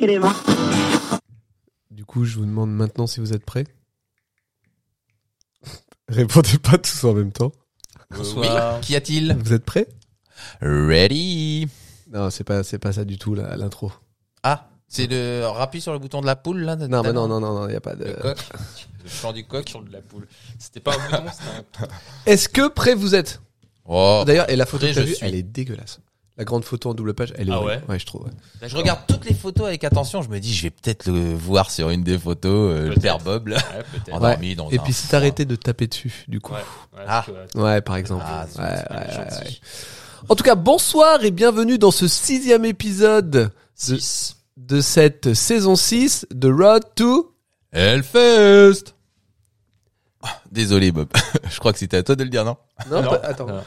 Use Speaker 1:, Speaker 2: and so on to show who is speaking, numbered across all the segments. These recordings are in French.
Speaker 1: les mains.
Speaker 2: Du coup, je vous demande maintenant si vous êtes prêts. Répondez pas tous en même temps.
Speaker 3: Bonsoir.
Speaker 4: Qu'y a-t-il
Speaker 2: Vous êtes prêts
Speaker 4: Ready
Speaker 2: Non, c'est pas, c'est pas ça du tout là, l'intro.
Speaker 4: Ah, c'est le rappuie sur le bouton de la poule là
Speaker 2: Non, mais non, non, non, non, y a pas
Speaker 4: Le
Speaker 2: de.
Speaker 4: coq, le chant du coq.
Speaker 3: Sur de la poule. C'était pas un bouton, c'était un.
Speaker 2: Est-ce que prêts vous êtes
Speaker 4: Oh,
Speaker 2: D'ailleurs, et la photo
Speaker 4: prêt,
Speaker 2: que t'as
Speaker 4: je
Speaker 2: vue,
Speaker 4: suis.
Speaker 2: elle est dégueulasse. La grande photo en double page, elle est.
Speaker 3: Ah
Speaker 2: horrible. Ouais, je trouve. ouais.
Speaker 4: je regarde toutes les photos avec attention. Je me dis, je vais peut-être le voir sur une des photos, euh, le
Speaker 3: Peut-être.
Speaker 4: père Bob là,
Speaker 3: Ouais, Ah, peut-être.
Speaker 4: endormi dans
Speaker 2: Et
Speaker 4: un
Speaker 2: puis, si
Speaker 4: foin.
Speaker 2: t'arrêtais de taper dessus, du coup.
Speaker 3: Ouais, ouais,
Speaker 4: Ah.
Speaker 3: parce que-
Speaker 2: Ouais, par exemple.
Speaker 4: Ah,
Speaker 2: Ouais,
Speaker 3: c'est
Speaker 2: ouais,
Speaker 3: gentil.
Speaker 2: ouais, ouais. En tout cas, bonsoir et bienvenue dans ce sixième épisode de, de cette saison 6 de Road to...
Speaker 4: Hellfest. Ah, Désolé Bob, je crois que c'était à toi de le dire non
Speaker 2: Non,
Speaker 3: Non.
Speaker 2: pas- attends.
Speaker 3: Non.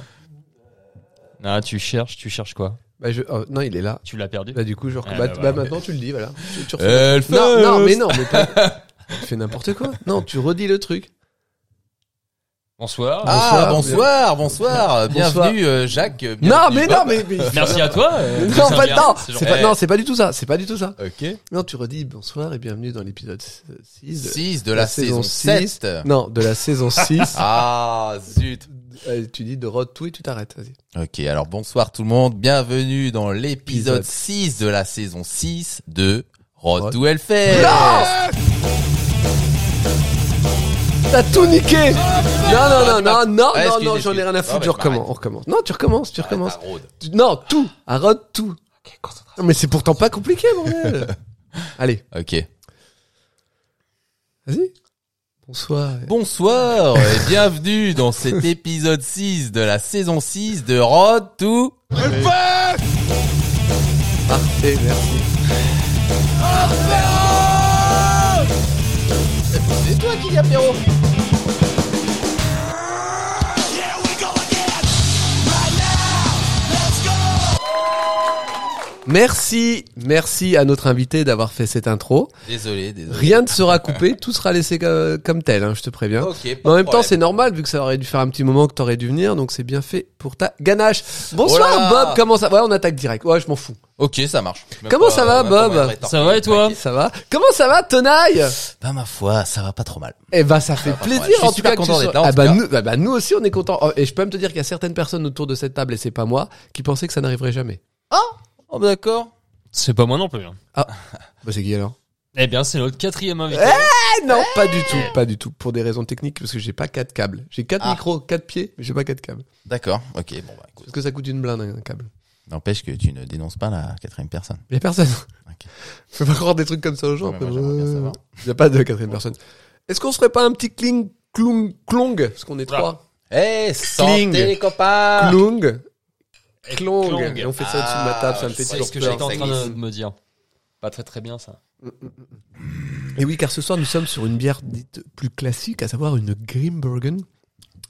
Speaker 3: Non, tu cherches, tu cherches quoi
Speaker 2: Bah, je- oh, non, il est là.
Speaker 3: Tu l'as perdu
Speaker 2: Bah du coup, je rec-
Speaker 3: Ah,
Speaker 2: bah,
Speaker 3: bah,
Speaker 2: bah,
Speaker 3: voilà.
Speaker 2: maintenant tu le dis, voilà. Tu- tu refais-
Speaker 4: Hellfest.
Speaker 2: non, non, mais non, mais pas... tu fais n'importe quoi. Non, tu redis le truc.
Speaker 3: Bonsoir.
Speaker 4: Ah
Speaker 2: Bonsoir.
Speaker 4: bonsoir, bonsoir, bienvenue euh, Jacques. euh,
Speaker 2: non,
Speaker 4: bienvenue,
Speaker 2: mais non,
Speaker 4: Bob.
Speaker 2: mais, mais-
Speaker 3: Merci à toi. euh,
Speaker 2: Non,
Speaker 3: de
Speaker 2: pas,
Speaker 3: servir,
Speaker 2: non,
Speaker 3: ce genre
Speaker 2: c'est
Speaker 3: de-
Speaker 2: pas, non, c'est pas du tout ça. C'est pas du tout ça.
Speaker 4: Ok.
Speaker 2: Non, tu redis bonsoir et bienvenue dans l'épisode 6 de
Speaker 4: 6 de la, saison,
Speaker 2: six.
Speaker 4: 7.
Speaker 2: Non, de la saison 6.
Speaker 4: Ah zut.
Speaker 2: Euh, tu dis de road to et tu t'arrêtes. Vas-y.
Speaker 4: Ok, alors bonsoir tout le monde, bienvenue dans l'épisode
Speaker 2: Épisode.
Speaker 4: 6 de la saison 6 de Road
Speaker 2: Road.
Speaker 4: to Hellfest
Speaker 2: T'as tout niqué. Non, non, non, non, non,
Speaker 4: Ah,
Speaker 2: non,
Speaker 4: excuse,
Speaker 2: non, j'en ai
Speaker 4: excuse.
Speaker 2: rien à
Speaker 4: Non,
Speaker 2: foutre.
Speaker 4: mais
Speaker 2: Je recommence.
Speaker 4: arrête.
Speaker 2: On recommence. Non, tu recommences, tu recommences.
Speaker 4: Ah, Road.
Speaker 2: Tu- Non, tout. Arrête tout. Non, mais c'est pourtant pas compliqué, bordel. Allez,
Speaker 4: Ok.
Speaker 2: vas-y. Bonsoir.
Speaker 4: Bonsoir et bienvenue dans cet épisode 6 de la saison 6 de Road to...
Speaker 2: Parfait, Ah, merci.
Speaker 4: C'est toi qui dis apéro
Speaker 2: Merci, merci à notre invité d'avoir fait cette intro.
Speaker 4: Désolé, désolé.
Speaker 2: Rien ne sera coupé, tout sera laissé euh, comme tel, hein, je te préviens.
Speaker 4: Ok, pas
Speaker 2: Mais en
Speaker 4: de
Speaker 2: même temps,
Speaker 4: problème.
Speaker 2: c'est normal vu que ça aurait dû faire un petit moment que t'aurais dû venir, donc c'est bien fait pour ta ganache.
Speaker 4: Oh là
Speaker 2: Bonsoir
Speaker 4: là.
Speaker 2: Bob, comment ça Ouais, on attaque direct. Ouais, je m'en fous.
Speaker 4: Ok, ça marche. Même
Speaker 2: Comment ça va,
Speaker 4: même pas
Speaker 2: Bob
Speaker 4: moyen de rétorquer.
Speaker 3: Ça va et toi
Speaker 2: Ça va Comment ça va, Tonaille
Speaker 4: Bah ma foi, ça va pas trop mal.
Speaker 2: Eh ben, ça fait
Speaker 4: va,
Speaker 2: plaisir
Speaker 4: Ah, ouais, je suis
Speaker 2: en tout
Speaker 4: super
Speaker 2: cas. que tu
Speaker 4: content
Speaker 2: sois-
Speaker 4: d'être là, en
Speaker 2: Ah
Speaker 4: tout
Speaker 2: bah,
Speaker 4: cas.
Speaker 2: nous, bah, bah, nous aussi, on est content. Et je peux même te dire qu'il y a certaines personnes autour de cette table et c'est pas moi qui pensaient que ça n'arriverait jamais.
Speaker 4: Oh bah d'accord.
Speaker 3: C'est pas moi non plus. hein.
Speaker 2: Bah, c'est qui alors
Speaker 3: Eh bien, c'est notre quatrième invité.
Speaker 2: Eh non, pas du tout, pas du tout. Pour des raisons techniques, parce que j'ai pas quatre câbles. J'ai quatre
Speaker 4: Ah.
Speaker 2: micros, quatre pieds, mais j'ai pas quatre câbles.
Speaker 4: D'accord, ok, bon bah écoute.
Speaker 2: Parce que ça coûte une blinde un câble.
Speaker 4: N'empêche que tu ne dénonces pas la quatrième personne.
Speaker 2: Y a personne.
Speaker 4: Ok.
Speaker 2: Faut pas croire des trucs comme ça aux gens.
Speaker 4: Ouais, mais
Speaker 2: après,
Speaker 4: moi, j'aimerais bien savoir.
Speaker 2: y a pas de quatrième personne. Est-ce qu'on se ferait pas un petit cling, clong, clong Parce qu'on est
Speaker 3: Ah.
Speaker 2: trois.
Speaker 4: Eh, santé
Speaker 2: Cling.
Speaker 4: les copains
Speaker 2: Clong,
Speaker 3: Et
Speaker 2: clong.
Speaker 3: Clong.
Speaker 2: Eh, Et on fait ça au-dessus de ma table, ça me
Speaker 4: Ah,
Speaker 2: fait
Speaker 4: je
Speaker 3: C'est
Speaker 2: toujours
Speaker 3: Eh, ce que
Speaker 2: peur.
Speaker 3: j'étais en
Speaker 4: ça
Speaker 3: train de
Speaker 4: glisse.
Speaker 3: de me dire. Pas très très bien ça.
Speaker 2: Et oui, car ce soir, nous sommes sur une bière dite plus classique, à savoir une Grimbergen.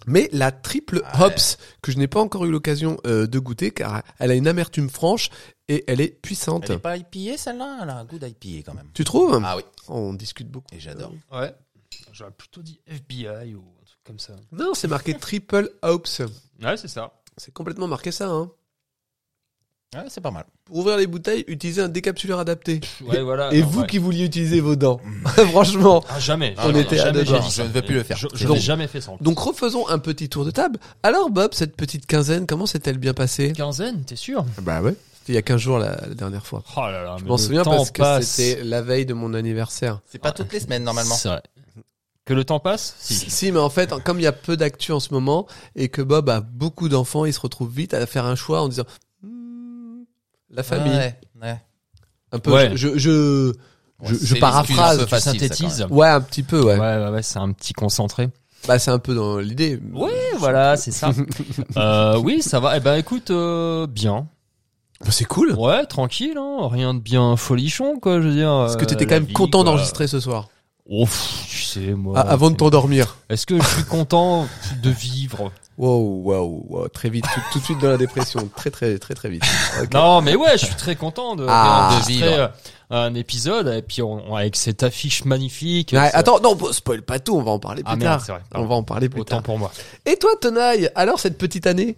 Speaker 2: Mais la triple
Speaker 4: Ah ouais.
Speaker 2: hops, que je n'ai pas encore eu l'occasion euh, de goûter, car elle a une amertume franche et elle est puissante.
Speaker 4: Elle est pas IPA celle-là Elle a un goût d'IPA quand même.
Speaker 2: Tu trouves
Speaker 4: Ah oui,
Speaker 2: Oh, On discute beaucoup.
Speaker 4: et j'adore.
Speaker 3: Ouais. J'aurais plutôt dit FBI ou un truc comme ça.
Speaker 2: Non, c'est marqué triple hops.
Speaker 3: Ouais, c'est ça.
Speaker 2: C'est complètement marqué ça, hein.
Speaker 4: Ouais, c'est pas mal.
Speaker 2: Pour ouvrir les bouteilles, utilisez un décapsuleur adapté.
Speaker 3: Ouais, voilà.
Speaker 2: Et
Speaker 3: Ah Non,
Speaker 2: vous
Speaker 3: ouais. Mm.
Speaker 2: qui vouliez utiliser vos dents. Franchement.
Speaker 3: Ah, jamais.
Speaker 4: On
Speaker 3: jamais,
Speaker 2: était à
Speaker 3: jamais,
Speaker 2: deux
Speaker 3: j'ai
Speaker 2: doigts.
Speaker 3: dit ça.
Speaker 4: Je ne veux plus le faire.
Speaker 3: Je, je
Speaker 4: C'est bon.
Speaker 3: n'ai jamais fait ça.
Speaker 2: Donc refaisons un petit tour de table. Alors Bob, cette petite quinzaine, comment s'est-elle bien passée
Speaker 3: Quinzaine, t'es sûr
Speaker 2: Bah ouais. C'était il y a 15 jours la, la dernière fois.
Speaker 3: Oh là là.
Speaker 2: Je
Speaker 3: mais
Speaker 2: m'en
Speaker 3: Ah le
Speaker 2: souviens
Speaker 3: temps
Speaker 2: parce que
Speaker 3: passe.
Speaker 2: c'était la veille de mon anniversaire.
Speaker 4: C'est pas toutes les semaines normalement.
Speaker 3: C'est vrai. Que le temps passe Si.
Speaker 2: Si, mais en fait, comme il y a peu d'actu en ce moment et que Bob a beaucoup d'enfants, il se retrouve vite à faire un choix en disant Hmm, la famille.
Speaker 4: Ouais, ouais.
Speaker 2: Un peu.
Speaker 3: Ouais.
Speaker 2: Je, je, je,
Speaker 4: C'est
Speaker 2: je
Speaker 4: les
Speaker 2: paraphrase.
Speaker 4: excuses un peu faciles, ça, quand
Speaker 3: Synthétise.
Speaker 2: Ouais, un petit peu. Ouais.
Speaker 3: Ouais, ouais, ouais, c'est un petit concentré.
Speaker 2: Bah c'est un peu dans l'idée.
Speaker 3: Ouais, voilà, c'est ça. euh, oui, ça va. Eh ben, écoute, euh, bien.
Speaker 2: Bah, c'est cool.
Speaker 3: Ouais, tranquille, hein. Rien de bien folichon, quoi, je veux dire.
Speaker 2: Parce que
Speaker 3: euh,
Speaker 2: t'étais
Speaker 3: la
Speaker 2: quand même
Speaker 3: vie,
Speaker 2: content
Speaker 3: quoi.
Speaker 2: d'enregistrer ce soir.
Speaker 3: Oh, pff, tu sais, moi.
Speaker 2: Ah, avant de
Speaker 3: c'est-
Speaker 2: t'endormir.
Speaker 3: Est-ce que je suis content de vivre
Speaker 2: Wow, wow, wow, très vite, tout, tout de suite dans la dépression, très très très très vite. Ok.
Speaker 3: Non, mais ouais, je suis très content de,
Speaker 2: Ah.
Speaker 3: d'enregistrer,
Speaker 4: De vivre.
Speaker 3: euh, un épisode, et puis on, on- avec cette affiche magnifique.
Speaker 2: Ouais,
Speaker 3: euh, ça-
Speaker 2: attends, non, bon, spoil pas tout, on va en parler plus
Speaker 3: Ah merde,
Speaker 2: tard.
Speaker 3: c'est vrai.
Speaker 2: On va en parler plus
Speaker 3: Autant
Speaker 2: tard.
Speaker 3: pour moi.
Speaker 2: Et toi, Tonaille, alors cette petite année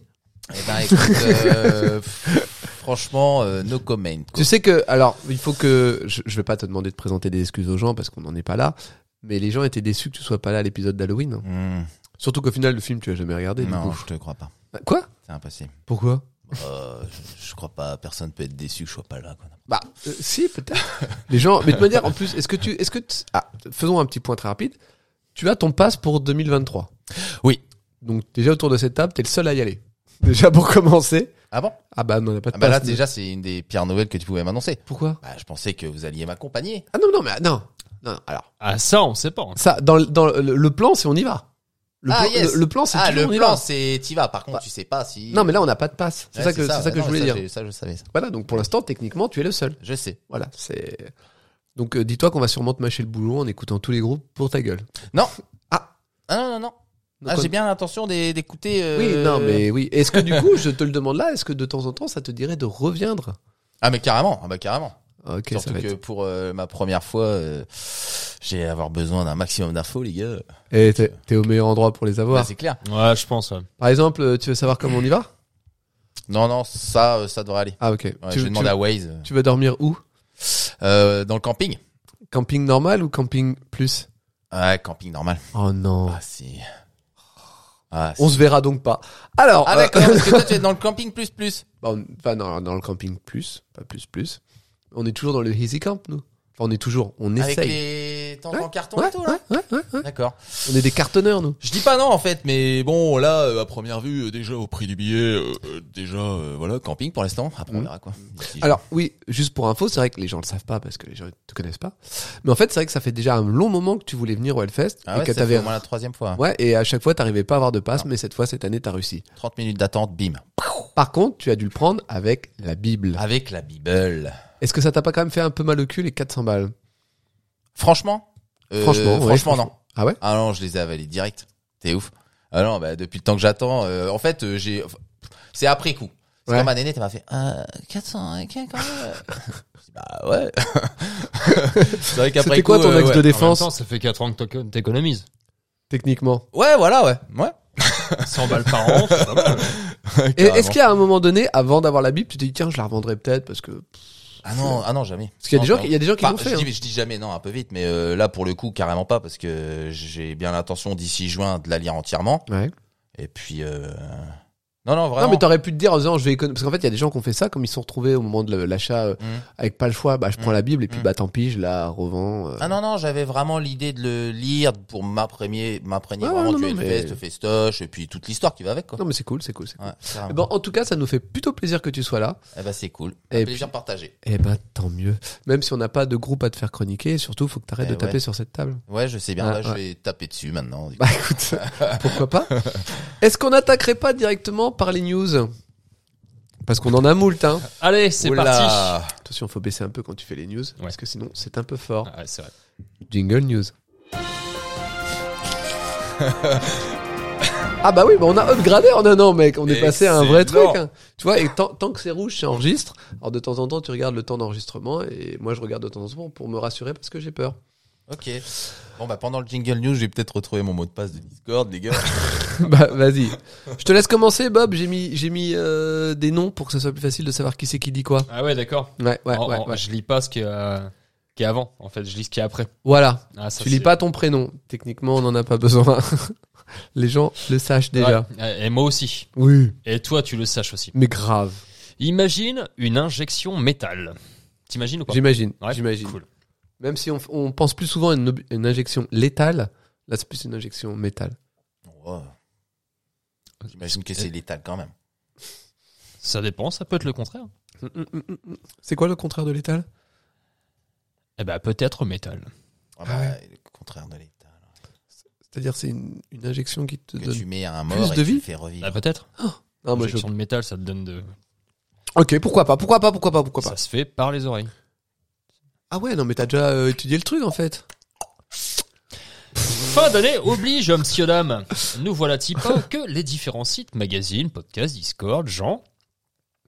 Speaker 4: Eh ben écoute, euh, pff, franchement, euh, no comment. quoi.
Speaker 2: Tu sais que, alors, il faut que, je, je vais pas te demander de présenter des excuses aux gens parce qu'on n'en est pas là, mais les gens étaient déçus que tu sois pas là à l'épisode d'Halloween.
Speaker 4: Hmm,
Speaker 2: Surtout qu'au final, le film, tu l'as jamais regardé. du
Speaker 4: non,
Speaker 2: coup.
Speaker 4: je te crois pas.
Speaker 2: Quoi
Speaker 4: C'est impossible.
Speaker 2: Pourquoi
Speaker 4: Euh, je, je crois pas. Personne peut être déçu que je sois pas là. quoi.
Speaker 2: Bah, euh, si, peut-être. les gens, mais de manière, en plus, est-ce que tu, est-ce que, tu- ah, faisons un petit point très rapide. Tu as ton passe pour 2023.
Speaker 4: Oui.
Speaker 2: Donc, déjà autour de cette table, t'es le seul à y aller. Déjà pour commencer.
Speaker 4: Ah bon
Speaker 2: Ah bah, non, on n'a pas de
Speaker 4: Ah bah là,
Speaker 2: passe.
Speaker 4: déjà, c'est une des pires nouvelles que tu pouvais m'annoncer.
Speaker 2: Pourquoi
Speaker 4: Bah, je pensais que vous alliez m'accompagner.
Speaker 2: Ah non, non, mais ah, non. Non, alors,
Speaker 3: Ah, ça, on sait pas. hein.
Speaker 2: ça, dans, le- dans le, le plan, c'est on y va. Le,
Speaker 4: Ah,
Speaker 2: plan,
Speaker 4: yes.
Speaker 2: le, le plan, c'est
Speaker 4: Ah,
Speaker 2: toujours
Speaker 4: le
Speaker 2: on y
Speaker 4: plan,
Speaker 2: va.
Speaker 4: c'est t'y vas. Par contre,
Speaker 2: Bah,
Speaker 4: tu sais pas si.
Speaker 2: Non, mais là, on n'a pas de passe. C'est
Speaker 4: Ouais,
Speaker 2: ça que, c'est ça
Speaker 4: ouais,
Speaker 2: que
Speaker 4: non,
Speaker 2: je
Speaker 4: mais
Speaker 2: voulais
Speaker 4: ça,
Speaker 2: dire.
Speaker 4: j'ai- Ça, je savais ça.
Speaker 2: Voilà, donc pour l'instant, techniquement, tu es le seul.
Speaker 4: Je sais.
Speaker 2: Voilà, c'est. Donc, euh, dis-toi qu'on va sûrement te mâcher le boulot en écoutant tous les groupes pour ta gueule.
Speaker 4: Non.
Speaker 2: Ah.
Speaker 4: Ah non, non, non.
Speaker 2: Donc,
Speaker 4: Ah,
Speaker 2: on-
Speaker 4: j'ai bien l'intention d'é- d'écouter. euh,
Speaker 2: Oui, non, mais oui. Est-ce que du coup, je te le demande là, est-ce que de temps en temps, ça te dirait de reviendre
Speaker 4: Ah, mais carrément. Ah, bah, carrément.
Speaker 2: Ok, ça
Speaker 4: Surtout
Speaker 2: va
Speaker 4: que
Speaker 2: être-
Speaker 4: pour euh, ma première fois, euh, j'ai avoir besoin d'un maximum d'infos, les gars.
Speaker 2: Eh, t'es t'es au meilleur endroit pour les
Speaker 4: Bah,
Speaker 2: avoir.
Speaker 4: c'est clair.
Speaker 3: Ouais, je pense, ouais.
Speaker 2: Par exemple, euh, tu veux savoir comment on y va
Speaker 4: Non, non, ça, euh, ça devrait aller.
Speaker 2: Ah, ok.
Speaker 4: Ouais,
Speaker 2: tu,
Speaker 4: je
Speaker 2: tu-
Speaker 4: demande à Waze. euh,
Speaker 2: tu vas dormir où
Speaker 4: Euh, dans le camping.
Speaker 2: Camping normal ou camping plus
Speaker 4: Ouais, camping normal.
Speaker 2: Oh non.
Speaker 4: Ah, si. Ah, si.
Speaker 2: On se verra donc pas. Alors,
Speaker 4: Ah,
Speaker 2: euh,
Speaker 4: d'accord, parce que toi, tu es dans le camping plus plus.
Speaker 2: Bon, enfin, dans, dans le camping plus, pas plus plus. On est toujours dans le easy camp, nous. Enfin, on est toujours, on
Speaker 4: Avec
Speaker 2: essaye.
Speaker 4: les tentes
Speaker 2: Ouais,
Speaker 4: en carton
Speaker 2: Ouais,
Speaker 4: et tout, là.
Speaker 2: ouais, ouais, ouais, ouais.
Speaker 4: D'accord.
Speaker 2: On est des cartonneurs, nous.
Speaker 4: Je dis pas non, en fait, mais bon, là, euh, à première vue, euh, déjà, au prix du billet, euh, euh, déjà, euh, voilà, camping pour l'instant. Après, on
Speaker 2: Mhm.
Speaker 4: verra, quoi. D'ici-
Speaker 2: Alors, oui, juste pour info, c'est vrai que les gens le savent pas parce que les gens te connaissent pas. Mais en fait, c'est vrai que ça fait déjà un long moment que tu voulais venir au Hellfest
Speaker 4: ah
Speaker 2: et
Speaker 4: ouais,
Speaker 2: que
Speaker 4: ça fait
Speaker 2: t'avais.
Speaker 4: au moins Ah. la troisième fois.
Speaker 2: Ouais, et à chaque fois, t'arrivais pas à avoir de passe, mais cette fois, cette année, t'as réussi.
Speaker 4: 30 minutes d'attente, bim.
Speaker 2: Par contre, tu as dû le prendre avec la Bible.
Speaker 4: Avec la Bible.
Speaker 2: Est-ce que ça t'a pas quand même fait un peu mal au cul les 400 balles
Speaker 4: Franchement euh,
Speaker 2: Franchement, ouais,
Speaker 4: franchement,
Speaker 2: franchement.
Speaker 4: non.
Speaker 2: Ah ouais
Speaker 4: Ah non, je les ai avalés direct. T'es ouf. Ah non, bah, depuis le temps que j'attends, euh, en fait, euh, j'ai. enfin, C'est après coup. C'est
Speaker 2: Ouais.
Speaker 4: comme ma néné, t'as m'a fait euh, 400 et quelques, quand même. euh. Je dis, bah ouais. c'est vrai qu'après
Speaker 2: C'était quoi
Speaker 4: coup,
Speaker 2: ton
Speaker 4: euh,
Speaker 2: axe
Speaker 4: ouais.
Speaker 2: de
Speaker 3: En même
Speaker 2: défense
Speaker 3: temps, ça fait 4 ans que t'éco- t'économises.
Speaker 2: techniquement
Speaker 4: Ouais, voilà, ouais. Ouais.
Speaker 3: 100 balles par an, c'est pas mal.
Speaker 2: Et
Speaker 4: Carrément.
Speaker 2: est-ce qu'il y a un moment donné, avant d'avoir la Bible, tu t'es dit tiens, je la revendrai peut-être parce que parce
Speaker 4: Ah non, ah non, jamais.
Speaker 2: qu'il y a des
Speaker 4: Non,
Speaker 2: gens, qui- il y a des gens qui
Speaker 4: Enfin,
Speaker 2: l'ont fait.
Speaker 4: je,
Speaker 2: hein.
Speaker 4: dis, je dis jamais non, un peu vite, mais euh, là pour le coup carrément pas parce que j'ai bien l'intention d'ici juin de la lire entièrement.
Speaker 2: hein. Ouais.
Speaker 4: Et puis euh... non non vraiment.
Speaker 2: Non, mais t'aurais pu te dire, non, je vais économiser. Parce qu'en fait, il y a des gens qui ont fait ça, comme ils se sont retrouvés au moment de l'achat euh,
Speaker 4: Mm.
Speaker 2: avec pas le choix. Bah, je prends
Speaker 4: Mm.
Speaker 2: la Bible et puis,
Speaker 4: Mm.
Speaker 2: bah, tant pis, je la revends. euh.
Speaker 4: Ah non non, j'avais vraiment l'idée de le lire pour m'imprégner, m'imprégner
Speaker 2: Ouais,
Speaker 4: vraiment
Speaker 2: non,
Speaker 4: du
Speaker 2: non,
Speaker 4: Hellfest,
Speaker 2: mais-
Speaker 4: le festoche et puis toute l'histoire qui va avec quoi.
Speaker 2: Non, mais c'est cool, c'est cool, c'est cool.
Speaker 4: Ouais, ah carrément.
Speaker 2: Bon, en tout cas, ça nous fait plutôt plaisir que tu sois là.
Speaker 4: Eh ben c'est cool. Un
Speaker 2: Et
Speaker 4: plaisir partagé.
Speaker 2: Eh bah, tant mieux. Même si on n'a pas de groupe à te faire chroniquer, surtout, faut que t'arrêtes
Speaker 4: Eh
Speaker 2: de taper
Speaker 4: ouais.
Speaker 2: sur cette table.
Speaker 4: Ouais, je sais bien.
Speaker 2: Ah,
Speaker 4: là, je
Speaker 2: ouais.
Speaker 4: vais taper dessus maintenant.
Speaker 2: Bah, écoute, pourquoi pas. Est-ce qu'on attaquerait pas directement par les news? Parce qu'on en a moult, hein.
Speaker 3: Allez, c'est parti.
Speaker 4: Oula.
Speaker 2: Attention, faut baisser un peu quand tu fais les news. Parce que sinon, c'est un peu fort.
Speaker 3: Ah, ouais, c'est vrai.
Speaker 2: Jingle News. ah bah oui, bah on a upgradé en un an, mec. On est passé à un vrai truc.
Speaker 4: Excellent.
Speaker 2: hein. Tu vois, et tant, tant que c'est rouge, ça enregistre. Alors de temps en temps, tu regardes le temps d'enregistrement et moi je regarde de temps en temps pour me rassurer parce que j'ai peur.
Speaker 4: Ok. Bon bah pendant le jingle news, je vais peut-être retrouver mon mot de passe de Discord, les gars.
Speaker 2: bah vas-y. Je te laisse commencer, Bob. J'ai mis, j'ai mis euh, des noms pour que ça soit plus facile de savoir qui c'est qui dit quoi.
Speaker 3: Ah ouais, d'accord.
Speaker 2: Ouais, ouais,
Speaker 3: En-
Speaker 2: ouais,
Speaker 3: en-
Speaker 2: ouais.
Speaker 3: oh, Je lis pas ce qui est, euh, qui est avant, en fait. Je lis ce qui est après.
Speaker 2: Voilà.
Speaker 3: Ah, ça,
Speaker 2: tu lis
Speaker 3: c'est-
Speaker 2: pas ton prénom. Techniquement, on n'en a pas besoin. Les gens le sachent déjà.
Speaker 3: Ouais, Eh, Et moi aussi.
Speaker 2: Oui,
Speaker 3: Et toi, tu le saches aussi.
Speaker 2: mais grave.
Speaker 3: Imagine une injection métal. T'imagines ou pas
Speaker 2: J'imagine,
Speaker 3: Ouais,
Speaker 2: j'imagine.
Speaker 3: cool.
Speaker 2: Même si on, f- on pense plus souvent à une, ob- une injection létale, là c'est plus une injection métal.
Speaker 4: Ouais. Oh. J'imagine que c'est
Speaker 2: Euh,
Speaker 4: létal quand même.
Speaker 3: Ça dépend, ça peut être le contraire.
Speaker 2: Mm, C'est quoi le contraire de létal
Speaker 3: Eh ben, peut-être métal.
Speaker 4: Ah
Speaker 2: Ah
Speaker 4: bah, Le contraire de l'état.
Speaker 2: C'est-à-dire c'est une, une injection qui te
Speaker 4: Que
Speaker 2: donne...
Speaker 4: tu mets à un
Speaker 2: plus
Speaker 4: mort
Speaker 2: de
Speaker 4: et tu
Speaker 2: vie
Speaker 4: le fais revivre.
Speaker 3: Ah, peut-être.
Speaker 2: Non, moi, je-
Speaker 3: Injection de métal, ça te donne de.
Speaker 2: Ok, pourquoi pas, pourquoi pas, pourquoi pas, pourquoi pas.
Speaker 3: Ça se fait par les oreilles.
Speaker 2: Ah ouais, non mais t'as déjà euh, étudié le truc en fait.
Speaker 3: Fin d'année oblige, monsieur dames. Nous voilà-t-il pas que les différents sites, magazines, podcasts, Discord, gens,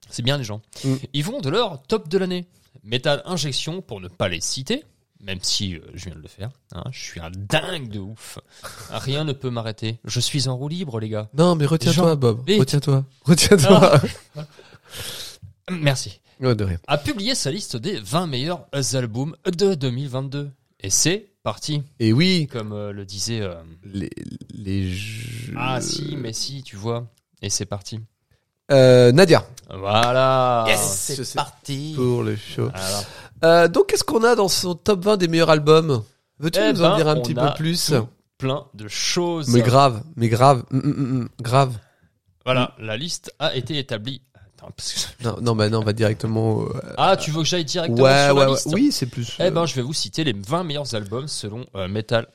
Speaker 3: c'est bien les gens,
Speaker 2: Mm.
Speaker 3: ils vont de leur top de l'année. Métal injection pour ne pas les citer, même si euh, je viens de le faire. hein, je suis un dingue de ouf. Rien ne peut m'arrêter. Je suis en roue libre, les gars.
Speaker 2: Non mais retiens-toi
Speaker 3: Jean-
Speaker 2: Bob,
Speaker 3: Vite.
Speaker 2: retiens-toi, retiens-toi.
Speaker 3: Merci.
Speaker 2: Ouais, de rien.
Speaker 3: A publié sa liste des 20 meilleurs albums de 2022. Et c'est parti,
Speaker 2: Et oui,
Speaker 3: comme euh, le disait. euh,
Speaker 2: les, les jeux-
Speaker 3: Ah si, mais si, tu vois. Et c'est parti.
Speaker 2: Euh, Nadia. Ah,
Speaker 3: Voilà.
Speaker 2: c'est c'est
Speaker 4: parti.
Speaker 2: Pour le show.
Speaker 3: Alors,
Speaker 2: Euh, donc, qu'est-ce qu'on a dans son top 20 des meilleurs albums Veux-tu
Speaker 3: Eh
Speaker 2: nous en
Speaker 3: ben,
Speaker 2: dire un
Speaker 3: on
Speaker 2: petit
Speaker 3: a
Speaker 2: peu plus
Speaker 3: tout. plein de choses.
Speaker 2: Mais grave, mais grave, hum, hum, hum, hum, grave.
Speaker 3: Voilà, la liste a été établie. Attends, parce que-
Speaker 2: Non, non, bah non, on va directement. euh,
Speaker 3: Ah, tu veux que j'aille directement
Speaker 2: ouais,
Speaker 3: sur
Speaker 2: ouais,
Speaker 3: la
Speaker 2: ouais.
Speaker 3: liste
Speaker 2: Oui, c'est plus.
Speaker 3: Eh
Speaker 2: euh,
Speaker 3: ben, je vais vous citer les 20 meilleurs albums selon euh, Metal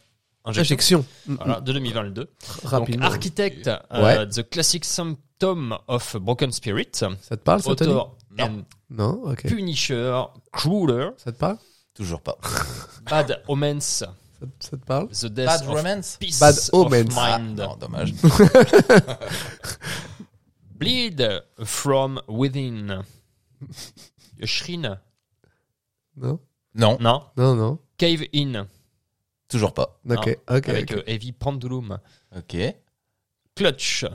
Speaker 3: Injection
Speaker 2: injection. Hum, hum,
Speaker 3: voilà, de 2022. Donc,
Speaker 2: Rapidement.
Speaker 3: Architect, euh, The Classic Symptom of Broken Spirit,
Speaker 2: Ça te parle, ça te dit
Speaker 3: auteur and
Speaker 2: Non, Ah, ok.
Speaker 3: Punisher, Crueler,
Speaker 2: Ça te parle
Speaker 4: Toujours pas.
Speaker 3: Bad Omens,
Speaker 2: ça, te- ça te parle
Speaker 3: The Death
Speaker 4: Bad
Speaker 3: of
Speaker 4: Romance.
Speaker 3: Peace
Speaker 2: Bad
Speaker 3: of
Speaker 2: Omens.
Speaker 4: Ah,
Speaker 3: Mind,
Speaker 4: non, dommage.
Speaker 3: Bleed from Within, Shrine,
Speaker 2: Non
Speaker 4: Non,
Speaker 3: non,
Speaker 2: Non, non.
Speaker 3: Cave In,
Speaker 4: toujours pas.
Speaker 2: Ok, ok.
Speaker 3: avec
Speaker 2: ok.
Speaker 3: euh, Heavy Pendulum,
Speaker 4: Ok.
Speaker 3: Clutch,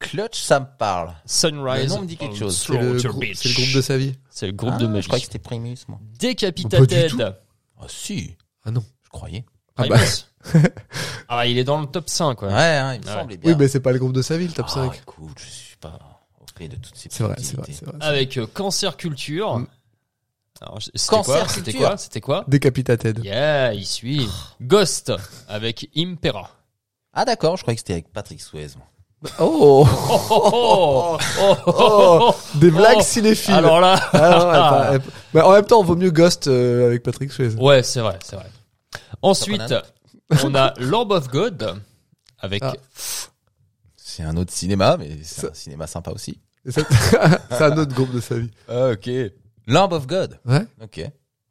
Speaker 4: Clutch, ça me parle.
Speaker 3: Sunrise,
Speaker 4: Le nom me dit quelque
Speaker 3: on
Speaker 4: chose.
Speaker 2: C'est le,
Speaker 3: Slaughter
Speaker 2: grou-
Speaker 3: Beach.
Speaker 2: c'est le groupe de sa vie.
Speaker 3: C'est le groupe
Speaker 4: Ah,
Speaker 3: de Meuse.
Speaker 4: Je croyais que c'était Primus, moi.
Speaker 2: Pas du tout.
Speaker 3: Decapitated.
Speaker 4: Ah si.
Speaker 2: Ah non.
Speaker 4: Je croyais.
Speaker 2: Ah
Speaker 3: Primus.
Speaker 2: bah.
Speaker 3: Ah bah, il est dans le top 5, quoi.
Speaker 4: Ouais, hein, il me
Speaker 3: Ouais.
Speaker 4: semblait bien.
Speaker 2: Oui, mais c'est pas le groupe de sa vie, le top
Speaker 4: Ah,
Speaker 2: 5.
Speaker 4: Écoute, je suis pas au fait de toutes ces
Speaker 2: C'est vrai, c'est vrai, c'est
Speaker 4: possibilités.
Speaker 2: vrai. c'est vrai.
Speaker 3: Avec euh, Cancer Culture.
Speaker 2: Mm.
Speaker 3: Alors, je- c'était
Speaker 4: Cancer
Speaker 3: quoi C'était
Speaker 4: Culture.
Speaker 3: quoi C'était quoi
Speaker 2: Décapitated.
Speaker 3: Yeah, il suit. Ghost avec Impera.
Speaker 4: Ah d'accord, je croyais que c'était avec Patrick Swayze. moi.
Speaker 2: Oh
Speaker 3: Oh, oh, oh, oh, oh, oh, oh.
Speaker 2: Des blagues
Speaker 3: Oh.
Speaker 2: cinéphiles.
Speaker 3: Alors là,
Speaker 2: Ah non, elle- elle- mais en même temps, vaut mieux Ghost euh, avec Patrick Swayze.
Speaker 3: ouais, c'est vrai, c'est vrai. Ensuite,
Speaker 4: Top
Speaker 3: on a Lamb of God avec
Speaker 2: Ah.
Speaker 4: C'est un autre cinéma, mais c'est
Speaker 2: Ça-
Speaker 4: un cinéma sympa aussi.
Speaker 2: Et ça- C'est un autre groupe de sa vie.
Speaker 4: Ah, ok. Lamb of God.
Speaker 2: Ouais
Speaker 4: Ok.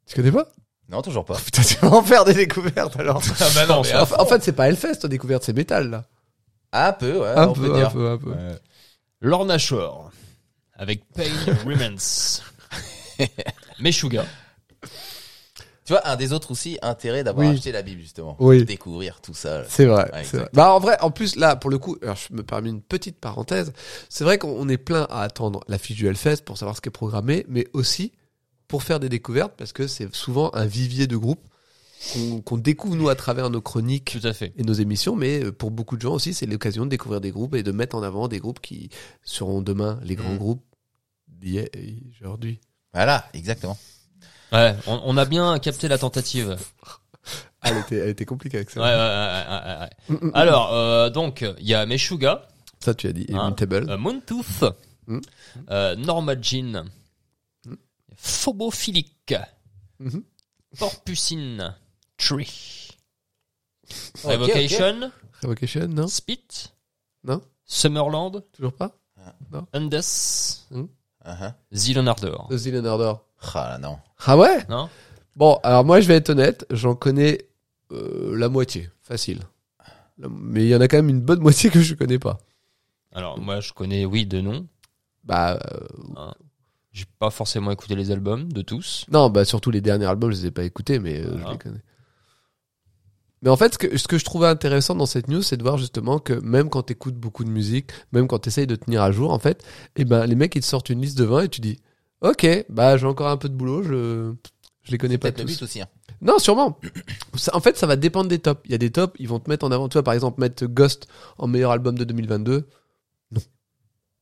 Speaker 2: Tu connais pas
Speaker 4: Non, toujours pas.
Speaker 2: Putain, tu vas en faire des découvertes alors.
Speaker 3: Ah bah non,
Speaker 2: En, en fait, c'est pas Hellfest, ton découverte, c'est métal là.
Speaker 4: Un peu, ouais.
Speaker 2: un,
Speaker 4: Euh, on peut
Speaker 2: peu, un
Speaker 4: dire.
Speaker 2: peu, un peu,
Speaker 4: Ouais.
Speaker 3: Lorna Shore avec Pain Remains. Meshuga.
Speaker 4: Tu vois, un des autres aussi, intérêt d'avoir
Speaker 2: Oui.
Speaker 4: acheté la Bible, justement.
Speaker 2: Oui.
Speaker 4: Découvrir tout ça.
Speaker 2: C'est vrai,
Speaker 4: Ouais,
Speaker 2: c'est vrai. Bah en vrai, en plus là, pour le coup, alors je me permets une petite parenthèse. C'est vrai qu'on on est plein à attendre la fiche du Hellfest pour savoir ce qui est programmé, mais aussi pour faire des découvertes parce que c'est souvent un vivier de groupes qu'on qu'on découvre nous à travers nos chroniques
Speaker 3: Tout à fait.
Speaker 2: et nos émissions, mais euh, pour beaucoup de gens aussi, c'est l'occasion de découvrir des groupes et de mettre en avant des groupes qui seront demain les grands
Speaker 4: Mm.
Speaker 2: groupes d'hier- et aujourd'hui.
Speaker 4: Voilà, exactement.
Speaker 3: Ouais, on, on a bien capté la tentative.
Speaker 2: Ah, elle, était, elle était compliquée avec
Speaker 3: Ouais,
Speaker 2: ça.
Speaker 3: ouais, ouais, ouais, ouais, ouais.
Speaker 2: Mm, mm, mm.
Speaker 3: Alors, euh, donc, il y a Meshuga,
Speaker 2: ça, tu as dit.
Speaker 4: Ah.
Speaker 3: Hein
Speaker 2: Immutable.
Speaker 3: euh, Moontooth,
Speaker 2: Mm.
Speaker 3: euh, Norma Jean, Phobophilic,
Speaker 2: Mhm.
Speaker 3: Porpucine, Tree,
Speaker 4: Ok, ok.
Speaker 3: Revocation,
Speaker 2: Revocation, non
Speaker 3: Spit,
Speaker 2: Non.
Speaker 3: Summerland,
Speaker 2: Toujours pas
Speaker 3: Undes,
Speaker 4: Uh-huh.
Speaker 3: Zilon Ardor.
Speaker 2: The Zealand Order.
Speaker 4: Ah là, non.
Speaker 2: Ah ouais
Speaker 3: Non
Speaker 2: Bon, alors moi, je vais être honnête, j'en connais euh, la moitié, facile. La- Mais il y en a quand même une bonne moitié que je connais pas.
Speaker 3: Alors, moi, je connais, oui, de nom.
Speaker 2: Bah, euh,
Speaker 3: J'ai pas forcément écouté les albums de tous.
Speaker 2: Non, bah surtout les derniers albums, je les ai pas écoutés, mais euh, je
Speaker 3: Voilà.
Speaker 2: les connais. Mais en fait, ce que, ce que je trouvais intéressant dans cette news, c'est de voir justement que même quand t'écoutes beaucoup de musique, même quand t'essayes de tenir à jour, en fait, eh ben, les mecs, ils te sortent une liste de 20 et tu dis Ok, bah j'ai encore un peu de boulot, je, je les connais pas
Speaker 4: Peut-être le
Speaker 2: tous.
Speaker 4: but aussi. hein.
Speaker 2: Non, sûrement. Ça- en fait, ça va dépendre des tops. Il y a des tops, ils vont te mettre en avant. Tu vois, par exemple, mettre Ghost en meilleur album de 2022. Non.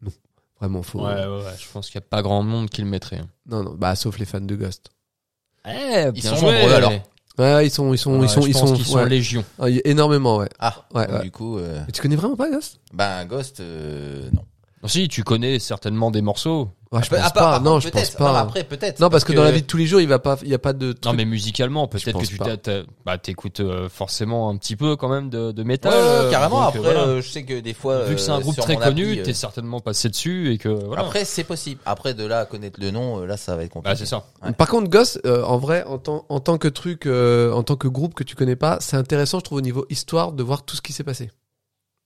Speaker 2: Non. Vraiment, faut.
Speaker 3: ouais, je pense qu'il y a pas grand monde qui le mettrait. hein.
Speaker 2: Non, non, bah sauf les fans de Ghost.
Speaker 3: Eh,
Speaker 4: bien joué.
Speaker 2: Ouais, ils sont, ils sont,
Speaker 3: Ouais,
Speaker 2: ils sont,
Speaker 3: je
Speaker 2: ils
Speaker 3: pense
Speaker 2: sont,
Speaker 3: qu'ils
Speaker 2: ouais.
Speaker 3: légion.
Speaker 2: Ah, il y a énormément, ouais.
Speaker 4: Ah,
Speaker 2: Ouais,
Speaker 4: donc
Speaker 2: ouais.
Speaker 4: du coup, euh,
Speaker 2: Mais tu connais vraiment pas, Ghost
Speaker 4: ben Ghost, euh, non.
Speaker 3: Non, Si, tu connais certainement des morceaux.
Speaker 2: ouais, Je
Speaker 4: Peu-
Speaker 2: pense
Speaker 4: ah, par-
Speaker 2: pas,
Speaker 4: par
Speaker 2: non,
Speaker 4: contre,
Speaker 2: je pense
Speaker 4: peut-être.
Speaker 2: pas.
Speaker 4: Non,
Speaker 2: Non,
Speaker 4: après, peut-être.
Speaker 2: parce que, dans la vie de tous les jours, il va pas, il y a pas de.
Speaker 3: Non,
Speaker 2: Truc.
Speaker 3: mais musicalement, peut-être que
Speaker 2: pense
Speaker 3: tu
Speaker 2: pas.
Speaker 3: t'as- t'as- bah, t'écoutes euh, forcément un petit peu quand même de, de
Speaker 4: Ouais,
Speaker 3: métal.
Speaker 4: ouais,
Speaker 3: euh,
Speaker 4: carrément.
Speaker 3: donc,
Speaker 4: après,
Speaker 3: euh, voilà.
Speaker 4: euh, je sais que des fois,
Speaker 3: vu que c'est un
Speaker 4: euh,
Speaker 3: groupe
Speaker 4: sur
Speaker 3: très
Speaker 4: mon
Speaker 3: connu,
Speaker 4: appli, euh,
Speaker 3: t'es certainement passé dessus et que voilà.
Speaker 4: Après, c'est possible. Après, de là à connaître le nom, euh, là, ça va être compliqué.
Speaker 3: bah, c'est ça.
Speaker 4: Ouais.
Speaker 2: Par contre, Ghost, euh, en vrai, en tant, en tant que truc, euh, en tant que groupe que tu connais pas, c'est intéressant, je trouve, au niveau histoire, de voir tout ce qui s'est passé.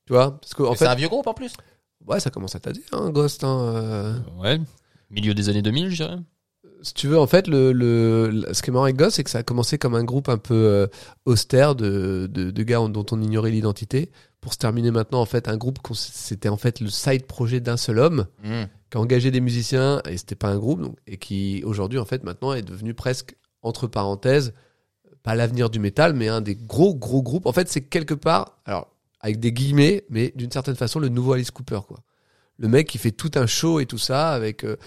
Speaker 2: Tu vois Parce que, en
Speaker 4: Mais C'est
Speaker 2: fait,
Speaker 4: un vieux groupe en plus.
Speaker 2: ouais, ça commence à t'ader, hein, Ghost. Hein, euh.
Speaker 3: Ouais. Milieu des années 2000, je dirais.
Speaker 2: Si tu veux, en fait, le, le, le- ce qui est marrant avec Ghost, c'est que ça a commencé comme un groupe un peu euh, austère de, de, de gars dont on ignorait l'identité. pour se terminer maintenant en fait un groupe qu'on- c'était en fait le side projet d'un seul homme
Speaker 4: Mmh.
Speaker 2: qui a engagé des musiciens et c'était pas un groupe donc, et qui aujourd'hui en fait maintenant est devenu presque entre parenthèses pas l'avenir du métal mais un des gros gros groupes en fait c'est quelque part alors avec des guillemets mais d'une certaine façon le nouveau Alice Cooper quoi le mec qui fait tout un show et tout ça avec euh,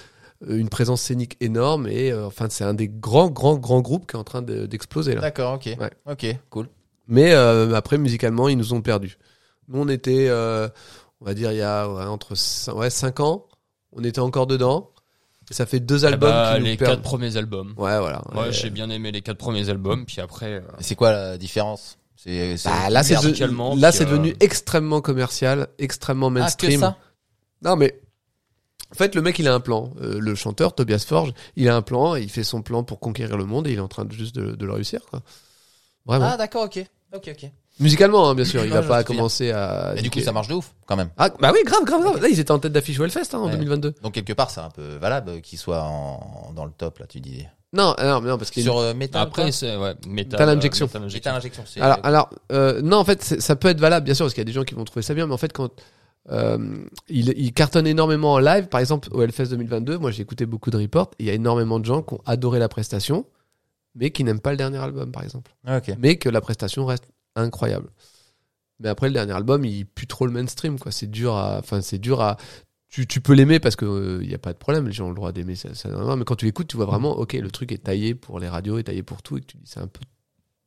Speaker 2: une présence scénique énorme et euh, enfin c'est un des grands grands grands groupes qui est en train de- d'exploser là
Speaker 4: D'accord, ok.
Speaker 2: Ouais.
Speaker 4: Ok, cool.
Speaker 2: mais euh, après, musicalement, ils nous ont perdus. Nous, on était, euh, on va dire, il y a ouais, entre 5, ans, on était encore dedans. Et ça fait
Speaker 4: Ah
Speaker 2: deux albums
Speaker 4: bah,
Speaker 3: Là-bas,
Speaker 2: qui nous
Speaker 3: Ah bah, les
Speaker 2: perdent.
Speaker 3: quatre premiers albums.
Speaker 2: Ouais, voilà.
Speaker 3: Moi,
Speaker 2: Ouais.
Speaker 3: j'ai bien aimé les quatre premiers albums, puis après. euh,
Speaker 4: Et C'est quoi la différence C'est c'est-
Speaker 2: Bah, là, c'est de-
Speaker 3: musicalement,
Speaker 2: là,
Speaker 3: puis,
Speaker 2: c'est
Speaker 3: euh,
Speaker 2: devenu extrêmement commercial, extrêmement
Speaker 4: Ah, que
Speaker 2: mainstream.
Speaker 4: ça
Speaker 2: Non, mais en fait, le mec, il a un plan. Euh, le chanteur, Tobias Forge, il a un plan, et il fait son plan pour conquérir le monde et il est en train de, juste de, de le réussir, quoi. Vraiment.
Speaker 4: Ah, d'accord, ok. Ok, ok.
Speaker 2: Musicalement, hein, bien sûr, il
Speaker 4: Ouais,
Speaker 2: va
Speaker 4: je
Speaker 2: pas
Speaker 4: me souviens.
Speaker 2: commencer à.
Speaker 4: Et du coup,
Speaker 2: niquer.
Speaker 4: ça marche de ouf, quand même.
Speaker 2: Ah, bah oui, grave, grave, grave. Là, ils étaient en tête d'affiche au Hellfest hein, en
Speaker 4: Ouais.
Speaker 2: 2022.
Speaker 4: Donc, quelque part, c'est un peu valable qu'il soit en- dans le top, là, tu dis.
Speaker 2: Non, euh, non, mais non, parce qu'il y a
Speaker 4: Sur euh, Metal,
Speaker 3: Après,
Speaker 4: quoi
Speaker 3: c'est. Ouais, euh, métal,
Speaker 2: Metal Injection.
Speaker 3: Metal Injection.
Speaker 4: Metal Injection, c'est.
Speaker 2: une- Alors, alors euh, non, en fait, c'est- ça peut être valable, bien sûr, parce qu'il y a des gens qui vont trouver ça bien, mais en fait, quand euh, il, il cartonne énormément en live, par exemple, au Hellfest 2022, moi j'ai écouté beaucoup de reports, et il y a énormément de gens qui ont adoré la prestation, mais qui n'aiment pas le dernier album, par exemple.
Speaker 4: Ah, ok.
Speaker 2: Mais que la prestation reste incroyable. Mais après, le dernier album, il pue trop le mainstream, quoi. C'est dur à. Enfin, c'est dur à. Tu, tu peux l'aimer parce qu'il n'y a pas de problème, les gens ont le droit d'aimer ça, ça n'a rien à voir. mais quand tu l'écoutes, tu vois vraiment, ok, le truc est taillé pour les radios, est taillé pour tout, et que tu dis, c'est un peu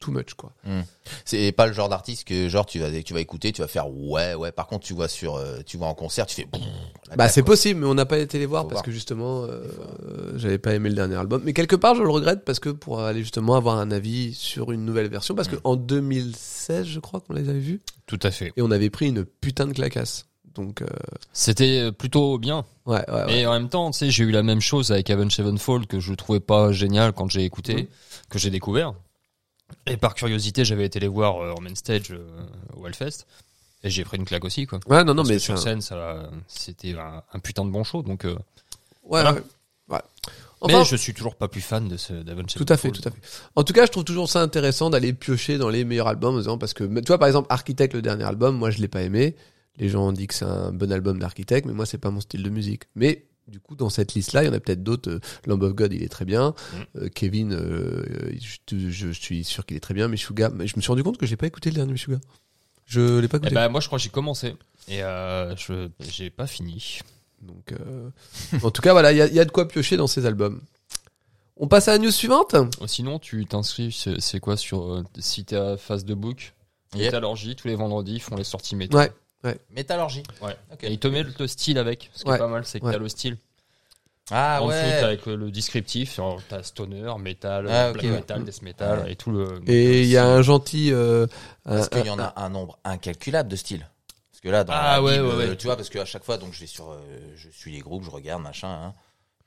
Speaker 2: too much, quoi.
Speaker 4: Ah, C'est pas le genre d'artiste que genre tu vas tu vas écouter, tu vas faire ouais ouais. Par contre, tu vois sur euh, tu vois en concert, tu fais. brrr, la
Speaker 2: Bah
Speaker 4: claque,
Speaker 2: c'est
Speaker 4: quoi.
Speaker 2: possible, mais on n'a pas été les voir
Speaker 4: Faut
Speaker 2: parce
Speaker 4: voir.
Speaker 2: que justement, euh, euh, j'avais pas aimé le dernier album. Mais quelque part, je le regrette parce que pour aller justement avoir un avis sur une nouvelle version, parce que
Speaker 4: Mm.
Speaker 2: en 2016, je crois qu'on les avait vus
Speaker 3: Tout à fait.
Speaker 2: et on avait pris une putain de clacasse. Donc euh,
Speaker 3: C'était euh, plutôt bien.
Speaker 2: ouais, ouais, Ah ouais.
Speaker 3: Et en même temps, tu sais, j'ai eu la même chose avec Avenged Sevenfold que je trouvais pas génial quand j'ai écouté,
Speaker 2: Mhm.
Speaker 3: que j'ai découvert. Et par curiosité, j'avais été les voir euh, en main stage euh, au Hellfest. Et j'ai pris une claque aussi, quoi.
Speaker 2: Ouais, non, non,
Speaker 3: Parce
Speaker 2: mais
Speaker 3: que sur
Speaker 2: c'est un-
Speaker 3: scène, ça, c'était un, un putain de bon show. Donc, euh,
Speaker 2: ouais,
Speaker 3: voilà.
Speaker 2: ouais. Ouais.
Speaker 3: mais
Speaker 2: Enfin,
Speaker 3: je suis toujours pas plus fan de ce d'Avenged
Speaker 2: tout à fait,
Speaker 3: Sevenfold.
Speaker 2: tout à fait. En tout cas, je trouve toujours ça intéressant d'aller piocher dans les meilleurs albums, en disant, parce que tu vois, par exemple, Architect, le dernier album, moi je l'ai pas aimé. Les gens ont dit que c'est un bon album d'Architect, mais moi c'est pas mon style de musique. Mais du coup, dans cette liste-là, il y en a peut-être d'autres. euh, Lamb of God, il est très bien.
Speaker 3: Mm.
Speaker 2: Euh, Kevin, euh, je, je- je suis sûr qu'il est très bien. Meshuga, mais je me suis rendu compte que j'ai pas écouté le dernier Meshuga. Je l'ai pas
Speaker 3: Eh
Speaker 2: écouté.
Speaker 3: ben, moi, je crois que j'ai commencé. Et euh, je j'ai pas fini.
Speaker 2: Donc, euh, en tout cas, voilà, il y a- il y a de quoi piocher dans ces albums. On passe à la news suivante.
Speaker 3: Oh, Sinon, tu t'inscris, c'est c'est quoi sur euh, si t'as face de book
Speaker 4: Yeah.
Speaker 3: Métallurgie, tous les vendredis, ils font les sorties métal.
Speaker 2: Ouais.
Speaker 4: Métallurgie.
Speaker 3: Ouais.
Speaker 4: Ok.
Speaker 3: Et ils te mettent le style avec. Ce qui
Speaker 2: Ouais.
Speaker 3: est pas mal, c'est que
Speaker 2: Ouais.
Speaker 3: t'as le style.
Speaker 4: Ah
Speaker 3: en dessous,
Speaker 4: ouais.
Speaker 3: t'as avec euh, le descriptif. alors T'as stoner, metal,
Speaker 4: Ah,
Speaker 3: euh,
Speaker 4: ok,
Speaker 3: black
Speaker 4: ouais.
Speaker 3: metal, death metal
Speaker 4: Ouais.
Speaker 3: et tout le.
Speaker 2: Et il y a un gentil. euh, un-
Speaker 4: Parce qu'il y
Speaker 2: un-
Speaker 4: en a un nombre incalculable de styles. Parce que là, dans
Speaker 3: Ah,
Speaker 4: la
Speaker 3: ouais,
Speaker 4: Bible,
Speaker 3: ouais, ouais.
Speaker 4: tu vois, parce que à chaque fois, donc je vais sur, euh, je suis les groupes, je regarde machin. hein.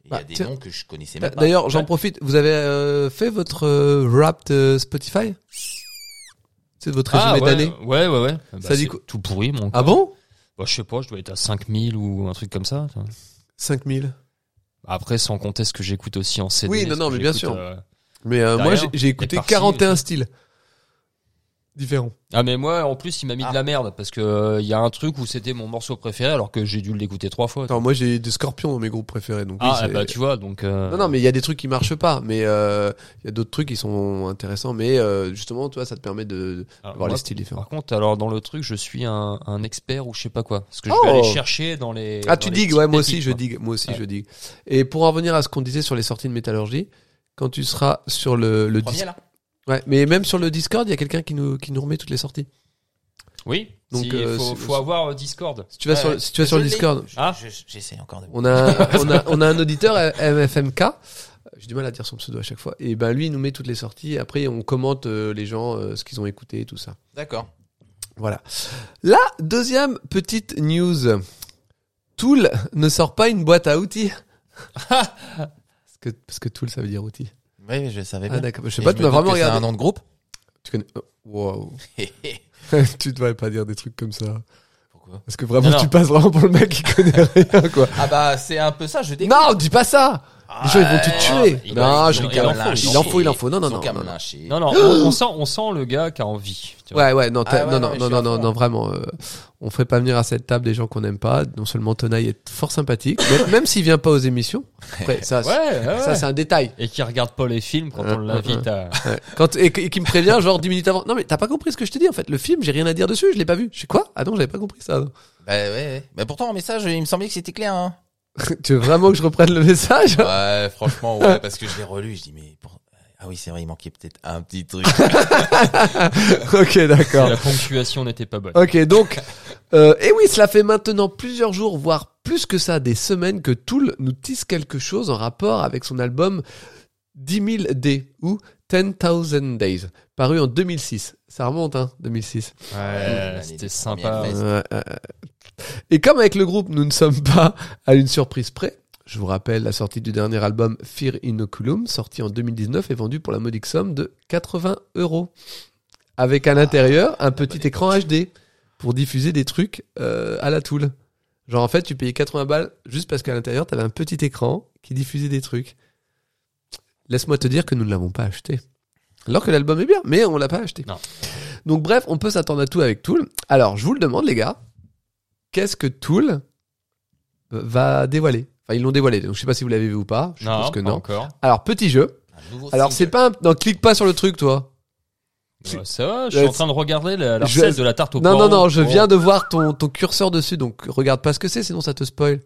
Speaker 4: Et Il
Speaker 2: Bah,
Speaker 4: y a des
Speaker 2: tiens.
Speaker 4: noms que je connaissais même pas.
Speaker 2: D'ailleurs, j'en profite. Vous avez euh, fait votre euh, Wrapped euh, Spotify C'est votre
Speaker 3: Ah,
Speaker 2: résumé
Speaker 3: ouais,
Speaker 2: d'année
Speaker 3: Ouais, ouais, ouais. Bah,
Speaker 2: Ça dit
Speaker 3: c'est
Speaker 2: quoi
Speaker 3: Tout pourri, mon.
Speaker 2: Ah bon
Speaker 3: Bah, je sais pas, je dois être à 5000 ou un truc comme ça. tu vois.
Speaker 2: 5000.
Speaker 3: Après, sans compter ce que j'écoute aussi en CD.
Speaker 2: Oui, non,
Speaker 3: ce
Speaker 2: non,
Speaker 3: que
Speaker 2: mais bien
Speaker 3: j'écoute,
Speaker 2: sûr.
Speaker 3: euh,
Speaker 2: Mais euh,
Speaker 3: Derrière,
Speaker 2: moi, j'ai- j'ai écouté
Speaker 3: parties,
Speaker 4: euh,
Speaker 2: 41 styles différents.
Speaker 3: Ah mais moi en plus il m'a mis
Speaker 4: Ah.
Speaker 3: de la merde parce que euh, il y a un truc où c'était mon morceau préféré alors que j'ai dû l'écouter trois fois.
Speaker 2: Attends, moi, j'ai des scorpions dans mes groupes préférés. Donc, oui,
Speaker 3: ah
Speaker 4: eh
Speaker 2: c'est-
Speaker 4: ben,
Speaker 3: bah tu vois donc. euh,
Speaker 2: Non, non, mais il y a des trucs qui marchent pas. Mais euh, il y a d'autres trucs qui sont intéressants. Mais euh, justement, toi, ça te permet de voir
Speaker 3: alors, ah, moi,
Speaker 2: les styles différents.
Speaker 3: Par contre alors dans le truc je suis un, un expert ou je sais pas quoi parce que je
Speaker 2: Oh.
Speaker 3: vais aller chercher dans les.
Speaker 2: Ah,
Speaker 3: dans
Speaker 2: tu
Speaker 3: les
Speaker 2: digues,
Speaker 3: petites
Speaker 2: ouais, moi
Speaker 3: pépites,
Speaker 2: aussi, je
Speaker 3: quoi.
Speaker 2: digue, moi aussi,
Speaker 3: Ouais.
Speaker 2: je digue. Et pour en revenir à ce qu'on disait sur les sorties de métallurgie, quand tu seras sur le, le
Speaker 4: Premier là.
Speaker 2: Ouais, mais même sur le Discord, il y a quelqu'un qui nous, qui nous remet toutes les sorties.
Speaker 3: Oui.
Speaker 2: Donc,
Speaker 3: Donc
Speaker 2: euh,
Speaker 3: faut,
Speaker 2: c'est-
Speaker 3: faut avoir euh, Discord.
Speaker 2: Si tu vas
Speaker 4: Ouais,
Speaker 2: sur,
Speaker 4: ouais.
Speaker 2: le- si tu vas sur le
Speaker 4: Je l'ai.
Speaker 2: Discord,
Speaker 4: Je-
Speaker 3: Ah.
Speaker 4: je- J'essaie encore de.
Speaker 2: on a, on a, on a un auditeur, MFMK. J'ai du mal à dire son pseudo à chaque fois. Et ben lui, il nous met toutes les sorties. Après, on commente euh, les gens, euh, ce qu'ils ont écouté et tout ça.
Speaker 4: D'accord.
Speaker 2: Voilà. La deuxième petite news. Tool ne sort pas une boîte à outils. parce, que, parce que Tool, ça veut dire outils.
Speaker 4: Oui, je savais
Speaker 2: Ah
Speaker 4: bien.
Speaker 2: d'accord. Je sais
Speaker 4: Et
Speaker 2: pas,
Speaker 4: je
Speaker 2: tu
Speaker 4: me
Speaker 2: m'as
Speaker 4: doute
Speaker 2: vraiment
Speaker 4: que c'est
Speaker 2: regardé.
Speaker 4: un nom de groupe.
Speaker 2: Tu connais. oh, Wow.
Speaker 4: Hé, hé.
Speaker 2: tu devrais pas dire des trucs comme ça.
Speaker 4: Pourquoi
Speaker 2: Parce que vraiment,
Speaker 3: Non, non.
Speaker 2: tu passes vraiment pour le mec qui connaît rien, quoi.
Speaker 4: Ah bah c'est un peu ça. Je découvre.
Speaker 2: Non, dis pas ça Les gens, ils vont te
Speaker 4: Ah,
Speaker 2: tuer.
Speaker 3: il
Speaker 2: non,
Speaker 3: va-
Speaker 2: je
Speaker 3: il
Speaker 2: rigole.
Speaker 3: en faut,
Speaker 2: Il en faut, il en faut. Non, non, non. non, non.
Speaker 3: Non, non, on, on sent, on sent le gars qui a envie. tu vois.
Speaker 2: Ouais, ouais, non, t'as-
Speaker 4: Ah ouais,
Speaker 2: non,
Speaker 4: non,
Speaker 2: non,
Speaker 4: mais
Speaker 2: non,
Speaker 4: je suis
Speaker 2: non,
Speaker 4: à
Speaker 2: non,
Speaker 4: fond.
Speaker 2: non, vraiment, euh, on ferait pas venir à cette table des gens qu'on n'aime pas. Non seulement Tonaï est fort sympathique, même, même s'il vient pas aux émissions. Après, ça, c'est-
Speaker 3: Ouais, ouais,
Speaker 2: ça
Speaker 3: ouais.
Speaker 2: c'est un détail.
Speaker 3: Et qui regarde pas les films quand
Speaker 2: Euh,
Speaker 3: on l'invite à.
Speaker 2: Ouais. Quand, et, et qui me prévient genre 10 minutes avant. Non mais t'as pas compris ce que je t'ai dit en fait. Le film, j'ai rien à dire dessus, je l'ai pas vu. Je sais quoi Ah non, j'avais pas compris ça. non.
Speaker 4: Bah ouais, ouais. Bah pourtant, en message, il me semblait que c'était clair. Hein.
Speaker 2: tu veux vraiment que je reprenne le message
Speaker 4: Ouais, franchement, ouais, parce que je l'ai relu, je dis, mais pour- ah oui, c'est vrai, il manquait peut-être un petit truc.
Speaker 2: Ok, d'accord.
Speaker 3: La ponctuation n'était pas bonne.
Speaker 2: Ok, donc, euh, et oui, cela fait maintenant plusieurs jours, voire plus que ça, des semaines que Tool nous tisse quelque chose en rapport avec son album 10 000 D ou 10 000 Days, paru en 2006. Ça remonte, hein, 2006.
Speaker 3: Ouais,
Speaker 4: Ouais,
Speaker 3: c'était
Speaker 4: les
Speaker 3: sympa.
Speaker 4: premières
Speaker 3: ouais.
Speaker 4: baisses.
Speaker 2: Ouais, ouais, ouais. Et comme avec le groupe, nous ne sommes pas à une surprise près. Je vous rappelle la sortie du dernier album Fear Inoculum, sorti en 2019 et vendu pour la modique somme de 80 euros. Avec à l'intérieur un petit
Speaker 4: bonne
Speaker 2: écran HD pour diffuser des trucs euh, à la toule. Genre en fait, tu payais 80 balles juste parce qu'à l'intérieur, t'avais un petit écran qui diffusait des trucs. Laisse-moi te dire que nous ne l'avons pas acheté. Alors que l'album est bien, mais on l'a pas acheté.
Speaker 3: Non.
Speaker 2: Donc bref, on peut s'attendre à tout avec Tool. Alors, je vous le demande les gars, qu'est-ce que Tool euh, va dévoiler Enfin, ils l'ont dévoilé, donc je sais pas si vous l'avez vu ou pas. Je
Speaker 3: Non,
Speaker 2: pense que
Speaker 3: pas
Speaker 2: non.
Speaker 3: encore.
Speaker 2: Alors, petit jeu.
Speaker 4: Un nouveau
Speaker 2: Alors, c'est
Speaker 4: single.
Speaker 2: pas un... Non, clique pas sur le truc, toi.
Speaker 3: Ouais, ça va, je suis
Speaker 2: Euh,
Speaker 3: en train de regarder la, la
Speaker 2: je-
Speaker 3: recette de la tarte au
Speaker 2: Non,
Speaker 3: poireau.
Speaker 2: non, non, je
Speaker 3: Bon.
Speaker 2: viens de voir ton, ton curseur dessus, donc regarde pas ce que c'est, sinon ça te spoil.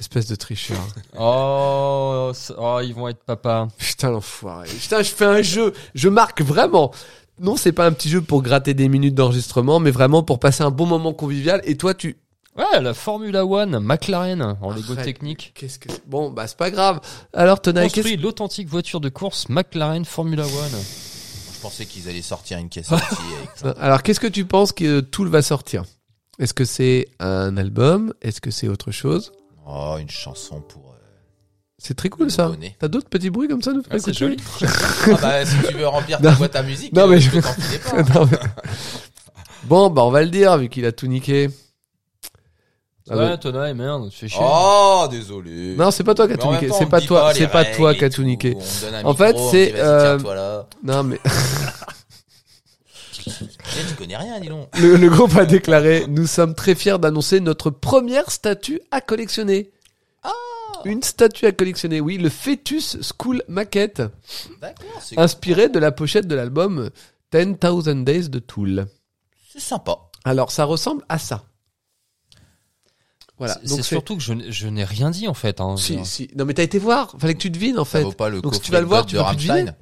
Speaker 2: Espèce de tricheur.
Speaker 3: Oh, ça- oh, ils vont être papa.
Speaker 2: Putain, l'enfoiré. Putain, je fais un jeu. Je marque vraiment. Non, c'est pas un petit jeu pour gratter des minutes d'enregistrement, mais vraiment pour passer un bon moment convivial. Et toi, tu.
Speaker 3: Ouais, la Formula One, McLaren, en Lego
Speaker 2: Arrête.
Speaker 3: technique.
Speaker 2: Qu'est-ce que. c'est Bon, bah, c'est pas grave. Alors, Tonaï, qu'est-ce
Speaker 3: Construit l'authentique voiture de course McLaren Formula One.
Speaker 4: Je pensais qu'ils allaient sortir une caisse entière avec ça.
Speaker 2: Alors, qu'est-ce que tu penses que Tool va sortir Est-ce que c'est un album Est-ce que c'est autre chose
Speaker 4: Oh, une chanson pour. euh,
Speaker 2: C'est très cool
Speaker 4: Le
Speaker 2: ça.
Speaker 4: bonnet.
Speaker 2: T'as d'autres petits bruits comme ça nous faire
Speaker 3: Ah, c'est
Speaker 2: écouter
Speaker 3: joli.
Speaker 4: Ah bah, si tu veux remplir ta
Speaker 2: Non.
Speaker 4: boîte à musique, euh,
Speaker 2: Non,
Speaker 4: non,
Speaker 2: mais
Speaker 4: mais
Speaker 2: je-
Speaker 4: t'en filer pas.
Speaker 2: Non, mais- Bon, bah, on va le dire vu qu'il a tout niqué. Ah,
Speaker 3: ouais,
Speaker 2: bah-
Speaker 3: Tonaï, merde, tu fais chier.
Speaker 4: Oh, désolé.
Speaker 2: Non, c'est pas toi qui a
Speaker 4: Mais
Speaker 2: tout
Speaker 4: en même
Speaker 2: niqué.
Speaker 4: temps,
Speaker 2: C'est
Speaker 4: on
Speaker 2: pas
Speaker 4: dit
Speaker 2: toi.
Speaker 4: les
Speaker 2: C'est pas
Speaker 4: règles
Speaker 2: toi
Speaker 4: et
Speaker 2: qui a tout niqué.
Speaker 4: On me donne un
Speaker 2: En fait,
Speaker 4: micro, on me
Speaker 2: c'est,
Speaker 4: dit, vas-y,
Speaker 2: euh,
Speaker 4: tiens-toi là.
Speaker 2: Non, mais.
Speaker 4: Eh, Tu connais rien, dis donc.
Speaker 2: Le, le groupe a déclaré Nous sommes très fiers d'annoncer notre première statue à collectionner.
Speaker 3: Oh.
Speaker 2: Une statue à collectionner, oui, le Fetus School Maquette,
Speaker 4: D'accord, c'est
Speaker 2: inspiré de la pochette de l'album 10,000 Days de Tool.
Speaker 4: c'est sympa.
Speaker 2: Alors, ça ressemble à ça. Voilà.
Speaker 3: C'est-
Speaker 2: donc
Speaker 3: c'est surtout que je, n'ai- je n'ai rien dit en fait. hein.
Speaker 2: Si, si. Non, mais t'as été voir. Fallait que tu devines, en
Speaker 4: Ça
Speaker 2: fait.
Speaker 4: vaut pas le
Speaker 2: Donc, si
Speaker 4: coffret
Speaker 2: tu vas le voir,
Speaker 4: de
Speaker 2: tu vas plus deviner.
Speaker 4: Rammstein.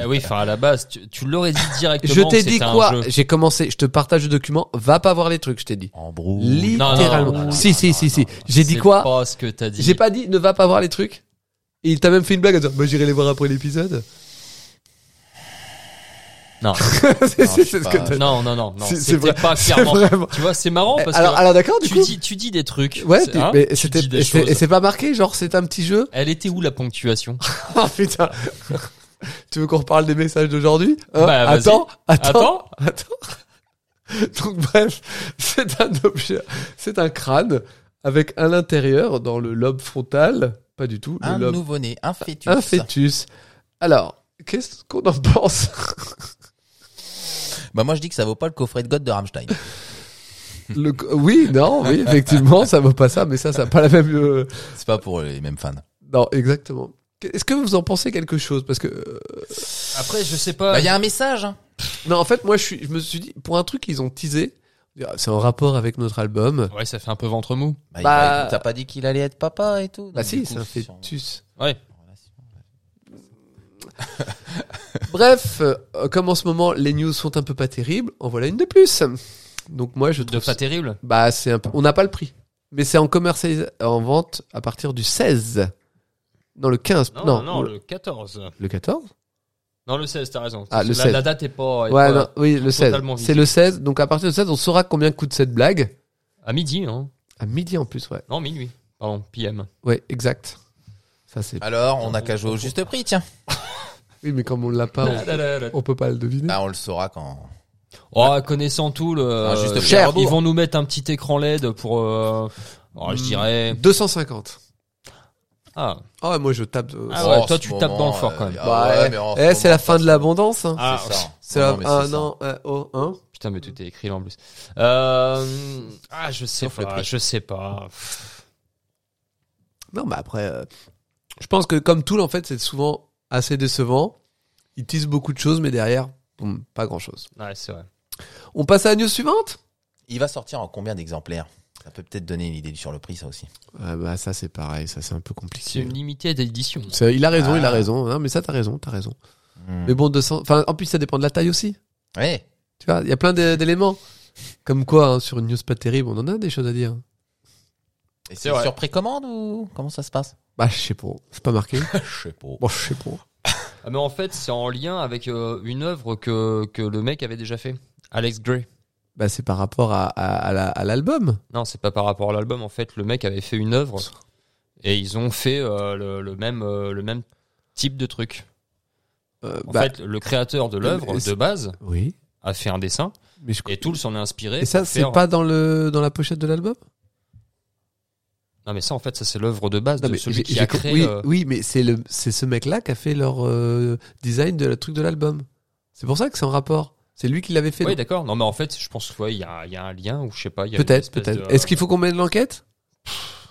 Speaker 3: Ah oui, enfin à la base, tu, tu l'aurais dit directement.
Speaker 2: Je
Speaker 3: que
Speaker 2: t'ai dit
Speaker 3: c'était un
Speaker 2: quoi
Speaker 3: jeu.
Speaker 2: J'ai commencé. Je te partage le document. Va pas voir les trucs, je t'ai dit.
Speaker 4: En brou.
Speaker 2: Littéralement.
Speaker 3: non, non,
Speaker 2: si, si, si, si. J'ai dit
Speaker 3: C'est
Speaker 2: quoi
Speaker 3: Pas ce que t'as dit.
Speaker 2: J'ai pas dit ne va pas voir les trucs. Et il t'a même fait une blague en disant bah, j'irai les voir après l'épisode.
Speaker 3: Non, euh,
Speaker 2: c'est
Speaker 4: je sais
Speaker 2: c'est ce
Speaker 4: pas.
Speaker 2: que t'as-
Speaker 3: non, non, non. non.
Speaker 2: C'est- c'est
Speaker 3: C'était
Speaker 2: vrai.
Speaker 3: pas
Speaker 2: c'est
Speaker 3: clairement.
Speaker 2: vraiment-
Speaker 3: Tu vois, c'est marrant parce
Speaker 2: Alors,
Speaker 3: que
Speaker 2: alors d'accord, du
Speaker 3: tu
Speaker 2: coup.
Speaker 3: dis, tu dis des trucs.
Speaker 2: Ouais,
Speaker 3: c'est-
Speaker 2: tu-
Speaker 3: hein,
Speaker 2: mais
Speaker 3: tu
Speaker 2: c'était
Speaker 3: dis des
Speaker 2: et c'est-
Speaker 3: choses.
Speaker 2: et c'est pas marqué, genre c'est un petit jeu.
Speaker 3: Elle était où la ponctuation
Speaker 2: Oh putain. tu veux qu'on reparle des messages d'aujourd'hui Hein
Speaker 3: Bah, vas-y.
Speaker 2: Attends, attends,
Speaker 3: Attends.
Speaker 2: attends. Donc bref, c'est un objet, c'est un crâne avec à l'intérieur dans le lobe frontal, pas du tout,
Speaker 4: Un
Speaker 2: le lobe
Speaker 4: nouveau-né, un fœtus.
Speaker 2: un fœtus. Alors, qu'est-ce qu'on en pense
Speaker 4: Bah moi je dis que ça vaut pas le coffret de God de Rammstein.
Speaker 2: Le co- oui, non, oui, effectivement, ça vaut pas ça, mais ça, ça n'a pas la même. euh,
Speaker 4: C'est pas pour les mêmes fans.
Speaker 2: Non, exactement. Qu- Est-ce que vous en pensez quelque chose Parce que euh,
Speaker 3: Après, je sais
Speaker 4: Bah
Speaker 3: pas.
Speaker 4: il y a un message. hein.
Speaker 2: non, en fait, moi, je, suis, je me suis dit pour un truc qu'ils ont teasé, ah, c'est en rapport avec notre album.
Speaker 3: Ouais, ça fait un peu ventre mou.
Speaker 4: Bah, il-
Speaker 2: Bah-
Speaker 4: t'as pas dit qu'il allait être papa et tout.
Speaker 3: Ah,
Speaker 2: Bah
Speaker 4: Donc,
Speaker 2: si,
Speaker 4: du coup,
Speaker 2: c'est un
Speaker 4: sur-
Speaker 2: fœtus.
Speaker 3: Ouais.
Speaker 2: Bref, euh, comme en ce moment les news sont un peu pas terribles, en voilà une de plus. Donc moi, je
Speaker 3: De
Speaker 2: trouve.
Speaker 3: pas
Speaker 2: ça-
Speaker 3: terrible.
Speaker 2: Bah, c'est un peu. On n'a pas le prix, mais c'est en commercialis- en vente à partir du 16. Non, le 15.
Speaker 3: Non,
Speaker 2: Non,
Speaker 3: non,
Speaker 2: le...
Speaker 3: le 14.
Speaker 2: le 14.
Speaker 3: Non, le 16, t'as raison.
Speaker 2: Ah, le
Speaker 3: la,
Speaker 2: 16.
Speaker 3: la date est pas. est
Speaker 2: Ouais,
Speaker 3: pas-
Speaker 2: non, oui, le 16.
Speaker 3: totalement vide.
Speaker 2: C'est le 16. Donc à partir de 16, on saura combien coûte cette blague.
Speaker 3: À midi, non
Speaker 2: À midi en plus, ouais.
Speaker 3: Non, minuit. Pardon, PM.
Speaker 2: Ouais, exact. Ça c'est.
Speaker 4: Alors on a qu'à jouer au juste prix, tiens.
Speaker 2: Hmm. Oui, mais comme on l'a pas, on, on peut pas le deviner.
Speaker 4: Bah on le saura quand.
Speaker 3: Oh, connaissant tout le.
Speaker 4: Ah, juste
Speaker 2: cher,
Speaker 3: ils vont nous E mettre un petit écran LED pour. euh, oh, euh, je
Speaker 2: Hmm.
Speaker 3: dirais.
Speaker 2: 250.
Speaker 3: Ah,
Speaker 2: Ah, moi, je tape. euh,
Speaker 3: Ah
Speaker 2: c'est-
Speaker 3: ouais,
Speaker 4: en
Speaker 3: toi,
Speaker 4: Oh, ce
Speaker 3: tu tapes dans le fort, quand même.
Speaker 4: ah
Speaker 2: Bah,
Speaker 4: ouais,
Speaker 2: eh,
Speaker 4: mais en ce
Speaker 2: eh, c'est
Speaker 4: moment,
Speaker 2: la fin de l'abondance. hein.
Speaker 3: Ah,
Speaker 4: c'est ça.
Speaker 2: C'est
Speaker 4: Non,
Speaker 2: la-
Speaker 4: mais
Speaker 2: un
Speaker 4: ça.
Speaker 2: an, euh, oh, hein.
Speaker 3: Putain, mais tout est écrit là en plus. Euh, ah, je sais
Speaker 4: Sauf le
Speaker 3: pas,
Speaker 4: prix.
Speaker 3: je sais pas.
Speaker 2: Non, mais après, euh, je pense que comme tout, en fait, c'est souvent assez décevant. Ils teasent beaucoup de choses, mais derrière, boum, pas grand chose.
Speaker 3: Ouais, c'est vrai.
Speaker 2: On passe à la news suivante
Speaker 4: Il va sortir en combien d'exemplaires Ça peut peut-être donner une idée sur le prix, ça aussi.
Speaker 2: Ah Bah, ça, c'est pareil, ça, c'est un peu
Speaker 3: C'est
Speaker 2: compliqué.
Speaker 3: une limitée d'édition.
Speaker 2: Ça, il a raison,
Speaker 4: Ah.
Speaker 2: il a raison. Non, mais ça, t'as raison, t'as raison.
Speaker 4: Hmm.
Speaker 2: Mais bon, 200. Enfin, en plus, ça dépend de la taille aussi.
Speaker 4: Ouais.
Speaker 2: Tu vois, il y a plein d'é- d'éléments. Comme quoi, hein, sur une news pas terrible, on en a des choses à dire.
Speaker 4: Et
Speaker 3: C'est
Speaker 4: c'est
Speaker 3: vrai.
Speaker 4: sur précommande ou comment ça se passe
Speaker 2: Bah, je sais pas. C'est pas marqué.
Speaker 4: Je sais pas.
Speaker 2: Bon, je sais pas.
Speaker 3: Ah, mais en fait, c'est en lien avec euh, une œuvre que, que le mec avait déjà fait. Alex Gray.
Speaker 2: Bah, c'est par rapport à, à, à la- à l'album.
Speaker 3: Non, c'est pas par rapport à l'album. En fait, le mec avait fait une œuvre et ils ont fait euh, le, le même, euh, le même type de truc.
Speaker 2: Euh,
Speaker 3: En
Speaker 2: bah,
Speaker 3: fait, le créateur de l'œuvre
Speaker 2: mais c'est-
Speaker 3: de base
Speaker 2: oui.
Speaker 3: a fait un dessin
Speaker 2: Mais je...
Speaker 3: et tout s'en est inspiré.
Speaker 2: Et ça,
Speaker 3: pour
Speaker 2: c'est
Speaker 3: faire-
Speaker 2: pas dans, le, dans la pochette de l'album
Speaker 3: Non, mais ça, en fait, ça c'est l'œuvre de base
Speaker 2: Non,
Speaker 3: de
Speaker 2: mais
Speaker 3: celui
Speaker 2: j'ai-
Speaker 3: qui
Speaker 2: j'ai
Speaker 3: a
Speaker 2: co-
Speaker 3: créé.
Speaker 2: oui,
Speaker 3: euh,
Speaker 2: oui, mais c'est le c'est ce mec-là qui a fait leur euh, design de la truc de l'album. C'est pour ça que c'est en rapport. C'est lui qui l'avait fait.
Speaker 3: Oui,
Speaker 2: donc.
Speaker 3: d'accord. Non, mais en fait, je pense qu'il y, a, il y a un lien ou je sais pas. il y a une
Speaker 2: peut-être,
Speaker 3: espèce
Speaker 2: peut-être.
Speaker 3: de-
Speaker 2: Est-ce qu'il faut qu'on mène l'enquête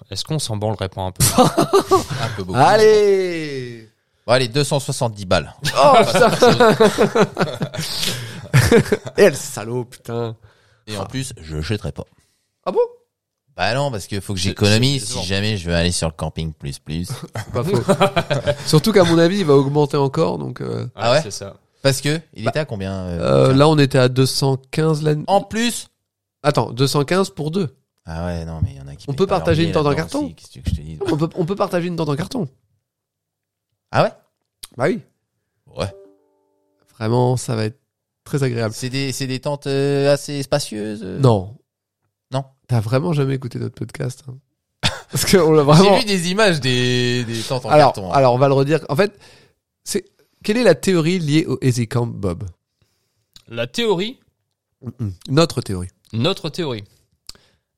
Speaker 3: Est-ce qu'on s'en branlerait pas un peu
Speaker 4: Un peu beaucoup.
Speaker 2: Allez
Speaker 4: Bon, allez, 270 balles.
Speaker 2: Oh putain Et le salaud, putain
Speaker 4: Et en plus, je l'achèterai pas.
Speaker 2: Ah bon
Speaker 4: Bah non, parce qu'il faut que
Speaker 3: C'est-
Speaker 4: j'économise
Speaker 3: c'est-
Speaker 4: si jamais je veux aller sur le camping plus plus.
Speaker 2: C'est Pas faux. Surtout qu'à mon avis, il va augmenter encore, donc... euh,
Speaker 4: Ah ouais
Speaker 3: C'est ça.
Speaker 4: Parce que il
Speaker 2: Bah,
Speaker 4: était à combien euh,
Speaker 2: euh,
Speaker 4: tiens
Speaker 2: là, on était à 215 l'année...
Speaker 4: En plus
Speaker 2: Attends, 215 pour deux.
Speaker 4: Ah ouais, non, mais il y en a qui.
Speaker 2: On
Speaker 4: payent
Speaker 2: peut
Speaker 4: pas leur
Speaker 2: partager une
Speaker 4: billet
Speaker 2: tente en
Speaker 4: là-dedans
Speaker 2: carton
Speaker 4: aussi, Qu'est-ce que tu veux que je te dise
Speaker 2: On peut, on peut partager une tente en carton.
Speaker 4: Ah ouais
Speaker 2: Bah oui.
Speaker 4: Ouais.
Speaker 2: Vraiment, ça va être très agréable.
Speaker 4: C'est des, c'est des tentes euh, assez spacieuses euh
Speaker 2: Non.
Speaker 4: Non.
Speaker 2: T'as vraiment jamais écouté notre podcast. hein. Parce qu'on l'a vraiment.
Speaker 4: J'ai vu des images des, des tentes en
Speaker 2: Ah alors,
Speaker 4: carton. hein.
Speaker 2: alors, on va le redire. En fait, c'est quelle est la théorie liée au Easy Camp Bob
Speaker 3: La théorie,
Speaker 2: Notre théorie.
Speaker 3: notre théorie.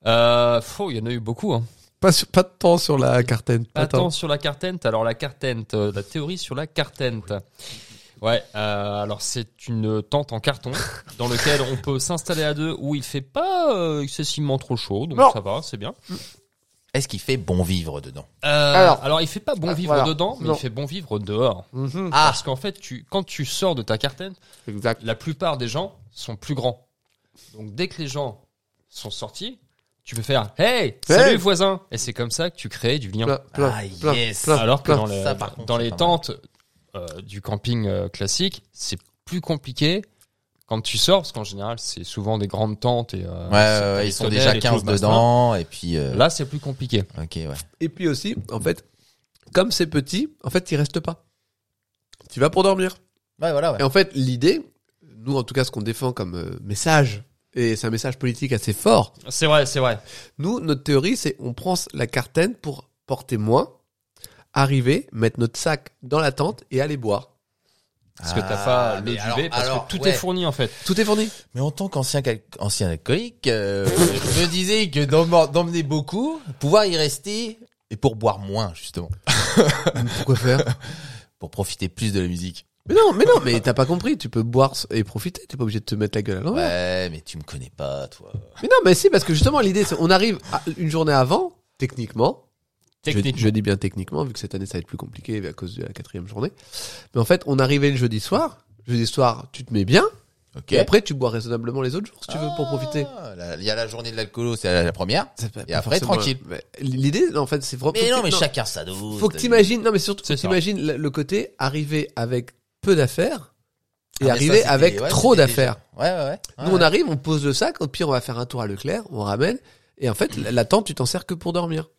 Speaker 3: Euh, fou, il y en a eu beaucoup. Hein.
Speaker 2: Pas, sur- pas de temps sur la cartaine. Pas de
Speaker 3: Attends
Speaker 2: temps.
Speaker 3: sur la cartente. Alors la cartente, euh, la théorie sur la cartente. Ouais. euh, alors c'est une tente en carton dans lequel on peut s'installer à deux où il fait pas euh, excessivement trop chaud, donc
Speaker 2: Non.
Speaker 3: ça va, c'est bien.
Speaker 4: Est-ce qu'il fait bon vivre dedans
Speaker 3: Euh, alors,
Speaker 2: Alors.
Speaker 3: il fait pas bon
Speaker 2: Ah,
Speaker 3: vivre
Speaker 2: voilà.
Speaker 3: dedans, mais
Speaker 2: Non.
Speaker 3: il fait bon vivre dehors.
Speaker 2: Mhm.
Speaker 4: Ah.
Speaker 3: Parce qu'en fait, tu, quand tu sors de ta cartente,
Speaker 2: Exact.
Speaker 3: la plupart des gens sont plus grands. Donc dès que les gens sont sortis, tu peux faire Hey, Bah salut
Speaker 2: Hey
Speaker 3: voisin Et c'est comme ça que tu crées du lien.
Speaker 2: Plein, plein,
Speaker 4: Ah,
Speaker 2: plein,
Speaker 4: yes.
Speaker 2: plein,
Speaker 3: Alors que
Speaker 2: plein.
Speaker 3: dans, les-
Speaker 4: Ça, par contre,
Speaker 3: dans les
Speaker 4: c'est pas mal.
Speaker 3: tentes euh, du camping euh, classique, c'est plus compliqué quand tu sors, parce qu'en général, c'est souvent des grandes tentes. Et,
Speaker 4: Ouais,
Speaker 3: euh, c'est
Speaker 4: ouais, ouais, ils sont
Speaker 3: traditionnel
Speaker 4: déjà
Speaker 3: et
Speaker 4: 15
Speaker 3: tout, machin.
Speaker 4: dedans, et puis. euh,
Speaker 3: Là, c'est plus compliqué.
Speaker 4: Ok, ouais.
Speaker 2: Et puis aussi, en fait, comme c'est petit, en fait, il reste pas. Tu vas pour dormir.
Speaker 4: Ouais, voilà, ouais.
Speaker 2: Et en fait, l'idée, nous en tout cas, ce qu'on défend comme euh, message, et c'est un message politique assez fort,
Speaker 3: C'est vrai, c'est vrai.
Speaker 2: nous, notre théorie, c'est on prend la cartaine pour porter moins, arriver, mettre notre sac dans la tente et aller boire.
Speaker 3: Parce que t'as
Speaker 4: Ah,
Speaker 3: pas le
Speaker 4: mais
Speaker 3: duvet,
Speaker 4: alors-
Speaker 3: parce
Speaker 4: alors,
Speaker 3: que tout
Speaker 4: ouais.
Speaker 3: est fourni en fait.
Speaker 2: Tout est fourni.
Speaker 4: Mais en tant qu'ancien cal- ancien alcoolique, euh, je me disais que d'em- d'emmener beaucoup, pouvoir y rester et pour boire moins justement,
Speaker 2: Pourquoi faire
Speaker 4: pour profiter plus de la musique.
Speaker 2: Mais non, mais non, mais t'as pas compris. Tu peux boire et profiter. T'es pas obligé de te mettre la gueule à l'envers.
Speaker 4: Ouais, mais tu me connais pas, toi.
Speaker 2: Mais non, mais si, parce que justement, l'idée, c'est on arrive à- une journée avant, techniquement. Je-
Speaker 3: Technique.
Speaker 2: Je, dis bien techniquement, vu que cette année ça va être plus compliqué à cause de la quatrième journée. Mais en fait, on arrivait le jeudi soir. Jeudi soir, tu te mets bien.
Speaker 4: Ok.
Speaker 2: Et après, tu bois raisonnablement les autres jours si tu veux pour profiter.
Speaker 4: Ah, la- Il y a la journée de l'alcoolo, c'est la, la première.
Speaker 2: Ça fait
Speaker 4: Et
Speaker 2: pas
Speaker 4: après,
Speaker 2: forcément-
Speaker 4: tranquille.
Speaker 2: Mais L'idée, en fait, c'est vraiment.
Speaker 4: Mais non, mais
Speaker 2: chacun
Speaker 4: chacun sa dose. euh,
Speaker 2: Faut que t'imagines. Non, mais surtout, faut
Speaker 3: C'est
Speaker 2: que
Speaker 3: ça.
Speaker 2: t'imagines le le côté arriver avec peu d'affaires
Speaker 4: Ah,
Speaker 2: et
Speaker 4: mais ça,
Speaker 2: arriver
Speaker 4: c'était-
Speaker 2: avec
Speaker 4: ouais,
Speaker 2: trop
Speaker 4: c'était
Speaker 2: d'affaires.
Speaker 4: déjà- Ouais, ouais, ouais.
Speaker 2: Nous, on arrive, on pose le sac. Au pire, on va faire un tour à Leclerc, on ramène. Et en fait, la- la tente, tu t'en sers que pour dormir.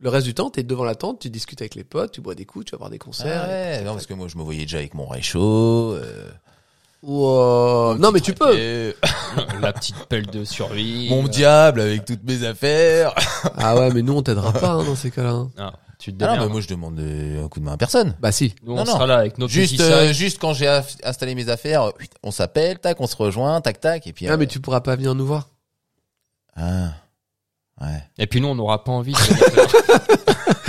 Speaker 2: Le reste du temps, t'es devant la tente, tu discutes avec les potes, tu bois des coups, tu vas voir des
Speaker 4: Ah
Speaker 2: concerts.
Speaker 4: ouais, non, parce que moi, je me voyais déjà avec mon réchaud. euh,
Speaker 2: Wow. Non, mais tu peux.
Speaker 4: euh,
Speaker 3: La petite pelle de survie.
Speaker 4: mon
Speaker 3: euh,
Speaker 4: diable avec toutes mes affaires.
Speaker 2: Ah ouais, mais nous, on t'aidera pas hein, dans ces cas-là. hein.
Speaker 3: ah, tu te
Speaker 4: Ah
Speaker 3: démerdes.
Speaker 4: non, mais moi, je demande euh, un coup de main à personne.
Speaker 2: Bah si.
Speaker 3: Nous, on
Speaker 4: non, non.
Speaker 3: sera là avec nos
Speaker 4: Juste,
Speaker 3: petits
Speaker 4: euh,
Speaker 3: sacs.
Speaker 4: juste quand j'ai aff- installé mes affaires, euh, putain, on s'appelle, tac, on se rejoint, tac, tac, et puis.
Speaker 2: Ah,
Speaker 4: euh,
Speaker 2: mais tu pourras pas venir nous voir.
Speaker 4: Ah. Ouais.
Speaker 3: Et puis nous, on n'aura pas envie. De...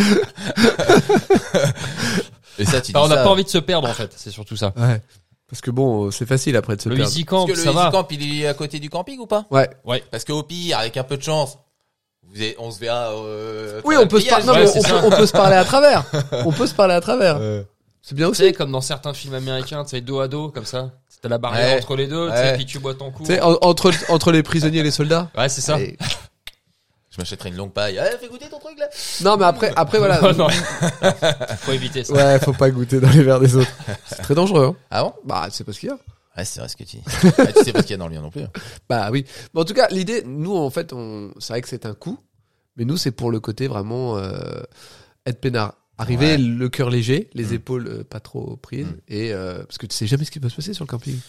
Speaker 4: Et ça, tu dis
Speaker 3: Enfin, on n'a
Speaker 4: ça.
Speaker 3: pas envie de se perdre en fait. C'est surtout ça.
Speaker 2: Ouais. Parce que bon, euh, c'est facile après de se
Speaker 3: Le
Speaker 2: perdre.
Speaker 3: easy
Speaker 4: Parce
Speaker 3: camp,
Speaker 4: que le
Speaker 3: ça va.
Speaker 4: Easy Camp, il est à côté du camping ou pas
Speaker 2: Ouais.
Speaker 4: Parce qu'au pire, avec un peu de chance, vous êtes- on se verra. euh,
Speaker 2: Oui,
Speaker 4: faire
Speaker 2: on peut,
Speaker 4: le
Speaker 2: se par-
Speaker 4: pillage.
Speaker 2: non,
Speaker 3: ouais,
Speaker 2: mais
Speaker 3: c'est
Speaker 2: on, peut,
Speaker 3: ça.
Speaker 2: on peut se parler à travers. On peut se parler à travers.
Speaker 4: Euh,
Speaker 2: C'est bien
Speaker 3: Tu
Speaker 2: aussi.
Speaker 3: sais, comme dans certains films américains, tu sais, dos à dos, comme ça. T'as la barrière
Speaker 4: Ouais.
Speaker 3: entre les deux, tu sais,
Speaker 4: Ouais.
Speaker 3: puis tu bois ton coup.
Speaker 2: Tu sais, en- entre, entre les prisonniers et les soldats.
Speaker 3: Ouais, c'est ça.
Speaker 2: Et-
Speaker 4: Je m'achèterai une longue paille. Eh, fais goûter ton truc là.
Speaker 2: Non, mais après, après voilà.
Speaker 3: Oh, non. Faut éviter ça.
Speaker 2: Ouais, faut pas goûter dans les verres des autres. C'est très dangereux. hein.
Speaker 4: Ah bon
Speaker 2: Bah, c'est pas ce qu'il y a.
Speaker 4: Ouais, c'est vrai ce que tu dis. Ah, tu sais pas ce qu'il y a dans le lien non plus.
Speaker 2: Bah oui. Mais en tout cas, l'idée, nous, en fait, on... c'est vrai que c'est un coup, mais nous, c'est pour le côté vraiment euh, être peinard. Arriver
Speaker 4: Ouais.
Speaker 2: le cœur léger, les
Speaker 4: Mm.
Speaker 2: épaules euh, pas trop prises,
Speaker 4: Mm.
Speaker 2: et euh, parce que tu sais jamais ce qui peut se passer sur le camping.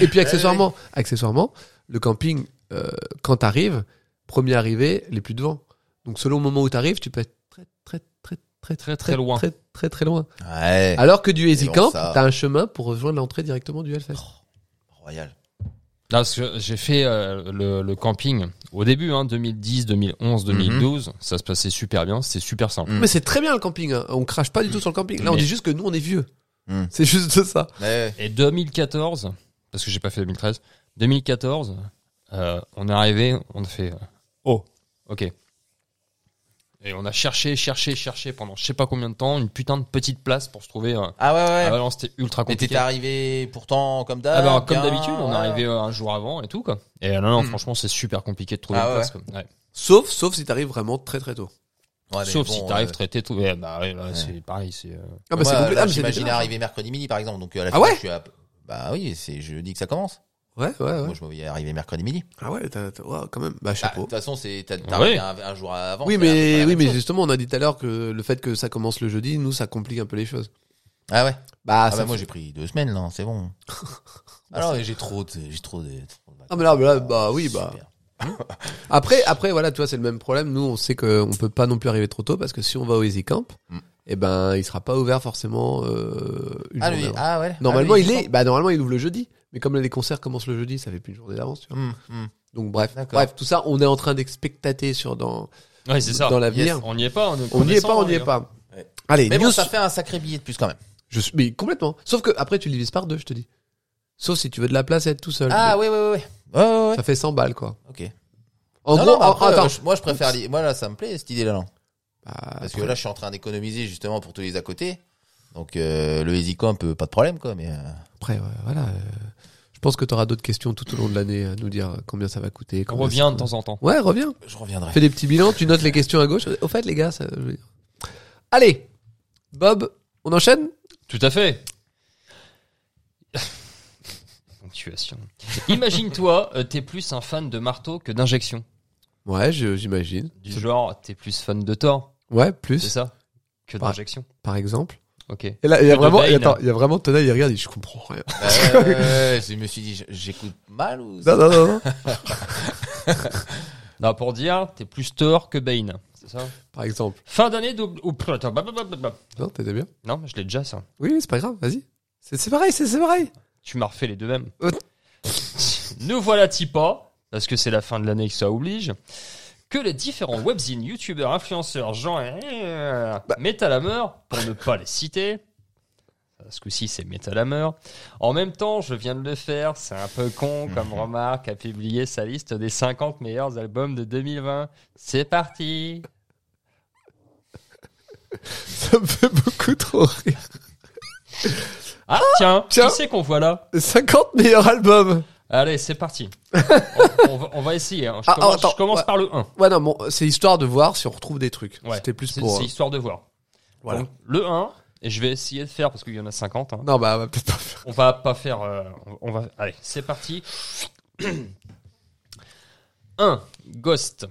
Speaker 2: Et puis accessoirement, accessoirement, le camping, euh, quand t'arrives, premier arrivé, les plus devant. Donc selon le moment où t'arrives, tu peux être très très très très
Speaker 3: Très, très loin.
Speaker 2: très très très loin.
Speaker 4: Ouais.
Speaker 2: Alors que du
Speaker 4: bon,
Speaker 2: Easy Camp,
Speaker 4: ça-
Speaker 2: t'as un chemin pour rejoindre l'entrée directement du Hellfest.
Speaker 4: Oh, Royal.
Speaker 3: Non, parce que j'ai fait euh, le, le camping au début, hein, 2010, 2011,
Speaker 2: Mhm.
Speaker 3: 2012. Ça se passait super bien, c'était super simple.
Speaker 4: Mm.
Speaker 2: Mais c'est très bien le camping. hein. On crache pas du
Speaker 4: Hmm.
Speaker 2: tout sur le camping. Là, on
Speaker 3: Mais-
Speaker 2: dit juste que nous, on est vieux.
Speaker 4: Mm.
Speaker 2: C'est juste ça.
Speaker 4: Ouais.
Speaker 3: Et 2014, parce que j'ai pas fait 2013, 2014, euh, on est arrivé, on a fait euh, oh, ok. Et on a cherché, cherché, cherché pendant je sais pas combien de temps une putain de petite place pour se trouver. Euh,
Speaker 4: Ah ouais, ouais.
Speaker 3: à Valence, c'était ultra
Speaker 4: Mais t'étais
Speaker 3: compliqué.
Speaker 4: arrivé pourtant comme d'hab.
Speaker 3: Ah bah, comme
Speaker 4: bien,
Speaker 3: d'habitude, on est
Speaker 4: ouais.
Speaker 3: arrivé euh, un jour avant et tout quoi. Et euh, non, non,
Speaker 4: Mm.
Speaker 3: franchement, c'est super compliqué de trouver
Speaker 4: Ah
Speaker 3: une
Speaker 4: ouais.
Speaker 3: place. quoi. Ouais.
Speaker 2: Sauf, sauf si t'arrives vraiment très très tôt.
Speaker 4: Ouais, mais
Speaker 3: Sauf
Speaker 4: bon,
Speaker 3: si t'arrives
Speaker 4: euh,
Speaker 3: très tôt. Ouais, bah ouais, là, c'est pareil, c'est. euh,
Speaker 2: Ah bah c'est compliqué.
Speaker 4: moi,
Speaker 2: Ah,
Speaker 4: là,
Speaker 2: mais c'est
Speaker 4: J'imagine
Speaker 2: déjà-
Speaker 4: arriver mercredi midi par exemple. Donc à la
Speaker 2: Ah
Speaker 4: fin,
Speaker 2: ouais
Speaker 4: je suis à- Bah oui, c'est jeudi que ça commence.
Speaker 2: Ouais, Ah ouais, ouais.
Speaker 4: Moi je me voyais arriver mercredi midi.
Speaker 2: Ah ouais, t'as- t'as- wow, quand même. Bah
Speaker 4: Bah, De
Speaker 2: chapeau.
Speaker 4: toute façon, c'est t'as- t'as
Speaker 3: Ouais.
Speaker 4: arrivé un, un jour avant.
Speaker 2: oui,
Speaker 4: c'est la- c'est
Speaker 2: mais
Speaker 4: la
Speaker 2: oui,
Speaker 4: même
Speaker 2: mais
Speaker 4: chose.
Speaker 2: justement, on a dit tout à l'heure que le fait que ça commence le jeudi, nous, ça complique un peu les choses.
Speaker 4: Ah ouais.
Speaker 2: Bah,
Speaker 4: Ah,
Speaker 2: ça
Speaker 4: bah moi
Speaker 2: fait-
Speaker 4: j'ai pris deux semaines là, c'est bon. Alors j'ai trop, de- j'ai trop de. trop de
Speaker 2: Ah, mais là, mais là,
Speaker 4: vacances.
Speaker 2: bah oui, bah.
Speaker 4: Super.
Speaker 2: Après, après, voilà, tu vois, c'est le même problème. Nous, on sait qu'on peut pas non plus arriver trop tôt parce que si on va au Easy Camp,
Speaker 4: Mm.
Speaker 2: eh ben, il sera pas ouvert forcément euh, une
Speaker 4: Ah
Speaker 2: journée
Speaker 4: lui,
Speaker 2: avant.
Speaker 4: ah ouais.
Speaker 2: Normalement,
Speaker 4: Ah, lui,
Speaker 2: il
Speaker 4: je
Speaker 2: est. Bah, normalement, il ouvre le jeudi. Mais comme les concerts commencent le jeudi, ça fait plus une journée d'avance. tu vois.
Speaker 4: comprends. Hum, hum.
Speaker 2: Donc bref,
Speaker 4: D'accord.
Speaker 2: bref, tout ça, on est en train d'expectater sur dans
Speaker 3: Ouais, c'est ça.
Speaker 2: dans l'avenir.
Speaker 3: On n'y est pas. On est-
Speaker 2: On n'y est
Speaker 3: descend,
Speaker 2: pas, on n'y
Speaker 3: les
Speaker 2: est
Speaker 3: gars.
Speaker 2: pas.
Speaker 4: Ouais.
Speaker 2: Allez,
Speaker 4: Mais
Speaker 2: news.
Speaker 4: bon, ça fait un sacré billet de plus quand même.
Speaker 2: Je suis- mais complètement. Sauf que après, tu le divises par deux, je te dis. Sauf si tu veux de la place et être tout seul.
Speaker 4: Ah ouais, ouais, ouais, ouais. Ouais, ouais, ouais.
Speaker 2: Ça fait 100 balles quoi.
Speaker 4: Ok.
Speaker 2: En
Speaker 4: Non,
Speaker 2: gros,
Speaker 4: non, mais
Speaker 2: en-
Speaker 4: après,
Speaker 2: attends.
Speaker 4: euh, je- moi je préfère. li- Moi là, ça me plaît cette idée-là. non.
Speaker 2: Bah,
Speaker 4: Parce que
Speaker 2: après-
Speaker 4: là, je suis en train d'économiser justement pour tous les à côté. Donc euh, le Easy Camp, euh, pas de problème quoi. Mais euh,
Speaker 2: après, ouais, voilà. euh, je pense que tu auras d'autres questions tout au long de l'année à nous dire euh, combien ça va coûter.
Speaker 3: On
Speaker 2: combien
Speaker 3: revient
Speaker 2: ça-
Speaker 3: de temps en temps.
Speaker 2: Ouais, reviens.
Speaker 4: je reviendrai.
Speaker 2: Fais des petits bilans. Tu notes les questions à gauche. Au fait, les gars, ça. je veux dire. Allez, Bob, on enchaîne.
Speaker 3: Tout à fait. Ponctuation. Imagine-toi, euh, t'es plus un fan de marteau que d'injection.
Speaker 2: Ouais, je- j'imagine.
Speaker 3: Du genre, t'es plus fan de Thor,
Speaker 2: Ouais,
Speaker 3: c'est
Speaker 2: plus
Speaker 3: ça Que
Speaker 2: Ouais.
Speaker 3: d'injection.
Speaker 2: par exemple.
Speaker 3: Ok.
Speaker 2: Et là, il y a
Speaker 3: Que de
Speaker 2: vraiment, et
Speaker 3: Bane.
Speaker 2: attends, il y a vraiment Tona, il regarde, il dit, je comprends rien.
Speaker 4: Euh, je me suis dit, j- j'écoute mal ou
Speaker 2: Non, non, non, non.
Speaker 3: Non, pour dire, t'es plus Thor que Bane. C'est ça
Speaker 2: Par exemple.
Speaker 3: Fin d'année double. ou- attends, bah, bah, bah, bah, bah.
Speaker 2: Non, t'étais bien.
Speaker 3: Non, je l'ai déjà ça.
Speaker 2: Oui, oui, c'est pas grave, vas-y. C'est c'est pareil, c'est c'est pareil.
Speaker 3: Tu m'as refait les deux mêmes.
Speaker 2: Euh.
Speaker 3: Nous voilà Tipa, parce que c'est la fin de l'année que ça oblige, que les différents webzines, youtubeurs, influenceurs, gens euh,
Speaker 2: Bah.
Speaker 3: mettent à la mort, pour ne pas les citer. Ce coup-ci, c'est mettent à la mort. En même temps, je viens de le faire, c'est un peu con comme remarque, a publié sa liste des 50 meilleurs albums de 2020. C'est parti
Speaker 2: Ça me fait beaucoup trop rire.
Speaker 3: Ah, tiens,
Speaker 2: tiens.
Speaker 3: qui c'est qu'on voit là
Speaker 2: 50 meilleurs albums.
Speaker 3: Allez, c'est parti. on, on va, on va essayer. hein. Je
Speaker 2: Ah,
Speaker 3: commence,
Speaker 2: attends,
Speaker 3: je commence
Speaker 2: ouais.
Speaker 3: par le 1.
Speaker 2: Ouais, non, bon, c'est histoire de voir si on retrouve des trucs.
Speaker 3: Ouais.
Speaker 2: C'était plus
Speaker 3: C'est
Speaker 2: pour. euh,
Speaker 3: c'est histoire de voir.
Speaker 2: Voilà.
Speaker 3: Donc, le 1, et je vais essayer de faire parce qu'il y en a 50. hein.
Speaker 2: Non, bah, on va peut-être pas faire.
Speaker 3: On va pas faire. euh, on va. Allez, c'est parti. 1. Ghost,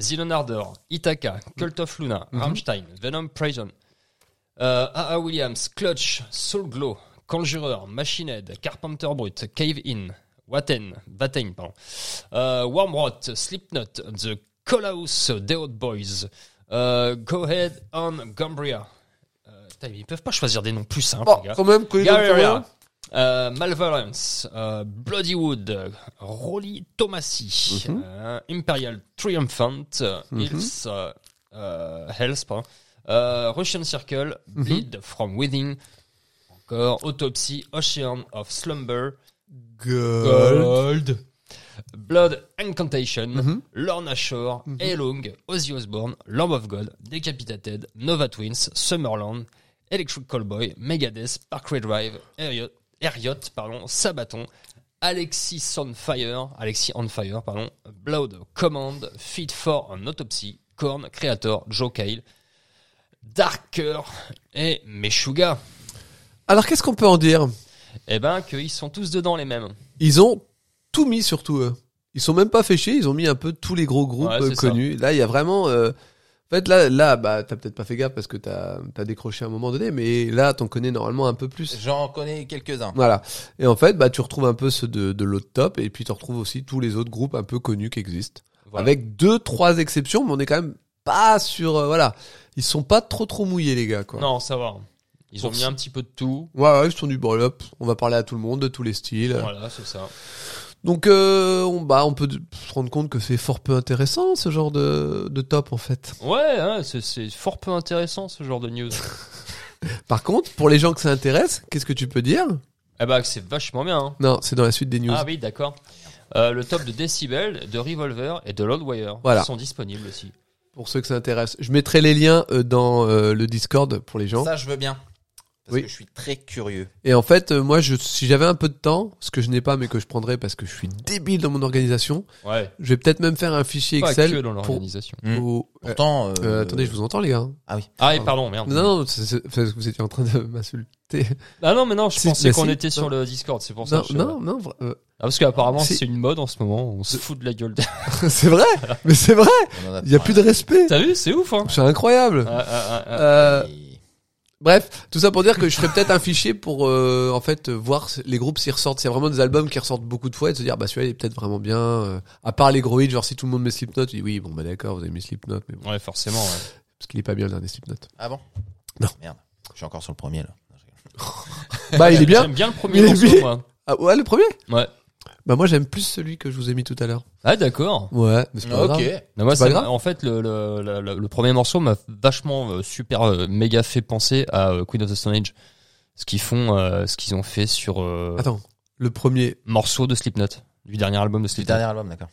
Speaker 3: Zilon Ardor, Ithaca, Cult of Luna,
Speaker 2: Mhm.
Speaker 3: Rammstein, Venom Prison, euh, A.A. Williams, Clutch, Soul Glow, Conjurer, Machine Head, Carpenter Brut, Cave In, Watten, Watten, pardon, euh, Wormrot, Slipknot, The Colaus, The Hot Boys, euh, Go Ahead on Gumbria. Euh, putain, ils peuvent pas choisir des noms plus simples,
Speaker 2: Bon,
Speaker 3: les gars.
Speaker 2: quand même, connu
Speaker 3: Garia, Euh, Malvalence, euh, Bloody Wood, euh, Rolly Thomasy,
Speaker 2: Mhm.
Speaker 3: euh, Imperial Triumphant, euh,
Speaker 2: Mhm.
Speaker 3: Hills, euh, euh, Hells, pardon, euh, Russian Circle,
Speaker 2: Mhm.
Speaker 3: Bleed from Within, encore Autopsy, Ocean of Slumber, Gold, Blood Incantation,
Speaker 2: Mhm.
Speaker 3: Lorna Shore, Elong, Ozzy Osbourne, Lamb of God, Decapitated, Nova Twins, Summerland, Electric Callboy, Megadeth, Parkway Drive, Ariot, Ariot, pardon, Sabaton, Alexis on Fire, Alexis on Fire, pardon, Blood Command, Fit for an Autopsy, Korn, Creator, Joe Kyle, Darker et Meshuga.
Speaker 2: Alors qu'est-ce qu'on peut en dire
Speaker 3: Eh ben, qu'ils sont tous dedans les mêmes.
Speaker 2: Ils ont tout mis surtout eux. Ils sont même pas fichés, ils ont mis un peu tous les gros groupes
Speaker 3: Ouais, c'est
Speaker 2: euh, connus. Là, il y a vraiment. euh, En fait, là, là bah, t'as peut-être pas fait gaffe parce que t'as as décroché à un moment donné, mais là, t'en connais normalement un peu plus.
Speaker 4: J'en connais quelques-uns.
Speaker 2: Voilà. Et en fait, bah, tu retrouves un peu ceux de, de l'autre top, et puis tu retrouves aussi tous les autres groupes un peu connus qui existent.
Speaker 3: Voilà.
Speaker 2: Avec deux, trois exceptions, mais on est quand même pas sur. euh, voilà. Ils sont pas trop, trop mouillés, les gars, quoi.
Speaker 3: Non, ça va. Ils ont
Speaker 2: Pour
Speaker 3: mis
Speaker 2: ça.
Speaker 3: un petit peu de tout.
Speaker 2: Ouais, ouais, ils sont du brûlop. On va parler à tout le monde, de tous les styles.
Speaker 3: Voilà, c'est ça.
Speaker 2: Donc, euh, on, bah, on peut d- se rendre compte que c'est fort peu intéressant, ce genre de, de top, en fait.
Speaker 3: Ouais, hein, c'est- c'est fort peu intéressant ce genre de news.
Speaker 2: Par contre, pour les gens que ça intéresse, qu'est-ce que tu peux dire
Speaker 3: eh ben, c'est vachement bien. hein.
Speaker 2: Non, c'est dans la suite des news.
Speaker 3: Ah oui, d'accord. Euh, le top de Decibel, de Revolver et de Loudwire
Speaker 2: Voilà.
Speaker 3: sont disponibles aussi.
Speaker 2: Pour ceux que ça intéresse, je mettrai les liens euh, dans euh, le Discord pour les gens.
Speaker 4: Ça, je veux bien. Parce
Speaker 2: Oui.
Speaker 4: que je suis très curieux.
Speaker 2: Et en fait, euh, moi, je, si j'avais un peu de temps, ce que je n'ai pas, mais que je prendrais parce que je suis débile dans mon organisation,
Speaker 3: Ouais.
Speaker 2: je vais peut-être même faire un fichier
Speaker 3: Pas Hmm. que
Speaker 2: Excel
Speaker 3: dans
Speaker 2: pour.
Speaker 3: l'organisation.
Speaker 4: Mm.
Speaker 2: pour- euh,
Speaker 4: Pourtant, euh,
Speaker 2: euh, attendez, je vous entends les gars.
Speaker 3: Ah, et pardon, merde.
Speaker 2: Non, non, c'est- c'est- parce que vous étiez en train de m'insulter.
Speaker 3: Ah non, mais non, je
Speaker 2: Si,
Speaker 3: pensais
Speaker 2: mais
Speaker 3: qu'on
Speaker 2: si.
Speaker 3: était sur
Speaker 2: Non.
Speaker 3: le Discord, c'est pour ça.
Speaker 2: Non,
Speaker 3: que je-
Speaker 2: non, non, vra- euh,
Speaker 3: Ah, parce qu'apparemment,
Speaker 2: Si.
Speaker 3: c'est une mode en ce moment, on se fout de la gueule. des-
Speaker 2: c'est vrai, mais c'est vrai.
Speaker 4: on en
Speaker 2: Il y a plus de respect.
Speaker 3: T'as vu, c'est ouf, hein.
Speaker 2: C'est incroyable.
Speaker 3: Ah, ah, ah, ah.
Speaker 2: Euh,
Speaker 4: Et-
Speaker 2: bref, tout ça pour dire que je ferais peut-être un fichier pour euh, en fait euh, voir si- les groupes s'y ressortent. C'est vraiment des albums qui ressortent beaucoup de fois et de se dire bah celui-là il est peut-être vraiment bien. euh, à part les gros hits, genre si tout le monde met Slipknot, tu dis oui bon bah d'accord vous avez mis Slipknot, mais bon,
Speaker 3: ah. Ouais, forcément. ouais.
Speaker 2: parce qu'il est pas bien le dernier Slipknot.
Speaker 4: Ah bon
Speaker 2: Non.
Speaker 4: Merde. Je suis encore sur le premier, là. Non, je rigole.
Speaker 2: Bah il est bien.
Speaker 3: J'aime bien le premier
Speaker 2: Il est
Speaker 3: morceau,
Speaker 2: bien.
Speaker 3: moi.
Speaker 2: Ah ouais, le premier
Speaker 3: Ouais.
Speaker 2: Bah moi j'aime plus celui que je vous ai mis tout à l'heure.
Speaker 3: Ah, d'accord.
Speaker 2: Ouais, mais c'est pas
Speaker 4: ok.
Speaker 2: grave.
Speaker 3: Non, moi,
Speaker 2: C'est
Speaker 3: ça
Speaker 2: pas
Speaker 3: m'a-
Speaker 2: grave.
Speaker 3: en fait, le, le, le- le- le premier morceau m'a vachement euh, super euh, méga fait penser à euh, Queen of the Stone Age. Ce qu'ils font, euh, ce qu'ils ont fait sur euh,
Speaker 2: Attends, le premier.
Speaker 3: morceau de Slipknot, du dernier album de
Speaker 4: C'est le
Speaker 3: Slipknot.
Speaker 4: dernier album, d'accord.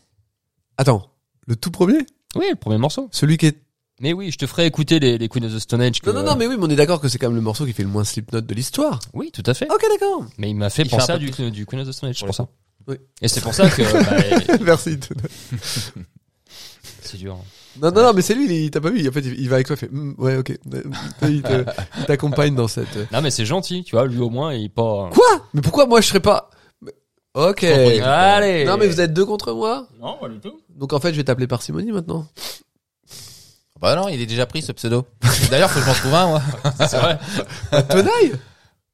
Speaker 2: Attends, le tout premier
Speaker 3: Oui, le premier morceau.
Speaker 2: Celui qui est. Euh.
Speaker 3: Mais oui, je te ferai écouter les, les Queen of the Stone Age. que-
Speaker 2: Non non non mais oui, mais on est d'accord que c'est quand même le morceau qui fait le moins Slipknot de l'histoire.
Speaker 3: Oui, tout à fait.
Speaker 2: Ok d'accord.
Speaker 3: Mais il m'a fait
Speaker 4: Il fait
Speaker 3: penser
Speaker 4: un
Speaker 3: à
Speaker 4: peu
Speaker 3: du, du Queen of the Stone Age, c'est
Speaker 4: Pour
Speaker 3: pour
Speaker 4: le
Speaker 3: ça.
Speaker 2: Oui.
Speaker 3: Et c'est pour ça que bah,
Speaker 2: Merci.
Speaker 3: c'est dur.
Speaker 2: Non, non, non, mais c'est lui, il- il t'a pas vu. En fait, il il va avec toi, il fait Hmm, Ouais, ok. Il te- il t'accompagne dans cette.
Speaker 3: Non, mais c'est gentil, tu vois. Lui au moins, il est pas. euh,
Speaker 2: Quoi Mais pourquoi moi je serais pas. Mais- Ok.
Speaker 3: Allez.
Speaker 2: Non, mais vous êtes deux contre moi.
Speaker 3: Non, pas du tout.
Speaker 2: Donc en fait, je vais t'appeler parcimonie maintenant.
Speaker 4: Bah non, il est déjà pris ce pseudo. D'ailleurs, faut que je m'en trouve un, moi.
Speaker 3: C'est vrai.
Speaker 4: Ah.
Speaker 2: Tenaille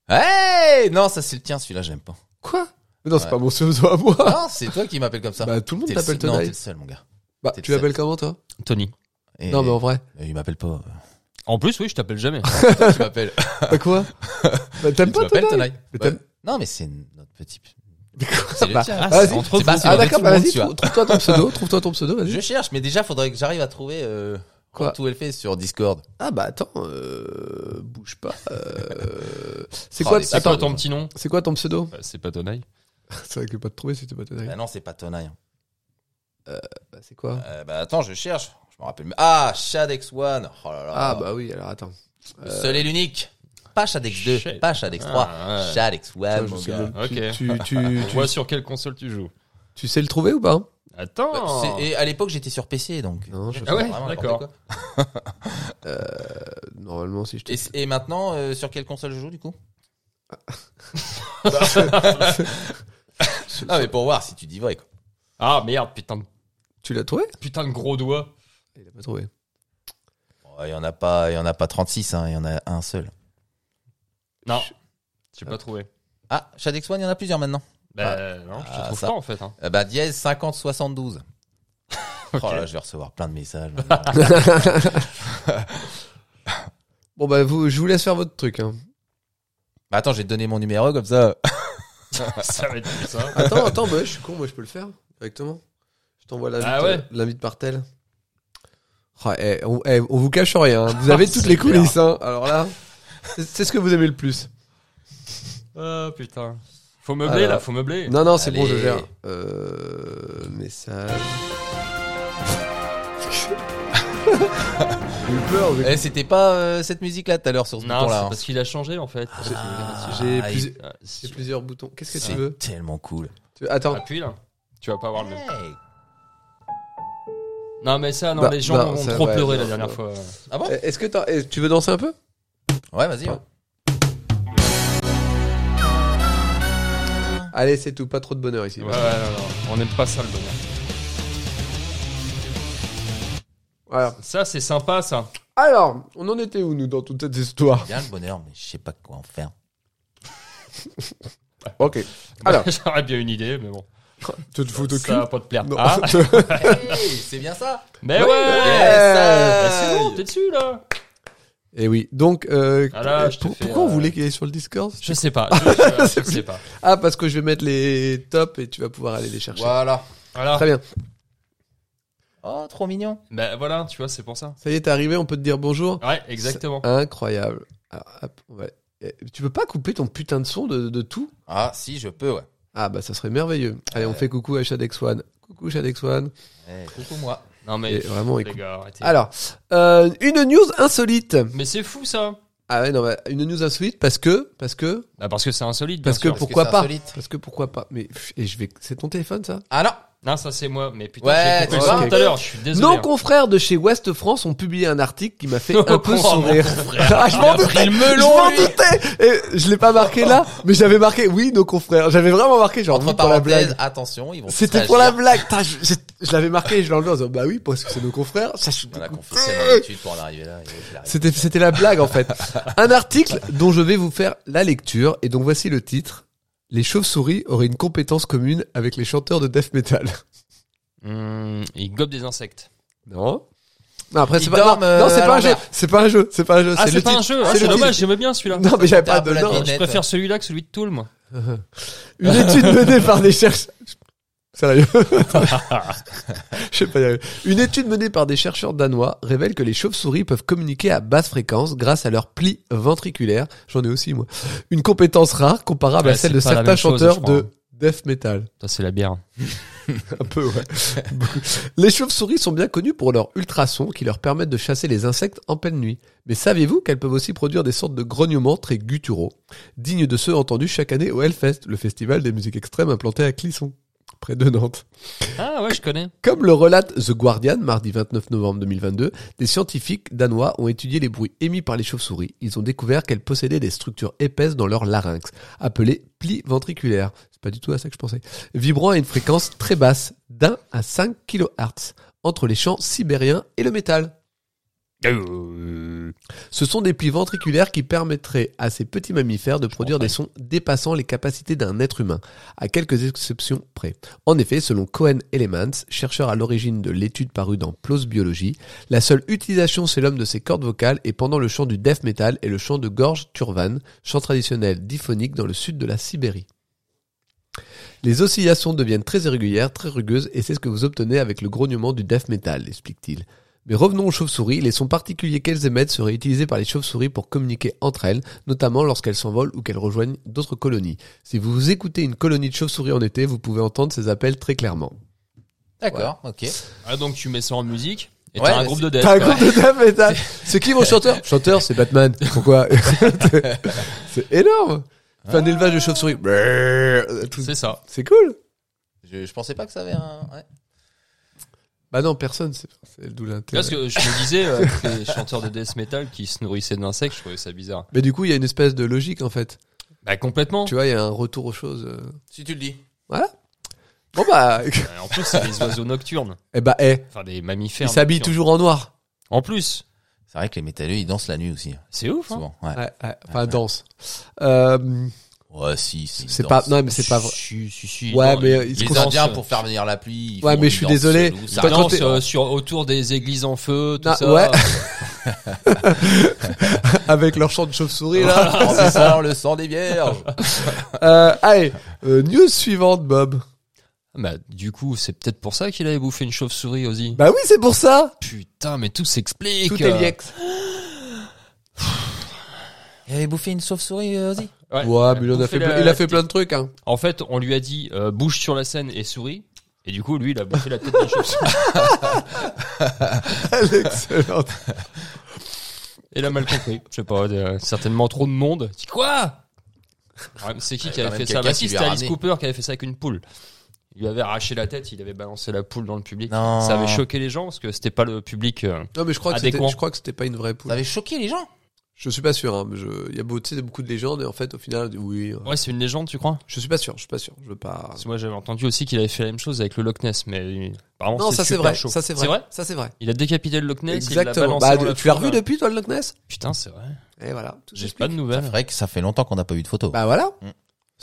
Speaker 4: Hey Non, ça c'est le tien, celui-là, j'aime pas.
Speaker 2: Quoi Mais non, c'est
Speaker 4: Ouais.
Speaker 2: pas mon pseudo à moi.
Speaker 4: Non, c'est toi qui m'appelles comme ça.
Speaker 2: Oh. Bah, tout le monde
Speaker 4: T'es le
Speaker 2: t'appelle
Speaker 4: seul- Non, t'es
Speaker 2: Tenaille.
Speaker 4: le seul, mon gars.
Speaker 2: Bah,
Speaker 4: t'es le
Speaker 2: tu l'appelles
Speaker 4: seul.
Speaker 2: comment toi
Speaker 3: Tony.
Speaker 4: Et-
Speaker 2: Non, bah, mais en vrai.
Speaker 4: et Euh, Il m'appelle pas.
Speaker 3: En plus, oui, je t'appelle jamais.
Speaker 4: euh, tu m'appelles.
Speaker 2: Bah, quoi Bah,
Speaker 4: Tu
Speaker 2: t'aimes pas
Speaker 4: m'appelles
Speaker 2: Tenaille
Speaker 4: Tenaille.
Speaker 2: Mais
Speaker 4: Ouais.
Speaker 2: t'aimes-
Speaker 4: Non, mais c'est notre petit.
Speaker 2: Mais quoi
Speaker 4: C'est le
Speaker 2: Bah,
Speaker 4: tien.
Speaker 3: Ah,
Speaker 2: vas-y.
Speaker 3: c'est entre
Speaker 4: C'est pas-
Speaker 3: vous.
Speaker 4: c'est
Speaker 2: Ah,
Speaker 4: mauvais,
Speaker 2: d'accord,
Speaker 4: tout
Speaker 2: bah,
Speaker 4: le monde,
Speaker 2: vas-y,
Speaker 4: tu vois.
Speaker 2: trou- trouve-toi ton pseudo, trouve-toi ton pseudo, vas-y.
Speaker 4: Je cherche, mais déjà, faudrait que j'arrive à trouver euh,
Speaker 2: Quoi
Speaker 4: tout elle fait sur Discord.
Speaker 2: Ah, bah, attends, euh, bouge pas, euh, c'est
Speaker 4: Oh,
Speaker 2: quoi,
Speaker 4: mais c'est
Speaker 3: C'est
Speaker 2: attends,
Speaker 3: quoi ton petit nom
Speaker 2: c'est quoi ton pseudo?
Speaker 3: Bah, C'est pas Donaï.
Speaker 2: C'est vrai que pas te trouver si t'es pas Tenaille.
Speaker 4: Bah non, c'est pas Tenaille.
Speaker 2: Bah, c'est quoi?
Speaker 4: Euh, bah attends, je cherche. Je me rappelle. Ah, Shadex 1. Oh là là.
Speaker 2: Ah bah oui, alors attends.
Speaker 4: Le seul et l'unique. Pas Shadex 2,
Speaker 3: Shit.
Speaker 4: pas Shadex 3.
Speaker 3: Ah, ouais.
Speaker 4: Shadex 1,
Speaker 2: Putain, je
Speaker 4: mon
Speaker 2: sais
Speaker 4: gars.
Speaker 2: même plus.
Speaker 3: Ok.
Speaker 2: Tu, tu,
Speaker 3: On
Speaker 2: tu-
Speaker 3: voit sur quelle console tu joues. Bah,
Speaker 2: tu sais le trouver ou pas
Speaker 3: Attends.
Speaker 4: Bah, C'est- Et à l'époque, j'étais sur PC, donc.
Speaker 2: Non, je-
Speaker 3: Ah ouais,
Speaker 4: Vraiment n'importe
Speaker 3: d'accord.
Speaker 4: quoi.
Speaker 2: normalement si je te...
Speaker 4: Et, et maintenant, euh, sur quelle console je joue du coup Ah mais pour voir si tu dis vrai quoi.
Speaker 3: Ah merde, putain de,
Speaker 2: Tu l'as trouvé
Speaker 3: putain de gros doigt.
Speaker 2: Il a pas trouvé.
Speaker 4: Bon, Il y en a pas, il y en a pas 36, hein, il y en a un seul.
Speaker 3: Non. J'ai pas trouvé.
Speaker 4: Ah, Shadex 1, il y en a plusieurs maintenant.
Speaker 3: Bah non, je te
Speaker 4: Ah,
Speaker 3: trouve
Speaker 4: ça.
Speaker 3: pas en fait. hein.
Speaker 4: Euh, bah dièse 50 72.
Speaker 3: Ok.
Speaker 4: Oh là, je vais recevoir plein de messages. maintenant.
Speaker 2: Bon bah vous, je vous laisse faire votre truc. Hein.
Speaker 4: bah attends, je vais te donner mon numéro comme ça.
Speaker 3: ça va être tout ça.
Speaker 2: Attends, attends, bah, je suis con, moi je peux le faire directement. Je t'envoie l'invite
Speaker 3: Ah ouais
Speaker 2: euh, l'invite par tel. Ah, eh, on, eh, on vous cache rien, hein. vous avez toutes
Speaker 3: C'est
Speaker 2: les
Speaker 3: clair.
Speaker 2: coulisses. hein. Alors là, c'est- c'est ce que vous aimez le plus.
Speaker 3: Ah putain. Faut meubler
Speaker 2: Alors.
Speaker 3: là, faut meubler.
Speaker 2: Non, non, c'est bon, je
Speaker 4: Allez.
Speaker 2: gère. Euh, message. J'ai eu peur, mais-
Speaker 4: Eh, c'était pas euh, cette musique là tout à l'heure sur ce hein.
Speaker 3: Non,
Speaker 4: bouton
Speaker 3: c'est
Speaker 4: là.
Speaker 3: parce qu'il a changé en fait.
Speaker 2: hein. Ah, J'ai
Speaker 4: Ah,
Speaker 2: plus-
Speaker 4: il-
Speaker 3: Ah,
Speaker 2: j'ai
Speaker 3: si tu
Speaker 2: plusieurs boutons. Qu'est-ce que tu
Speaker 4: c'est
Speaker 2: veux
Speaker 4: tellement cool.
Speaker 2: Tu- Attends.
Speaker 3: appuies là, tu vas pas avoir le même.
Speaker 4: Hey.
Speaker 3: Non mais ça, non,
Speaker 2: Bah,
Speaker 3: les gens
Speaker 2: bah,
Speaker 3: ont
Speaker 2: ça,
Speaker 3: trop
Speaker 2: ouais,
Speaker 3: pleuré
Speaker 2: non,
Speaker 3: la dernière
Speaker 2: ça-
Speaker 3: fois.
Speaker 4: Ah bon
Speaker 2: Est-ce que t'as- eh, tu veux danser un peu
Speaker 4: Ouais, vas-y. hein.
Speaker 2: Ouais. Allez, c'est tout, pas trop de bonheur ici.
Speaker 3: Ouais, ouais, non, non, on n'aime pas ça le bonheur.
Speaker 2: Voilà.
Speaker 3: Ça c'est sympa ça.
Speaker 2: Alors, on en était où nous dans toute cette histoire
Speaker 4: Bien le bonheur, mais je sais pas quoi en faire.
Speaker 2: Ok. Alors,
Speaker 3: J'aurais bien une idée, mais bon.
Speaker 2: tu te fous de cul
Speaker 3: Bah, Ça va pas te plaire.
Speaker 2: Non.
Speaker 3: Ah,
Speaker 4: hey, c'est bien ça.
Speaker 3: mais ouais,
Speaker 2: Ouais,
Speaker 3: Bah, C'est bon, t'es dessus là
Speaker 2: Et Eh oui, donc euh,
Speaker 3: Ah là, je te
Speaker 2: pour-
Speaker 3: fais,
Speaker 2: pourquoi on
Speaker 3: euh,
Speaker 2: voulait qu'il aille sur le Discord
Speaker 3: Je sais pas. Je, je- je
Speaker 2: C'est
Speaker 3: sais pas.
Speaker 2: Ah, parce que je vais mettre les tops et tu vas pouvoir aller les chercher.
Speaker 4: Voilà.
Speaker 3: Voilà.
Speaker 2: Très bien.
Speaker 4: Oh, trop mignon.
Speaker 3: Bah voilà, tu vois, c'est pour ça.
Speaker 2: Ça y est, t'es arrivé, on peut te dire bonjour.
Speaker 3: Ouais, exactement.
Speaker 2: Incroyable. Alors, hop, on va- Eh, Tu peux pas couper ton putain de son de, de tout
Speaker 4: Ah, si, je peux, ouais.
Speaker 2: Ah bah ça serait merveilleux. Allez, on
Speaker 4: Ouais.
Speaker 2: fait coucou à Shadex One. Coucou Shadex One.
Speaker 4: Eh, coucou, moi.
Speaker 3: Non mais
Speaker 2: Et vraiment,
Speaker 3: les
Speaker 2: écoute.
Speaker 3: gars, arrêtez.
Speaker 2: Alors, euh, une news insolite.
Speaker 3: Mais c'est fou ça.
Speaker 2: Ah ouais, non, bah, une news insolite parce que, parce que,
Speaker 3: Ah, parce que c'est insolite.
Speaker 2: parce que
Speaker 3: bien sûr.
Speaker 2: pourquoi
Speaker 4: c'est
Speaker 2: pas
Speaker 4: insolite.
Speaker 2: Parce que pourquoi pas Mais pff, et je vais, c'est ton téléphone ça
Speaker 4: Ah non
Speaker 3: Non, ça c'est moi. Mais putain,
Speaker 4: Ouais,
Speaker 3: j'ai coupé
Speaker 2: tu
Speaker 3: ça
Speaker 2: vois.
Speaker 3: tout à l'heure. Je suis désolé.
Speaker 2: Nos
Speaker 3: hein.
Speaker 2: confrères de chez West France ont publié un article qui m'a fait un peu
Speaker 3: Oh,
Speaker 2: sourire.
Speaker 3: mon frère.
Speaker 2: Ah, je
Speaker 3: Il a
Speaker 2: m'en
Speaker 3: pris
Speaker 2: doutais.
Speaker 3: le
Speaker 2: Je
Speaker 3: melon.
Speaker 2: m'en doutais. Et je l'ai pas marqué là, mais j'avais marqué oui nos confrères. J'avais vraiment marqué genre
Speaker 4: Entre
Speaker 2: oui, pour la blague.
Speaker 4: parenthèses, attention, ils vont
Speaker 2: C'était
Speaker 4: se
Speaker 2: pour la
Speaker 4: réagir.
Speaker 2: blague. Putain, je, je- je l'avais marqué et je l'ai enlevé en disant bah oui parce que c'est nos confrères. Ça, je suis
Speaker 4: Voilà, qu'on fait
Speaker 2: dégoûté.
Speaker 4: tellement d'habitude pour en arriver là. et je l'arrive.
Speaker 2: C'était c'était la blague en fait. Un article dont je vais vous faire la lecture et donc voici le titre. Les chauves-souris auraient une compétence commune avec les chanteurs de death metal.
Speaker 3: Hum, il gobe des insectes.
Speaker 2: Non. Non, après,
Speaker 4: Ils
Speaker 2: c'est pas,
Speaker 4: dorment,
Speaker 2: non, non,
Speaker 4: euh,
Speaker 2: c'est
Speaker 4: à
Speaker 2: pas un jeu.
Speaker 4: l'envers.
Speaker 2: C'est pas un jeu. C'est pas un jeu.
Speaker 3: Ah, c'est
Speaker 2: le
Speaker 3: pas
Speaker 2: titre.
Speaker 3: un jeu. Ah,
Speaker 2: C'est
Speaker 3: c'est
Speaker 2: le titre.
Speaker 3: dommage. J'aimais bien celui-là.
Speaker 2: Non, mais j'avais pas
Speaker 4: Table
Speaker 2: de
Speaker 4: à
Speaker 2: nom.
Speaker 4: dîner.
Speaker 3: Je
Speaker 4: Net.
Speaker 3: préfère celui-là que celui de Toulm.
Speaker 2: Une étude menée par des chercheurs. Sérieux. Je sais pas y arriver. Une étude menée par des chercheurs danois révèle que les chauves-souris peuvent communiquer à basse fréquence grâce à leur pli ventriculaire. J'en ai aussi, moi. Une compétence rare comparable
Speaker 3: Ouais,
Speaker 2: à celle
Speaker 3: c'est
Speaker 2: de
Speaker 3: pas la
Speaker 2: certains
Speaker 3: même chose,
Speaker 2: chanteurs
Speaker 3: je crois. hein.
Speaker 2: de death metal.
Speaker 3: Ça, c'est la bière.
Speaker 2: Un peu, ouais. Beaucoup. les chauves-souris sont bien connues pour leurs ultrasons qui leur permettent de chasser les insectes en pleine nuit. Mais saviez-vous qu'elles peuvent aussi produire des sortes de grognements très gutturaux, dignes de ceux entendus chaque année au Hellfest, le festival des musiques extrêmes implanté à Clisson, près de Nantes.
Speaker 3: Ah ouais, je connais.
Speaker 2: Comme le relate The Guardian mardi 29 novembre 2022, des scientifiques danois ont étudié les bruits émis par les chauves-souris. Ils ont découvert qu'elles possédaient des structures épaisses dans leur larynx, appelées plis ventriculaires. C'est pas du tout à ça que je pensais. Vibrant à une fréquence très basse, d'un à 5 kHz, entre les chants sibériens et le métal. Ce sont des plis ventriculaires qui permettraient à ces petits mammifères de produire des sons dépassant les capacités d'un être humain, à quelques exceptions près. En effet, selon Cohen Elements, chercheur à l'origine de l'étude parue dans PLOS Biologie, la seule utilisation chez l'homme de ses cordes vocales est pendant le chant du death metal et le chant de gorge turvan, chant traditionnel diphonique dans le sud de la Sibérie. Les oscillations deviennent très irrégulières, très rugueuses, et c'est ce que vous obtenez avec le grognement du death metal, explique-t-il. Mais revenons aux chauves-souris, les sons particuliers qu'elles émettent seraient utilisés par les chauves-souris pour communiquer entre elles, notamment lorsqu'elles s'envolent ou qu'elles rejoignent d'autres colonies. Si vous écoutez une colonie de chauves-souris en été, vous pouvez entendre ces appels très clairement.
Speaker 4: D'accord, ok.
Speaker 3: Ah, donc tu mets ça en musique et
Speaker 4: Ouais,
Speaker 3: t'as un
Speaker 4: mais
Speaker 3: groupe de death.
Speaker 2: T'as un groupe de death metal. C'est qui mon chanteur Chanteur, c'est Batman. Pourquoi C'est énorme. Enfin, un élevage de chauves-souris. Brrr, tout-
Speaker 3: C'est ça.
Speaker 2: C'est cool.
Speaker 4: Je, je pensais pas que ça avait un. ouais.
Speaker 2: Bah non, personne. C'est c'est d'où
Speaker 3: Parce
Speaker 2: l'intérêt.
Speaker 3: que je me disais, euh, que les chanteurs de death metal qui se nourrissaient d'insectes, je trouvais ça bizarre.
Speaker 2: Mais du coup, il y a une espèce de logique en fait.
Speaker 3: Bah complètement.
Speaker 2: Tu vois, il y a un retour aux choses. euh.
Speaker 4: Si tu le dis.
Speaker 2: Bon bah,
Speaker 3: Euh, En plus, c'est des oiseaux nocturnes.
Speaker 2: eh bah, eh,
Speaker 3: Enfin, des mammifères.
Speaker 2: ils s'habillent
Speaker 3: nocturnes.
Speaker 2: toujours en noir.
Speaker 3: En plus,
Speaker 4: C'est vrai que les métalleux, ils dansent la nuit aussi.
Speaker 3: c'est ouf. Hein
Speaker 4: Souvent, ouais.
Speaker 2: Ouais, ouais, enfin, danse. Euh,
Speaker 4: Ouais, si, si. ils
Speaker 2: c'est pas,
Speaker 4: dansent.
Speaker 2: non, mais c'est pas vrai.
Speaker 3: Si, si, si.
Speaker 2: Ouais,
Speaker 3: Non,
Speaker 2: mais,
Speaker 3: ils-
Speaker 2: euh, ils se
Speaker 3: les
Speaker 4: Les
Speaker 2: concentrent
Speaker 3: Indiens
Speaker 4: Indiens,
Speaker 3: pour
Speaker 4: pour faire venir la pluie. ils
Speaker 2: Ouais,
Speaker 4: font
Speaker 2: mais
Speaker 4: une
Speaker 2: je suis
Speaker 4: danse
Speaker 2: désolé.
Speaker 4: chelou, ça
Speaker 3: ils
Speaker 2: Toi, quand
Speaker 3: dansent
Speaker 2: t'es-
Speaker 3: euh, sur autour des églises en feu, tout
Speaker 2: Ah,
Speaker 3: ça.
Speaker 2: ouais. Avec leur chant de chauve-souris, là.
Speaker 4: En descendant le sang des vierges.
Speaker 2: Euh, allez, Euh, news suivante, Bob.
Speaker 3: Bah, du coup, c'est peut-être pour ça qu'il avait bouffé une chauve-souris, Ozzy.
Speaker 2: Bah oui, c'est pour ça.
Speaker 3: Putain, mais tout s'explique.
Speaker 2: Tout est lié. Eh,
Speaker 4: Il avait bouffé une chauve-souris, euh, Ozzy.
Speaker 3: Ouais,
Speaker 2: Ouais, mais il en a
Speaker 3: Bouffé
Speaker 2: fait,
Speaker 3: la-
Speaker 2: plein, il a fait plein de trucs. Hein.
Speaker 3: En fait, on lui a dit euh, bouge sur la scène et souris. Et du coup, lui, il a bouffé la tête d'une chauve-souris.
Speaker 2: Excellente.
Speaker 3: Il a mal compris. Je sais pas, euh, certainement trop de monde. Dis quoi Ouais, mais C'est qui qui
Speaker 4: y a
Speaker 3: avait
Speaker 4: quand même
Speaker 3: fait ça
Speaker 4: quelqu'un
Speaker 3: Bah
Speaker 4: qui
Speaker 3: si,
Speaker 4: lui
Speaker 3: c'était
Speaker 4: a
Speaker 3: Alice
Speaker 4: ramené.
Speaker 3: Cooper qui avait fait ça avec une poule. Il lui avait arraché la tête, il avait balancé la poule dans le public.
Speaker 4: Non.
Speaker 3: Ça avait choqué les gens parce que c'était pas le public. euh,
Speaker 2: Non, mais je crois que
Speaker 3: Adéquat.
Speaker 2: c'était- je crois que c'était pas une vraie
Speaker 4: Ça
Speaker 2: poule.
Speaker 4: avait choqué les gens.
Speaker 2: Je suis pas sûr. Hein, mais je- il y a beau- tu sais, beaucoup de légendes et en fait, au final, oui. euh,
Speaker 3: Ouais, c'est une légende, tu crois
Speaker 2: Je suis pas sûr. Je suis pas sûr. Je veux pas.
Speaker 3: Parce que moi, j'avais entendu aussi qu'il avait fait la même chose avec le Loch Ness, mais euh, apparemment,
Speaker 2: Non,
Speaker 3: c'est
Speaker 2: ça c'est
Speaker 3: super
Speaker 2: vrai.
Speaker 3: chaud.
Speaker 2: Ça c'est vrai. Ça c'est vrai.
Speaker 3: Il a décapité le Loch Ness. il l'a
Speaker 2: Exactement.
Speaker 3: balancé
Speaker 2: Bah,
Speaker 3: dans la
Speaker 2: tu l'as
Speaker 3: foule.
Speaker 2: revu depuis toi le Loch Ness
Speaker 3: Putain, c'est vrai.
Speaker 2: Et voilà. Tout
Speaker 3: J'ai
Speaker 2: s'explique.
Speaker 3: pas de nouvelles.
Speaker 4: C'est vrai que ça fait longtemps qu'on n'a pas eu de photo.
Speaker 2: Bah voilà.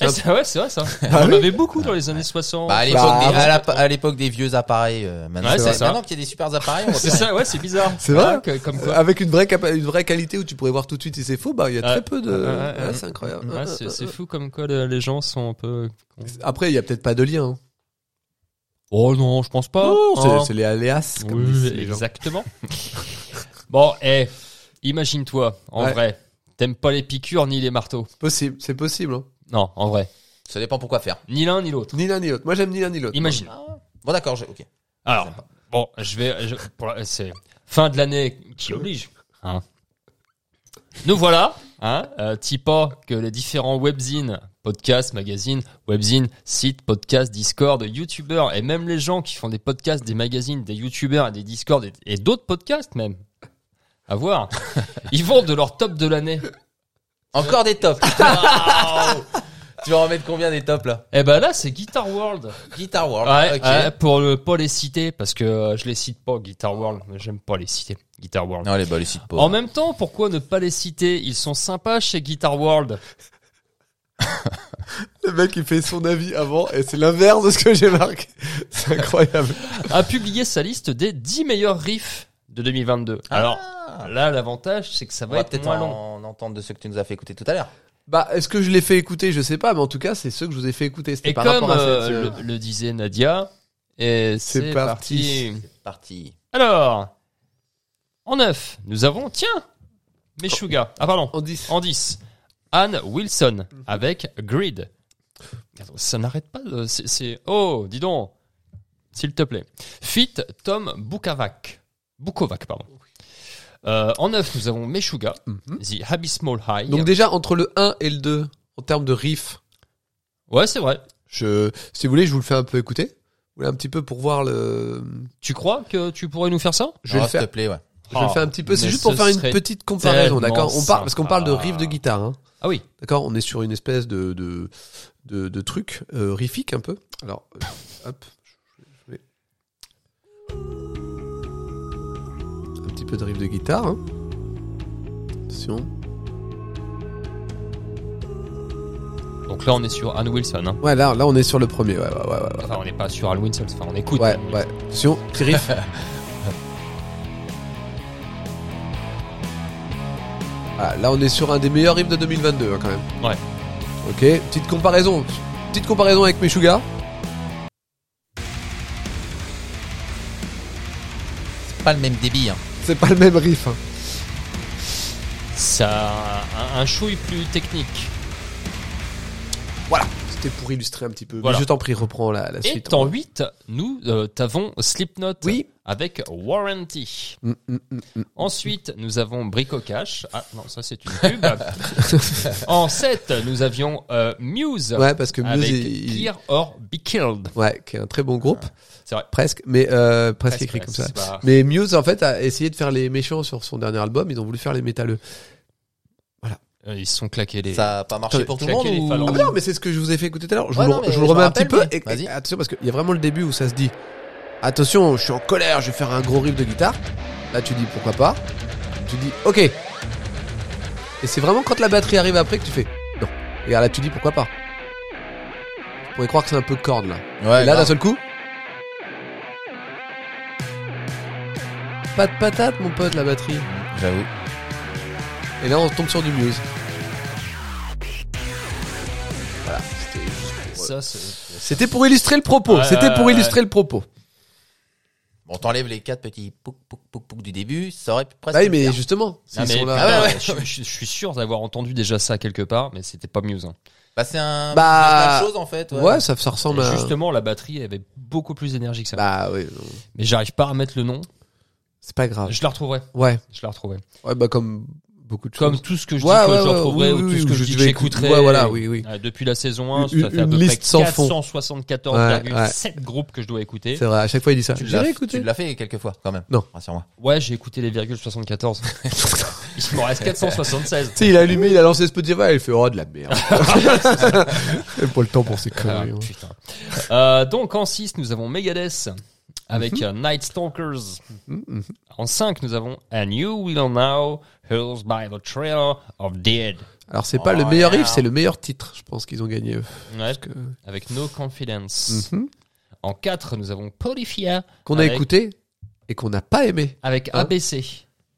Speaker 3: Eh, c'est- ouais, c'est vrai ça.
Speaker 2: Bah
Speaker 3: on
Speaker 2: oui.
Speaker 3: avait beaucoup dans les années 60.
Speaker 4: Bah, à l'époque
Speaker 2: Bah,
Speaker 4: des, à la- à l'époque des vieux appareils, euh, maintenant,
Speaker 3: Ouais, c'est
Speaker 4: maintenant
Speaker 3: ça.
Speaker 4: qu'il y a des super appareils, on va
Speaker 3: c'est
Speaker 4: faire-
Speaker 3: ça, ouais, c'est bizarre.
Speaker 2: C'est vrai
Speaker 3: Ouais, que- comme
Speaker 2: Euh,
Speaker 3: quoi.
Speaker 2: Avec une vraie, capa- une vraie qualité où tu pourrais voir tout de suite si c'est faux, bah il y a
Speaker 3: Ouais.
Speaker 2: très peu de.
Speaker 3: Ouais, ouais,
Speaker 2: Ouais,
Speaker 3: ouais.
Speaker 2: c'est incroyable.
Speaker 3: Ouais, c'est
Speaker 2: euh.
Speaker 3: c'est fou comme quoi le- les gens sont un peu.
Speaker 2: Après, il y a peut-être pas de lien. hein.
Speaker 3: Oh non, je pense pas.
Speaker 2: Non, c'est-
Speaker 3: Hein.
Speaker 2: c'est les aléas. Comme
Speaker 3: Oui,
Speaker 2: disent les gens.
Speaker 3: exactement. bon, eh, imagine-toi, en
Speaker 2: Ouais.
Speaker 3: vrai, t'aimes pas les piqûres ni les marteaux.
Speaker 2: Possible, c'est possible. hein.
Speaker 3: Non, en vrai,
Speaker 4: Ça dépend pourquoi faire.
Speaker 3: ni l'un ni l'autre.
Speaker 2: Ni l'un ni l'autre. Moi, j'aime ni l'un ni l'autre.
Speaker 3: Imagine.
Speaker 4: Bon, d'accord, j'ai- ok.
Speaker 3: Alors, bon, je vais. je- pour la- c'est fin de l'année qui oblige. hein. Nous voilà, hein, euh, Tipa, que les différents webzines, podcasts, magazines, webzines, sites, podcasts, Discord, YouTubeurs, et même les gens qui font des podcasts, des magazines, des YouTubeurs et des Discord et, et d'autres podcasts même. À voir. Ils vont de leur top de l'année.
Speaker 4: Encore des tops. tu vas en mettre combien des tops là
Speaker 3: Et ben là, c'est Guitar World.
Speaker 4: Guitar World.
Speaker 3: Ouais,
Speaker 4: Ah, ok.
Speaker 3: ouais, pour ne pas les citer, parce que euh, je les cite pas, Guitar World. mais J'aime pas les citer, Guitar World.
Speaker 4: Non, les balles, les sites
Speaker 3: En même temps, pourquoi ne pas les citer Ils sont sympas chez Guitar World.
Speaker 2: Le mec, il fait son avis avant et c'est l'inverse de ce que j'ai marqué. C'est incroyable.
Speaker 3: A publié sa liste des 10 meilleurs riffs de 2022.
Speaker 2: Ah.
Speaker 3: Alors là, l'avantage, c'est que ça
Speaker 4: on
Speaker 3: va
Speaker 4: Ah, va
Speaker 3: être
Speaker 4: peut-être
Speaker 3: moins long.
Speaker 4: en, en entendre de ceux que tu nous as fait écouter tout à l'heure.
Speaker 2: Bah, est-ce que je l'ai fait écouter Je sais pas, mais en tout cas, c'est ceux que je vous ai fait écouter. C'était
Speaker 3: Et
Speaker 2: par
Speaker 3: comme
Speaker 2: rapport à
Speaker 3: euh,
Speaker 2: cette-
Speaker 3: le, le disait Nadia, et
Speaker 2: C'est
Speaker 3: c'est
Speaker 2: parti.
Speaker 3: parti.
Speaker 4: Parti.
Speaker 3: Alors, en 9, nous avons, tiens,
Speaker 2: Oh.
Speaker 3: Meshuga. Ah pardon,
Speaker 2: En 10.
Speaker 3: en 10, Anne Wilson
Speaker 2: Mhm.
Speaker 3: avec Grid. Attends, Ça n'arrête pas de... c'est- c'est- Oh, dis donc, s'il te plaît. Fit Tom Bukavak. Bukovac, pardon. Euh, en 9, nous avons Meshuga,
Speaker 2: Mhm.
Speaker 3: The Abysmal High.
Speaker 2: Donc déjà, entre le 1 et le 2, en termes de riff,
Speaker 3: ouais, c'est vrai.
Speaker 2: je, si vous voulez, je vous le fais un peu écouter. Vous voulez un petit peu pour voir le...
Speaker 3: Tu crois que tu pourrais nous faire ça Ah,
Speaker 2: Je vais
Speaker 4: Oh,
Speaker 2: le
Speaker 4: s'il
Speaker 2: faire.
Speaker 4: te plaît, ouais.
Speaker 2: Je vais le faire un petit peu. Ah, C'est
Speaker 3: Mais
Speaker 2: juste pour
Speaker 3: ce
Speaker 2: faire une
Speaker 3: serait
Speaker 2: petite comparaison,
Speaker 3: tellement
Speaker 2: d'accord On parle parce qu'on parle de
Speaker 3: sympa.
Speaker 2: riff de guitare, hein.
Speaker 3: Ah oui.
Speaker 2: d'accord On est sur une espèce de de de, de truc euh, riffique un peu. Alors, euh, hop, je vais un petit peu de riff de guitare. hein. Attention.
Speaker 3: Donc là, on est sur Anne Wilson. hein.
Speaker 2: Ouais, là, là, on est sur le premier. Ouais, ouais, ouais, ouais.
Speaker 3: Enfin, on n'est pas sur Anne Wilson, enfin, on écoute.
Speaker 2: Ouais,
Speaker 3: Anne
Speaker 2: ouais. Attention, petit riff. Ah, là, on est sur un des meilleurs riffs de 2022, hein, quand même.
Speaker 3: Ouais.
Speaker 2: Ok, petite comparaison. Petite comparaison avec Meshuga.
Speaker 4: C'est pas le même débit. Hein.
Speaker 2: C'est pas le même riff. hein.
Speaker 3: Ça a un, un chouille plus technique.
Speaker 2: Voilà. C'était pour illustrer un petit peu. Mais
Speaker 3: Voilà.
Speaker 2: je t'en prie, reprends la, la
Speaker 3: Et
Speaker 2: suite.
Speaker 3: en 8, nous euh, t'avons Slipknot
Speaker 2: Oui.
Speaker 3: avec Warranty.
Speaker 2: Mm, mm, mm, mm.
Speaker 3: Ensuite, nous avons Brico Cash. Ah non, ça c'est une pub. en 7, nous avions euh, Muse
Speaker 2: Ouais, parce que Muse,
Speaker 3: avec
Speaker 2: il- il-
Speaker 3: Clear or Be Killed.
Speaker 2: ouais, qui est un très bon groupe.
Speaker 3: C'est vrai.
Speaker 2: Presque, mais euh, presque,
Speaker 3: Presque,
Speaker 2: écrit
Speaker 3: ouais,
Speaker 2: comme ça.
Speaker 3: c'est pas-
Speaker 2: Mais Muse, en fait, a essayé de faire les méchants sur son dernier album. Ils ont voulu faire les métalleux.
Speaker 3: Euh, Ils se sont claqués les.
Speaker 4: Ça a pas marché
Speaker 2: Attends,
Speaker 4: pour tout le
Speaker 3: claquer
Speaker 4: monde
Speaker 3: les
Speaker 4: ou-
Speaker 3: phalanges.
Speaker 2: Ah mais non, mais c'est ce que je vous ai fait écouter tout à l'heure. Je,
Speaker 4: Ouais,
Speaker 2: vous,
Speaker 4: non,
Speaker 2: le-
Speaker 4: mais
Speaker 2: je vous le
Speaker 4: je
Speaker 2: remets
Speaker 4: me
Speaker 2: un petit peu.
Speaker 4: rappelle,
Speaker 2: Et,
Speaker 4: mais-
Speaker 2: et-
Speaker 4: vas-y.
Speaker 2: attention, parce qu'il y a vraiment le début où ça se dit Attention, je suis en colère, je vais faire un gros riff de guitare. Là, tu dis pourquoi pas. Tu dis ok. Et c'est vraiment quand la batterie arrive après que tu fais non. Regarde, là, tu dis pourquoi pas. On pourrait croire que c'est un peu corne là.
Speaker 4: Ouais,
Speaker 2: et là,
Speaker 4: grave.
Speaker 2: d'un seul coup. Pas de patate, mon pote, la batterie.
Speaker 4: J'avoue.
Speaker 2: Et là, on tombe sur du Muse. Voilà, c'était juste euh,
Speaker 3: Ça, c'est-
Speaker 2: C'était pour illustrer le propos.
Speaker 3: Ouais,
Speaker 2: C'était pour
Speaker 3: ouais,
Speaker 2: illustrer le propos.
Speaker 4: On t'enlève les quatre petits pouc pouc pouc pouc du début, ça aurait presque.
Speaker 2: Bah oui,
Speaker 4: le faire.
Speaker 2: mais justement,
Speaker 3: Non,
Speaker 2: ils
Speaker 3: mais
Speaker 2: sont là.
Speaker 3: putain,
Speaker 4: Ah ouais, ouais.
Speaker 3: euh, Je, je- je suis sûr d'avoir entendu déjà ça quelque part, mais c'était pas Muse. hein.
Speaker 4: Bah, c'est un.
Speaker 2: Bah,
Speaker 4: c'est plein de choses en fait.
Speaker 2: Ouais, ça, ça ressemble
Speaker 3: Et
Speaker 2: à.
Speaker 3: Justement, la batterie elle avait beaucoup plus d'énergie que ça.
Speaker 2: euh, Bah oui, non,
Speaker 3: Mais j'arrive pas à mettre le nom.
Speaker 2: c'est pas grave.
Speaker 3: Je la retrouverai.
Speaker 2: Ouais,
Speaker 3: Je la retrouverai.
Speaker 2: ouais, bah comme beaucoup de
Speaker 3: Comme
Speaker 2: choses.
Speaker 3: tout ce que je dis
Speaker 2: Ouais,
Speaker 3: que
Speaker 2: ouais,
Speaker 3: je
Speaker 2: ouais,
Speaker 3: retrouverai
Speaker 2: oui,
Speaker 3: ou tout
Speaker 2: oui,
Speaker 3: ce que
Speaker 2: oui,
Speaker 3: je
Speaker 2: je
Speaker 3: dis que
Speaker 2: vais
Speaker 3: j'écouterai.
Speaker 2: écouter. Ouais, voilà, oui, oui.
Speaker 3: Euh, Depuis la saison
Speaker 2: Une-
Speaker 3: 1, ça fait à
Speaker 2: une
Speaker 3: peu
Speaker 2: liste
Speaker 3: près
Speaker 2: sans fond.
Speaker 3: 474,7 groupes que je dois écouter.
Speaker 2: C'est vrai, à chaque fois il dit ça.
Speaker 4: Tu
Speaker 2: J'ai
Speaker 4: l'as,
Speaker 2: réécouté.
Speaker 4: tu l'as fait quelques fois quand même.
Speaker 2: Non.
Speaker 4: Rassure-moi.
Speaker 3: Ouais, j'ai écouté les virgules 74. Il m'en reste 476.
Speaker 2: Tu sais, il a allumé, il a lancé Spotify, il fait oh de la merde. Et pas le temps pour ces
Speaker 3: Ah,
Speaker 2: conneries. ouais.
Speaker 3: putain. Euh, donc en 6, nous avons Megadeth avec euh, Night Stalkers.
Speaker 2: Mhm, mhm.
Speaker 3: En 5, nous avons And You Will Now Heals by the Trail of Dead.
Speaker 2: Alors c'est pas
Speaker 4: Oh,
Speaker 2: le meilleur riff,
Speaker 4: yeah.
Speaker 2: c'est le meilleur titre, je pense qu'ils ont gagné. eux.
Speaker 3: Ouais,
Speaker 2: Parce que-
Speaker 3: avec No Confidence.
Speaker 2: Mhm.
Speaker 3: En 4, nous avons Polyphia
Speaker 2: Qu'on a
Speaker 3: Avec-
Speaker 2: écouté et qu'on n'a pas aimé.
Speaker 3: avec
Speaker 2: Hein
Speaker 3: ABC.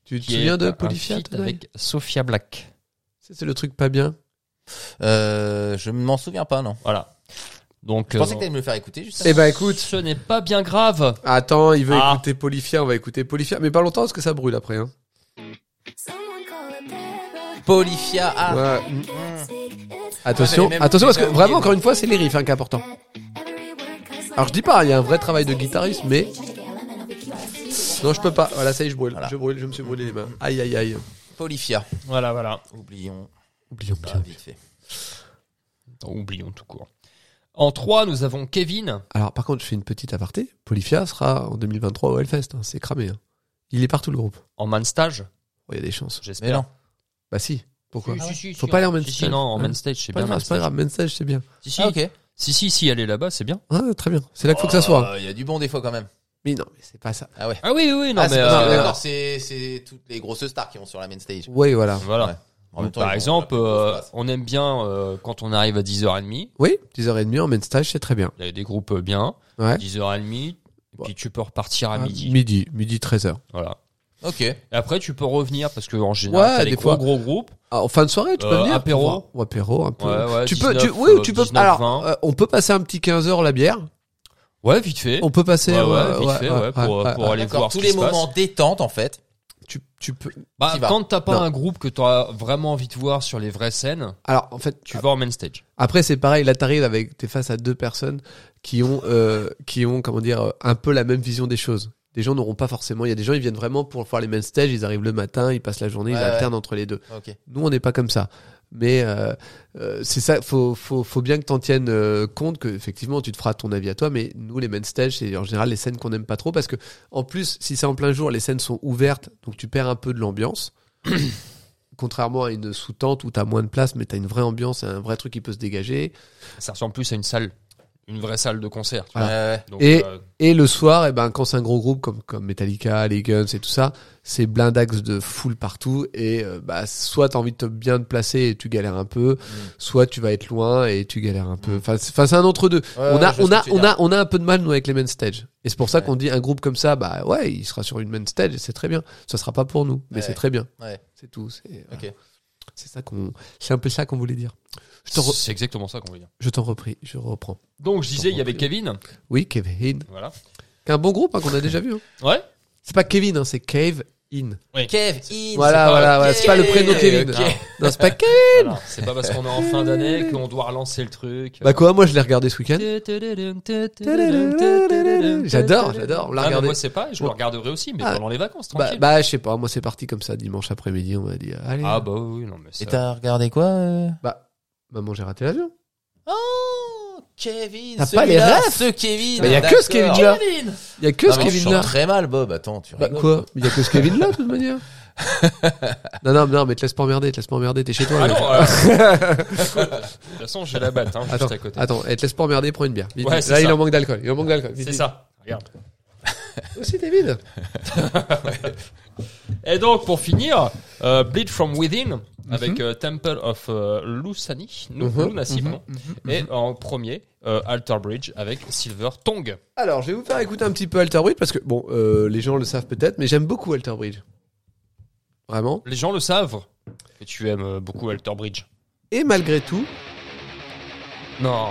Speaker 2: Tu te
Speaker 3: qui est
Speaker 2: souviens de
Speaker 3: un
Speaker 2: Polyphia
Speaker 3: feat
Speaker 2: Tonight
Speaker 3: avec Sophia Black.
Speaker 2: Ça, C'est le truc pas bien.
Speaker 4: Euh, je m'en souviens pas, non.
Speaker 3: Voilà. Donc,
Speaker 4: Je pensais
Speaker 3: euh,
Speaker 4: que t'allais me le faire écouter juste
Speaker 2: Eh ben
Speaker 3: écoute,
Speaker 2: écoute,
Speaker 3: ce n'est pas bien grave.
Speaker 2: attends, il veut
Speaker 3: Ah.
Speaker 2: écouter Polyphia, on va écouter Polyphia, mais pas longtemps parce que ça brûle après. Hein.
Speaker 1: Someone call a bearer.
Speaker 4: Polyphia. Ah.
Speaker 2: Ouais. mm.
Speaker 1: I can't speak. It's
Speaker 3: Ah,
Speaker 2: Attention,
Speaker 4: j'avais même
Speaker 2: attention parce que
Speaker 4: oublié de-
Speaker 2: vraiment encore une fois c'est les riffs hein, qui est important.
Speaker 1: bad every word, 'cause
Speaker 2: Alors je dis pas, il y a un vrai travail de guitariste, mais non je peux pas. Voilà ça y est, je brûle,
Speaker 4: Voilà.
Speaker 2: je brûle, je me suis brûlé les mains. Aïe aïe aïe.
Speaker 4: Polyphia.
Speaker 3: Voilà, voilà.
Speaker 4: Oublions.
Speaker 2: Oublions
Speaker 4: Pas vite fait.
Speaker 3: Oublions tout court. En 3, nous avons Kevin.
Speaker 2: Alors par contre je fais une petite aparté. Polyphia sera en 2023 au Hellfest, hein, c'est cramé. hein. Il est partout le groupe.
Speaker 3: en man stage,
Speaker 2: Oh, Il y a des chances.
Speaker 4: Mais non.
Speaker 3: j'espère.
Speaker 2: Bah si. Pourquoi
Speaker 3: Si, si, si,
Speaker 2: Faut
Speaker 3: si,
Speaker 2: pas aller en main
Speaker 3: si, si,
Speaker 2: stage.
Speaker 3: non, en
Speaker 2: Ouais.
Speaker 3: main stage, c'est
Speaker 2: Pas
Speaker 3: bien.
Speaker 2: grave, c'est
Speaker 3: main
Speaker 2: pas
Speaker 3: stage.
Speaker 2: grave, message c'est bien.
Speaker 3: Si, si,
Speaker 4: Ah, ok.
Speaker 3: si, si, si, elle est là-bas, c'est bien.
Speaker 2: Ah, très bien. C'est là qu'il faut que
Speaker 3: Oh.
Speaker 2: ça soit.
Speaker 4: Il Euh, y a du bon des fois quand même.
Speaker 2: Mais non, mais c'est pas ça.
Speaker 4: Ah ouais.
Speaker 3: Ah oui, oui, non,
Speaker 4: ah,
Speaker 3: mais.
Speaker 4: c'est parce que
Speaker 3: euh,
Speaker 4: d'accord, c'est c'est toutes les grosses stars qui vont sur la main stage.
Speaker 2: Oui, voilà.
Speaker 3: voilà.
Speaker 4: Ouais. En même temps, ils
Speaker 3: Par
Speaker 4: vont-
Speaker 3: exemple,
Speaker 4: ils vont-
Speaker 3: euh, on aime bien euh, quand on arrive à 10h30,
Speaker 2: Oui, 10h30 en main stage, c'est très bien.
Speaker 3: il y a des groupes euh, bien,
Speaker 2: Ouais.
Speaker 3: 10h30, et
Speaker 2: Ouais.
Speaker 3: puis tu peux repartir à
Speaker 2: Ah,
Speaker 3: midi.
Speaker 2: Midi, midi 13h.
Speaker 3: Voilà.
Speaker 4: Ok.
Speaker 3: Et après, tu peux revenir parce que en général,
Speaker 2: Ouais,
Speaker 3: t'as des,
Speaker 2: des
Speaker 3: gros,
Speaker 2: fois.
Speaker 3: gros groupes.
Speaker 2: Ah, en fin de soirée, tu peux
Speaker 3: Euh,
Speaker 2: venir
Speaker 3: apéro.
Speaker 2: pour voir. Ou apéro, un peu.
Speaker 3: Ouais, ouais,
Speaker 2: tu peux, tu,
Speaker 3: 19,
Speaker 2: oui, tu peux.
Speaker 3: euh, 19,
Speaker 2: alors,
Speaker 3: 20.
Speaker 2: euh, on peut passer un petit 15h la bière.
Speaker 3: Ouais, vite fait.
Speaker 2: On peut passer.
Speaker 3: Ouais, ouais,
Speaker 2: euh,
Speaker 3: vite fait, ouais, pour, euh, pour
Speaker 4: Ah,
Speaker 3: aller
Speaker 4: d'accord,
Speaker 3: voir
Speaker 4: tous
Speaker 3: ce qui
Speaker 4: les
Speaker 3: se passe.
Speaker 4: moments détente en fait.
Speaker 2: Tu, tu peux.
Speaker 3: Bah,
Speaker 4: t'y vas.
Speaker 3: quand t'as pas
Speaker 2: Non.
Speaker 3: un groupe que t'as vraiment envie de voir sur les vraies scènes,
Speaker 2: Alors, en fait,
Speaker 3: tu vas en main stage.
Speaker 2: Après, c'est pareil, là, t'arrives avec, t'es face à deux personnes qui ont, euh, qui ont, comment dire, euh, un peu la même vision des choses. Des gens n'auront pas forcément. Il y a des gens, ils viennent vraiment pour voir les main stages, ils arrivent le matin, ils passent la journée,
Speaker 4: Ouais,
Speaker 2: ils
Speaker 4: ouais.
Speaker 2: alternent entre les deux.
Speaker 4: Ok.
Speaker 2: Nous, on n'est pas comme ça. Mais euh, euh, c'est ça, faut, faut, faut bien que t'en tiennes euh, compte que effectivement tu te feras ton avis à toi, mais nous les main stages, c'est en général les scènes qu'on n'aime pas trop parce que en plus si c'est en plein jour, les scènes sont ouvertes, donc tu perds un peu de l'ambiance. Contrairement à une sous-tente où t'as moins de place, mais t'as une vraie ambiance, un vrai truc qui peut se dégager.
Speaker 3: Ça ressemble plus à une salle, une vraie salle de concert. tu
Speaker 2: Voilà.
Speaker 4: Ouais, ouais.
Speaker 3: vois. Donc,
Speaker 2: Et-
Speaker 3: euh,
Speaker 2: Et le soir, eh ben, quand c'est un gros groupe comme, comme Metallica, les Guns et tout ça, c'est blindax de foule partout. Et euh, bah, soit t'as envie de te bien te placer et tu galères un
Speaker 4: Mm.
Speaker 2: peu, soit tu vas être loin et tu galères un peu. Enfin, c'est enfin, c'est un entre-deux.
Speaker 4: Ouais,
Speaker 2: on,
Speaker 4: ouais,
Speaker 2: a,
Speaker 4: je vois
Speaker 2: on,
Speaker 4: ce que
Speaker 2: a,
Speaker 4: tu veux
Speaker 2: on,
Speaker 4: dire.
Speaker 2: a, on a un peu de mal, nous, avec les main stage. Et c'est pour ça qu'on dit un groupe comme ça, bah ouais, il sera sur une main stage et c'est très bien. Ça sera pas pour nous, mais
Speaker 4: Ouais.
Speaker 2: c'est très bien.
Speaker 4: Ouais.
Speaker 2: C'est tout. C'est
Speaker 4: Ok.
Speaker 2: voilà. C'est ça qu'on, c'est un peu ça qu'on voulait dire. Je t'en, re-
Speaker 3: c'est exactement ça qu'on veut dire.
Speaker 2: je t'en repris, je reprends.
Speaker 3: Donc je disais, il y avait Kevin.
Speaker 2: Oui, Kevin.
Speaker 3: Voilà.
Speaker 2: Qu'un bon groupe hein, qu'on a déjà vu. hein.
Speaker 3: Ouais.
Speaker 2: C'est pas Kevin, hein, c'est Cave In.
Speaker 4: Kev, in.
Speaker 2: Voilà, voilà,
Speaker 3: pas- ok,
Speaker 2: voilà. C'est pas le prénom Kevin.
Speaker 3: ok.
Speaker 2: Non, c'est pas Kevin.
Speaker 3: Voilà. C'est pas parce qu'on est en fin d'année qu'on doit relancer le truc.
Speaker 2: Bah quoi, moi je l'ai regardé ce week-end. Bah, J'adore,
Speaker 3: J'adore,
Speaker 2: j'adore. On l'a
Speaker 3: Ah, mais
Speaker 2: regardé.
Speaker 3: moi c'est pas, je le
Speaker 2: Ouais.
Speaker 3: regarderai aussi, mais
Speaker 2: Ah.
Speaker 3: pendant les vacances,
Speaker 2: Bah,
Speaker 3: tranquille.
Speaker 2: bah, je sais pas, moi c'est parti comme ça, dimanche après-midi, on m'a dit, allez,
Speaker 3: ah bah oui, non mais
Speaker 4: Et
Speaker 3: ça...
Speaker 4: t'as regardé quoi euh
Speaker 2: maman j'ai raté l'avion.
Speaker 4: Oh, Kevin.
Speaker 2: T'as pas
Speaker 4: celui-là,
Speaker 2: les rêves
Speaker 4: Ce Kevin.
Speaker 2: Bah, y a que ce Kevin là. Il y a que ce Kevin là.
Speaker 4: très mal, Bob. Attends, tu
Speaker 2: Bah
Speaker 4: rigoles.
Speaker 2: quoi Il y a que ce Kevin là, de toute manière. non, non, non, mais te laisse pas emmerder, te laisse pas emmerder, t'es chez toi.
Speaker 3: Ah
Speaker 2: là.
Speaker 3: non, euh, écoute, de toute façon j'ai la batte, hein, juste
Speaker 2: attends,
Speaker 3: à côté.
Speaker 2: attends, eh, te laisse pas emmerder, prends une bière. Vite,
Speaker 3: Ouais,
Speaker 2: vite.
Speaker 3: c'est
Speaker 2: là, il
Speaker 3: ça.
Speaker 2: en manque d'alcool, il en manque d'alcool. Vite,
Speaker 3: C'est
Speaker 2: vite.
Speaker 3: ça, regarde.
Speaker 2: Aussi, t'es vide.
Speaker 3: Et donc pour finir, euh, Bleed From Within avec euh, Temple of euh, Lusani, Lu-
Speaker 2: Mhm,
Speaker 3: Lunasi, pardon. et en premier, euh, Alter Bridge avec Silver Tongue.
Speaker 2: Alors, je vais vous faire écouter un petit peu Alter Bridge parce que, bon, euh, les gens le savent peut-être, mais j'aime beaucoup Alter Bridge. Vraiment.
Speaker 3: Les gens le savent que tu aimes euh, beaucoup Alter Bridge.
Speaker 2: Et malgré tout,
Speaker 3: Non.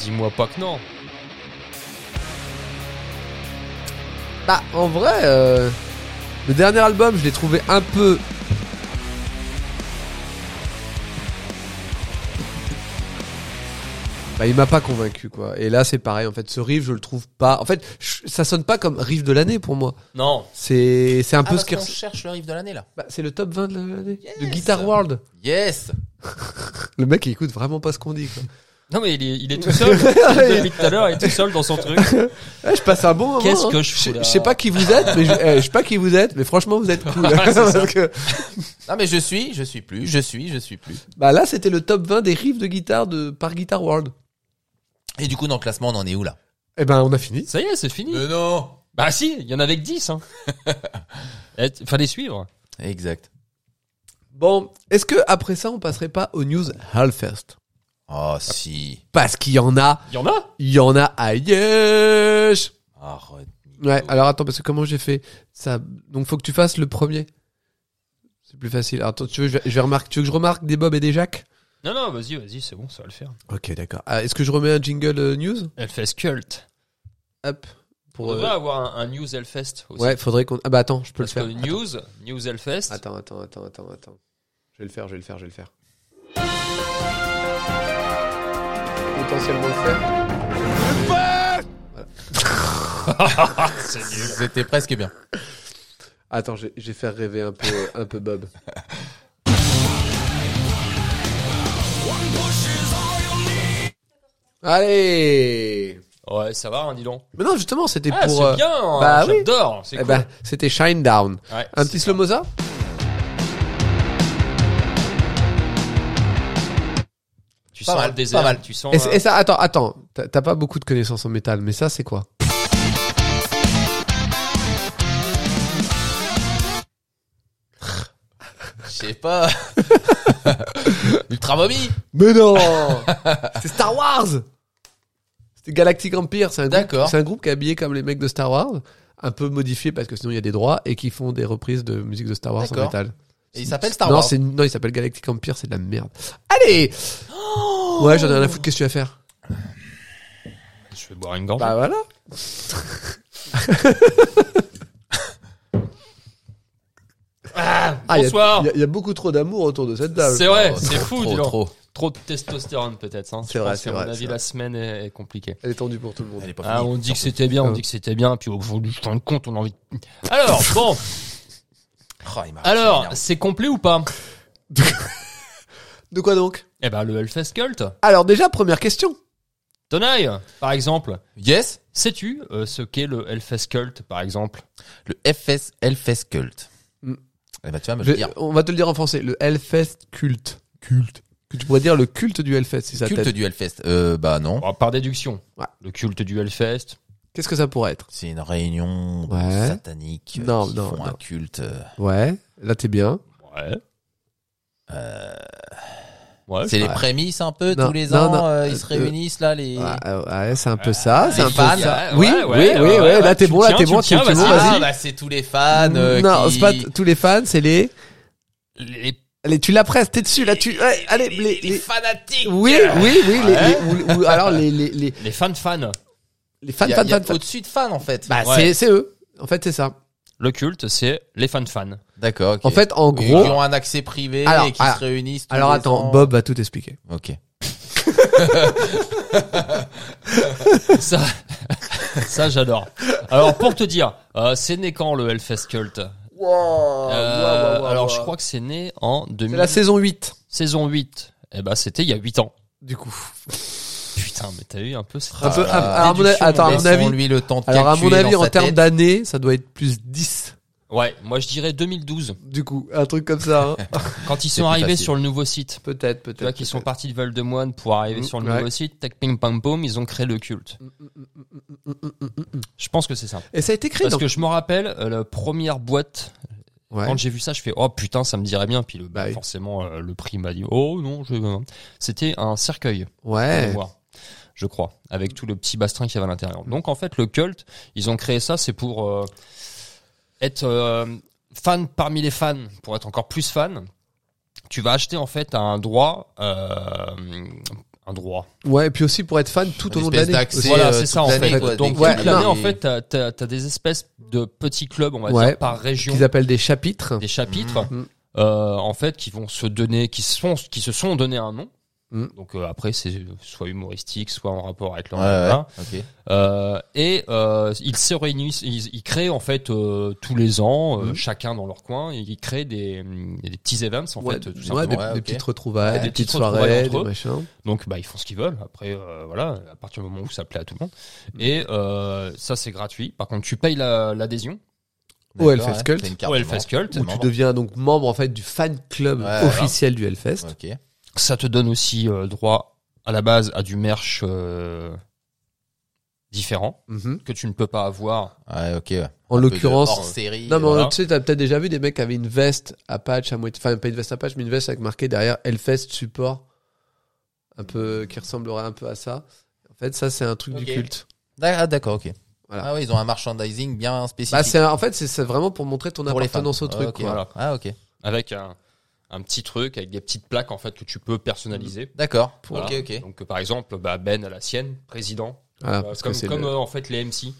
Speaker 3: Dis-moi pas que non.
Speaker 2: Bah, en vrai, euh, le dernier album, je l'ai trouvé un peu. Bah, il m'a pas convaincu, quoi. Et là, c'est pareil. En fait, ce riff, je le trouve pas. En fait, je- ça sonne pas comme riff de l'année pour moi.
Speaker 3: Non.
Speaker 2: C'est,
Speaker 3: Ah,
Speaker 2: c'est un peu ce qui.
Speaker 4: on Ah, cherche le riff de l'année là.
Speaker 2: Bah, c'est le top 20 de l'année.
Speaker 4: Yes.
Speaker 2: De Guitar World.
Speaker 4: Yes.
Speaker 2: Le mec, il écoute vraiment pas ce qu'on dit, quoi.
Speaker 3: Non, mais il est, il est tout seul. Depuis tout à l'heure, il est tout seul dans son truc.
Speaker 2: Eh, je passe un bon moment.
Speaker 3: Qu'est-ce
Speaker 2: hein.
Speaker 3: que je fous
Speaker 2: sais-
Speaker 3: là
Speaker 2: Je sais pas qui vous êtes, mais je, eh, je sais pas qui vous êtes, mais franchement, vous êtes cool. Parce que-
Speaker 4: Non mais je suis, je suis plus, je suis, je suis plus.
Speaker 2: bah là, c'était le top 20 des riffs de guitare de par Guitar World.
Speaker 4: Et du coup dans le classement on en est où là
Speaker 2: Eh ben, on a fini.
Speaker 3: Ça y est, c'est
Speaker 2: Euh,
Speaker 3: fini.
Speaker 4: non.
Speaker 3: Bah si, il y en avait que 10. Hein. Eh, t- Fallait suivre.
Speaker 4: Exact.
Speaker 2: Bon, est-ce que après ça, on passerait pas aux news Hellfest
Speaker 4: Oh si.
Speaker 2: Parce qu'il y en a,
Speaker 3: Il y en a
Speaker 2: il y en a à Liège.
Speaker 4: Arrête.
Speaker 2: Ouais. ah. Alors attends, parce que comment j'ai fait ça Donc faut que tu fasses le premier. C'est plus facile. Alors, Attends, tu veux, je vais, je vais remarquer. Tu veux que je remarque des Bob et des Jacques
Speaker 3: Non, non, vas-y, vas-y, c'est bon, ça va le faire.
Speaker 2: Ok, d'accord. Ah, Est-ce que je remets un jingle euh, news
Speaker 3: Hellfest Cult.
Speaker 2: Hop.
Speaker 3: On
Speaker 2: Pour. euh,
Speaker 3: devrait avoir un, un News Hellfest aussi.
Speaker 2: Ouais, faudrait qu'on. Ah bah attends, je peux
Speaker 3: Parce
Speaker 2: le faire.
Speaker 3: que News, News Hellfest.
Speaker 2: Attends, attends, attends, attends, attends. Je vais le faire, je vais le faire, je vais le faire. Potentiellement le faire.
Speaker 3: C'est nul.
Speaker 4: C'était presque bien.
Speaker 2: Attends, je vais- je vais faire rêver un peu, un peu Bob. Allez
Speaker 3: Ouais, ça va, hein, dis donc.
Speaker 2: Mais non, justement, c'était
Speaker 3: Ah,
Speaker 2: pour...
Speaker 3: c'est
Speaker 2: euh,
Speaker 3: bien, hein,
Speaker 2: bah oui.
Speaker 3: j'adore. C'est
Speaker 2: eh
Speaker 3: cool.
Speaker 2: ben, c'était Shine Down.
Speaker 3: Ouais,
Speaker 2: Un
Speaker 3: c'est
Speaker 2: petit slow-mo ça
Speaker 3: Tu
Speaker 4: Pas
Speaker 3: sens
Speaker 4: mal,
Speaker 3: le désert,
Speaker 4: pas mal.
Speaker 3: tu sens.
Speaker 2: et, c'est-
Speaker 3: euh,
Speaker 2: et ça, attends, attends. T'as t'as pas beaucoup de connaissances en métal, mais ça, c'est quoi
Speaker 4: Je sais pas. Ultra momie.
Speaker 2: Mais non C'est Star Wars C'était Galactic Empire, c'est un, groupe,
Speaker 4: D'accord.
Speaker 2: c'est un groupe qui est habillé comme les mecs de Star Wars, un peu modifié parce que sinon il y a des droits, et qui font des reprises de musique de Star Wars en
Speaker 4: D'accord.
Speaker 2: métal.
Speaker 4: Et il s'appelle Star
Speaker 2: non,
Speaker 4: Wars.
Speaker 2: c'est- Non, il s'appelle Galactic Empire, c'est de la merde. Allez
Speaker 4: Oh
Speaker 2: Ouais, j'en ai rien à foutre, qu'est-ce que tu vas faire
Speaker 3: Je vais boire une gorge.
Speaker 2: Bah voilà Ah, il y a-
Speaker 3: bonsoir.
Speaker 2: Il y a- il y, a beaucoup trop d'amour autour de cette table.
Speaker 3: c'est vrai,
Speaker 4: Oh,
Speaker 3: c'est
Speaker 4: trop,
Speaker 3: fou,
Speaker 4: trop,
Speaker 3: dis donc.
Speaker 4: trop.
Speaker 3: Trop de testostérone peut-être. Hein.
Speaker 2: C'est
Speaker 3: Je
Speaker 2: vrai,
Speaker 3: pense
Speaker 2: c'est
Speaker 3: qu'à
Speaker 2: vrai,
Speaker 3: mon
Speaker 2: c'est
Speaker 3: avis,
Speaker 2: vrai.
Speaker 3: la semaine est, est compliquée.
Speaker 2: Elle est tendue pour tout le monde.
Speaker 4: Elle est pas
Speaker 3: Ah,
Speaker 4: finie.
Speaker 3: on dit que c'était bien,
Speaker 2: Ah.
Speaker 3: on dit que c'était bien, puis au fond du putain de compte, on a envie. de- Alors bon,
Speaker 4: Oh, il m'a- il
Speaker 3: alors
Speaker 4: m'énerve.
Speaker 3: c'est complet ou pas
Speaker 2: De quoi donc
Speaker 3: Eh ben le Hellfest Cult.
Speaker 2: Alors déjà, première question.
Speaker 3: Tonaille, par exemple.
Speaker 4: Yes.
Speaker 3: Sais-tu euh, ce qu'est le Hellfest Cult, par exemple
Speaker 4: Le FS Hellfest Cult.
Speaker 2: Mm.
Speaker 4: Eh ben tu vas me
Speaker 2: Je-
Speaker 4: le dire.
Speaker 2: on va te le euh, dire en français, le Hellfest culte. Culte. Que tu pourrais dire le culte du Hellfest si ça
Speaker 4: Culte
Speaker 2: t'aide.
Speaker 4: du Hellfest. Euh, bah non.
Speaker 3: Bon, Par déduction.
Speaker 2: Ouais.
Speaker 3: Le culte du Hellfest.
Speaker 2: Qu'est-ce que ça pourrait être
Speaker 4: C'est une réunion
Speaker 2: Ouais.
Speaker 4: satanique euh,
Speaker 2: Non,
Speaker 4: qui
Speaker 2: non,
Speaker 4: font un
Speaker 2: non.
Speaker 4: culte. euh,
Speaker 2: Ouais, là t'es bien.
Speaker 3: Ouais. Euh, Ouais.
Speaker 4: C'est les
Speaker 2: Ouais.
Speaker 4: prémices un peu
Speaker 2: Non,
Speaker 4: tous les
Speaker 2: non,
Speaker 4: ans,
Speaker 2: non,
Speaker 4: euh,
Speaker 2: euh,
Speaker 4: ils se réunissent là les. Ah,
Speaker 2: Ouais, Ah, ouais, c'est un peu ça, c'est
Speaker 4: les
Speaker 2: un peu
Speaker 4: fans.
Speaker 2: ça.
Speaker 3: Euh, Ouais,
Speaker 2: oui,
Speaker 3: ouais,
Speaker 2: oui, oui,
Speaker 3: ouais, ouais,
Speaker 2: oui,
Speaker 3: ouais,
Speaker 2: là t'es
Speaker 3: tu
Speaker 2: bon, là
Speaker 3: tiens,
Speaker 2: t'es
Speaker 3: tu
Speaker 2: bon, t'es
Speaker 3: tiens,
Speaker 2: bon,
Speaker 3: vas-y.
Speaker 2: vas-y.
Speaker 4: Ah, bah c'est tous les fans. euh,
Speaker 2: non,
Speaker 4: qui-
Speaker 2: c'est pas t- tous les fans, c'est les.
Speaker 3: Les-
Speaker 2: Allez, tu la presses, t'es dessus, là tu. ouais, allez, les. les-
Speaker 4: fanatiques.
Speaker 2: Oui, oui, oui, les, les- ou, ou alors les les les,
Speaker 3: Les fans-fans.
Speaker 2: les
Speaker 4: Fan,
Speaker 2: fans, fans, fans, fans.
Speaker 4: Au-dessus de fans en fait.
Speaker 2: Bah
Speaker 3: Ouais.
Speaker 2: c'est c'est eux. En fait, c'est ça.
Speaker 3: Le culte, c'est les fans-fans.
Speaker 4: D'accord. ok.
Speaker 2: En fait, en
Speaker 4: Qui
Speaker 2: gros.
Speaker 4: ont un accès privé
Speaker 2: Alors,
Speaker 4: et qui
Speaker 2: alors-
Speaker 4: se réunissent. tous
Speaker 2: Alors
Speaker 4: les
Speaker 2: attends,
Speaker 4: ans.
Speaker 2: Bob va tout expliquer.
Speaker 4: Ok.
Speaker 3: Ça, ça j'adore. Alors, pour te dire, euh, c'est né quand le Hellfest Cult
Speaker 2: Ah,
Speaker 3: Euh, Alors, je crois que c'est né en 2000...
Speaker 2: C'est la saison 8
Speaker 3: saison 8. Eh ben, c'était il y a 8 ans.
Speaker 2: du coup.
Speaker 3: Putain, mais t'as eu un peu...
Speaker 2: Un peu-
Speaker 4: Ah,
Speaker 2: alors, à mon avis-
Speaker 4: déduction,
Speaker 2: attends, à mon
Speaker 4: laissons
Speaker 2: avis-
Speaker 4: lui le temps de
Speaker 2: Alors à mon
Speaker 4: calculer
Speaker 2: avis,
Speaker 4: dans
Speaker 2: en
Speaker 4: sa
Speaker 2: termes
Speaker 4: tête.
Speaker 2: d'années, ça doit être plus 10.
Speaker 3: Ouais, moi je dirais 2012.
Speaker 2: Du coup, un truc comme ça. hein.
Speaker 3: Quand ils
Speaker 4: C'est
Speaker 3: sont
Speaker 4: plus
Speaker 3: arrivés
Speaker 4: facile.
Speaker 3: sur le nouveau site.
Speaker 2: peut-être, peut-être.
Speaker 3: Tu vois, qu'ils sont
Speaker 2: peut-être.
Speaker 3: partis de Val de Moine pour arriver
Speaker 2: Mm,
Speaker 3: sur le
Speaker 2: ouais. Mm,
Speaker 3: nouveau site. Tac, ping, pam, pom, ils ont créé le culte. Je pense que c'est ça.
Speaker 2: Et ça a été créé
Speaker 3: Parce
Speaker 2: dans...
Speaker 3: que je me rappelle, euh, la première boîte,
Speaker 2: Ouais.
Speaker 3: quand j'ai vu ça, je fais Oh putain, ça me dirait bien. Puis le,
Speaker 2: Bah oui.
Speaker 3: forcément, euh, le prix m'a dit Oh non, je... c'était un
Speaker 4: Eh.
Speaker 3: cercueil. de
Speaker 2: Ouais.
Speaker 3: mémoire, je crois, avec tout le petit bastrin qu'il y avait à l'intérieur. Donc en fait, le culte, ils ont créé ça, c'est pour euh, être euh, fan parmi les fans, pour être encore plus fan. Tu vas acheter en fait un droit, euh, un droit.
Speaker 2: Ouais, et puis aussi pour être fan tout au
Speaker 4: Une
Speaker 2: long de
Speaker 4: espèce
Speaker 2: l'année.
Speaker 4: d'accès,
Speaker 2: aussi.
Speaker 4: euh,
Speaker 3: Voilà, c'est ça en
Speaker 4: toute
Speaker 3: fait.
Speaker 4: l'année, quoi,
Speaker 3: Donc
Speaker 4: des-
Speaker 2: Ouais,
Speaker 3: toute l'année,
Speaker 2: non,
Speaker 3: en
Speaker 4: mais-
Speaker 3: fait, t'as t'as- t'as des espèces de petits clubs, on va
Speaker 2: Ouais.
Speaker 3: dire, par région,
Speaker 2: Qu'ils appellent des chapitres.
Speaker 3: des chapitres,
Speaker 4: Mm-hmm.
Speaker 2: Mhm.
Speaker 3: euh, en fait, qui vont se donner, qui se sont, qui se sont donné un nom.
Speaker 2: Mhm.
Speaker 3: Donc euh, après, c'est soit humoristique, soit en rapport avec leur
Speaker 4: Mm. Ouais, ouais,
Speaker 3: mandat.
Speaker 4: ok.
Speaker 3: Euh, et euh, ils se réunissent, ils, ils créent en fait euh, tous les ans, euh,
Speaker 2: Mhm.
Speaker 3: chacun dans leur coin, et ils créent des, des petits events en
Speaker 2: Ouais,
Speaker 3: fait, tout
Speaker 2: ouais,
Speaker 3: simplement.
Speaker 2: des,
Speaker 4: Ouais,
Speaker 2: des
Speaker 4: ok.
Speaker 2: petites retrouvailles,
Speaker 3: Ouais,
Speaker 2: des,
Speaker 3: des
Speaker 2: petites
Speaker 3: petites retrouvailles
Speaker 2: soirées,
Speaker 3: entre
Speaker 2: des
Speaker 3: eux.
Speaker 2: machins.
Speaker 3: Donc bah ils font ce qu'ils veulent. Après euh, voilà, à partir du moment où ça plaît à tout le monde.
Speaker 2: Mhm.
Speaker 3: Et euh, ça c'est gratuit. Par contre tu payes la- l'adhésion
Speaker 2: Au
Speaker 4: D'accord,
Speaker 2: Hellfest
Speaker 4: ouais.
Speaker 2: Cult.
Speaker 4: T'as une carte
Speaker 3: au
Speaker 4: de
Speaker 3: Hellfest Cult.
Speaker 4: T'es
Speaker 2: Où tu
Speaker 4: membre.
Speaker 2: deviens donc membre en fait du fan club
Speaker 4: Ouais,
Speaker 2: officiel du Hellfest.
Speaker 4: membre. Ok.
Speaker 3: Ça te donne aussi euh, droit à la base à du merch euh, différent
Speaker 2: Mhm.
Speaker 3: que tu ne peux pas avoir.
Speaker 4: Ouais, ok. ouais.
Speaker 2: En l'occurrence,
Speaker 4: série.
Speaker 2: Non, mais
Speaker 3: voilà.
Speaker 2: tu sais, t'as peut-être déjà vu des mecs qui avaient une veste à patch, à moitié, enfin, pas une veste à patch, mais une veste avec marqué derrière Hellfest support, un peu, qui ressemblerait un peu à ça. En fait, ça, c'est un truc
Speaker 4: Ok.
Speaker 2: du culte.
Speaker 4: Ah, d'accord, ok.
Speaker 2: Voilà.
Speaker 4: Ah ouais, ils ont un merchandising bien spécifique.
Speaker 2: Bah, c'est, en fait, c'est c'est vraiment pour montrer ton
Speaker 4: pour les fans.
Speaker 2: appartenance au truc,
Speaker 4: Ah, ok.
Speaker 2: quoi.
Speaker 3: voilà.
Speaker 4: Ah, ok.
Speaker 3: Avec un, un petit truc, avec des petites plaques en fait que tu peux personnaliser.
Speaker 4: D'accord.
Speaker 3: Voilà.
Speaker 4: Ok, ok.
Speaker 3: Donc euh, par exemple bah, Ben à la sienne, président.
Speaker 2: Voilà,
Speaker 3: Euh,
Speaker 2: Ah, parce
Speaker 3: comme
Speaker 2: que c'est
Speaker 3: comme,
Speaker 2: le-
Speaker 3: euh, en fait les MC.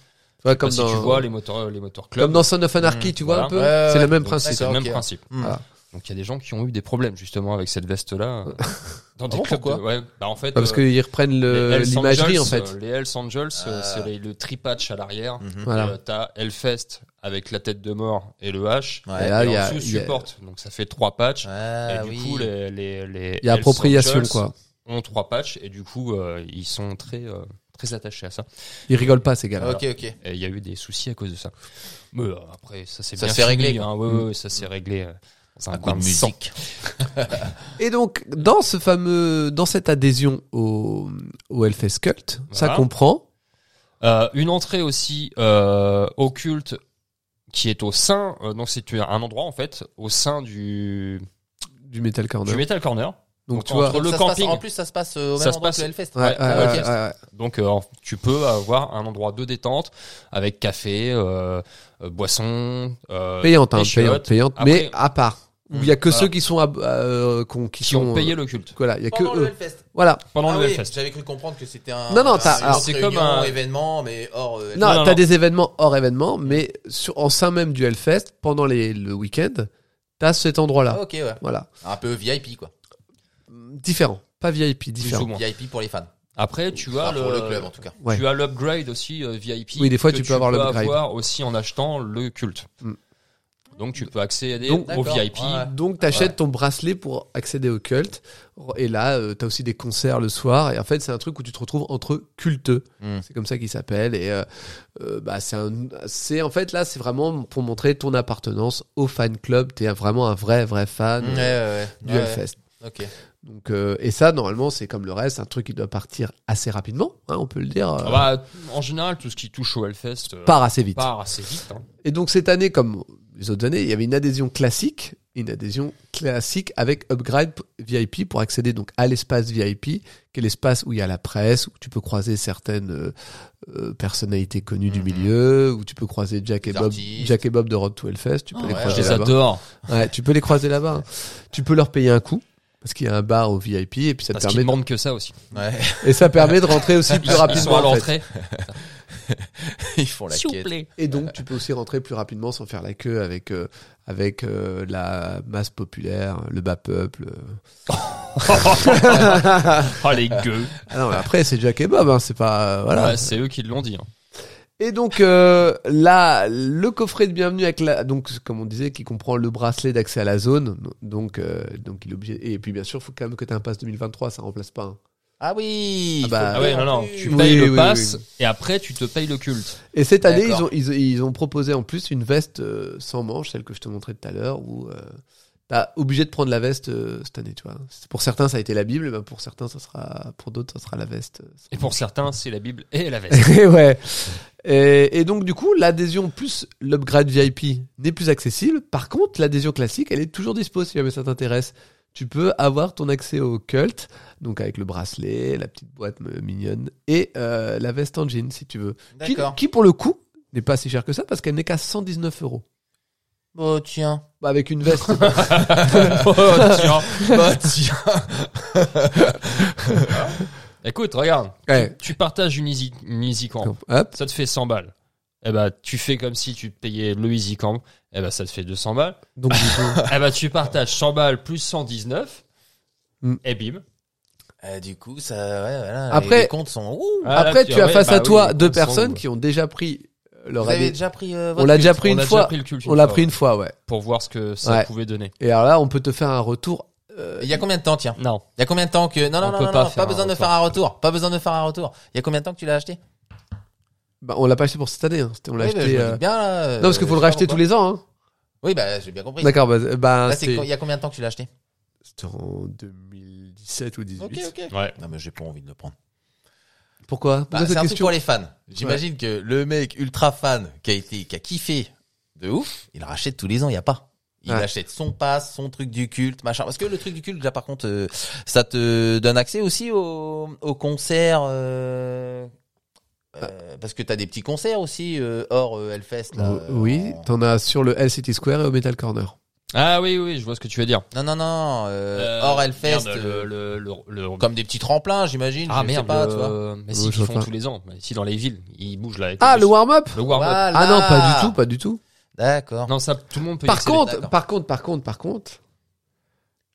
Speaker 2: Ouais, comme
Speaker 3: si
Speaker 2: dans,
Speaker 3: tu vois les moteurs euh, les moteurs clubs.
Speaker 2: comme dans Son of Anarchy,
Speaker 4: Mmh,
Speaker 2: tu vois,
Speaker 3: voilà.
Speaker 2: un peu.
Speaker 4: Ouais,
Speaker 2: c'est le
Speaker 4: ouais.
Speaker 2: même
Speaker 4: Donc,
Speaker 2: principe.
Speaker 3: C'est le
Speaker 4: D'accord,
Speaker 3: même
Speaker 4: ok.
Speaker 3: principe. Ah.
Speaker 4: Hmm.
Speaker 2: Voilà.
Speaker 3: Donc il y a des gens qui ont eu des problèmes justement avec cette veste-là. euh, Dans des
Speaker 4: bon,
Speaker 3: clubs de-
Speaker 4: pourquoi
Speaker 3: ouais, bah, en fait,
Speaker 2: Ouais, ah parce
Speaker 3: euh,
Speaker 2: qu'ils reprennent le-
Speaker 3: les Hells
Speaker 2: l'imagerie, en
Speaker 3: Angels,
Speaker 2: fait. Hmm.
Speaker 3: euh, Les Hells Angels, euh,
Speaker 4: Ah.
Speaker 3: c'est les- le tripatch à l'arrière.
Speaker 4: Mhm.
Speaker 2: Voilà.
Speaker 3: Et, euh, T'as Hellfest avec la tête de mort et le H.
Speaker 4: Ouais.
Speaker 2: Et là,
Speaker 3: et
Speaker 2: Ah, il y a,
Speaker 3: en dessous,
Speaker 2: il y a-
Speaker 3: support. Donc ça fait trois patchs.
Speaker 4: Ah,
Speaker 3: et du
Speaker 4: oui.
Speaker 3: coup, les, les, les
Speaker 2: il y a
Speaker 3: Hells
Speaker 2: appropriation,
Speaker 3: Angels
Speaker 2: quoi.
Speaker 3: ont trois patchs. Et du coup, euh, ils sont très, euh, très attachés à ça.
Speaker 2: Ils rigolent pas, ces gars-là.
Speaker 4: Ok, ok.
Speaker 3: Et il y a eu des soucis à cause de ça. Mais euh, après, ça s'est
Speaker 4: Ça
Speaker 3: bien
Speaker 4: s'est
Speaker 3: fini,
Speaker 4: réglé, quoi.
Speaker 3: hein. Ouais, ouais, ouais, ça s'est réglé. euh, dans
Speaker 4: Un coup de
Speaker 3: bain sang.
Speaker 4: musique.
Speaker 2: Et donc, dans ce fameux, dans cette adhésion au, au Hellfest Cult, ça
Speaker 3: Voilà.
Speaker 2: comprend
Speaker 3: Euh, une entrée aussi euh, occulte qui est au sein, euh, donc c'est un endroit en fait au sein du,
Speaker 2: du Metal Corner.
Speaker 3: du Metal Corner.
Speaker 2: Donc,
Speaker 3: Donc,
Speaker 2: tu vois,
Speaker 3: entre- le
Speaker 4: Ça se passe-
Speaker 3: camping.
Speaker 4: En plus, ça se passe euh, au
Speaker 3: Ça
Speaker 4: même
Speaker 3: se
Speaker 4: endroit
Speaker 3: passe-
Speaker 4: que le Hellfest.
Speaker 2: ouais, ouais,
Speaker 4: Ah, ok.
Speaker 2: ouais, ouais,
Speaker 3: Donc euh, tu peux avoir un endroit de détente avec café, euh, euh, boisson, euh,
Speaker 2: ouais. payante, hein,
Speaker 3: des chiottes,
Speaker 2: payante, payante,
Speaker 3: Après-
Speaker 2: mais à part. Où il y a que
Speaker 3: Voilà.
Speaker 2: ceux qui sont, ab- euh, qu'on- qui,
Speaker 3: qui
Speaker 2: sont,
Speaker 3: ont payé
Speaker 2: euh,
Speaker 3: le culte
Speaker 2: Voilà, il y a que euh,
Speaker 4: Pendant le
Speaker 2: eux.
Speaker 4: Hellfest.
Speaker 2: Voilà.
Speaker 3: pendant
Speaker 4: Ah
Speaker 3: le
Speaker 4: oui,
Speaker 3: Hellfest.
Speaker 4: J'avais cru comprendre que c'était un.
Speaker 2: Non, non,
Speaker 4: un-
Speaker 2: t'as-
Speaker 4: une
Speaker 2: alors-
Speaker 4: autre
Speaker 3: C'est comme
Speaker 4: réunion,
Speaker 3: un-
Speaker 4: événement, mais hors. euh,
Speaker 2: Non,
Speaker 3: non,
Speaker 2: t'as
Speaker 3: non.
Speaker 2: des événements hors événement, mais sur, en sein même du Hellfest, pendant les, le week-end, t'as cet endroit-là.
Speaker 3: Oh.
Speaker 4: Ah, ok, ouais.
Speaker 2: Voilà.
Speaker 4: Un peu VIP, quoi.
Speaker 2: Différent. Pas VIP,
Speaker 3: Plus ou
Speaker 2: différent.
Speaker 3: moins.
Speaker 4: VIP pour les fans.
Speaker 3: Après tu as
Speaker 4: Enfin,
Speaker 3: le,
Speaker 4: Pour le club, en tout cas.
Speaker 2: Ouais.
Speaker 3: tu as l'upgrade aussi euh, VIP.
Speaker 2: Oui, des fois,
Speaker 3: que
Speaker 2: tu peux avoir l'upgrade.
Speaker 3: avoir aussi en achetant le culte.
Speaker 2: Mm.
Speaker 3: Donc tu peux accéder
Speaker 2: Donc,
Speaker 3: au
Speaker 4: d'accord,
Speaker 3: VIP.
Speaker 4: ouais.
Speaker 2: Donc, t'achètes ton bracelet pour accéder au culte. Et là, euh, t'as aussi des concerts le soir. Et en fait, c'est un truc où tu te retrouves entre culteux.
Speaker 4: Mm.
Speaker 2: C'est comme ça qu'il s'appelle. Et euh, euh, bah, c'est un- c'est en fait là, c'est vraiment pour montrer ton appartenance au fan club. T'es un- vraiment un vrai, vrai fan
Speaker 3: Mm.
Speaker 4: Ouais,
Speaker 2: euh,
Speaker 4: ouais,
Speaker 2: du
Speaker 4: ouais.
Speaker 2: Hellfest.
Speaker 4: Ok.
Speaker 2: Donc, euh, et ça, normalement, c'est comme le reste, un truc qui doit partir assez rapidement. hein, on peut le dire. euh,
Speaker 3: Ah bah, en général, tout ce qui touche au Hellfest euh,
Speaker 2: part assez vite.
Speaker 3: part assez vite. hein.
Speaker 2: Et donc cette année, comme les autres années, il y avait une adhésion classique, une adhésion classique avec upgrade p- VIP pour accéder donc à l'espace VIP, qui est l'espace où il y a la presse, où tu peux croiser certaines euh, euh, personnalités connues du
Speaker 4: Mhm.
Speaker 2: milieu, où tu peux croiser Jack et
Speaker 4: Les
Speaker 2: Bob,
Speaker 4: artistes.
Speaker 2: Jack et Bob de Road to Hellfest, tu peux les
Speaker 4: ouais,
Speaker 3: Je
Speaker 2: croiser
Speaker 3: Ah les
Speaker 2: Euh, là-bas.
Speaker 3: adore
Speaker 2: Ouais, tu peux les croiser là-bas. Tu peux leur payer un coup. Parce qu'il y a un bar au VIP et puis ça te
Speaker 3: parce qu'ils
Speaker 2: permet
Speaker 3: demandent que ça aussi.
Speaker 4: Ouais.
Speaker 2: et ça permet de rentrer aussi plus
Speaker 3: Ils- Ils sont
Speaker 2: rapidement
Speaker 3: à
Speaker 2: en fait.
Speaker 3: l'entrée.
Speaker 4: Ils font la quête.
Speaker 2: et donc tu peux aussi rentrer plus rapidement sans faire la queue avec euh, avec euh, la masse populaire, le bas peuple, euh,
Speaker 3: Ah les gueux.
Speaker 2: Ah non, mais après, c'est Jack et Bob, hein, c'est pas. euh, voilà.
Speaker 3: Ouais, c'est eux qui l'ont dit. hein.
Speaker 2: Et donc, euh, là, le coffret de bienvenue avec la. Donc, comme on disait, qui comprend le bracelet d'accès à la zone. Donc, euh, donc il est obligé. Et puis, bien sûr, faut quand même que tu un pass 2023, ça remplace pas. hein.
Speaker 4: Ah oui.
Speaker 2: Ah
Speaker 4: il
Speaker 2: bah,
Speaker 4: faut
Speaker 3: Ah ouais,
Speaker 4: payer
Speaker 3: non,
Speaker 4: en
Speaker 3: non.
Speaker 4: plus.
Speaker 3: Tu
Speaker 2: Oui,
Speaker 3: payes
Speaker 2: oui,
Speaker 3: le
Speaker 2: oui,
Speaker 3: pass
Speaker 2: oui.
Speaker 3: et après tu te payes le culte.
Speaker 2: Et cette année, ils ont,
Speaker 4: D'accord.
Speaker 2: ils, ils ont proposé en plus une veste euh, sans manches, celle que je te montrais tout à l'heure, où. Euh, T'as obligé de prendre la veste euh, cette année, tu vois. C'est- Pour certains, ça a été la Bible, ben pour certains, ça sera, pour d'autres, ça sera la veste. euh, sans
Speaker 3: Et pour certains, c'est la Bible et la veste.
Speaker 2: Et ouais. Et, et donc du coup, l'adhésion plus l'upgrade VIP n'est plus accessible. Par contre, l'adhésion classique, elle est toujours dispo si jamais ça t'intéresse. Tu peux avoir ton accès au culte, donc avec le bracelet, la petite boîte me- mignonne et euh, la veste en jean si tu veux. Qui,
Speaker 4: D'accord.
Speaker 2: qui, pour le coup n'est pas si chère que ça parce qu'elle n'est qu'à 119 euros.
Speaker 4: Oh tiens.
Speaker 2: Bah, avec une veste.
Speaker 3: Oh, tiens.
Speaker 4: Bah tiens.
Speaker 3: Écoute, regarde,
Speaker 2: Ouais.
Speaker 3: tu partages une Easy, une Easy Camp,
Speaker 2: Hop.
Speaker 3: ça te fait 100 balles. Eh ben, tu fais comme si tu te payais le Easy Camp, eh ben, ça te fait 200 balles.
Speaker 2: Donc, du coup,
Speaker 3: eh ben, tu partages 100 balles plus 119,
Speaker 2: Mm.
Speaker 3: et bim.
Speaker 4: Euh, du coup, ça, ouais, voilà,
Speaker 2: Après-
Speaker 4: les, les comptes sont. Ouh,
Speaker 3: Ah, là,
Speaker 2: après, tu as
Speaker 3: ouais,
Speaker 2: face
Speaker 3: bah
Speaker 2: à toi
Speaker 3: oui,
Speaker 2: deux
Speaker 3: on sent,
Speaker 2: personnes
Speaker 3: ouais.
Speaker 2: qui ont déjà pris leur
Speaker 4: vous avez
Speaker 2: avis.
Speaker 4: déjà pris. euh,
Speaker 2: On
Speaker 4: votre
Speaker 2: l'a
Speaker 4: culte
Speaker 2: déjà pris
Speaker 3: On
Speaker 2: une
Speaker 3: a déjà
Speaker 2: fois.
Speaker 3: pris le culte
Speaker 2: On
Speaker 3: une
Speaker 2: l'a
Speaker 3: fois,
Speaker 2: pris une fois, ouais.
Speaker 3: Pour voir ce que ça
Speaker 2: Ouais.
Speaker 3: pouvait donner.
Speaker 2: Et alors là, on peut te faire un retour. euh,
Speaker 4: Il y a combien de temps, tiens
Speaker 3: Non.
Speaker 4: Il y a combien de temps que. Non,
Speaker 3: On
Speaker 4: non, non,
Speaker 3: peut
Speaker 4: non,
Speaker 3: pas
Speaker 4: non,
Speaker 3: faire
Speaker 4: pas
Speaker 3: un
Speaker 4: besoin de
Speaker 3: retour.
Speaker 4: faire un retour. Pas besoin de faire un retour. Il y a combien de temps que tu l'as acheté
Speaker 2: bah, on l'a pas acheté pour cette année. hein. C'était- On l'a
Speaker 4: Oui, bah, je
Speaker 2: acheté.
Speaker 4: me
Speaker 2: euh,
Speaker 4: dis bien, là, euh,
Speaker 2: Non, parce qu'il
Speaker 4: je
Speaker 2: faut le
Speaker 4: sais pas
Speaker 2: racheter tous
Speaker 4: pourquoi.
Speaker 2: les ans. Hein.
Speaker 4: Oui, bah, j'ai bien compris.
Speaker 2: D'accord. Bah, bah,
Speaker 4: Là,
Speaker 3: Ah,
Speaker 4: c'est
Speaker 2: c'était
Speaker 4: quand- Il y a combien de temps que tu l'as acheté
Speaker 2: c'était en 2017 ou 2018.
Speaker 4: ok.
Speaker 3: Ouais.
Speaker 4: Non, mais j'ai pas envie de le prendre.
Speaker 2: Pourquoi
Speaker 4: Bah,
Speaker 2: Pourquoi
Speaker 4: c'est
Speaker 2: cette
Speaker 4: un truc
Speaker 2: question
Speaker 4: pour les fans. J'imagine que le mec ultra fan qui a été, qui a kiffé de ouf, il rachète tous les ans, il y a pas. Il
Speaker 2: Ouais.
Speaker 4: achète son pass, son truc du culte, machin. Parce que le truc du culte, là, par contre, euh, ça te donne accès aussi au, au concert. euh, euh, parce que t'as des petits concerts aussi euh, hors euh, Hellfest. Là,
Speaker 2: Euh, Oui,
Speaker 4: en-
Speaker 2: t'en as sur le L City Square et au Metal Corner.
Speaker 3: Ah oui, oui, je vois ce que tu veux dire.
Speaker 4: Non, non, non. euh,
Speaker 3: Euh,
Speaker 4: hors Hellfest.
Speaker 3: merde,
Speaker 4: euh,
Speaker 3: le, le, le, le-
Speaker 4: Comme des petits tremplins, j'imagine.
Speaker 3: Ah
Speaker 4: je
Speaker 3: merde,
Speaker 4: sais pas,
Speaker 3: le-
Speaker 4: tu vois.
Speaker 3: Mais
Speaker 2: Ouais,
Speaker 3: si,
Speaker 2: je
Speaker 3: qu'ils
Speaker 2: vois
Speaker 3: font
Speaker 2: pas.
Speaker 3: tous les ans. Mais si, dans les villes, ils bougent là.
Speaker 2: Ah, le warm-up
Speaker 3: Le warm-up.
Speaker 4: Voilà.
Speaker 2: Ah non, pas du tout, pas du tout.
Speaker 4: D'accord.
Speaker 3: Non, ça, tout le monde peut y
Speaker 2: Par
Speaker 3: accéder.
Speaker 2: contre,
Speaker 4: d'accord.
Speaker 2: par contre, par contre, par contre,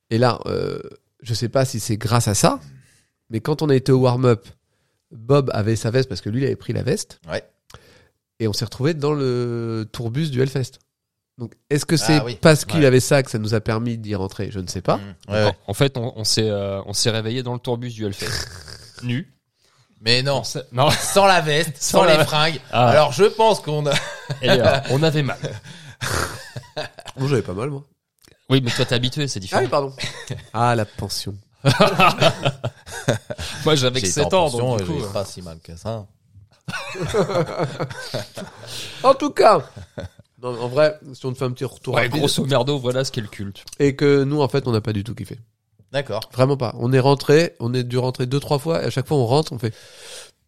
Speaker 2: et là, euh, je sais pas si c'est grâce à ça, mais quand on a été au warm-up, Bob avait sa veste parce que lui, il avait pris la veste.
Speaker 4: Ouais.
Speaker 2: Et on s'est retrouvé dans le tourbus du Hellfest. Donc, est-ce que c'est
Speaker 4: oui.
Speaker 2: parce qu'il
Speaker 3: Ouais.
Speaker 2: avait ça que ça nous a permis d'y rentrer Je ne sais pas.
Speaker 4: Mmh. Ouais, ouais.
Speaker 3: En- En fait, on, on s'est euh, on s'est réveillé dans le tourbus du Hellfest. nu.
Speaker 4: Mais non,
Speaker 3: On s'est- non.
Speaker 4: sans la veste, sans,
Speaker 3: Sans la-
Speaker 4: les fringues.
Speaker 3: Ah.
Speaker 4: Alors je pense qu'on a.
Speaker 3: Et, euh, on avait mal.
Speaker 2: Moi, j'avais pas mal, moi.
Speaker 3: Oui, mais toi t'es habitué, c'est
Speaker 2: Ah
Speaker 3: différent.
Speaker 2: oui, pardon. ah, la pension.
Speaker 3: Moi j'avais que
Speaker 4: J'ai
Speaker 3: 7
Speaker 4: été en
Speaker 3: ans,
Speaker 4: pension,
Speaker 3: donc du
Speaker 4: euh,
Speaker 3: coup,
Speaker 4: j'ai
Speaker 3: euh,
Speaker 2: hein.
Speaker 4: pas si mal que ça.
Speaker 2: En tout cas, non, mais en vrai, si on te fait un petit retour
Speaker 3: ouais,
Speaker 2: rapide,
Speaker 3: grosso merdo, voilà ce qu'est le culte.
Speaker 2: et que nous, en fait, on n'a pas du tout kiffé.
Speaker 4: D'accord.
Speaker 2: Vraiment pas. On est rentré, on est dû rentrer deux, trois fois, et à chaque fois, on rentre, on fait.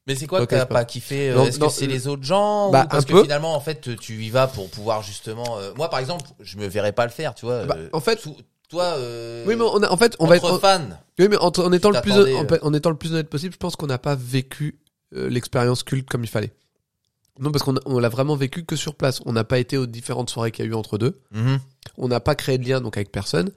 Speaker 4: Mais c'est quoi
Speaker 2: Ok,
Speaker 4: que t'as
Speaker 2: c'est pas-
Speaker 4: pas kiffé euh,
Speaker 2: Non,
Speaker 4: Est-ce
Speaker 2: non,
Speaker 4: que c'est
Speaker 2: euh,
Speaker 4: les autres gens
Speaker 2: bah,
Speaker 4: ou Parce
Speaker 2: un
Speaker 4: que
Speaker 2: peu.
Speaker 4: finalement, en fait, tu y vas pour pouvoir justement. euh, Moi, par exemple, je me verrais pas le faire, tu vois.
Speaker 2: Bah,
Speaker 4: euh,
Speaker 2: en fait-
Speaker 4: sous- toi, euh,
Speaker 2: Oui, mais on a- en fait, on va
Speaker 4: entre
Speaker 2: être. on-
Speaker 4: fan.
Speaker 2: Oui, mais entre- en, étant le plus,
Speaker 4: t'attendais,
Speaker 2: en,
Speaker 4: euh.
Speaker 2: en étant le plus honnête possible, je pense qu'on n'a pas vécu euh, l'expérience culte comme il fallait. Non, parce qu'on a- on l'a vraiment vécu que sur place. On n'a pas été aux différentes soirées qu'il y a eu entre deux. On n'a pas créé de lien donc avec personne.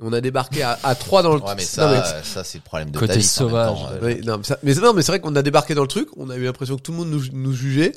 Speaker 2: Et on a débarqué à, à trois dans le.
Speaker 4: Ouais, mais
Speaker 2: Non,
Speaker 4: ça,
Speaker 2: mais-
Speaker 4: euh, ça, c'est le problème de
Speaker 3: Côté
Speaker 4: ta vie, ça, en même temps,
Speaker 3: sauvage.
Speaker 4: euh,
Speaker 2: Oui, non, mais, ça- mais non, mais c'est vrai qu'on a débarqué dans le truc. On a eu l'impression que tout le monde nous, nous jugeait.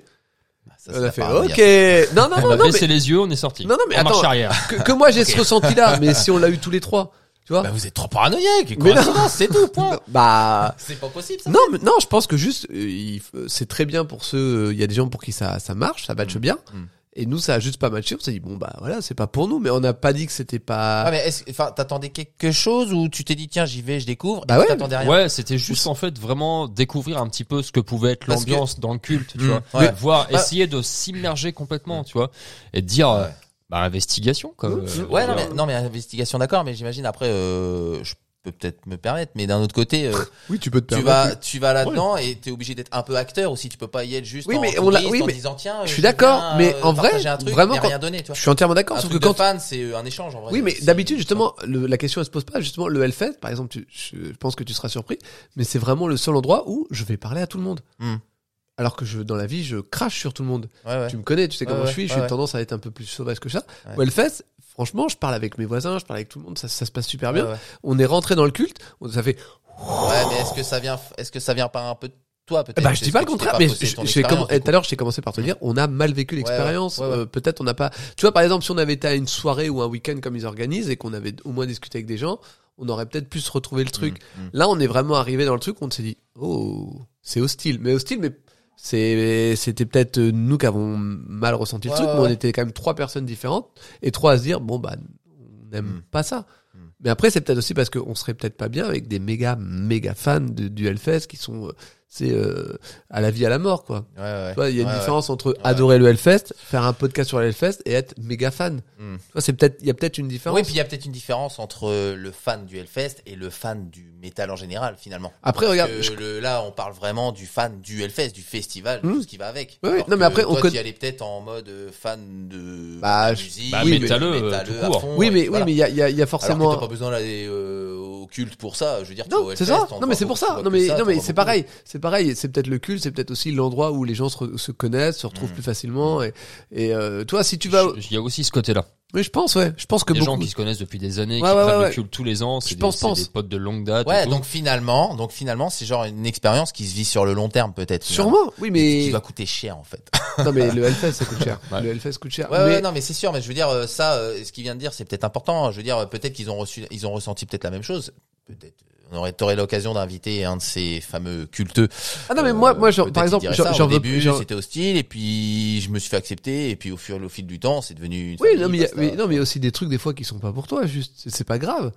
Speaker 4: ça, c'est
Speaker 2: on a
Speaker 4: la
Speaker 2: fait
Speaker 4: paranoïa.
Speaker 2: OK. Non, Ah, non,
Speaker 3: On
Speaker 2: non,
Speaker 3: a
Speaker 2: non.
Speaker 3: baissé
Speaker 2: Mais
Speaker 3: les yeux, on est sorti.
Speaker 2: Non, non, mais
Speaker 3: en marche
Speaker 2: attends.
Speaker 3: arrière.
Speaker 2: que, que moi j'ai ce ressenti-là. Mais si on l'a eu tous les trois, tu vois.
Speaker 4: Bah, vous êtes trop paranoïaque.
Speaker 2: Mais non.
Speaker 4: coïncidence, c'est tout, point.
Speaker 2: bah
Speaker 4: C'est pas possible, ça.
Speaker 2: Non, mais, non, je pense que juste, euh, il f- euh, c'est très bien pour ceux. euh, Il y a des gens pour qui ça, ça marche, ça matche bien.
Speaker 4: Mm.
Speaker 2: Et nous, ça a juste pas matché. On s'est dit, bon, bah voilà, c'est pas pour nous, mais on n'a pas dit que c'était pas.
Speaker 4: Ah, mais est-ce, enfin, t'attendais quelque chose ou tu t'es dit, tiens, j'y vais, je découvre. et
Speaker 2: Bah
Speaker 4: tu
Speaker 2: ouais,
Speaker 4: t'attendais à rien.
Speaker 3: Ouais, c'était juste en fait vraiment découvrir un petit peu ce que pouvait être
Speaker 4: Parce que-
Speaker 3: l'ambiance dans le culte, tu
Speaker 4: Mmh,
Speaker 3: vois.
Speaker 4: ouais.
Speaker 3: Voir,
Speaker 4: Bah-
Speaker 3: essayer de s'immerger complètement, tu vois, et de dire, euh,
Speaker 4: Ouais.
Speaker 3: bah investigation, comme. euh,
Speaker 4: Ouais, non
Speaker 3: euh,
Speaker 4: mais, non, mais investigation, d'accord, mais j'imagine après, euh, je peux peut-être me permettre, mais d'un autre côté, euh,
Speaker 2: oui, tu peux te
Speaker 4: tu
Speaker 2: permettre.
Speaker 4: vas, tu vas là-dedans et t'es obligé d'être un peu acteur aussi, tu peux pas y être juste
Speaker 2: Oui,
Speaker 4: en,
Speaker 2: mais
Speaker 4: touriste,
Speaker 2: on l'a- oui,
Speaker 4: en
Speaker 2: mais-
Speaker 4: disant tiens, euh,
Speaker 2: je suis d'accord,
Speaker 4: viens,
Speaker 2: mais
Speaker 4: euh,
Speaker 2: en vrai,
Speaker 4: partager un truc,
Speaker 2: vraiment,
Speaker 4: mais
Speaker 2: quand-
Speaker 4: rien donné, Ah, tu vois.
Speaker 2: Je suis entièrement d'accord,
Speaker 4: Un
Speaker 2: sauf que
Speaker 4: truc
Speaker 2: quand.
Speaker 4: de fan, c'est euh, un échange en vrai.
Speaker 2: Oui, mais
Speaker 4: C'est-
Speaker 2: d'habitude, justement, le- la question, elle se pose pas. Justement, le Hellfest, par exemple, tu- je pense que tu seras surpris, mais c'est vraiment le seul endroit où je vais parler à tout le monde.
Speaker 4: Mm.
Speaker 2: Alors que je, dans la vie, je crache sur tout le monde.
Speaker 4: Ouais, ouais.
Speaker 2: Tu me connais, tu sais
Speaker 4: Ouais,
Speaker 2: comment
Speaker 4: ouais,
Speaker 2: je suis,
Speaker 4: ouais,
Speaker 2: j'ai une
Speaker 4: ouais.
Speaker 2: tendance à être un peu plus sauvage que ça.
Speaker 4: Ouais.
Speaker 2: Au Hellfest, franchement, je parle avec mes voisins, je parle avec tout le monde, ça, ça se passe super bien.
Speaker 4: Ouais, ouais.
Speaker 2: On est rentré dans le culte, on- ça fait.
Speaker 4: Ouais, mais est-ce que ça vient, est-ce que ça vient par un peu de toi, peut-être?
Speaker 2: Eh ben, je dis
Speaker 4: Est-ce
Speaker 2: pas le
Speaker 4: que tu t'es
Speaker 2: contraire, mais
Speaker 4: posé
Speaker 2: je-
Speaker 4: ton
Speaker 2: je fais comme-
Speaker 4: expérience,
Speaker 2: eh,
Speaker 4: du
Speaker 2: tout à l'heure, j'ai commencé par te dire, on a mal vécu l'expérience.
Speaker 4: ouais, ouais, ouais.
Speaker 2: euh, Peut-être on n'a pas. Tu vois, par exemple, si on avait été à une soirée ou un week-end comme ils organisent et qu'on avait au moins discuté avec des gens, on aurait peut-être pu se retrouver le
Speaker 4: coup.
Speaker 2: truc.
Speaker 4: Mm, mm.
Speaker 2: Là, on est vraiment arrivé dans le truc, on s'est dit, oh, c'est hostile. Mais hostile, mais c'est- c'était peut-être nous qui avons mal ressenti le
Speaker 4: Ouais,
Speaker 2: truc,
Speaker 4: ouais,
Speaker 2: mais on
Speaker 4: ouais.
Speaker 2: était quand même trois personnes différentes et trois à se dire, bon, bah, on n'aime
Speaker 4: Mm.
Speaker 2: pas ça.
Speaker 4: Mm.
Speaker 2: Mais après, c'est peut-être aussi parce qu'on serait peut-être pas bien avec des méga, méga fans de, du Hellfest qui sont euh, c'est euh, à la vie, à la mort, quoi.
Speaker 4: Ouais, ouais.
Speaker 2: Tu vois, il y a une
Speaker 4: Ouais, ouais.
Speaker 2: différence entre adorer le Hellfest, faire un podcast sur le Hellfest et être méga fan.
Speaker 4: Hmm.
Speaker 2: Tu vois, c'est peut-être, il y a peut-être une différence.
Speaker 4: Oui, puis il y a peut-être une différence entre euh, le fan du Hellfest et le fan du métal en général, finalement.
Speaker 2: Après, regarde,
Speaker 4: Que
Speaker 2: je-
Speaker 4: le- là, on parle vraiment du fan du Hellfest, du festival, de
Speaker 2: Hmm.
Speaker 4: tout ce qui va avec.
Speaker 2: Ouais, ouais.
Speaker 4: Alors
Speaker 2: Non, mais
Speaker 4: que
Speaker 2: après, on
Speaker 4: toi,
Speaker 2: conna-
Speaker 4: t'y allais peut-être en mode euh, fan de
Speaker 2: Bah,
Speaker 4: de
Speaker 2: je-
Speaker 4: musique,
Speaker 3: Bah,
Speaker 4: de
Speaker 3: métalleux, euh, tout
Speaker 4: à
Speaker 3: court.
Speaker 4: fond,
Speaker 2: oui,
Speaker 4: et
Speaker 2: mais, oui,
Speaker 4: voilà.
Speaker 2: mais il y a, il y a- il y a
Speaker 4: Alors
Speaker 2: forcément.
Speaker 4: que t'as pas besoin d'aller euh, au culte pour ça. Je veux dire, tu vas
Speaker 2: Non,
Speaker 4: au
Speaker 2: c'est
Speaker 4: Hellfest,
Speaker 2: ça.
Speaker 4: on
Speaker 2: Non,
Speaker 4: voit
Speaker 2: mais c'est pour
Speaker 4: beaucoup-
Speaker 2: ça. Non,
Speaker 4: on voit que
Speaker 2: mais,
Speaker 4: ça,
Speaker 2: non,
Speaker 4: t'en
Speaker 2: mais
Speaker 4: vois
Speaker 2: c'est
Speaker 4: beaucoup.
Speaker 2: pareil. C'est pareil. C'est peut-être le culte, c'est peut-être aussi l'endroit où les gens se, re- se connaissent, se retrouvent
Speaker 4: Mm.
Speaker 2: plus facilement. Et, et euh, toi, si tu vas,
Speaker 3: Je- Il y a aussi ce côté-là.
Speaker 2: mais je pense, ouais, je pense que
Speaker 3: Des gens
Speaker 2: beaucoup.
Speaker 3: qui se connaissent depuis des années,
Speaker 2: Ouais,
Speaker 3: qui
Speaker 2: ouais,
Speaker 3: prennent
Speaker 2: ouais,
Speaker 3: le
Speaker 2: ouais.
Speaker 3: culte tous les ans. C'est
Speaker 2: Je
Speaker 3: des,
Speaker 2: pense,
Speaker 3: c'est
Speaker 2: pense.
Speaker 3: des potes de longue date. et
Speaker 4: Ouais,
Speaker 3: tout.
Speaker 4: donc finalement, donc finalement, c'est genre une expérience qui se vit sur le long terme, peut-être. finalement.
Speaker 2: Sûrement, oui,
Speaker 4: Qui
Speaker 2: mais
Speaker 4: va coûter cher, en fait.
Speaker 2: non, mais le Hellfest ça coûte cher.
Speaker 3: Ouais.
Speaker 2: Le Hellfest coûte cher.
Speaker 4: Ouais,
Speaker 2: mais
Speaker 4: ouais, non, mais c'est sûr. Mais je veux dire, euh, ça, euh, ce qu'il vient de dire, c'est peut-être important. Je veux dire, euh, peut-être qu'ils ont reçu, ils ont ressenti peut-être la même chose. Peut-être. euh, On aurait, t'aurais l'occasion d'inviter un de ces fameux culteux.
Speaker 2: ah non, mais moi,
Speaker 4: Euh,
Speaker 2: moi, genre,
Speaker 4: peut-être
Speaker 2: par
Speaker 4: il
Speaker 2: exemple,
Speaker 4: dirait
Speaker 2: j'en
Speaker 4: ça,
Speaker 2: j'en
Speaker 4: au
Speaker 2: veux,
Speaker 4: début,
Speaker 2: j'en-
Speaker 4: c'était hostile, et puis je me suis fait accepter, et puis au fur et au fil du temps, c'est devenu.
Speaker 2: Oui,
Speaker 4: une famille,
Speaker 2: non, mais il y a-
Speaker 4: parce que-
Speaker 2: mais non, mais il y a aussi des trucs des fois qui sont pas pour toi. Juste, c'est- c'est pas grave.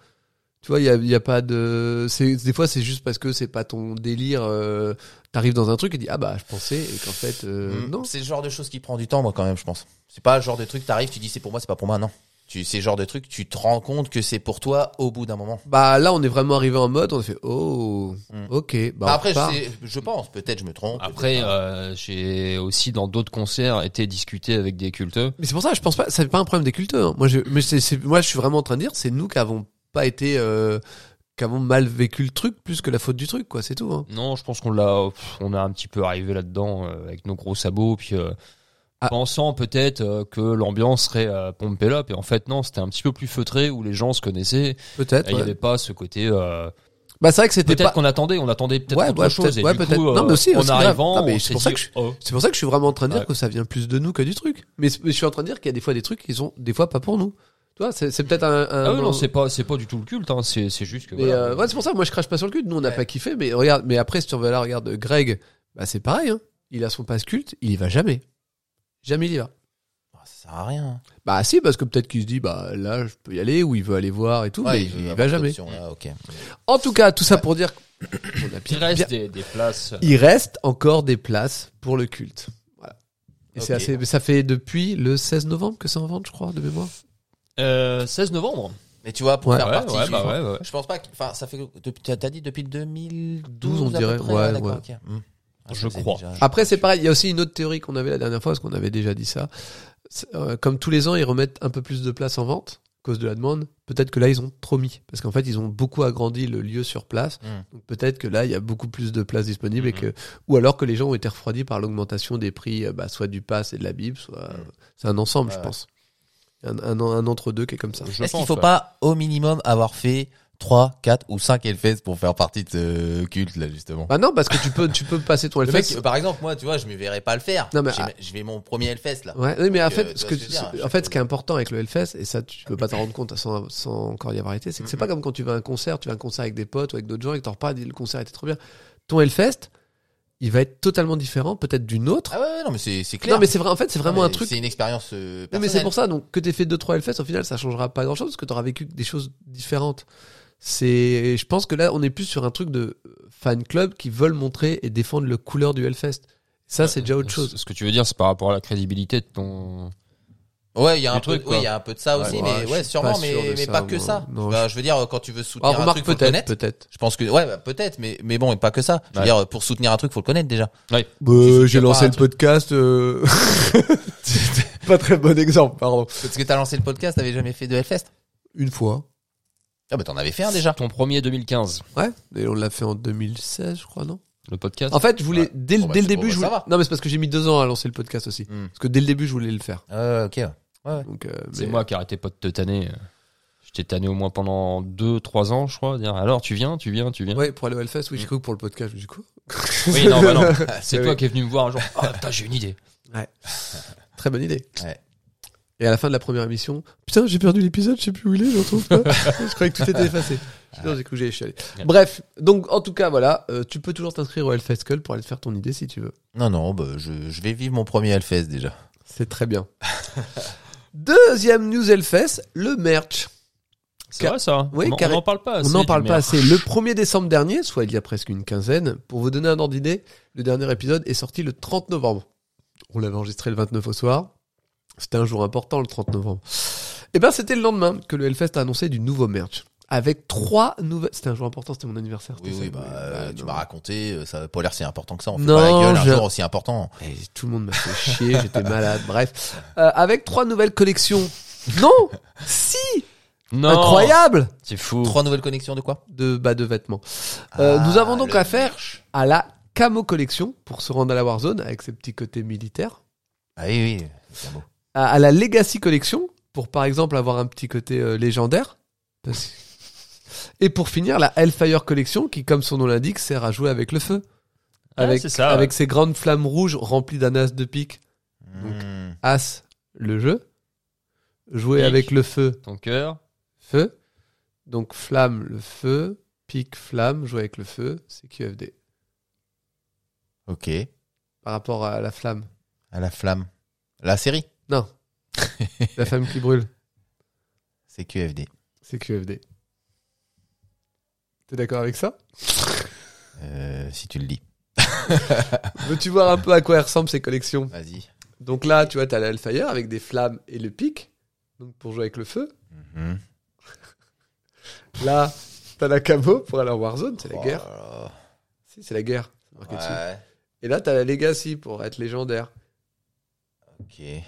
Speaker 2: Tu vois, il y a, il y a pas de. c'est- Des fois, c'est juste parce que c'est pas ton délire. euh, T'arrives dans un truc et dis ah bah je pensais et qu'en fait euh,
Speaker 4: Mm.
Speaker 2: non.
Speaker 4: C'est le genre de chose qui prend du temps, moi, quand même, je pense. C'est pas le genre de truc, t'arrives, tu dis c'est pour moi, c'est pas pour moi, non. Tu, c'est le genre de truc, tu te rends compte que c'est pour toi au bout d'un moment.
Speaker 2: Bah là, on est vraiment arrivé en mode, on a fait oh,
Speaker 4: Mm.
Speaker 2: ok. Bah,
Speaker 4: Après,
Speaker 2: on repart.
Speaker 4: je, sais- je pense, peut-être je me trompe.
Speaker 3: Après, euh, j'ai aussi dans d'autres concerts été discuté avec des culteux.
Speaker 2: mais c'est pour ça, je pense pas, c'est pas un problème des cultes. hein. Moi, je, mais c'est, c'est- moi, je suis vraiment en train de dire, c'est nous qui avons pas été, euh, qui avons mal vécu le truc, plus que la faute du truc, quoi. C'est tout. hein.
Speaker 3: Non, je pense qu'on l'a, pff, on a un petit peu arrivé là-dedans euh, avec nos gros sabots, puis euh,
Speaker 2: Ah.
Speaker 3: pensant peut-être euh, que l'ambiance serait euh, pompée là, et en fait non, c'était un petit peu plus feutré où les gens se connaissaient.
Speaker 2: Peut-être.
Speaker 3: et Ah, Il n'y
Speaker 2: ouais.
Speaker 3: avait pas ce côté. euh,
Speaker 2: Bah c'est vrai que c'était
Speaker 3: peut-être
Speaker 2: pas.
Speaker 3: qu'on attendait, on attendait peut-être
Speaker 2: Ouais,
Speaker 3: autre
Speaker 2: ouais,
Speaker 3: chose. Et
Speaker 2: peut-être, ouais,
Speaker 3: du
Speaker 2: peut-être.
Speaker 3: coup, euh,
Speaker 2: Non, mais aussi,
Speaker 3: en
Speaker 2: c'est grave.
Speaker 3: arrivant,
Speaker 2: Non, mais
Speaker 3: on
Speaker 2: c'est
Speaker 3: s'est
Speaker 2: pour ça
Speaker 3: dit,
Speaker 2: que je-
Speaker 3: oh.
Speaker 2: C'est pour ça que je suis vraiment en train de dire
Speaker 3: Ouais.
Speaker 2: que ça vient plus de nous que du truc. Mais, mais je suis en train de dire qu'il y a des fois des trucs qui sont des fois pas pour nous. Tu vois, c'est, c'est peut-être un. un-
Speaker 3: Ah oui, non, c'est pas, c'est pas du tout le culte, hein, c'est, c'est juste que.
Speaker 2: Euh, Mais
Speaker 3: voilà.
Speaker 2: euh, ouais, c'est pour ça, moi je crache pas sur le cul. Nous on n'a
Speaker 4: Ouais.
Speaker 2: pas kiffé, mais regarde, mais après si tu veux là, regarde Greg, bah c'est pareil. Hein. Il a son passe culte, il y va jamais, jamais il y va.
Speaker 4: Bah, Ça sert à rien.
Speaker 2: Bah si, parce que peut-être qu'il se dit bah là je peux y aller ou il veut aller voir et tout, mais il, va jamais.
Speaker 4: Là, ok.
Speaker 2: En tout cas, tout ça pour dire qu'on a
Speaker 3: Il
Speaker 2: bien-
Speaker 3: reste
Speaker 2: bien-
Speaker 3: des, des places.
Speaker 2: il reste encore des places pour le culte. Voilà. Et c'est
Speaker 4: Ok.
Speaker 2: assez, ça fait depuis le 16 novembre que c'est en vente, je crois, de mémoire.
Speaker 3: Euh, 16 novembre.
Speaker 4: Mais tu vois, pour
Speaker 2: Ouais.
Speaker 4: faire
Speaker 3: Ouais,
Speaker 4: partie
Speaker 3: ouais,
Speaker 4: du-
Speaker 3: bah ouais, ouais.
Speaker 4: Je pense pas que. Enfin, ça fait. depuis- T'as t'as dit depuis 2012,
Speaker 2: 12, on
Speaker 4: à peu
Speaker 2: dirait.
Speaker 4: près,
Speaker 2: Ouais,
Speaker 4: d'accord,
Speaker 2: ouais.
Speaker 4: ok. Hmm. Ah,
Speaker 3: Je
Speaker 4: ça faisait
Speaker 3: crois.
Speaker 4: déjà-
Speaker 2: Après, c'est pareil. Il y a aussi une autre théorie qu'on avait la dernière fois, parce qu'on avait déjà dit ça. C'est, euh, comme tous les ans, ils remettent un peu plus de place en vente, à cause de la demande. Peut-être que là, ils ont trop mis. Parce qu'en fait, ils ont beaucoup agrandi le lieu sur place.
Speaker 4: Mm. Mm-hmm.
Speaker 2: Donc peut-être que là, il y a beaucoup plus de places disponibles.
Speaker 3: Mhm.
Speaker 2: et que, ou alors que les gens ont été refroidis par l'augmentation des prix, euh, bah, soit du pass et de la Bible, soit. euh,
Speaker 4: Mm.
Speaker 2: C'est un ensemble,
Speaker 4: Ouais.
Speaker 2: je pense. Un, un, un entre-deux qui est comme ça.
Speaker 3: Je
Speaker 4: Est-ce qu'il
Speaker 3: pense,
Speaker 4: faut
Speaker 3: ouais.
Speaker 4: pas, au minimum, avoir fait 3, 4 ou 5 Hellfest pour faire partie de ce culte, là, justement
Speaker 2: Bah non, parce que tu peux, tu peux passer ton E
Speaker 4: Le mec,
Speaker 2: Hellfest.
Speaker 4: euh, par exemple, moi, tu vois, je me verrais pas le faire.
Speaker 2: Non, mais- ah.
Speaker 4: J'ai- Je vais mon premier Hellfest, là.
Speaker 2: Ouais, oui, mais en
Speaker 4: Donc, euh,
Speaker 2: fait,
Speaker 4: tu
Speaker 2: ce, que,
Speaker 4: vois ce que je veux dire,
Speaker 2: ce-
Speaker 4: à
Speaker 2: en
Speaker 4: chaque
Speaker 2: fait, ce qui est important avec le Hellfest, et ça, tu peux pas t'en rendre compte sans, sans encore y avoir été, c'est que c'est
Speaker 4: Mm-hmm.
Speaker 2: pas comme quand tu vas à un concert, tu vas à un concert avec des potes ou avec d'autres gens et que t'en reparles, dis, le concert était trop bien. Ton Hellfest, il va être totalement différent, peut-être d'une autre.
Speaker 4: Ah ouais, ouais, non, mais c'est c'est clair.
Speaker 2: non, mais c'est vrai, en fait, c'est vraiment
Speaker 4: Non, mais
Speaker 2: un truc.
Speaker 4: C'est une expérience euh,
Speaker 2: Non,
Speaker 4: personnelle.
Speaker 2: mais c'est pour ça, donc, que t'aies fait deux, trois Hellfest, au final, ça changera pas grand chose parce que t'auras vécu des choses différentes. C'est, je pense que là, on est plus sur un truc de fan club qui veulent montrer et défendre le couleur du Hellfest. Ça, c'est déjà autre
Speaker 3: Ce-
Speaker 2: chose.
Speaker 3: Ce que tu veux dire, c'est par rapport à la crédibilité de ton.
Speaker 4: Ouais, il y a
Speaker 3: Du
Speaker 4: un peu,
Speaker 3: truc,
Speaker 4: oui,
Speaker 3: quoi.
Speaker 4: il y a un peu de ça
Speaker 2: Ouais,
Speaker 4: aussi,
Speaker 2: ouais,
Speaker 4: mais
Speaker 2: je
Speaker 4: ouais,
Speaker 2: suis
Speaker 4: sûrement,
Speaker 2: pas
Speaker 4: mais,
Speaker 2: sûr de
Speaker 4: mais
Speaker 2: ça,
Speaker 4: pas que
Speaker 2: moi.
Speaker 4: ça.
Speaker 2: Non,
Speaker 4: Bah, je... veux dire, quand tu veux soutenir
Speaker 2: Ah,
Speaker 4: un truc,
Speaker 2: remarque,
Speaker 4: faut le connaître.
Speaker 2: peut-être, peut-être.
Speaker 4: Je pense que, ouais, bah, peut-être, mais, mais bon, et pas que ça. Je veux
Speaker 3: Ouais.
Speaker 4: dire, pour soutenir un truc, faut le connaître déjà.
Speaker 2: Bah,
Speaker 4: Si c'est
Speaker 2: j'ai
Speaker 4: pas
Speaker 2: lancé
Speaker 4: un
Speaker 2: le podcast. euh, pas très bon exemple, pardon.
Speaker 4: Parce que t'as lancé le podcast, t'avais jamais fait de Hellfest.
Speaker 2: Une fois.
Speaker 4: Ah, bah, t'en avais fait un déjà.
Speaker 3: Ton premier 2015,
Speaker 2: Ouais. Et on l'a fait en 2016, je crois, non
Speaker 3: le podcast.
Speaker 2: En fait, je voulais
Speaker 4: Ouais.
Speaker 2: dès, le-
Speaker 4: Bon, bah,
Speaker 2: dès le
Speaker 4: c'est- bon,
Speaker 2: début,
Speaker 4: bah,
Speaker 2: je
Speaker 4: ça
Speaker 2: voulais.
Speaker 4: va.
Speaker 2: Non, mais c'est parce que j'ai mis deux ans à lancer le podcast aussi.
Speaker 4: Hmm.
Speaker 2: Parce que dès le début, je voulais le faire.
Speaker 4: Euh, ok. ouais. Ouais,
Speaker 2: Donc, euh,
Speaker 3: c'est
Speaker 2: mais-
Speaker 3: moi qui arrêtais pas de te tanner. Je t'ai tanné au moins pendant 2-3 ans, je crois. Dire, alors, tu viens, tu viens, tu viens.
Speaker 2: Ouais, pour aller au Hellfest,
Speaker 4: Hmm.
Speaker 2: oui, j'ai cru que pour le podcast, je me suis dit, quoi
Speaker 3: Oui, non, bah non. C'est
Speaker 2: Ah, Oui.
Speaker 3: toi qui es venu me voir un jour. Ah, putain, j'ai une idée.
Speaker 2: Très bonne idée.
Speaker 4: Ouais.
Speaker 2: Et à la fin de la première émission, putain, j'ai perdu l'épisode, je sais plus où il est, je le retrouve pas. je croyais que tout était effacé. Non, j'ai cru que j'allais chialer.
Speaker 3: Ouais.
Speaker 2: Bref, donc en tout cas, voilà, euh, tu peux toujours t'inscrire au Hellfest Call pour aller te faire ton idée si tu veux.
Speaker 4: Non, non, bah, je, je vais vivre mon premier Hellfest déjà.
Speaker 2: C'est très bien. Deuxième news Hellfest, le merch.
Speaker 3: C'est vrai ça hein.
Speaker 2: Oui,
Speaker 3: On en-
Speaker 2: car-
Speaker 3: On n'en parle pas
Speaker 4: Ah,
Speaker 2: On
Speaker 3: assez.
Speaker 2: n'en parle
Speaker 3: du
Speaker 2: pas
Speaker 3: maire.
Speaker 2: assez. Le 1er décembre dernier, soit il y a presque une quinzaine, pour vous donner un ordre d'idée, le dernier épisode est sorti le 30 novembre. On l'avait enregistré le 29 au soir. C'était un jour important le 30 novembre. Et ben c'était le lendemain que le Hellfest a annoncé du nouveau merch. Avec trois nouvelles. C'était un jour important, c'était mon anniversaire.
Speaker 4: Oui,
Speaker 2: c'était
Speaker 4: oui,
Speaker 2: ça.
Speaker 4: bah,
Speaker 2: Euh,
Speaker 4: tu
Speaker 2: non.
Speaker 4: m'as raconté, euh, ça n'a pas l'air si important que ça. On fait
Speaker 2: Non,
Speaker 4: pas la gueule un
Speaker 2: je-
Speaker 4: jour aussi important.
Speaker 2: Et Eh, tout le monde m'a fait chier, j'étais malade, bref. Euh, avec trois nouvelles collections. Non Si
Speaker 3: Non.
Speaker 2: Incroyable
Speaker 3: C'est fou.
Speaker 4: Trois nouvelles connexions de quoi
Speaker 2: de, bah, de vêtements. Euh,
Speaker 4: Ah,
Speaker 2: nous avons donc
Speaker 4: le
Speaker 2: affaire à la Camo Collection pour se rendre à la Warzone avec ses petits côtés militaires.
Speaker 4: Ah oui, oui. c'est un mot.
Speaker 2: À, à la Legacy Collection pour par exemple avoir un petit côté euh, légendaire. Parce- Et pour finir, la Hellfire Collection qui, comme son nom l'indique, sert à jouer avec le feu.
Speaker 3: Ah,
Speaker 2: Avec,
Speaker 3: c'est ça, ouais.
Speaker 2: avec ses grandes flammes rouges remplies d'un as de pique. Donc,
Speaker 4: Hmm.
Speaker 2: As, le jeu. Jouer
Speaker 3: Pique.
Speaker 2: avec le feu,
Speaker 3: Ton cœur.
Speaker 2: feu. Donc flamme, le feu. Pique, flamme, jouer avec le feu. C'est QFD.
Speaker 4: Ok.
Speaker 2: Par rapport à la flamme.
Speaker 4: À la flamme. La série,
Speaker 2: Non. La femme qui brûle,
Speaker 4: c'est QFD.
Speaker 2: c'est QFD. T'es d'accord avec ça
Speaker 4: Euh, si tu le dis.
Speaker 2: Veux-tu voir un peu à quoi ressemblent ces collections
Speaker 4: Vas-y.
Speaker 2: Donc là, tu vois, t'as la Hellfire avec des flammes et le pic, donc pour jouer avec le feu.
Speaker 4: Mhm.
Speaker 2: Là, t'as la Camo pour aller en Warzone, c'est la
Speaker 4: Oh
Speaker 2: guerre.
Speaker 4: là
Speaker 2: Si, c'est la guerre. c'est marqué dessus.
Speaker 4: là.
Speaker 2: Et là, t'as la Legacy pour être légendaire,
Speaker 4: Ouais, ok.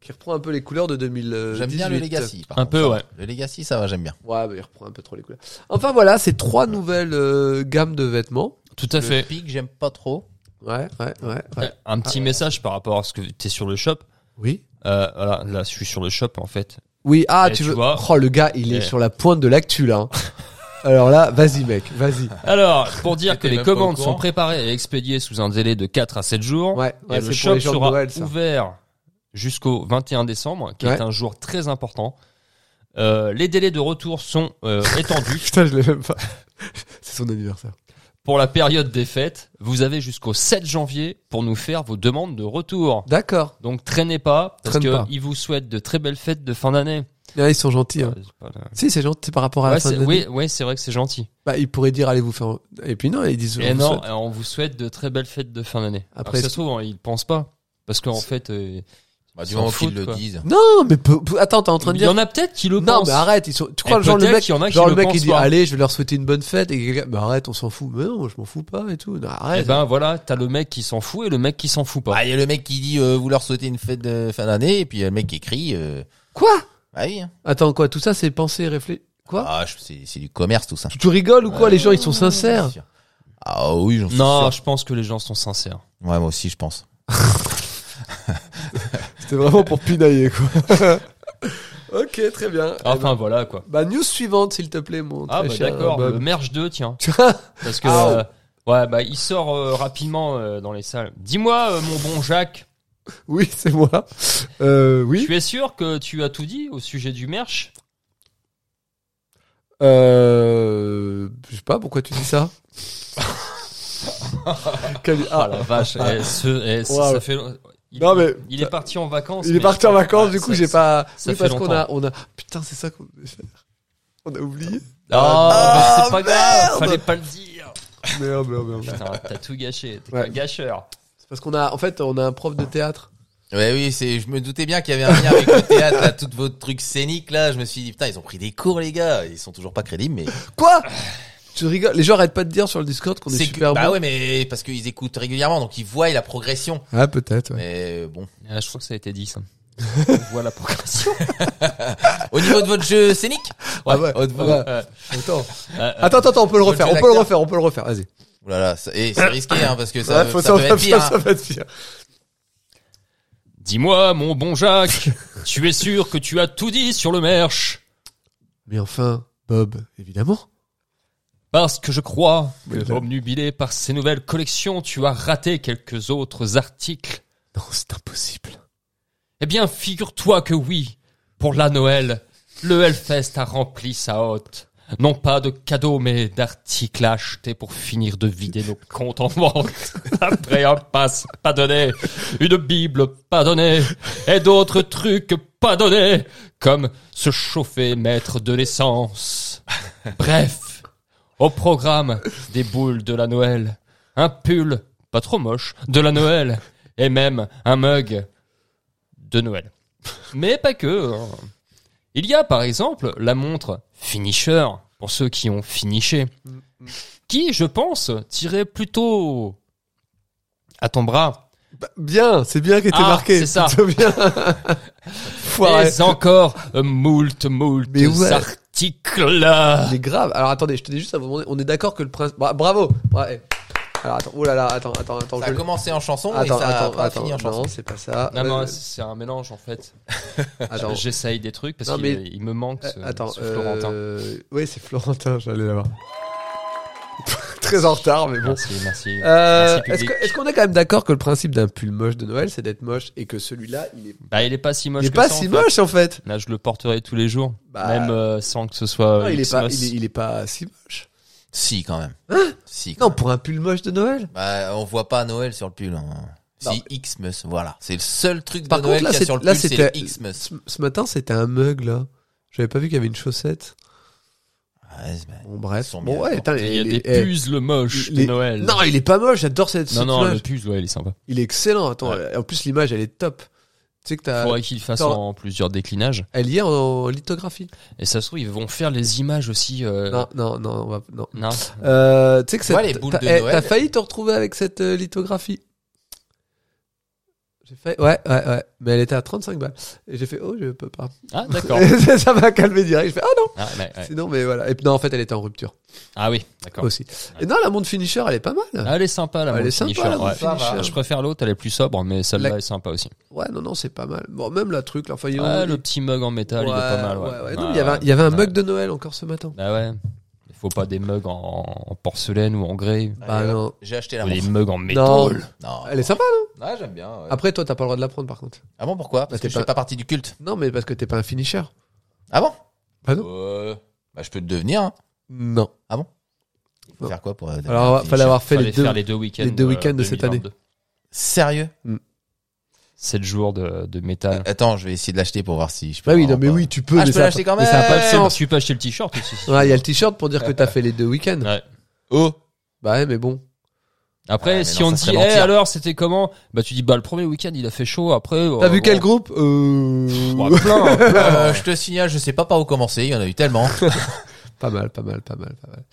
Speaker 2: qui reprend un peu les couleurs de 2018.
Speaker 4: J'aime bien le Legacy. par
Speaker 3: Un
Speaker 4: contre,
Speaker 3: peu,
Speaker 4: ça va.
Speaker 3: ouais.
Speaker 4: Le Legacy, ça va, j'aime bien.
Speaker 2: Ouais, bah, il reprend un peu trop les couleurs. Enfin voilà, c'est trois nouvelles euh, gammes de vêtements.
Speaker 3: Tout à
Speaker 4: le
Speaker 3: fait.
Speaker 4: Pic, j'aime pas trop.
Speaker 2: Ouais, ouais, ouais. ouais.
Speaker 3: Euh, Un petit message par rapport à ce que tu es sur le shop.
Speaker 2: Oui.
Speaker 3: Euh, voilà, là, je suis sur le shop en fait.
Speaker 2: Oui, ah,
Speaker 3: Eh,
Speaker 2: tu,
Speaker 3: tu
Speaker 2: veux.
Speaker 3: vois.
Speaker 2: oh, le gars, il est
Speaker 3: Eh.
Speaker 2: sur la pointe de l'actu, là. hein. Alors là, vas-y, mec, vas-y.
Speaker 3: Alors, pour dire
Speaker 4: J'étais
Speaker 3: que les
Speaker 4: même pas au
Speaker 3: commandes
Speaker 4: courant.
Speaker 3: sont préparées et expédiées sous un délai de 4 à 7 jours,
Speaker 2: Ouais, ouais,
Speaker 3: et le
Speaker 2: c'est pour
Speaker 3: shop
Speaker 2: les gens de
Speaker 3: sera
Speaker 2: Noël, ça.
Speaker 3: ouvert jusqu'au 21 décembre, qui
Speaker 2: Ouais.
Speaker 3: est un jour très important. Euh, les délais de retour sont euh, étendus.
Speaker 2: Putain, je l'ai même pas. C'est son anniversaire.
Speaker 3: Pour la période des fêtes, vous avez jusqu'au 7 janvier pour nous faire vos demandes de retour.
Speaker 2: D'accord.
Speaker 3: Donc traînez pas, parce
Speaker 2: Traîne pas.
Speaker 3: qu'ils vous souhaitent de très belles fêtes de fin d'année.
Speaker 2: Ah, ils sont gentils. Hein.
Speaker 3: Euh, c'est pas la-
Speaker 2: Si, c'est gentil c'est par rapport à
Speaker 3: Ouais,
Speaker 2: la fin
Speaker 3: c'est-
Speaker 2: de l'année.
Speaker 3: oui, ouais, c'est vrai que c'est gentil.
Speaker 2: Bah, ils pourraient dire allez vous faire. Et puis non, ils disent. on
Speaker 3: Et
Speaker 2: vous
Speaker 3: non,
Speaker 2: souhaite.
Speaker 3: euh, on vous souhaite de très belles fêtes de fin d'année.
Speaker 2: Après,
Speaker 3: Après, ça
Speaker 2: est-ce
Speaker 3: se trouve, hein, ils pensent pas. Parce qu'en fait, euh,
Speaker 4: Bah, du
Speaker 3: S'en
Speaker 4: moment qu'ils
Speaker 3: foutent,
Speaker 4: le
Speaker 3: quoi.
Speaker 4: disent.
Speaker 2: Non, mais peu- peu- attends, t'es en train de
Speaker 3: il y
Speaker 2: dire.
Speaker 3: en a peut-être qui le
Speaker 2: Non,
Speaker 3: pensent.
Speaker 2: mais arrête. Ils sont... Tu
Speaker 3: Et
Speaker 2: crois le genre le
Speaker 3: peut-être
Speaker 2: mec.
Speaker 3: qu'il y en a qui
Speaker 2: Genre le
Speaker 3: le
Speaker 2: mec il
Speaker 3: pensent
Speaker 2: dit
Speaker 3: pas.
Speaker 2: allez je vais leur souhaiter une bonne fête et quelqu'un bah arrête on s'en fout mais non je m'en fous pas et tout Non,
Speaker 3: Eh
Speaker 2: arrête
Speaker 3: ben voilà, t'as le mec qui s'en fout et le mec qui s'en fout pas.
Speaker 4: Ah, il y a le mec qui dit euh, vous leur souhaitez une fête de fin d'année, et puis il y a le mec qui écrit. euh,
Speaker 2: quoi
Speaker 4: ah oui. hein.
Speaker 2: attends quoi tout ça c'est penser réfléchir quoi
Speaker 4: Ah, je- c'est c'est du commerce tout ça.
Speaker 2: tu, tu rigoles ou quoi
Speaker 4: Ouais.
Speaker 2: les gens ils sont sincères
Speaker 4: Ah oui, j'en suis
Speaker 3: non,
Speaker 4: sûr.
Speaker 3: je pense que les gens sont sincères.
Speaker 4: Ouais, moi aussi, je pense.
Speaker 2: C'était vraiment pour pinailler, quoi. ok, très bien. Eh
Speaker 3: Enfin
Speaker 2: ben,
Speaker 3: voilà quoi.
Speaker 2: bah, news suivante, s'il te plaît, mon
Speaker 3: Ah
Speaker 2: très
Speaker 3: bah
Speaker 2: cher
Speaker 3: d'accord, bah,
Speaker 2: Bob.
Speaker 3: le Merge 2 tiens.
Speaker 2: Tu vois
Speaker 3: Parce que
Speaker 2: Ah,
Speaker 3: euh, ouais bah il sort euh, rapidement euh, dans les salles. Dis-moi euh, mon bon Jacques,
Speaker 2: oui, c'est moi. Euh, oui.
Speaker 3: tu es sûr que tu as tout dit au sujet du merch
Speaker 2: Euh, je sais pas pourquoi tu dis ça. Quel- ah,
Speaker 3: la vache, eh, ce- eh, ça-
Speaker 2: Waouh.
Speaker 3: ça fait il,
Speaker 2: Non, mais-
Speaker 3: il est parti en vacances.
Speaker 2: il
Speaker 3: mais-
Speaker 2: est parti en vacances,
Speaker 3: Ah,
Speaker 2: du coup,
Speaker 3: ça-
Speaker 2: j'ai pas.
Speaker 3: ça
Speaker 2: oui,
Speaker 3: fait
Speaker 2: parce qu'on a, on a. Putain, c'est ça qu'on devait faire. On a oublié.
Speaker 3: Ah,
Speaker 4: Ah,
Speaker 3: mais c'est pas grave, fallait pas le dire.
Speaker 2: Merde, merde, merde.
Speaker 3: Putain, t'as tout gâché, t'es
Speaker 2: Ouais.
Speaker 3: un gâcheur.
Speaker 2: C'est parce qu'on a, en fait, on a un prof de théâtre.
Speaker 4: Ouais, oui, c'est. Je me doutais bien qu'il y avait un lien avec le théâtre, là, tout votre truc scénique là. Je me suis dit putain, ils ont pris des cours, les gars. Ils sont toujours pas crédibles, mais
Speaker 2: Quoi Tu rigoles Les gens arrêtent pas de dire sur le Discord qu'on est,
Speaker 4: c'est que-
Speaker 2: super
Speaker 4: bah
Speaker 2: bon.
Speaker 4: ouais, mais parce qu'ils écoutent régulièrement, donc ils voient la progression.
Speaker 2: Ah, peut-être, ouais.
Speaker 4: Mais euh, bon,
Speaker 2: Euh,
Speaker 3: je crois que ça a été dit ça. On voit la progression.
Speaker 4: au niveau de votre jeu scénique,
Speaker 2: Ah ouais,
Speaker 4: au niveau-
Speaker 2: ah ouais.
Speaker 3: Euh,
Speaker 2: Attends.
Speaker 3: euh,
Speaker 2: Attends, attends, attends, on peut le
Speaker 4: Faut
Speaker 2: refaire,
Speaker 4: jouer
Speaker 2: on peut le
Speaker 4: l'acteur.
Speaker 2: refaire, on peut le refaire, vas-y.
Speaker 4: Oh là là, ça- eh, c'est risqué hein, parce que ça,
Speaker 2: Ouais, faut-
Speaker 4: ça, peut être pire. hein.
Speaker 2: ça va être pire.
Speaker 3: Dis-moi, mon bon Jacques, tu es sûr que tu as tout dit sur le merch
Speaker 2: Mais enfin, Bob, évidemment.
Speaker 3: Parce que je crois
Speaker 2: Mais
Speaker 3: que,
Speaker 2: là-
Speaker 3: obnubilé par ces nouvelles collections, tu as raté quelques autres articles.
Speaker 2: Non, c'est impossible.
Speaker 3: Eh bien, figure-toi que oui, pour la Noël, le Hellfest a rempli sa hôte non pas de cadeaux, mais d'articles à acheter pour finir de vider nos comptes en banque. Après un passe pas donné, une Bible pas donnée, et d'autres trucs pas donnés, comme se chauffer, mettre de l'essence. Bref, au programme des boules de la Noël, un pull pas trop moche de la Noël, et même un mug de Noël. Mais pas que. hein. Il y a par exemple la montre Finisher, pour ceux qui ont finiché, qui, je pense, tirait plutôt à ton bras.
Speaker 2: Bah, bien, c'est bien qu'était
Speaker 3: Ah,
Speaker 2: marqué.
Speaker 3: c'est ça.
Speaker 2: Plutôt bien. Foiré.
Speaker 3: Mais encore euh, moult, moult
Speaker 2: Mais ouais.
Speaker 3: articles.
Speaker 2: Il est grave. Alors attendez, je tenais juste à vous demander. On est d'accord que le prince. Bra- bravo. Bra- eh. Alors attends. Oh là là. Attends, attends, attends.
Speaker 4: Ça
Speaker 2: je-
Speaker 4: a commencé en chanson
Speaker 2: Attends,
Speaker 4: et ça a
Speaker 2: attends,
Speaker 4: pas
Speaker 2: attends.
Speaker 4: fini en chanson.
Speaker 2: Non, c'est pas ça.
Speaker 3: Non, non,
Speaker 2: Euh,
Speaker 3: c'est un mélange en fait.
Speaker 2: attends.
Speaker 3: J'essaye des trucs parce
Speaker 2: Non,
Speaker 3: qu'il
Speaker 2: mais-
Speaker 3: il me manque
Speaker 2: Euh,
Speaker 3: ce,
Speaker 2: Attends,
Speaker 3: ce Florentin.
Speaker 2: euh, Oui, c'est Florentin, j'allais l'avoir. Très en retard, mais bon.
Speaker 3: Merci, merci.
Speaker 2: Euh,
Speaker 3: Merci,
Speaker 2: Est-ce
Speaker 3: public.
Speaker 2: que- est-ce qu'on est, quand même d'accord que le principe d'un pull moche de Noël, c'est d'être moche et que celui-là, il est,
Speaker 3: Bah, il est pas si moche
Speaker 2: il est
Speaker 3: que
Speaker 2: pas
Speaker 3: ça, en
Speaker 2: si
Speaker 3: fait.
Speaker 2: moche en fait
Speaker 3: Là, je le porterai tous les jours,
Speaker 2: Bah,
Speaker 3: même euh, sans que ce soit.
Speaker 2: Non, il, est pas,
Speaker 3: Xmas.
Speaker 2: il, est, il est pas si moche.
Speaker 4: Si, quand même. si. quand
Speaker 2: Hein Non,
Speaker 4: même.
Speaker 2: pour un pull moche de Noël.
Speaker 4: Bah, on voit pas Noël sur le pull. hein.
Speaker 2: Non,
Speaker 4: Si Xmas, voilà. C'est le seul truc de
Speaker 2: Par
Speaker 4: Noël
Speaker 2: contre, là,
Speaker 4: qu'il y a
Speaker 2: c'est-
Speaker 4: sur le
Speaker 2: là,
Speaker 4: pull, c'est
Speaker 2: c'était- euh,
Speaker 4: le Xmas.
Speaker 2: Ce, ce matin, c'était un mug là. J'avais pas vu qu'il y avait une chaussette.
Speaker 4: Ouais, c'est- bah,
Speaker 2: Bon, bref.
Speaker 4: Ils sont
Speaker 2: bon,
Speaker 4: bien
Speaker 2: ouais,
Speaker 4: forts.
Speaker 2: putain,
Speaker 3: Il y a
Speaker 2: il
Speaker 3: des
Speaker 2: est- eh,
Speaker 3: puzzles moches
Speaker 2: les-
Speaker 3: de Noël.
Speaker 2: Non, il est pas moche, j'adore cette,
Speaker 3: non,
Speaker 2: cette
Speaker 3: non,
Speaker 2: image.
Speaker 3: le puzzle, ouais, il est sympa.
Speaker 2: Il est excellent. Attends,
Speaker 3: Ouais.
Speaker 2: en plus, l'image, elle est top. Tu sais que t'as.
Speaker 3: Faudrait qu'il fasse
Speaker 2: Euh, attends.
Speaker 3: en plusieurs déclinages.
Speaker 2: Elle y est en- en lithographie.
Speaker 3: Et ça se trouve, ils vont faire les images aussi. euh,
Speaker 2: Non, non, non, on va- non.
Speaker 3: non.
Speaker 2: Euh, tu sais que
Speaker 4: Moi,
Speaker 2: cette-
Speaker 4: les boules
Speaker 2: t'as
Speaker 4: de
Speaker 2: eh,
Speaker 4: Noël-
Speaker 2: t'as failli te retrouver avec cette euh, lithographie. J'ai fait, ouais, ouais, ouais, mais elle était à 35 balles. Et j'ai fait, oh, je peux pas.
Speaker 3: Ah, d'accord.
Speaker 2: ça m'a calmé direct. Je fais, ah non,
Speaker 3: ah, ouais, ouais.
Speaker 2: sinon, mais voilà. Et puis, non, en fait, elle était en rupture
Speaker 3: Ah oui, d'accord.
Speaker 2: aussi. Et non, la montre finisher, elle est pas mal.
Speaker 3: Ah, elle est sympa, la
Speaker 2: elle est
Speaker 3: montre
Speaker 2: sympa,
Speaker 3: finisher,
Speaker 2: la montre
Speaker 3: ouais.
Speaker 4: Ça va.
Speaker 2: finisher.
Speaker 3: Je préfère l'autre, elle est plus sobre, mais celle-là
Speaker 2: La-
Speaker 3: est sympa aussi.
Speaker 2: Ouais, non, non, c'est pas mal. Bon, même la truc, là, enfin, il y a-
Speaker 3: Ah, le petit mug en métal, il est pas mal. Ouais.
Speaker 2: ouais. Non, mais
Speaker 3: Ouais,
Speaker 2: il y avait un-
Speaker 3: ouais.
Speaker 2: il y avait un mug
Speaker 3: Ouais.
Speaker 2: de Noël encore ce matin.
Speaker 3: Bah ouais. Il faut pas des mugs en, en porcelaine ou en grès.
Speaker 2: Bah,
Speaker 4: allez,
Speaker 2: non.
Speaker 4: hop, J'ai acheté la
Speaker 3: Ou des
Speaker 4: montre.
Speaker 3: mugs en
Speaker 2: Non.
Speaker 3: métal.
Speaker 4: Non.
Speaker 2: Elle est sympa.
Speaker 4: Ah, j'aime bien. ouais.
Speaker 2: Après, toi, t'as pas le droit de la prendre, par contre.
Speaker 4: Ah bon, pourquoi
Speaker 2: Bah,
Speaker 4: Parce
Speaker 2: t'es
Speaker 4: que je
Speaker 2: pas-
Speaker 4: fais pas partie du culte.
Speaker 2: Non, mais parce que t'es pas un finisher.
Speaker 4: Ah bon
Speaker 2: Bah non.
Speaker 4: Euh, Bah, je peux le devenir. hein.
Speaker 2: Non.
Speaker 4: Il faut
Speaker 2: Non.
Speaker 4: faire quoi pour. euh, devenir
Speaker 2: Alors,
Speaker 4: un
Speaker 2: fallait avoir fait
Speaker 3: Fallait
Speaker 2: les deux.
Speaker 3: faire les deux week-ends.
Speaker 2: les deux
Speaker 3: euh,
Speaker 2: week-ends de cette année.
Speaker 3: 2022.
Speaker 4: Sérieux Euh,
Speaker 3: 7 jours de, de métal.
Speaker 4: Attends, je vais essayer de l'acheter pour voir si je peux.
Speaker 2: Bah oui, non,
Speaker 4: vraiment
Speaker 2: mais
Speaker 4: pas-
Speaker 2: oui, tu peux.
Speaker 4: Ah,
Speaker 2: mais
Speaker 4: je peux
Speaker 2: ça a
Speaker 4: l'acheter
Speaker 2: pas-
Speaker 4: quand
Speaker 2: mais ça a pas de
Speaker 4: même.
Speaker 3: Je me
Speaker 2: sens.
Speaker 3: suis pas acheté le t-shirt aussi. si tu
Speaker 2: Ouais, il y a
Speaker 3: veux.
Speaker 2: le t-shirt pour dire que t'as fait les deux week-ends.
Speaker 3: Ouais.
Speaker 4: Oh
Speaker 2: Bah ouais, mais bon.
Speaker 3: Après,
Speaker 4: Ouais, mais
Speaker 3: si
Speaker 4: non,
Speaker 3: on
Speaker 4: ça
Speaker 3: dit,
Speaker 4: serait
Speaker 3: Eh,
Speaker 4: mentir.
Speaker 3: alors, c'était comment Bah, tu dis, bah, le premier week-end, il a fait chaud. Après, oh,
Speaker 2: T'as vu quel
Speaker 3: groupe
Speaker 2: groupe Euh,
Speaker 3: plein,
Speaker 4: Euh, Je te signale, je sais pas par où commencer, il y en a eu tellement.
Speaker 2: Pas mal, pas mal, pas mal, pas mal.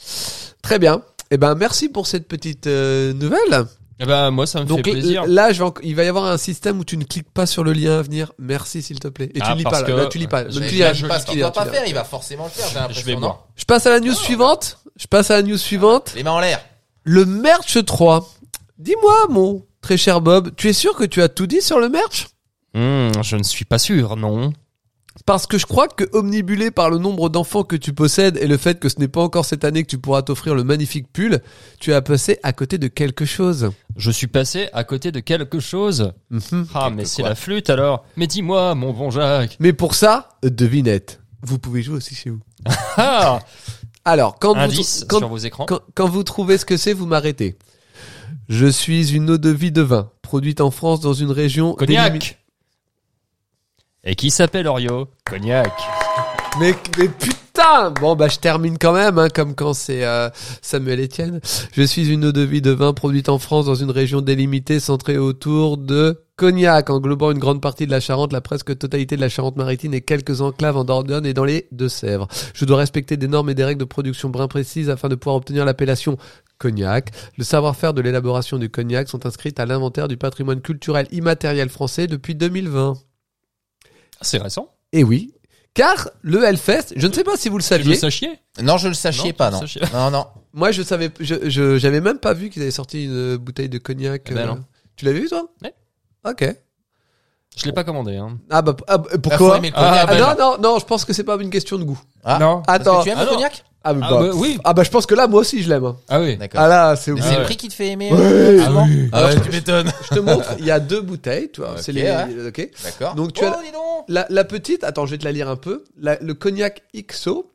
Speaker 2: Très bien. Eh ben, merci pour cette petite euh, nouvelle.
Speaker 3: Eh ben, moi, ça me
Speaker 2: Donc
Speaker 3: fait plaisir.
Speaker 2: l- là, je vais en- il va y avoir un système où tu ne cliques pas sur le lien à venir. Merci, s'il te plaît. Et tu
Speaker 3: Ah,
Speaker 2: ne lis
Speaker 3: parce
Speaker 2: pas. Là,
Speaker 3: que-
Speaker 2: Là, tu lis pas.
Speaker 3: je
Speaker 2: Donc, tu
Speaker 4: Je
Speaker 3: vais- Il
Speaker 4: sais
Speaker 2: liras,
Speaker 3: je-
Speaker 4: pas
Speaker 2: tu
Speaker 4: ce qu'il
Speaker 2: liras,
Speaker 4: doit
Speaker 2: tu
Speaker 4: pas
Speaker 2: liras.
Speaker 4: faire, il va forcément le faire, j'ai
Speaker 3: Je
Speaker 4: l'impression.
Speaker 3: vais
Speaker 4: non
Speaker 3: voir.
Speaker 2: Je passe à la
Speaker 3: Ah.
Speaker 2: news suivante. Je passe à la news suivante.
Speaker 4: Les mains en l'air.
Speaker 2: Le merch 3. Dis-moi, mon très cher Bob, tu es sûr que tu as tout dit sur le merch
Speaker 3: Hmm, je ne suis pas sûr, non.
Speaker 2: Parce que je crois que omnibulé par le nombre d'enfants que tu possèdes et le fait que ce n'est pas encore cette année que tu pourras t'offrir le magnifique pull, tu as passé à côté de quelque chose.
Speaker 3: Je suis passé à côté de quelque chose.
Speaker 2: Mhm.
Speaker 3: Ah,
Speaker 4: Quelque
Speaker 3: mais c'est
Speaker 4: quoi.
Speaker 3: la flûte, alors. Mais dis-moi, mon bon Jacques.
Speaker 2: Mais pour ça, devinette, vous pouvez jouer aussi chez vous.
Speaker 3: Ah
Speaker 2: Alors, quand,
Speaker 3: Indice
Speaker 2: vous, quand,
Speaker 3: sur vos écrans.
Speaker 2: quand- quand vous trouvez ce que c'est, vous m'arrêtez. Je suis une eau de vie de vin, produite en France dans une région... délimi-
Speaker 3: Cognac Et qui s'appelle Orio Cognac.
Speaker 2: Mais, mais putain Bon bah je termine quand même, hein, comme quand c'est euh, Samuel Etienne. Je suis une eau de vie de vin produite en France dans une région délimitée centrée autour de Cognac, englobant une grande partie de la Charente, la presque totalité de la Charente-Maritime et quelques enclaves en Dordogne et dans les Deux-Sèvres. Je dois respecter des normes et des règles de production brin précises afin de pouvoir obtenir l'appellation Cognac. Le savoir-faire de l'élaboration du cognac sont inscrites à l'inventaire du patrimoine culturel immatériel français depuis 2020.
Speaker 3: C'est récent.
Speaker 2: Et oui, car le Hellfest, je ne sais pas si vous le
Speaker 3: Tu le
Speaker 2: saviez,
Speaker 3: sachiez
Speaker 4: Non, je le sachais
Speaker 3: Non,
Speaker 4: pas,
Speaker 3: tu le
Speaker 4: non.
Speaker 3: sachiez
Speaker 4: Non, non.
Speaker 2: Moi, je savais, je, je- j'avais même pas vu qu'ils avaient sorti une bouteille de cognac.
Speaker 3: Eh ben
Speaker 2: euh,
Speaker 3: non.
Speaker 2: Tu l'avais vu toi
Speaker 3: Ouais.
Speaker 2: Ok.
Speaker 3: Je l'ai pas commandé. Hein.
Speaker 2: Ah bah ah, bah,
Speaker 4: Bah, faut
Speaker 2: pourquoi
Speaker 4: aimer le
Speaker 3: Ah,
Speaker 4: cognac.
Speaker 2: Ah,
Speaker 3: ben
Speaker 2: non, non, non, je pense que c'est pas une question de goût.
Speaker 4: Ah,
Speaker 3: non.
Speaker 4: Parce que
Speaker 2: Attends.
Speaker 4: tu aimes
Speaker 3: Ah,
Speaker 4: le
Speaker 3: non.
Speaker 4: cognac
Speaker 2: Ah, bah,
Speaker 3: Ah
Speaker 2: bah,
Speaker 3: bah oui.
Speaker 2: ah bah, je pense que là, moi aussi, je l'aime. hein.
Speaker 3: Ah oui.
Speaker 4: D'accord.
Speaker 2: Ah là, c'est
Speaker 4: Mais
Speaker 2: obligé.
Speaker 4: c'est
Speaker 3: ouais.
Speaker 4: le prix qui te fait aimer.
Speaker 2: Ouais.
Speaker 4: Ah bon
Speaker 3: oui.
Speaker 4: Alors
Speaker 2: Ouais.
Speaker 4: que tu m'étonnes.
Speaker 2: Je te montre, il y a deux bouteilles, tu vois.
Speaker 4: Ok,
Speaker 2: c'est les,
Speaker 4: ouais.
Speaker 2: ok.
Speaker 4: D'accord.
Speaker 2: Donc, tu as-
Speaker 4: Oh, dis donc.
Speaker 2: La, la petite, attends, je vais te la lire un peu. La- le cognac XO.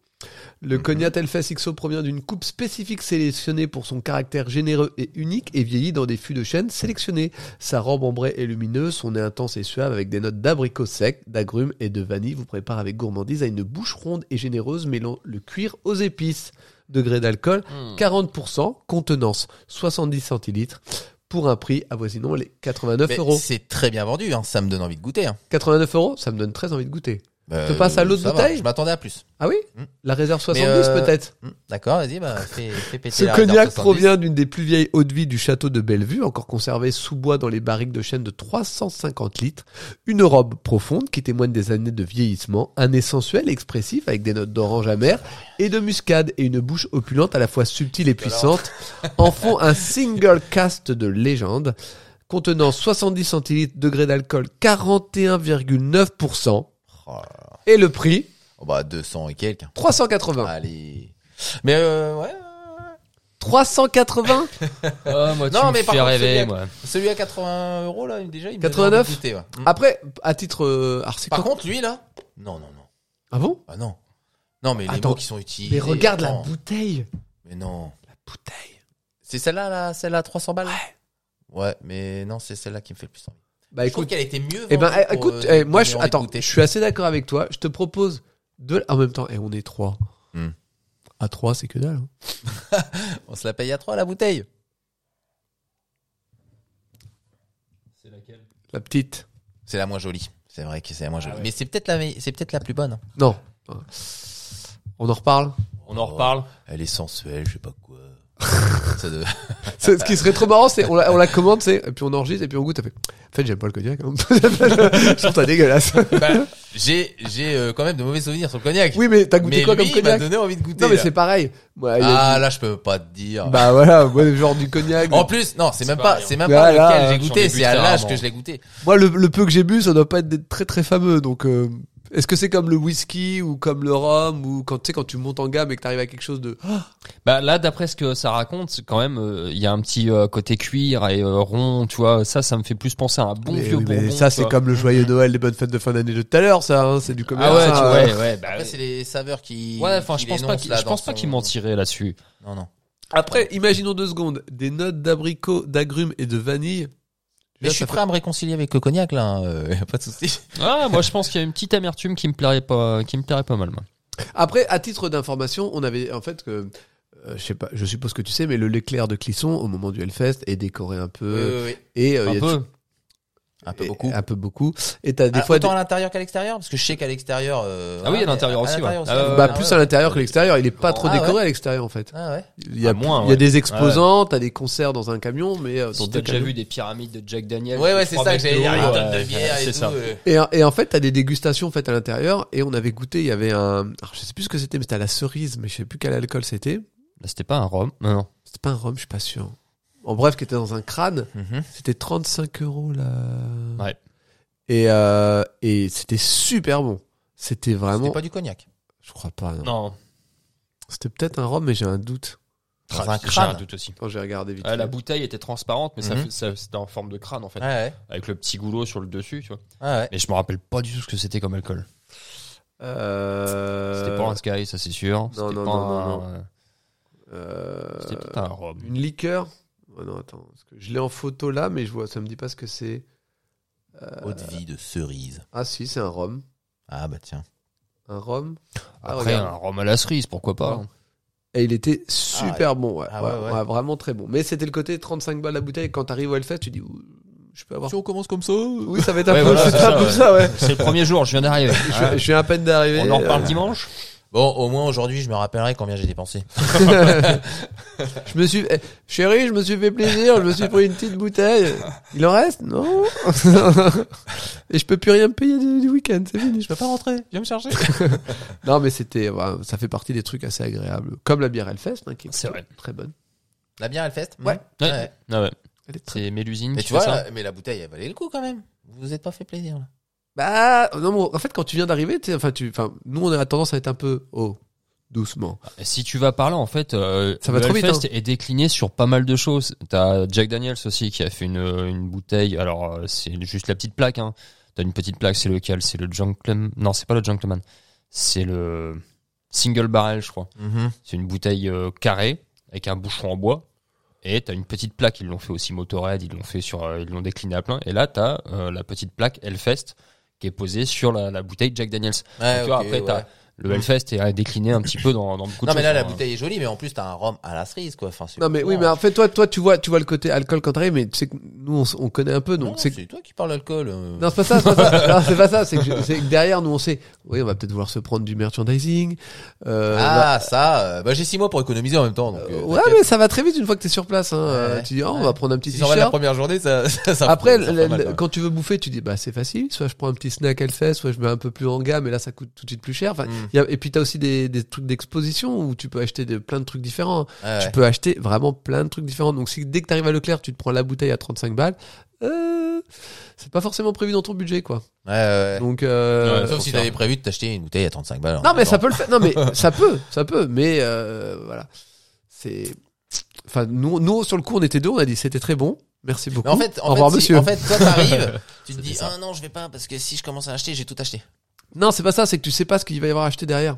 Speaker 2: Le
Speaker 4: Mhm.
Speaker 2: Cognac Hellfest XO provient d'une coupe spécifique sélectionnée pour son caractère généreux et unique et vieillie dans des fûts de chêne sélectionnés. Sa robe ambrée et lumineuse, son nez intense et suave avec des notes d'abricot sec, d'agrumes et de vanille vous prépare avec gourmandise à une bouche ronde et généreuse mêlant le cuir aux épices. Degré d'alcool,
Speaker 3: Hmm.
Speaker 4: Mhm.
Speaker 2: 40%, contenance 70 centilitres pour un prix avoisinant les 89
Speaker 4: Mais
Speaker 2: euros.
Speaker 4: C'est très bien vendu, hein, ça me donne envie de goûter. Hein.
Speaker 2: 89 euros, ça me donne très envie de goûter.
Speaker 4: Euh,
Speaker 2: passes à l'autre
Speaker 4: ça va,
Speaker 2: bouteille
Speaker 4: Je m'attendais à plus.
Speaker 2: Ah oui
Speaker 4: Mm.
Speaker 2: La réserve 70
Speaker 4: euh,
Speaker 2: peut-être
Speaker 4: Hmm, D'accord, vas-y, bah, fais, fais péter
Speaker 2: Ce
Speaker 4: la
Speaker 2: cognac
Speaker 4: 70.
Speaker 2: provient d'une des plus vieilles eaux de vie du château de Bellevue, encore conservée sous bois dans les barriques de chêne de 350 litres. Une robe profonde qui témoigne des années de vieillissement, un nez sensuel et expressif avec des notes d'orange amère et de muscade et une bouche opulente à la fois subtile et puissante en font un single cast de légende contenant 70 centilitres degrés d'alcool 41,9%
Speaker 4: Oh là là.
Speaker 2: et le prix
Speaker 4: Oh, bah, 200 et quelques.
Speaker 2: 380.
Speaker 4: Allez. Mais euh, ouais. ouais.
Speaker 2: 380
Speaker 3: Ah, moi, tu
Speaker 4: Non,
Speaker 3: me
Speaker 4: mais par
Speaker 3: fais
Speaker 4: contre,
Speaker 3: rêver,
Speaker 4: celui-là-
Speaker 3: moi.
Speaker 4: Celui à 80 euros, là, déjà, il me donne
Speaker 2: 89.
Speaker 4: envie de goûter, ouais. Hmm.
Speaker 2: Mm. Après, à titre... euh, alors c'est
Speaker 4: Par
Speaker 2: quoi-
Speaker 4: contre, lui, là. Non, non, non.
Speaker 2: Ah bon
Speaker 4: Ah non. Non, mais les
Speaker 2: Attends.
Speaker 4: mots qui sont utilisés.
Speaker 2: Mais regarde la
Speaker 4: attends.
Speaker 2: bouteille.
Speaker 4: Mais non.
Speaker 2: La bouteille.
Speaker 4: C'est celle-là, là, celle-là, à 300 balles. Ouais. mais non, c'est celle-là qui me fait le plus envie.
Speaker 2: Bah
Speaker 4: Je trouve
Speaker 2: écoute,
Speaker 4: qu'elle était mieux.
Speaker 2: eh ben
Speaker 4: vendue
Speaker 2: eh,
Speaker 4: pour,
Speaker 2: écoute,
Speaker 4: euh,
Speaker 2: eh, moi je
Speaker 4: donner envie de
Speaker 2: attends,
Speaker 4: goûter.
Speaker 2: je suis assez d'accord avec toi. Je te propose de en même temps. Et on est trois.
Speaker 4: Hmm.
Speaker 2: À trois, c'est que dalle. hein.
Speaker 4: On se la paye à 3 la bouteille.
Speaker 3: C'est laquelle
Speaker 2: La petite.
Speaker 4: C'est la moins jolie. C'est vrai que c'est la moins
Speaker 2: Ah
Speaker 4: jolie.
Speaker 3: ouais.
Speaker 4: Mais c'est peut-être la, me- c'est peut-être la plus bonne.
Speaker 2: Non. On en reparle.
Speaker 3: On en reparle.
Speaker 4: Elle est sensuelle, je sais pas quoi. Ça doit-
Speaker 2: C'est- Ce qui serait trop marrant, c'est on la, on la commande, c'est et puis on enregistre et puis on goûte. ça fait, En fait, j'aime pas le cognac. hein. je trouve ça dégueulasse.
Speaker 4: Bah, j'ai, j'ai euh, quand même de mauvais souvenirs sur le cognac.
Speaker 2: Oui, mais t'as goûté
Speaker 4: mais
Speaker 2: quoi
Speaker 4: lui,
Speaker 2: comme
Speaker 4: il m'a
Speaker 2: cognac
Speaker 4: donné envie de goûter.
Speaker 2: Non, mais
Speaker 4: là.
Speaker 2: c'est pareil. Moi, il y a
Speaker 4: Ah
Speaker 2: du-
Speaker 4: là, je peux pas te dire.
Speaker 2: Bah voilà, moi le genre du cognac.
Speaker 4: Ah, en plus, non, c'est même pas,
Speaker 3: pareil,
Speaker 4: c'est
Speaker 3: hein.
Speaker 4: même
Speaker 2: Là,
Speaker 4: pas
Speaker 2: là,
Speaker 4: lequel
Speaker 2: hein,
Speaker 4: j'ai
Speaker 3: j'en
Speaker 4: goûté,
Speaker 3: ai
Speaker 4: c'est
Speaker 3: goûté
Speaker 4: à l'âge
Speaker 3: rarement.
Speaker 4: que je l'ai goûté.
Speaker 2: Moi, le, le peu que j'ai bu, ça doit pas être des- très très fameux. Donc, euh, est-ce que c'est comme le whisky ou comme le rhum ou quand tu sais quand tu montes en gamme et que t'arrives à quelque chose de
Speaker 3: Bah là, d'après ce que ça raconte, c'est quand même, euh, il y a un petit euh, côté cuir et euh, rond, tu vois. Ça, ça me fait plus penser à un bon
Speaker 2: Mais
Speaker 3: vieux
Speaker 2: oui, mais
Speaker 3: bourbon.
Speaker 2: ça,
Speaker 3: tu
Speaker 2: c'est
Speaker 3: vois.
Speaker 2: comme le joyeux Noël, les bonnes fêtes de fin d'année de tout à l'heure. Ça, hein, c'est du commerce.
Speaker 3: Ah ouais, tu
Speaker 2: hein.
Speaker 3: vois, ouais, ouais, bah
Speaker 4: Après,
Speaker 3: ouais.
Speaker 4: c'est les saveurs qui.
Speaker 3: Ouais, enfin,
Speaker 4: qui
Speaker 3: je pense pas
Speaker 4: l'énoncent,
Speaker 3: qu'il,
Speaker 4: là,
Speaker 3: je
Speaker 4: dans
Speaker 3: pense pas
Speaker 4: son-
Speaker 3: qu'il mentirait là-dessus.
Speaker 4: Non, non.
Speaker 2: Après, imaginons deux secondes des notes d'abricot, d'agrumes et de vanille.
Speaker 4: Mais
Speaker 2: Là,
Speaker 4: je suis
Speaker 2: ça
Speaker 4: prêt à me réconcilier avec le cognac, là. euh, y a pas de souci.
Speaker 3: Ah, moi, je pense qu'il y a une petite amertume qui me plairait pas, qui me plairait pas mal. moi.
Speaker 2: Après, à titre d'information, on avait en fait que. euh, je sais pas, je suppose que tu sais, mais le l'éclair de Clisson au moment du Hellfest est décoré un peu
Speaker 4: Oui, oui, oui.
Speaker 2: et euh, il
Speaker 3: Un
Speaker 2: y a
Speaker 3: peu.
Speaker 4: Un peu
Speaker 2: et- Ah,
Speaker 4: beaucoup.
Speaker 2: un peu beaucoup. Et t'as des
Speaker 4: Alors,
Speaker 2: fois
Speaker 4: ah, autant
Speaker 2: des-
Speaker 4: à l'intérieur qu'à l'extérieur parce que je sais qu'à l'extérieur euh,
Speaker 3: Ah oui, à
Speaker 4: mais
Speaker 3: l'intérieur aussi, ouais.
Speaker 4: il y a-
Speaker 3: Euh,
Speaker 2: bah,
Speaker 4: ah
Speaker 2: plus
Speaker 4: ouais.
Speaker 2: à l'intérieur que l'extérieur. Il est pas trop
Speaker 4: Ah ouais.
Speaker 2: décoré à l'extérieur en fait.
Speaker 4: ah ouais
Speaker 2: Il y a
Speaker 3: Ah, moins,
Speaker 2: Il y a
Speaker 3: ouais.
Speaker 2: des exposants, t'as des concerts dans un camion, mais euh, dans
Speaker 3: Si
Speaker 2: deux
Speaker 3: t'as déjà
Speaker 2: camions.
Speaker 3: vu des pyramides de Jack Daniel.
Speaker 4: ouais ouais c'est ça que j'allais dire une tonne de bière et
Speaker 3: C'est
Speaker 4: tout
Speaker 3: ça.
Speaker 4: euh.
Speaker 2: Et, et en fait, t'as des dégustations faites à l'intérieur. Et on avait goûté, il y avait un, alors, je sais plus ce que c'était, mais c'était à la cerise, mais je sais plus quel alcool c'était.
Speaker 3: Là, C'était pas un rhum. Non, non.
Speaker 2: C'était pas un rhum, je suis pas sûr. En bref, qui était dans un crâne,
Speaker 4: Mhm.
Speaker 2: c'était 35 euros là.
Speaker 3: Ouais.
Speaker 2: Et euh, et c'était super bon. C'était vraiment.
Speaker 4: c'était pas du cognac
Speaker 2: Je crois pas. Non.
Speaker 3: Non.
Speaker 2: C'était peut-être un rhum, mais j'ai un doute.
Speaker 4: Dans
Speaker 3: Ah,
Speaker 4: un
Speaker 3: j'ai
Speaker 4: crâne.
Speaker 3: un doute aussi.
Speaker 2: Quand j'ai regardé vite.
Speaker 3: Ah, la
Speaker 2: fait.
Speaker 3: bouteille était transparente, mais ça
Speaker 4: Mhm.
Speaker 3: fait- ça, c'était en forme de crâne en fait,
Speaker 4: ouais Ah ouais
Speaker 3: avec le petit goulot sur le dessus, tu vois.
Speaker 4: ah ouais
Speaker 3: Mais je me rappelle pas du tout ce que c'était comme alcool.
Speaker 2: Euh,
Speaker 3: C'était pas un Sky, ça c'est sûr. C'était
Speaker 2: non,
Speaker 3: pas
Speaker 2: non, non,
Speaker 3: un- euh,
Speaker 2: euh,
Speaker 3: C'était peut-être un rhum.
Speaker 2: Une liqueur Oh non, attends. parce que je l'ai en photo là, mais je vois, ça me dit pas ce que c'est.
Speaker 4: eau de Euh, vie de cerise
Speaker 2: Ah si, c'est un rhum.
Speaker 4: ah bah tiens
Speaker 2: Un rhum. Ah,
Speaker 3: Après,
Speaker 2: regarde.
Speaker 3: un rhum à la cerise, pourquoi pas.
Speaker 2: Ah. Et il était super bon, ouais.
Speaker 4: Ah
Speaker 2: ouais,
Speaker 4: ouais, ouais.
Speaker 2: ouais, Vraiment très bon. Mais c'était le côté 35 balles la bouteille. Quand t'arrives au Hellfest, tu dis, Ouh, je peux avoir.
Speaker 4: on commence comme ça
Speaker 2: Oui, ça va être un
Speaker 3: Ouais,
Speaker 2: peu,
Speaker 3: voilà,
Speaker 2: c'est
Speaker 3: c'est
Speaker 2: un peu ça, ouais.
Speaker 3: C'est le premier jour, je viens d'arriver.
Speaker 2: Je, suis- je suis à peine d'arriver.
Speaker 3: On en reparle
Speaker 2: euh,
Speaker 3: dimanche
Speaker 4: bon au moins aujourd'hui je me rappellerai combien j'ai dépensé
Speaker 2: je me suis, eh, chérie, je me suis fait plaisir, je me suis pris une petite bouteille. Il en reste? Non. Et je peux plus rien me payer du, du week-end, c'est fini.
Speaker 4: peux pas rentrer viens me charger
Speaker 2: Non, mais c'était, voilà, ça fait partie des trucs assez agréables. Comme la bière Hellfest, hein, qui est,
Speaker 3: C'est
Speaker 2: plutôt très bonne.
Speaker 4: la bière Hellfest
Speaker 2: Ouais.
Speaker 3: Ouais.
Speaker 4: ouais.
Speaker 3: Ah ouais.
Speaker 2: Elle est très...
Speaker 3: C'est Mélusine
Speaker 4: mais
Speaker 3: qui
Speaker 4: tu
Speaker 3: fait
Speaker 4: vois
Speaker 3: ça.
Speaker 4: la- mais la bouteille elle valait le coup quand même vous vous êtes pas fait plaisir là
Speaker 2: Bah, non, mais en fait, quand tu viens d'arriver, t'es- enfin, tu, enfin, nous, on a tendance à être un peu, oh, doucement.
Speaker 3: Si tu vas par là, en fait, euh,
Speaker 2: Ça va
Speaker 3: le
Speaker 2: trop vite, hein.
Speaker 3: Hellfest est décliné sur pas mal de choses. T'as Jack Daniels aussi qui a fait une, une bouteille. Alors, euh, c'est juste la petite plaque. Hein. T'as une petite plaque, c'est lequel C'est le Gentleman. Non, c'est pas le Gentleman. C'est le. Single barrel, je crois.
Speaker 4: Mhm.
Speaker 3: C'est une bouteille euh, carrée avec un bouchon en bois. Et t'as une petite plaque, ils l'ont fait aussi Motorhead, ils l'ont fait sur, euh, ils l'ont décliné à plein. Et là, t'as euh, la petite plaque Hellfest qui est posée sur la, la bouteille Jack Daniels.
Speaker 4: Ouais,
Speaker 3: Donc, tu vois,
Speaker 4: Ah, ok,
Speaker 3: après,
Speaker 4: ouais.
Speaker 3: t'as le Hellfest est euh, décliné un petit peu dans, dans beaucoup de
Speaker 4: Non, mais
Speaker 3: choses,
Speaker 4: là, la
Speaker 3: hein.
Speaker 4: bouteille est jolie, mais en plus, t'as un rhum à la cerise, quoi. Enfin, c'est
Speaker 2: Non mais oui
Speaker 4: bon,
Speaker 2: mais
Speaker 4: hein.
Speaker 2: en fait toi toi tu vois tu vois le côté alcool quand t'arrives mais tu sais que nous on, s- on connaît un peu
Speaker 4: Non,
Speaker 2: donc c'est
Speaker 4: c'est toi qui parles d'alcool. euh.
Speaker 2: non c'est pas ça c'est pas ça non c'est pas ça c'est que, je- c'est que derrière nous on sait oui on va peut-être vouloir se prendre du merchandising euh, on va-
Speaker 4: ah, ça, euh, bah, j'ai six mois pour économiser en même temps. Donc, euh,
Speaker 2: ouais
Speaker 4: t'inquiète.
Speaker 2: mais ça va très vite une fois que t'es sur place hein. Euh, tu dis oh, on va
Speaker 4: ouais.
Speaker 2: prendre un petit
Speaker 4: Si j'en vais la
Speaker 2: t-shirt
Speaker 4: première journée, ça, ça, ça
Speaker 2: après
Speaker 4: ça fait
Speaker 2: le-
Speaker 4: mal,
Speaker 2: le-
Speaker 4: quoi.
Speaker 2: quand tu veux bouffer tu dis bah c'est facile soit je prends un petit snack Hellfest soit je mets un peu plus en gamme et là ça coûte tout de suite plus cher enfin
Speaker 4: Mm.
Speaker 2: il y a- et puis t'as aussi des, des trucs d'exposition où tu peux acheter de, plein de trucs différents
Speaker 4: Ouais,
Speaker 2: tu
Speaker 4: ouais.
Speaker 2: peux acheter vraiment plein de trucs différents. Donc si dès que tu arrives à Leclerc, tu te prends la bouteille à 35 balles, euh, c'est pas forcément prévu dans ton budget quoi.
Speaker 4: Ouais, ouais, ouais.
Speaker 2: Donc euh,
Speaker 3: Ouais,
Speaker 4: Sauf
Speaker 3: faut
Speaker 4: si
Speaker 3: faire.
Speaker 4: t'avais prévu de t'acheter une bouteille à 35 balles. hein. en
Speaker 2: non mais
Speaker 4: même
Speaker 2: ça
Speaker 4: temps.
Speaker 2: peut le faire. Non mais ça peut, ça peut mais euh, voilà. C'est enfin nous nous sur le coup on était deux, on a dit c'était très bon. Merci beaucoup.
Speaker 4: Mais en fait, en
Speaker 2: Au revoir,
Speaker 4: fait, si-
Speaker 2: monsieur.
Speaker 4: en fait, toi, t'arrives, tu te
Speaker 3: C'était
Speaker 4: dis,
Speaker 3: ça.
Speaker 4: ah non, je vais pas, parce que si je commence à acheter, j'ai tout acheté.
Speaker 2: Non, c'est pas ça, c'est que tu sais pas ce qu'il va y avoir à acheter derrière.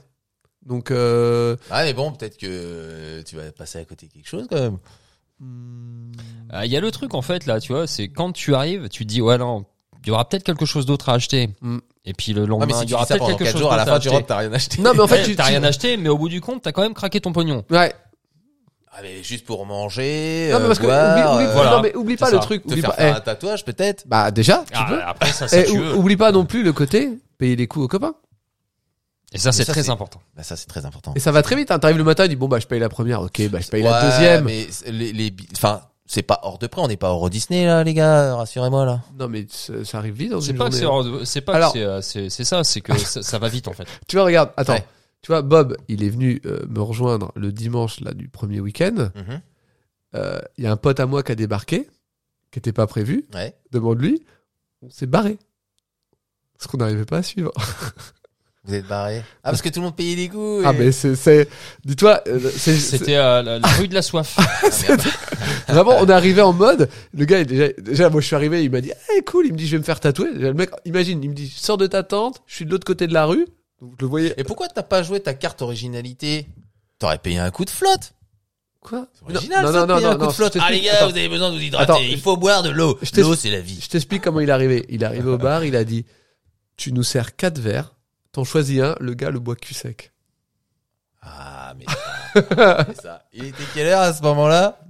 Speaker 2: Donc euh,
Speaker 4: Ah, mais bon, peut-être que euh, tu vas passer à côté de quelque chose, quand même.
Speaker 3: Euh, Il y a le truc en fait là, tu vois, c'est quand tu arrives, tu te dis ouais non, il y aura peut-être quelque chose d'autre à acheter.
Speaker 2: Mm.
Speaker 3: Et puis le
Speaker 4: Ah, mais
Speaker 3: lendemain,
Speaker 4: si
Speaker 3: il
Speaker 4: tu
Speaker 3: y aura
Speaker 4: dis ça
Speaker 3: peut-être
Speaker 4: pendant
Speaker 3: quelque
Speaker 4: 4
Speaker 3: chose
Speaker 4: jours, à
Speaker 3: d'autre
Speaker 4: la
Speaker 3: à
Speaker 4: fin du
Speaker 3: acheter.
Speaker 4: robe, t'as rien acheté.
Speaker 2: non mais en fait
Speaker 3: Ouais,
Speaker 2: tu
Speaker 3: t'as
Speaker 2: tu-
Speaker 3: rien acheté, mais au bout du compte, t'as quand même craqué ton pognon.
Speaker 2: Ouais.
Speaker 4: Ah, mais juste pour manger,
Speaker 2: Non mais
Speaker 4: euh,
Speaker 2: parce que
Speaker 4: boire,
Speaker 2: oublie, oublie-
Speaker 4: euh,
Speaker 3: voilà.
Speaker 2: non, mais oublie pas
Speaker 3: C'est
Speaker 2: le
Speaker 3: ça.
Speaker 2: truc,
Speaker 4: te
Speaker 2: oublie
Speaker 4: faire
Speaker 2: pas.
Speaker 4: faire
Speaker 2: eh,
Speaker 4: un tatouage, peut-être.
Speaker 2: bah déjà, tu
Speaker 3: Ah,
Speaker 2: peux.
Speaker 3: après ça, si
Speaker 2: Eh,
Speaker 3: tu
Speaker 2: ou-
Speaker 3: veux.
Speaker 2: oublie pas non plus le côté payer les coûts aux copains.
Speaker 3: Et ça, c'est
Speaker 4: ça,
Speaker 3: très
Speaker 4: c'est-
Speaker 3: important.
Speaker 4: Bah, ça, c'est très important.
Speaker 2: Et ça va très vite. Hein. T'arrives le matin, tu dis bon bah je paye la première, ok, bah je paye la
Speaker 4: Ouais,
Speaker 2: deuxième.
Speaker 4: Mais c'est- les, les, bi- enfin, c'est pas hors de prix, on n'est pas hors Disney là, les gars, rassurez-moi là.
Speaker 2: Non mais ça, ça arrive vite dans
Speaker 3: C'est
Speaker 2: une
Speaker 3: pas que
Speaker 2: journée.
Speaker 3: c'est
Speaker 2: hein.
Speaker 3: hors de- c'est pas que
Speaker 2: Alors-
Speaker 3: c'est, euh, c'est c'est ça, c'est que ça, ça va vite en fait.
Speaker 2: Tu vois, regarde, attends.
Speaker 4: Ouais.
Speaker 2: Tu vois, Bob, il est venu euh, me rejoindre le dimanche là du premier week-end.
Speaker 4: Mhm.
Speaker 2: Euh, Il y a un pote à moi qui a débarqué, qui était pas prévu.
Speaker 4: Ouais.
Speaker 2: Demande-lui. On s'est barré. Parce qu'on n'arrivait pas à suivre.
Speaker 4: Vous êtes barrés. Ah parce que tout le monde payait les goûts.
Speaker 2: Ah mais c'est, c'est... dis-toi, euh, c'est, c'est-
Speaker 3: C'était euh, la, la rue de la soif.
Speaker 4: Ah,
Speaker 2: Vraiment, on est arrivé en mode. Le gars, est déjà, déjà, moi, je suis arrivé, il m'a dit, eh, cool, il me dit, je vais me faire tatouer. Le mec, imagine, il me dit, sors de ta tente, je suis de l'autre côté de la rue. Donc, je le voyais.
Speaker 4: Et pourquoi t'as pas joué ta carte originalité T'aurais payé un coup de flotte.
Speaker 2: Quoi
Speaker 4: C'est original, ça, de payer un coup de flotte.
Speaker 2: je
Speaker 4: Ah les
Speaker 2: t'explique.
Speaker 4: gars,
Speaker 2: Attends,
Speaker 4: vous avez besoin de vous hydrater.
Speaker 2: Attends,
Speaker 4: il
Speaker 2: je-
Speaker 4: faut boire de l'eau.
Speaker 2: je t'explique-
Speaker 4: L'eau, c'est la vie.
Speaker 2: je t'explique comment il est arrivé. Il est arrivé au bar, il a dit, tu nous sers quatre verres, t'en choisis un, le gars le boit cul sec.
Speaker 4: Ah mais ça, c'est ça. Il était quelle heure à ce moment-là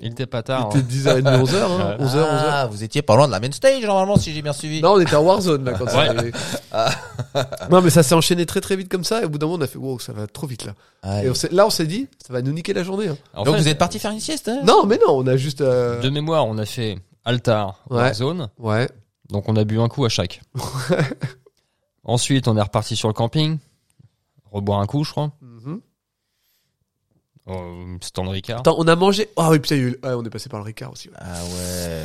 Speaker 3: Il était pas
Speaker 2: Il
Speaker 3: tard.
Speaker 2: était 10h30, 11h, hein, 11h, 11h.
Speaker 4: Ah, vous étiez pas loin de la main stage normalement si j'ai bien suivi.
Speaker 2: Non, on était en Warzone là quand ça
Speaker 3: Ouais.
Speaker 2: arrivé. Non, mais ça s'est enchaîné très très vite comme ça. Et au bout d'un moment, on a fait wow, ça va trop vite là.
Speaker 4: Ah,
Speaker 2: Et on s'est- là, on s'est dit, ça va nous niquer la journée. hein.
Speaker 3: En
Speaker 4: Donc
Speaker 3: fait,
Speaker 4: vous êtes parti faire une sieste hein
Speaker 2: Non, mais non, on a juste. euh,
Speaker 3: De mémoire, on a fait Altar,
Speaker 2: Ouais.
Speaker 3: Zone,
Speaker 2: Ouais.
Speaker 3: donc on a bu un coup à chaque. Ensuite, on est reparti sur le camping, reboire un coup, je crois.
Speaker 2: Mhm.
Speaker 3: Euh, C'était en Ricard.
Speaker 2: Attends, on a mangé. Ah oui, putain, il y a eu le- ouais, on est passé par le Ricard aussi. Ouais,
Speaker 4: Ah ouais.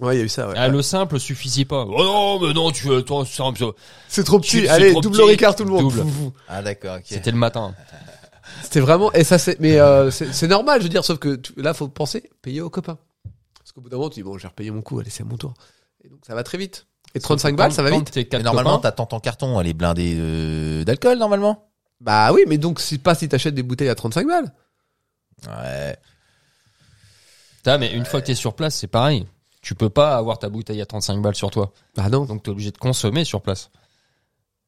Speaker 2: Ouais, il y a eu ça. ouais.
Speaker 3: Ah, le simple suffisait pas. Oh non, mais non, tu veux, toi, simple. ça-
Speaker 2: C'est trop
Speaker 3: C'est-
Speaker 2: petit.
Speaker 3: c'est
Speaker 2: Allez,
Speaker 3: trop
Speaker 2: double
Speaker 3: petit.
Speaker 2: Ricard tout le monde.
Speaker 3: Double.
Speaker 2: Foufou.
Speaker 4: Ah d'accord, ok.
Speaker 3: C'était le matin.
Speaker 2: C'était vraiment. Et ça, c'est. Mais euh, c'est c'est normal, je veux dire. Sauf que tu- là, faut penser payer aux copains. Parce qu'au bout d'un moment, tu dis bon, j'ai repayé mon coup. Allez, c'est à mon tour. Et donc, ça va très vite. Et 35 balles, ça va
Speaker 3: Quand
Speaker 2: vite.
Speaker 3: t'es quatre
Speaker 4: Mais normalement,
Speaker 3: copains,
Speaker 4: ta tente en carton, elle est blindée euh, d'alcool, normalement.
Speaker 2: Bah oui, mais donc, c'est pas si t'achètes des bouteilles à 35 balles.
Speaker 4: Ouais.
Speaker 3: t'as- mais une fois que t'es sur place, c'est pareil. Tu peux pas avoir ta bouteille à 35 balles sur toi.
Speaker 2: Bah non.
Speaker 3: Donc t'es obligé de consommer sur place.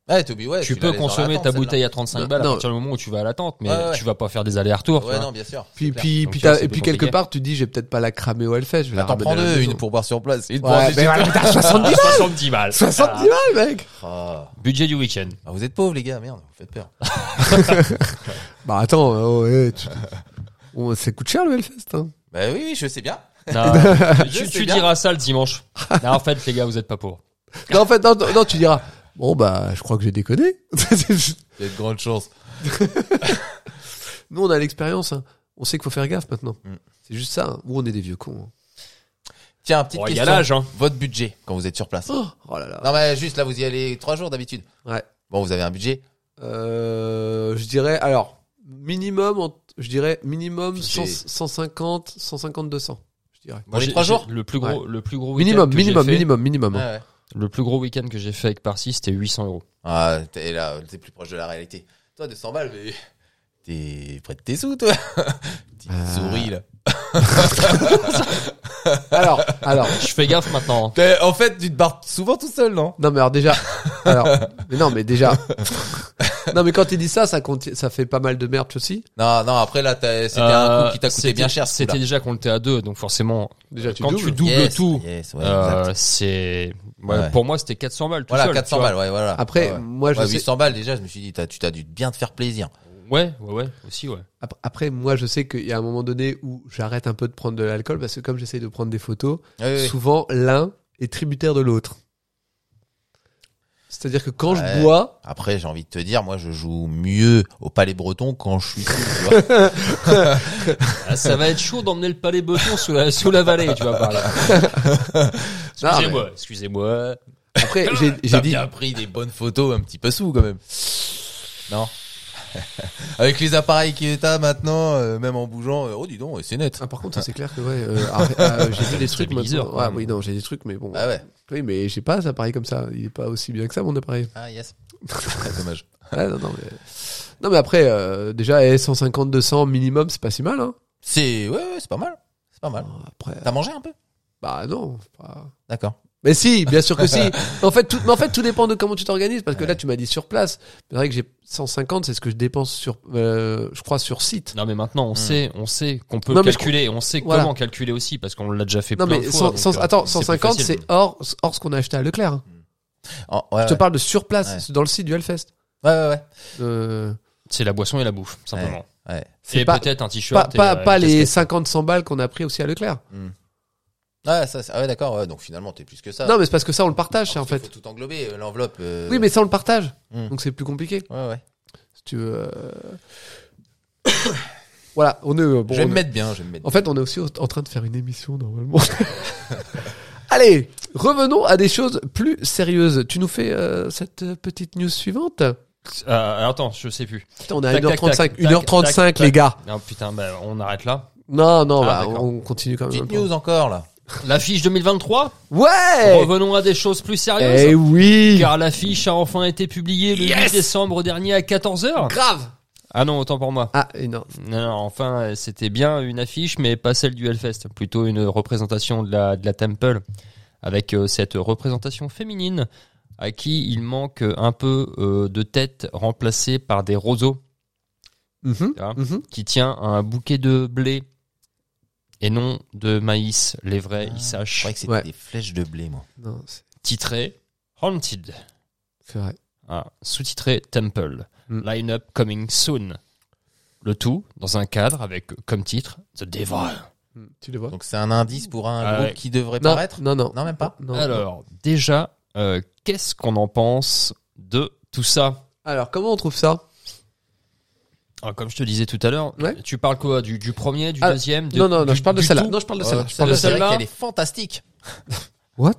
Speaker 4: Ouais, Toby, Ah, ouais.
Speaker 3: tu
Speaker 4: la
Speaker 3: peux
Speaker 4: laisses dans la
Speaker 3: consommer
Speaker 4: tente,
Speaker 3: ta
Speaker 4: celle-là.
Speaker 3: bouteille à 35
Speaker 2: Non,
Speaker 3: balles à
Speaker 2: non.
Speaker 3: partir du moment où tu vas à la tente, mais
Speaker 4: Ouais, ouais.
Speaker 3: tu vas pas faire des allers-retours. tu
Speaker 4: Ouais,
Speaker 3: vois.
Speaker 4: non, bien sûr.
Speaker 2: Puis,
Speaker 4: c'est
Speaker 2: puis,
Speaker 3: Donc,
Speaker 2: puis,
Speaker 3: tu vois,
Speaker 2: t'as-
Speaker 3: c'est
Speaker 2: et puis
Speaker 3: plus compliqué.
Speaker 2: quelque part, tu dis j'ai peut-être pas la cramer au Hellfest. Je vais la
Speaker 4: T'en
Speaker 2: ramener
Speaker 4: prends
Speaker 2: à la
Speaker 4: deux,
Speaker 2: maison.
Speaker 3: hein.
Speaker 4: une pour boire sur place, une pour
Speaker 2: Ouais,
Speaker 4: manger
Speaker 2: mais
Speaker 4: sur
Speaker 2: voilà,
Speaker 4: place.
Speaker 2: t'as 70
Speaker 3: Ah, 70 balles.
Speaker 2: 70 balles, mec.
Speaker 4: Ah.
Speaker 3: Budget du week-end.
Speaker 4: Ah, vous êtes pauvres, les gars, merde, vous faites peur.
Speaker 2: Bah attends, oh, eh, tu- Oh, ça coûte cher le Hellfest. Hein.
Speaker 4: Bah oui, oui, je sais bien.
Speaker 3: Non,
Speaker 4: Je
Speaker 3: tu
Speaker 4: sais
Speaker 3: tu
Speaker 4: bien.
Speaker 3: diras ça le dimanche. Non, en fait, les gars, vous êtes pas pauvres.
Speaker 2: Non, en fait, non, non, non, tu diras. Bon bah, je crois que j'ai déconné.
Speaker 4: Il y a de grandes chances.
Speaker 2: Nous, on a l'expérience. hein. On sait qu'il faut faire gaffe maintenant.
Speaker 4: Mm.
Speaker 2: C'est juste ça. hein. Ou on est des vieux cons. hein.
Speaker 4: Tiens, petite
Speaker 3: Bon, il y a
Speaker 4: question.
Speaker 3: l'âge, hein.
Speaker 4: Votre budget quand vous êtes sur place.
Speaker 2: Oh, oh là là.
Speaker 4: Non, mais juste là, vous y allez trois jours d'habitude.
Speaker 2: Ouais.
Speaker 4: Bon, vous avez un budget.
Speaker 2: Euh, je dirais alors minimum, en- je dirais minimum
Speaker 4: J'ai-
Speaker 2: 100 150, 150, 200. Je dirais.
Speaker 4: Pour les
Speaker 3: j'ai-
Speaker 4: trois
Speaker 3: j'ai-
Speaker 4: jours
Speaker 3: Le plus gros, le plus gros week-end
Speaker 2: Minimum,
Speaker 3: que j'ai
Speaker 2: minimum,
Speaker 3: fait-
Speaker 2: minimum, minimum, hein.
Speaker 4: Ah, ouais.
Speaker 3: Le plus gros week-end que j'ai fait avec Parsi, c'était 800 euros.
Speaker 4: Ah, t'es là, t'es plus proche de la réalité. Toi, 200 balles, mais. T'es près de tes sous, toi Petite
Speaker 2: Euh.
Speaker 4: souris, là.
Speaker 2: Alors, alors.
Speaker 3: Je fais gaffe maintenant. hein.
Speaker 4: T'es- En fait, tu te barres souvent tout seul, non
Speaker 2: Non mais alors déjà, alors, mais non mais déjà, non mais quand il dit ça, ça conti- ça fait pas mal de merde aussi.
Speaker 4: Non, non, après, là, t'as- c'était un
Speaker 3: Euh,
Speaker 4: coup qui t'a coûté
Speaker 3: c'était-
Speaker 4: bien cher, ce
Speaker 3: C'était
Speaker 4: coup-là.
Speaker 3: déjà qu'on le était à deux, donc forcément,
Speaker 2: Déjà
Speaker 4: Ah,
Speaker 2: tu
Speaker 3: quand
Speaker 2: doubles.
Speaker 3: tu doubles
Speaker 4: Yes,
Speaker 3: tout,
Speaker 4: yes, ouais,
Speaker 3: euh,
Speaker 4: exact.
Speaker 3: c'est. ouais,
Speaker 4: Ouais.
Speaker 3: Pour moi, c'était 400 balles. Tout
Speaker 4: Voilà,
Speaker 3: seul, tu
Speaker 4: 400
Speaker 3: vois.
Speaker 4: balles, ouais, voilà.
Speaker 2: Après,
Speaker 4: Ah Ouais, ouais.
Speaker 2: moi je
Speaker 4: Ouais,
Speaker 2: sais,
Speaker 4: 800 balles, déjà, je me suis dit, t'as- tu t'as dû bien te faire plaisir.
Speaker 3: Ouais, ouais, ouais, aussi, ouais.
Speaker 2: ap- après moi je sais qu'il y a un moment donné où j'arrête un peu de prendre de l'alcool parce que comme j'essaie de prendre des photos, souvent l'un est tributaire de l'autre. C'est-à-dire que quand
Speaker 4: Ouais.
Speaker 2: je bois,
Speaker 4: Après, j'ai envie de te dire, moi, je joue mieux au Palais Breton quand je suis sous, tu vois.
Speaker 3: Ah, ça va être chaud d'emmener le palais Breton sous la, sous la vallée, tu vas par là. excusez-moi, excusez-moi.
Speaker 2: après j'ai j'ai
Speaker 4: T'as
Speaker 2: dit,
Speaker 4: bien pris des bonnes photos un petit peu sous, quand même. Non Avec les appareils que t'as maintenant, euh, même en bougeant, euh, oh, dis donc, ouais, c'est net.
Speaker 2: Ah, par contre c'est clair que ouais, euh, arrête- ah, j'ai vu des trucs,
Speaker 3: Stabiliseur,
Speaker 2: maintenant.
Speaker 3: quand
Speaker 2: ouais,
Speaker 3: même.
Speaker 2: oui non j'ai des trucs mais bon,
Speaker 4: Ah ouais
Speaker 2: oui mais j'ai pas un appareil comme ça, il est pas aussi bien que ça mon appareil.
Speaker 4: Ah, yes. Ah, dommage.
Speaker 2: Ouais, non, non, mais... non, mais après, euh, déjà, eh, 150, 200 minimum, c'est pas si mal. Hein.
Speaker 4: C'est... Ouais, ouais, c'est pas mal. C'est pas mal.
Speaker 2: Bon, Après,
Speaker 4: T'as mangé un peu
Speaker 2: bah non. pas-
Speaker 4: D'accord.
Speaker 2: Mais si, bien sûr que si. En fait, tout, mais en fait, tout dépend de comment tu t'organises. Parce que là, tu m'as dit sur place. C'est vrai que j'ai 150, c'est ce que je dépense sur, euh, je crois, sur site.
Speaker 3: Non, mais maintenant, on sait, on sait qu'on peut
Speaker 2: Non, mais je
Speaker 3: calculer, on sait
Speaker 2: Voilà.
Speaker 3: comment calculer aussi, parce qu'on l'a déjà fait
Speaker 2: Non,
Speaker 3: plein
Speaker 2: mais
Speaker 3: de
Speaker 2: cent-
Speaker 3: fois.
Speaker 2: cent-
Speaker 3: donc, euh,
Speaker 2: attends,
Speaker 3: plus
Speaker 2: 150,
Speaker 3: facile.
Speaker 2: c'est hors, hors ce qu'on a acheté à Leclerc. hein.
Speaker 4: Oh, ouais,
Speaker 2: Je te
Speaker 4: ouais.
Speaker 2: parle de sur place, c'est dans le site du Hellfest.
Speaker 4: ouais, ouais, ouais.
Speaker 2: Euh,
Speaker 3: C'est la boisson et la bouffe, simplement.
Speaker 4: ouais.
Speaker 3: Et
Speaker 2: c'est pas,
Speaker 3: peut-être un
Speaker 2: pas,
Speaker 3: t-shirt. et,
Speaker 2: pas,
Speaker 3: euh,
Speaker 2: pas
Speaker 3: une
Speaker 2: les
Speaker 3: casquette.
Speaker 2: 50, 100 balles qu'on a pris aussi à Leclerc.
Speaker 4: Ah, ça, c'est- ah ouais, d'accord. ouais, donc finalement, t'es plus que
Speaker 3: Ah.
Speaker 4: ça.
Speaker 2: Non, mais c'est parce que ça, on le partage,
Speaker 4: Parce
Speaker 2: ça, en
Speaker 4: qu'il
Speaker 2: fait.
Speaker 4: faut tout englober, euh, l'enveloppe. euh,
Speaker 2: Oui, mais ça, on le partage.
Speaker 4: Hmm.
Speaker 2: Donc, c'est plus compliqué.
Speaker 4: Ouais, ouais.
Speaker 2: Si tu veux. euh, voilà, on est. euh, Bon,
Speaker 4: je vais me
Speaker 2: on est-
Speaker 4: mettre bien, je vais me mettre
Speaker 2: En fait, on est aussi au- en train de faire une émission normalement. Allez, revenons à des choses plus sérieuses. Tu nous fais euh, cette euh, petite news suivante
Speaker 3: Euh, attends, je sais plus.
Speaker 2: Putain, on est à
Speaker 3: Tac, tac,
Speaker 2: 1h35.
Speaker 3: tac,
Speaker 2: 1h35,
Speaker 3: tac, tac,
Speaker 2: les gars.
Speaker 3: Non, putain, bah, on arrête là.
Speaker 2: Non, non,
Speaker 3: Ah,
Speaker 2: bah,
Speaker 3: d'accord.
Speaker 2: on continue quand
Speaker 4: bien.
Speaker 2: même.
Speaker 4: Petite news encore, là.
Speaker 3: L'affiche 2023
Speaker 2: Ouais
Speaker 3: Revenons à des choses plus sérieuses.
Speaker 2: Eh oui
Speaker 3: Car l'affiche a enfin été publiée le
Speaker 2: Yes
Speaker 3: 8 décembre dernier à 14h.
Speaker 2: Grave
Speaker 3: Ah non, autant pour moi.
Speaker 2: Ah, et non.
Speaker 3: Non, non, enfin, euh, c'était bien une affiche, mais pas celle du Hellfest. Plutôt une représentation de la, de la Temple, avec euh, cette représentation féminine, à qui il manque euh, un peu euh, de tête, remplacée par des roseaux,
Speaker 2: Mhm,
Speaker 3: Ah.
Speaker 2: mhm.
Speaker 3: qui tient un bouquet de blé, et non de maïs. Les vrais, ils
Speaker 4: Je
Speaker 3: sachent.
Speaker 4: croyais que c'était
Speaker 2: Ouais.
Speaker 4: des flèches de blé, moi.
Speaker 2: Non, c'est-
Speaker 3: Titré Haunted.
Speaker 2: c'est vrai.
Speaker 3: Ah, sous-titré Temple.
Speaker 2: Mm.
Speaker 3: Line-up coming soon. Le tout dans un cadre avec euh, comme titre The Devil.
Speaker 2: Hmm, Tu le vois
Speaker 4: Donc c'est un indice pour un
Speaker 3: Ah
Speaker 4: groupe
Speaker 3: ouais.
Speaker 4: qui devrait
Speaker 2: non,
Speaker 4: paraître
Speaker 2: non, non.
Speaker 4: Non, même pas
Speaker 2: Non.
Speaker 3: Alors, déjà, euh, qu'est-ce qu'on en pense de tout ça
Speaker 2: Alors, comment on trouve ça
Speaker 3: Alors, Comme je te disais tout à l'heure,
Speaker 2: Ouais.
Speaker 3: tu parles quoi Du, du premier, du
Speaker 2: Ah,
Speaker 3: deuxième du-
Speaker 2: Non, non, non,
Speaker 3: du-
Speaker 2: je parle de
Speaker 3: du
Speaker 2: celle-là.
Speaker 3: tout
Speaker 2: Non, je parle de
Speaker 4: Oh,
Speaker 2: celle-là. je parle de
Speaker 4: celle-là,
Speaker 2: celle-là.
Speaker 3: celle-là.
Speaker 4: qu'elle est fantastique.
Speaker 2: What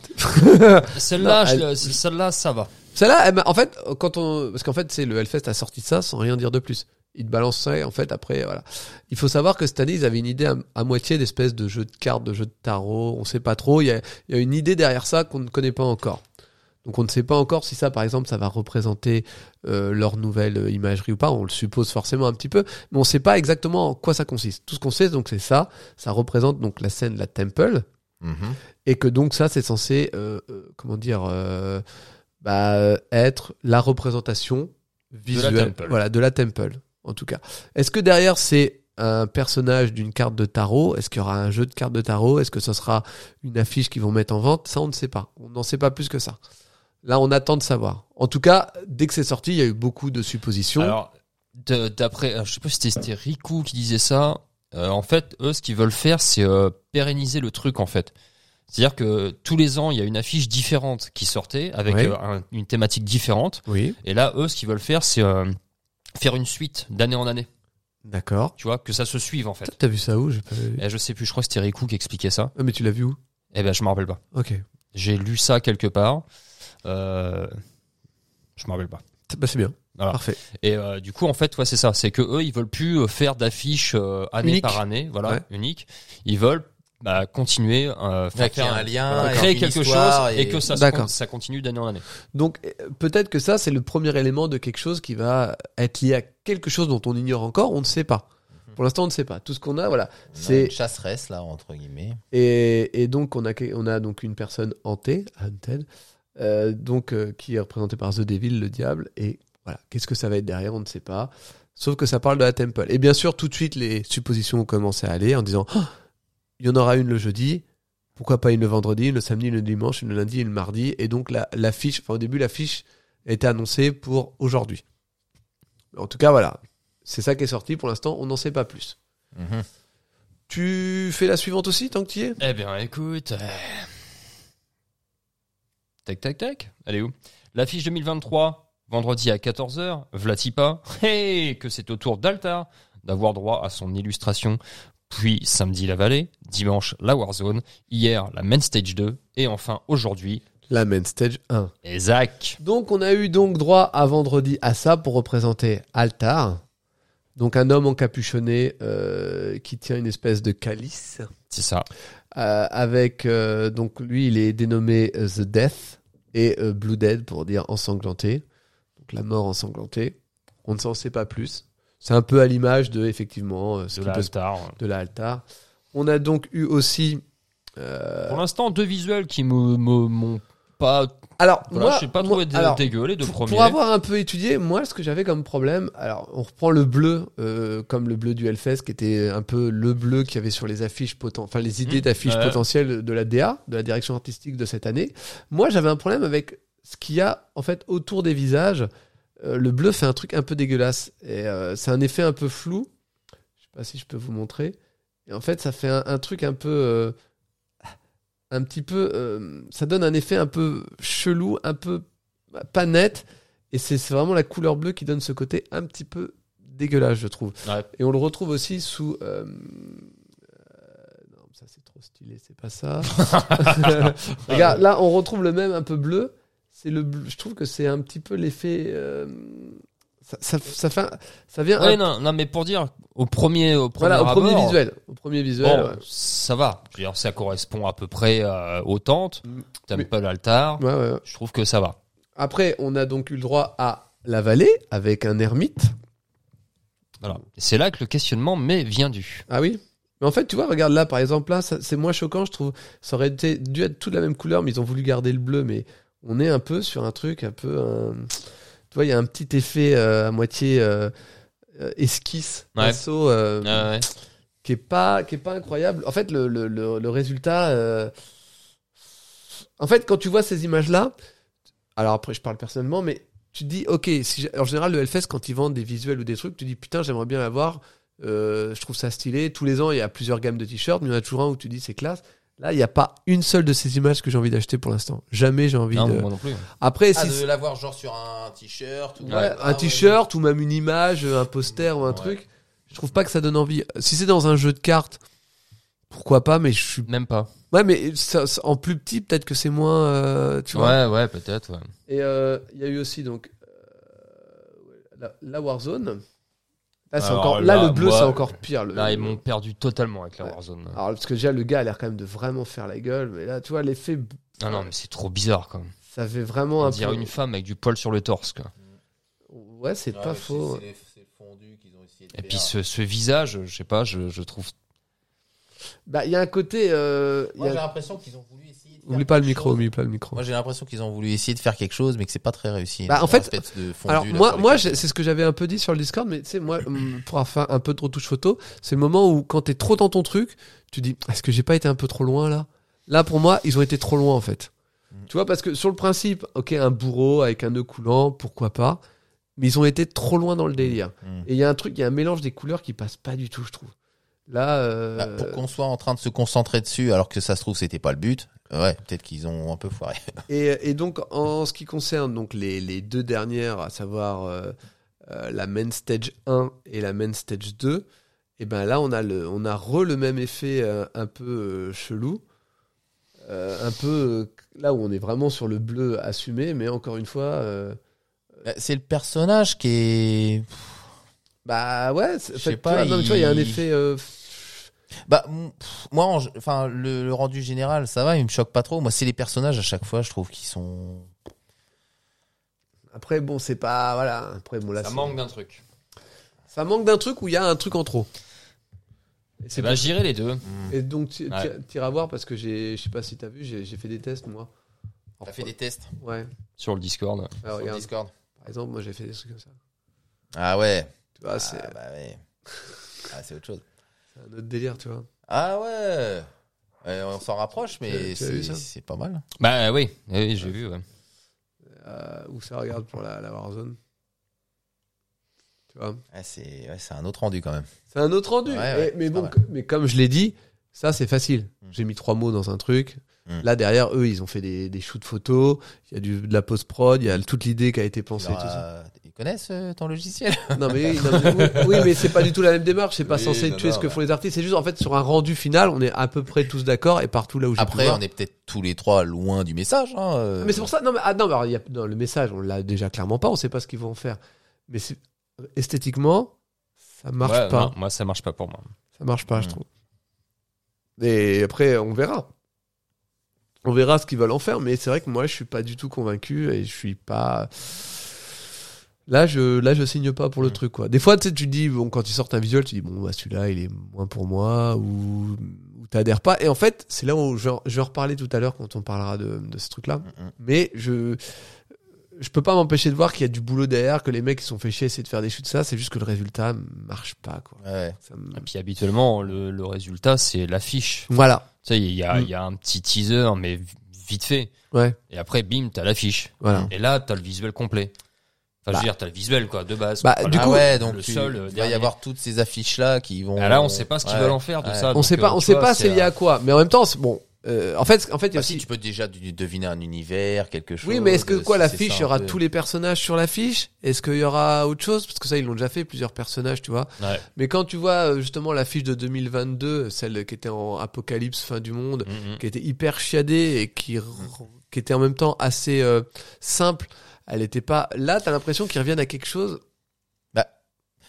Speaker 3: Celle-là,
Speaker 2: Non,
Speaker 3: je-
Speaker 2: elle-
Speaker 3: euh, celle-là, ça va.
Speaker 2: Celle-là, elle m'a- en fait, quand on, parce qu'en fait, c'est le Hellfest a sorti ça sans rien dire de plus. Il te balançait, en fait, après, voilà. Il faut savoir que cette année, ils avaient une idée à, à moitié d'espèce de jeu de cartes, de jeu de tarot, on sait pas trop. Il y a, il y a une idée derrière ça qu'on ne connaît pas encore. Donc on ne sait pas encore si ça, par exemple, ça va représenter euh, leur nouvelle euh, imagerie ou pas. On le suppose forcément un petit peu, mais on ne sait pas exactement en quoi ça consiste. Tout ce qu'on sait, donc, c'est ça. Ça représente donc la scène de la Temple Mhm. et que donc ça c'est censé euh, euh, comment dire euh, bah, euh, être la représentation visuelle
Speaker 3: temple.
Speaker 2: voilà de la temple en tout cas est-ce que derrière c'est un personnage d'une carte de tarot est-ce qu'il y aura un jeu de cartes de tarot est-ce que ce sera une affiche qu'ils vont mettre en vente ça on ne sait pas on n'en sait pas plus que ça là on attend de savoir en tout cas dès que c'est sorti il y a eu beaucoup de suppositions
Speaker 3: Alors, de- d'après, euh, je sais pas si c'était- c'était Riku qui disait ça. euh, en fait, eux, ce qu'ils veulent faire, c'est euh, pérenniser le truc, en fait. C'est-à-dire que tous les ans, il y a une affiche différente qui sortait avec
Speaker 2: Ouais.
Speaker 3: euh, un- une thématique différente.
Speaker 2: oui
Speaker 3: Et là, eux, ce qu'ils veulent faire, c'est euh, faire une suite d'année en année.
Speaker 2: d'accord
Speaker 3: Tu vois, que ça se suive, en fait.
Speaker 2: t'as vu ça où J'ai pas vu.
Speaker 3: Eh, je sais plus, je crois que c'était Riku qui expliquait ça.
Speaker 2: Ah, mais tu l'as vu où
Speaker 3: Eh ben, je me rappelle pas.
Speaker 2: ok
Speaker 3: J'ai lu ça quelque part. Euh, je me rappelle pas.
Speaker 2: Bah, c'est bien
Speaker 3: Voilà.
Speaker 2: parfait
Speaker 3: Et euh, du coup, en fait, ouais, c'est ça. C'est que eux, ils veulent plus euh, faire d'affiches euh, année
Speaker 2: Unique.
Speaker 3: par année, voilà,
Speaker 2: Ouais.
Speaker 3: unique. Ils veulent bah, continuer, euh, faire,
Speaker 4: Ouais, qu'il y ait un lien,
Speaker 3: voilà,
Speaker 4: et
Speaker 3: créer
Speaker 4: une
Speaker 3: quelque
Speaker 4: histoire,
Speaker 3: chose et,
Speaker 4: et-
Speaker 3: que ça, se
Speaker 2: D'accord.
Speaker 3: con- ça continue d'année en année.
Speaker 2: Donc euh, peut-être que ça, c'est le premier élément de quelque chose qui va être lié à quelque chose dont on ignore encore, on ne sait pas. Pour l'instant, on ne sait pas. Tout ce qu'on a, voilà.
Speaker 4: C'est
Speaker 2: C'est
Speaker 4: une chasseresse là entre guillemets.
Speaker 2: et, et donc on a que- on a donc une personne hantée, haunted, euh, donc euh, qui est représentée par The Devil, le diable. Et voilà, qu'est-ce que ça va être derrière, on ne sait pas. Sauf que ça parle de la Temple. Et bien sûr, tout de suite, les suppositions ont commencé à aller en disant Ah, il y en aura une le jeudi. Pourquoi pas une le vendredi, une le samedi, une le dimanche, une le lundi, une le mardi. Et donc la, la fiche, enfin au début la fiche était annoncée pour aujourd'hui. En tout cas, voilà, c'est ça qui est sorti. Pour l'instant, on n'en sait pas plus.
Speaker 4: Mhm.
Speaker 2: Tu fais la suivante aussi tant que tu y es
Speaker 3: Eh bien, écoute. euh, Tac, tac, tac. Elle est où L'affiche 2023, vendredi à 14h, Vlatipa. Hey, que c'est au tour d'Altar d'avoir droit à son illustration. Puis samedi, la vallée. Dimanche, la Warzone. Hier, la Main Stage 2. Et enfin, aujourd'hui,
Speaker 2: La main stage 1.
Speaker 3: les Zach.
Speaker 2: Donc on a eu donc droit à vendredi à ça pour représenter Altar. Donc un homme encapuchonné euh, qui tient une espèce de calice.
Speaker 3: C'est ça.
Speaker 2: Euh, avec euh, donc lui il est dénommé euh, The Death et euh, Blue Dead pour dire ensanglanté. Donc la mort ensanglantée. On ne s'en sait pas plus. C'est un peu à l'image de effectivement euh, ce
Speaker 3: De
Speaker 2: qui peut se-
Speaker 3: l'Altar.
Speaker 2: de la Altar. On a donc eu aussi euh,
Speaker 3: Pour l'instant, deux visuels qui me me- m'ont pas.
Speaker 2: alors
Speaker 3: Voilà,
Speaker 2: moi
Speaker 3: j'ai pas
Speaker 2: moi-
Speaker 3: trouvé dé-
Speaker 2: alors,
Speaker 3: dégueu les deux
Speaker 2: pour,
Speaker 3: premiers.
Speaker 2: pour avoir un peu étudié, moi, ce que j'avais comme problème, alors on reprend le bleu, euh, comme le bleu du Hellfest, qui était un peu le bleu qu'il y avait sur les affiches poten- enfin les idées
Speaker 3: Mmh,
Speaker 2: d'affiches
Speaker 3: ouais.
Speaker 2: potentielles de la DA, de la direction artistique de cette année. Moi, j'avais un problème avec ce qu'il y a en fait autour des visages. Euh, le bleu fait un truc un peu dégueulasse et euh, c'est un effet un peu flou. Je sais pas si je peux vous montrer. Et en fait, ça fait un, un truc un peu. euh, un petit peu. euh, ça donne un effet un peu chelou, un peu bah, pas net. Et c'est c'est vraiment la couleur bleue qui donne ce côté un petit peu dégueulasse, je trouve.
Speaker 3: Ouais.
Speaker 2: Et on le retrouve aussi sous. euh, euh, non, ça c'est trop stylé, c'est pas ça. Regarde, là on retrouve le même un peu bleu. C'est le bleu- Je trouve que c'est un petit peu l'effet. euh, ça, ça, ça fait, un- ça vient
Speaker 3: Ouais,
Speaker 2: un-
Speaker 3: non, non, mais pour dire, au premier, au premier,
Speaker 2: voilà, au premier
Speaker 3: abord,
Speaker 2: visuel. Au premier visuel.
Speaker 3: bon, ça va. Je veux dire, ça correspond à peu près euh, aux tentes.
Speaker 2: Mm.
Speaker 3: Temple Altar.
Speaker 2: ouais. Ouais, ouais, ouais.
Speaker 3: Je trouve que ça va.
Speaker 2: Après, on a donc eu le droit à la vallée avec un ermite.
Speaker 3: Voilà. C'est là que le questionnement mais vient du.
Speaker 2: Ah oui Mais en fait, tu vois, regarde là, par exemple, là, ça- c'est moins choquant, je trouve. Ça aurait été, dû être toute la même couleur, mais ils ont voulu garder le bleu. Mais on est un peu sur un truc un peu. un- Tu vois, il y a un petit effet euh, à moitié euh, euh, esquisse,
Speaker 3: Ouais.
Speaker 2: pinceau, euh,
Speaker 3: Ah Ouais,
Speaker 2: qui est pas qui est pas incroyable. En fait, le, le, le, le résultat. euh, En fait, quand tu vois ces images là, alors après je parle personnellement, mais tu te dis ok. Si j'ai- en général, le Hellfest quand ils vendent des visuels ou des trucs, tu te dis putain j'aimerais bien l'avoir. euh, je trouve ça stylé. Tous les ans, il y a plusieurs gammes de t-shirts, mais il y en a toujours un où tu dis c'est classe. Là, il n'y a pas une seule de ces images que j'ai envie d'acheter pour l'instant. Jamais j'ai envie
Speaker 3: Non,
Speaker 2: de.
Speaker 3: moi non plus.
Speaker 2: Après,
Speaker 4: Ah,
Speaker 2: si
Speaker 4: de l'avoir genre sur un t-shirt ou
Speaker 2: Ah Ouais, un t-shirt ou même une image, un poster ou un
Speaker 4: Ouais.
Speaker 2: truc. Je trouve pas que ça donne envie. Si c'est dans un jeu de cartes, pourquoi pas, mais je suis.
Speaker 3: Même pas.
Speaker 2: Ouais, mais ça- ça- en plus petit, peut-être que c'est moins. euh, tu vois.
Speaker 3: Ouais, ouais, peut-être. ouais.
Speaker 2: Et euh, il y a eu aussi donc euh, la, la Warzone. Là, c'est
Speaker 3: Alors
Speaker 2: encore, là,
Speaker 3: là,
Speaker 2: le bleu,
Speaker 3: moi,
Speaker 2: c'est encore pire. Le,
Speaker 3: Là, ils m'ont perdu totalement avec la
Speaker 2: Euh, Ouais. Ah.
Speaker 3: Warzone.
Speaker 2: Alors, parce que déjà, le gars a l'air quand même de vraiment faire la gueule. Mais là, tu vois, l'effet,
Speaker 3: Ah non, mais c'est trop bizarre, quand même.
Speaker 2: ça fait vraiment
Speaker 3: On
Speaker 2: un
Speaker 3: dirait
Speaker 2: peu-
Speaker 3: une Ah femme avec du poil sur le torse, quoi.
Speaker 2: Ouais, c'est pas faux.
Speaker 4: C'est le fondu qu'ils ont essayé de
Speaker 3: Et euh, puis ce, ce visage, je sais pas, je, je trouve.
Speaker 2: Bah, il y a un côté. Euh, il y
Speaker 4: Moi
Speaker 2: a-
Speaker 4: j'ai l'impression qu'ils ont voulu essayer. de faire
Speaker 2: Oublie pas le
Speaker 4: quelque
Speaker 2: micro,
Speaker 4: chose.
Speaker 2: oublie pas le micro.
Speaker 4: Moi j'ai l'impression qu'ils ont voulu essayer de faire quelque chose, mais que c'est pas très réussi.
Speaker 2: Bah, en
Speaker 4: Un
Speaker 2: fait,
Speaker 4: espèce de fondu,
Speaker 2: Alors
Speaker 4: là,
Speaker 2: moi,
Speaker 4: sur
Speaker 2: moi
Speaker 4: les
Speaker 2: j'ai- c'est ce que j'avais un peu dit sur le Discord, mais tu sais, moi, hum, pour faire un peu de retouche photo, c'est le moment où quand t'es trop dans ton truc, tu dis, est-ce que j'ai pas été un peu trop loin là Là, pour moi, ils ont été trop loin en fait.
Speaker 4: Mhm.
Speaker 2: Tu vois, parce que sur le principe, ok, un bourreau avec un nœud coulant, pourquoi pas, mais ils ont été trop loin dans le délire.
Speaker 4: Mhm.
Speaker 2: Et il y a un truc, il y a un mélange des couleurs qui passe pas du tout, je trouve. Là, euh,
Speaker 4: Bah, pour qu'on soit en train de se concentrer dessus, alors que ça se trouve c'était pas le but. Ouais, peut-être qu'ils ont un peu foiré.
Speaker 2: Et, et donc, en ce qui concerne donc les, les deux dernières, à savoir euh, euh, la main stage 1 et la main stage 2, et ben là, on a, le, on a re le même effet euh, un peu euh, chelou. Euh, un peu euh, là où on est vraiment sur le bleu assumé, mais encore une fois, euh,
Speaker 4: Bah, C'est le personnage qui est.
Speaker 2: bah ouais, c'est-
Speaker 4: Je
Speaker 2: fait,
Speaker 4: sais
Speaker 2: tu
Speaker 4: pas,
Speaker 2: vois, non, mais tu vois, il y a un
Speaker 4: il-
Speaker 2: effet. euh,
Speaker 4: Bah, m- pff, moi, en g- enfin, le, le rendu général, ça va, il me choque pas trop. Moi, c'est les personnages à chaque fois, je trouve qu'ils sont.
Speaker 2: Après, bon, c'est pas. Voilà. Après, bon, là,
Speaker 3: Ça
Speaker 2: c'est-
Speaker 3: manque d'un truc.
Speaker 2: ça manque d'un truc où il y a un truc en trop. Et
Speaker 3: C'est
Speaker 2: c'est
Speaker 3: bah, j'irai les deux.
Speaker 2: Et donc, tu- tu-
Speaker 3: Ouais.
Speaker 2: t'iras voir parce que j'ai, je sais pas si t'as vu, j'ai j'ai fait des tests moi.
Speaker 4: T'as fait des tests
Speaker 2: Ouais.
Speaker 3: Sur le Discord.
Speaker 2: Ah,
Speaker 4: sur
Speaker 2: regarde.
Speaker 4: Discord.
Speaker 2: Par exemple, moi j'ai fait des trucs comme ça.
Speaker 4: Ah ouais.
Speaker 2: Tu vois, c'est
Speaker 4: Ah bah ouais. Ah, c'est autre chose.
Speaker 2: c'est un autre délire, tu vois.
Speaker 4: Ah ouais. Ouais, on s'en rapproche, mais
Speaker 2: Tu as- tu as vu
Speaker 4: c'est-
Speaker 2: ça
Speaker 4: c'est pas mal.
Speaker 3: Bah oui, oui j'ai vu. ouais.
Speaker 2: Euh, où ça regarde pour la, la Warzone. Tu vois.
Speaker 4: Ah, c'est ouais, c'est un autre rendu quand même.
Speaker 2: C'est un autre rendu.
Speaker 4: Ouais,
Speaker 2: Mais-
Speaker 4: ouais,
Speaker 2: mais
Speaker 4: c'est
Speaker 2: bon,
Speaker 4: pas mal.
Speaker 2: que- mais comme je l'ai dit, ça c'est facile.
Speaker 4: Mm.
Speaker 2: J'ai mis trois mots dans un truc.
Speaker 4: Mm.
Speaker 2: Là derrière, eux, ils ont fait des, des shoots photos. Il y a du, de la post prod. Il y a toute l'idée qui a été pensée.
Speaker 4: Alors,
Speaker 2: tout ça.
Speaker 4: euh, Ils connaissent euh, ton logiciel
Speaker 2: Non mais, oui, non, mais oui, oui, mais c'est pas du tout la même démarche. C'est pas
Speaker 4: Oui,
Speaker 2: censé
Speaker 4: non,
Speaker 2: tuer ce
Speaker 4: non,
Speaker 2: que
Speaker 4: ouais.
Speaker 2: font les artistes. C'est juste en fait sur un rendu final, on est à peu près tous d'accord et partout là où j'ai pu
Speaker 4: Après,
Speaker 2: voir.
Speaker 4: on est peut-être tous les trois loin du message. hein, euh.
Speaker 2: Mais c'est pour ça. Non mais ah, non, mais alors, il y a- non, le message, on l'a déjà clairement pas. On sait pas ce qu'ils vont en faire. Mais c'est- esthétiquement, ça marche
Speaker 3: Ouais,
Speaker 2: pas.
Speaker 3: non, moi, ça marche pas pour moi.
Speaker 2: Ça marche pas, je
Speaker 4: Mm.
Speaker 2: trouve. Et après, on verra. On verra ce qu'ils veulent en faire, mais c'est vrai que moi, je suis pas du tout convaincu et je suis pas. Là, je, là, je signe pas pour le
Speaker 4: Mm.
Speaker 2: truc, quoi. Des fois, tu sais, tu dis, bon, quand tu sortes un visuel, tu dis, bon, bah, celui-là, il est moins pour moi ou, ou t'adhères pas. Et en fait, c'est là où je, je vais en reparler tout à l'heure quand on parlera de, de ce truc-là.
Speaker 4: Mm, mm.
Speaker 2: Mais je je peux pas m'empêcher de voir qu'il y a du boulot derrière, que les mecs qui sont fait chier, essayer de faire des chutes, ça. C'est juste que le résultat marche pas, quoi.
Speaker 4: Ouais.
Speaker 2: Ça me-
Speaker 3: Et puis habituellement, le, le résultat, c'est l'affiche.
Speaker 2: Voilà.
Speaker 3: Tu sais, il y a,
Speaker 2: Mm.
Speaker 3: il y a un petit teaser, mais vi- vite fait.
Speaker 2: Ouais.
Speaker 3: Et après, bim, t'as l'affiche.
Speaker 2: Voilà.
Speaker 3: Et là, t'as le visuel complet. Enfin, je
Speaker 2: Bah.
Speaker 3: veux dire, t'as le visuel, quoi, de base.
Speaker 2: Bah,
Speaker 3: Voilà.
Speaker 2: du
Speaker 4: ah
Speaker 2: coup,
Speaker 4: ouais, donc
Speaker 3: le
Speaker 4: tu-
Speaker 3: seul, euh,
Speaker 4: il va y
Speaker 3: dernier.
Speaker 4: avoir toutes ces affiches là qui vont.
Speaker 3: Ah, là, on sait pas ce qu'ils
Speaker 4: Ouais.
Speaker 3: veulent en faire de
Speaker 4: Ouais.
Speaker 3: ça.
Speaker 2: on
Speaker 3: donc,
Speaker 2: sait
Speaker 3: euh,
Speaker 2: pas, on
Speaker 3: tu
Speaker 2: sait
Speaker 3: vois,
Speaker 2: pas c'est lié à quoi, mais en même temps, c'est- bon, euh, en fait, en fait, il y a
Speaker 4: Bah,
Speaker 2: aussi-
Speaker 4: si tu peux déjà du- deviner un univers, quelque chose.
Speaker 2: Oui, mais est-ce que quoi,
Speaker 4: si
Speaker 2: la
Speaker 4: c'est
Speaker 2: fiche,
Speaker 4: ça,
Speaker 2: il y aura
Speaker 4: un peu.
Speaker 2: tous les personnages sur la fiche Est-ce qu'il y aura autre chose Parce que ça, ils l'ont déjà fait, plusieurs personnages, tu vois.
Speaker 3: Ouais.
Speaker 2: Mais quand tu vois euh, justement la fiche de 2022, celle qui était en apocalypse, fin du monde,
Speaker 3: Mm, mm.
Speaker 2: qui était hyper chiadée et qui, r- qui était en même temps assez euh, simple, elle était pas. Là, t'as l'impression qu'ils reviennent à quelque chose.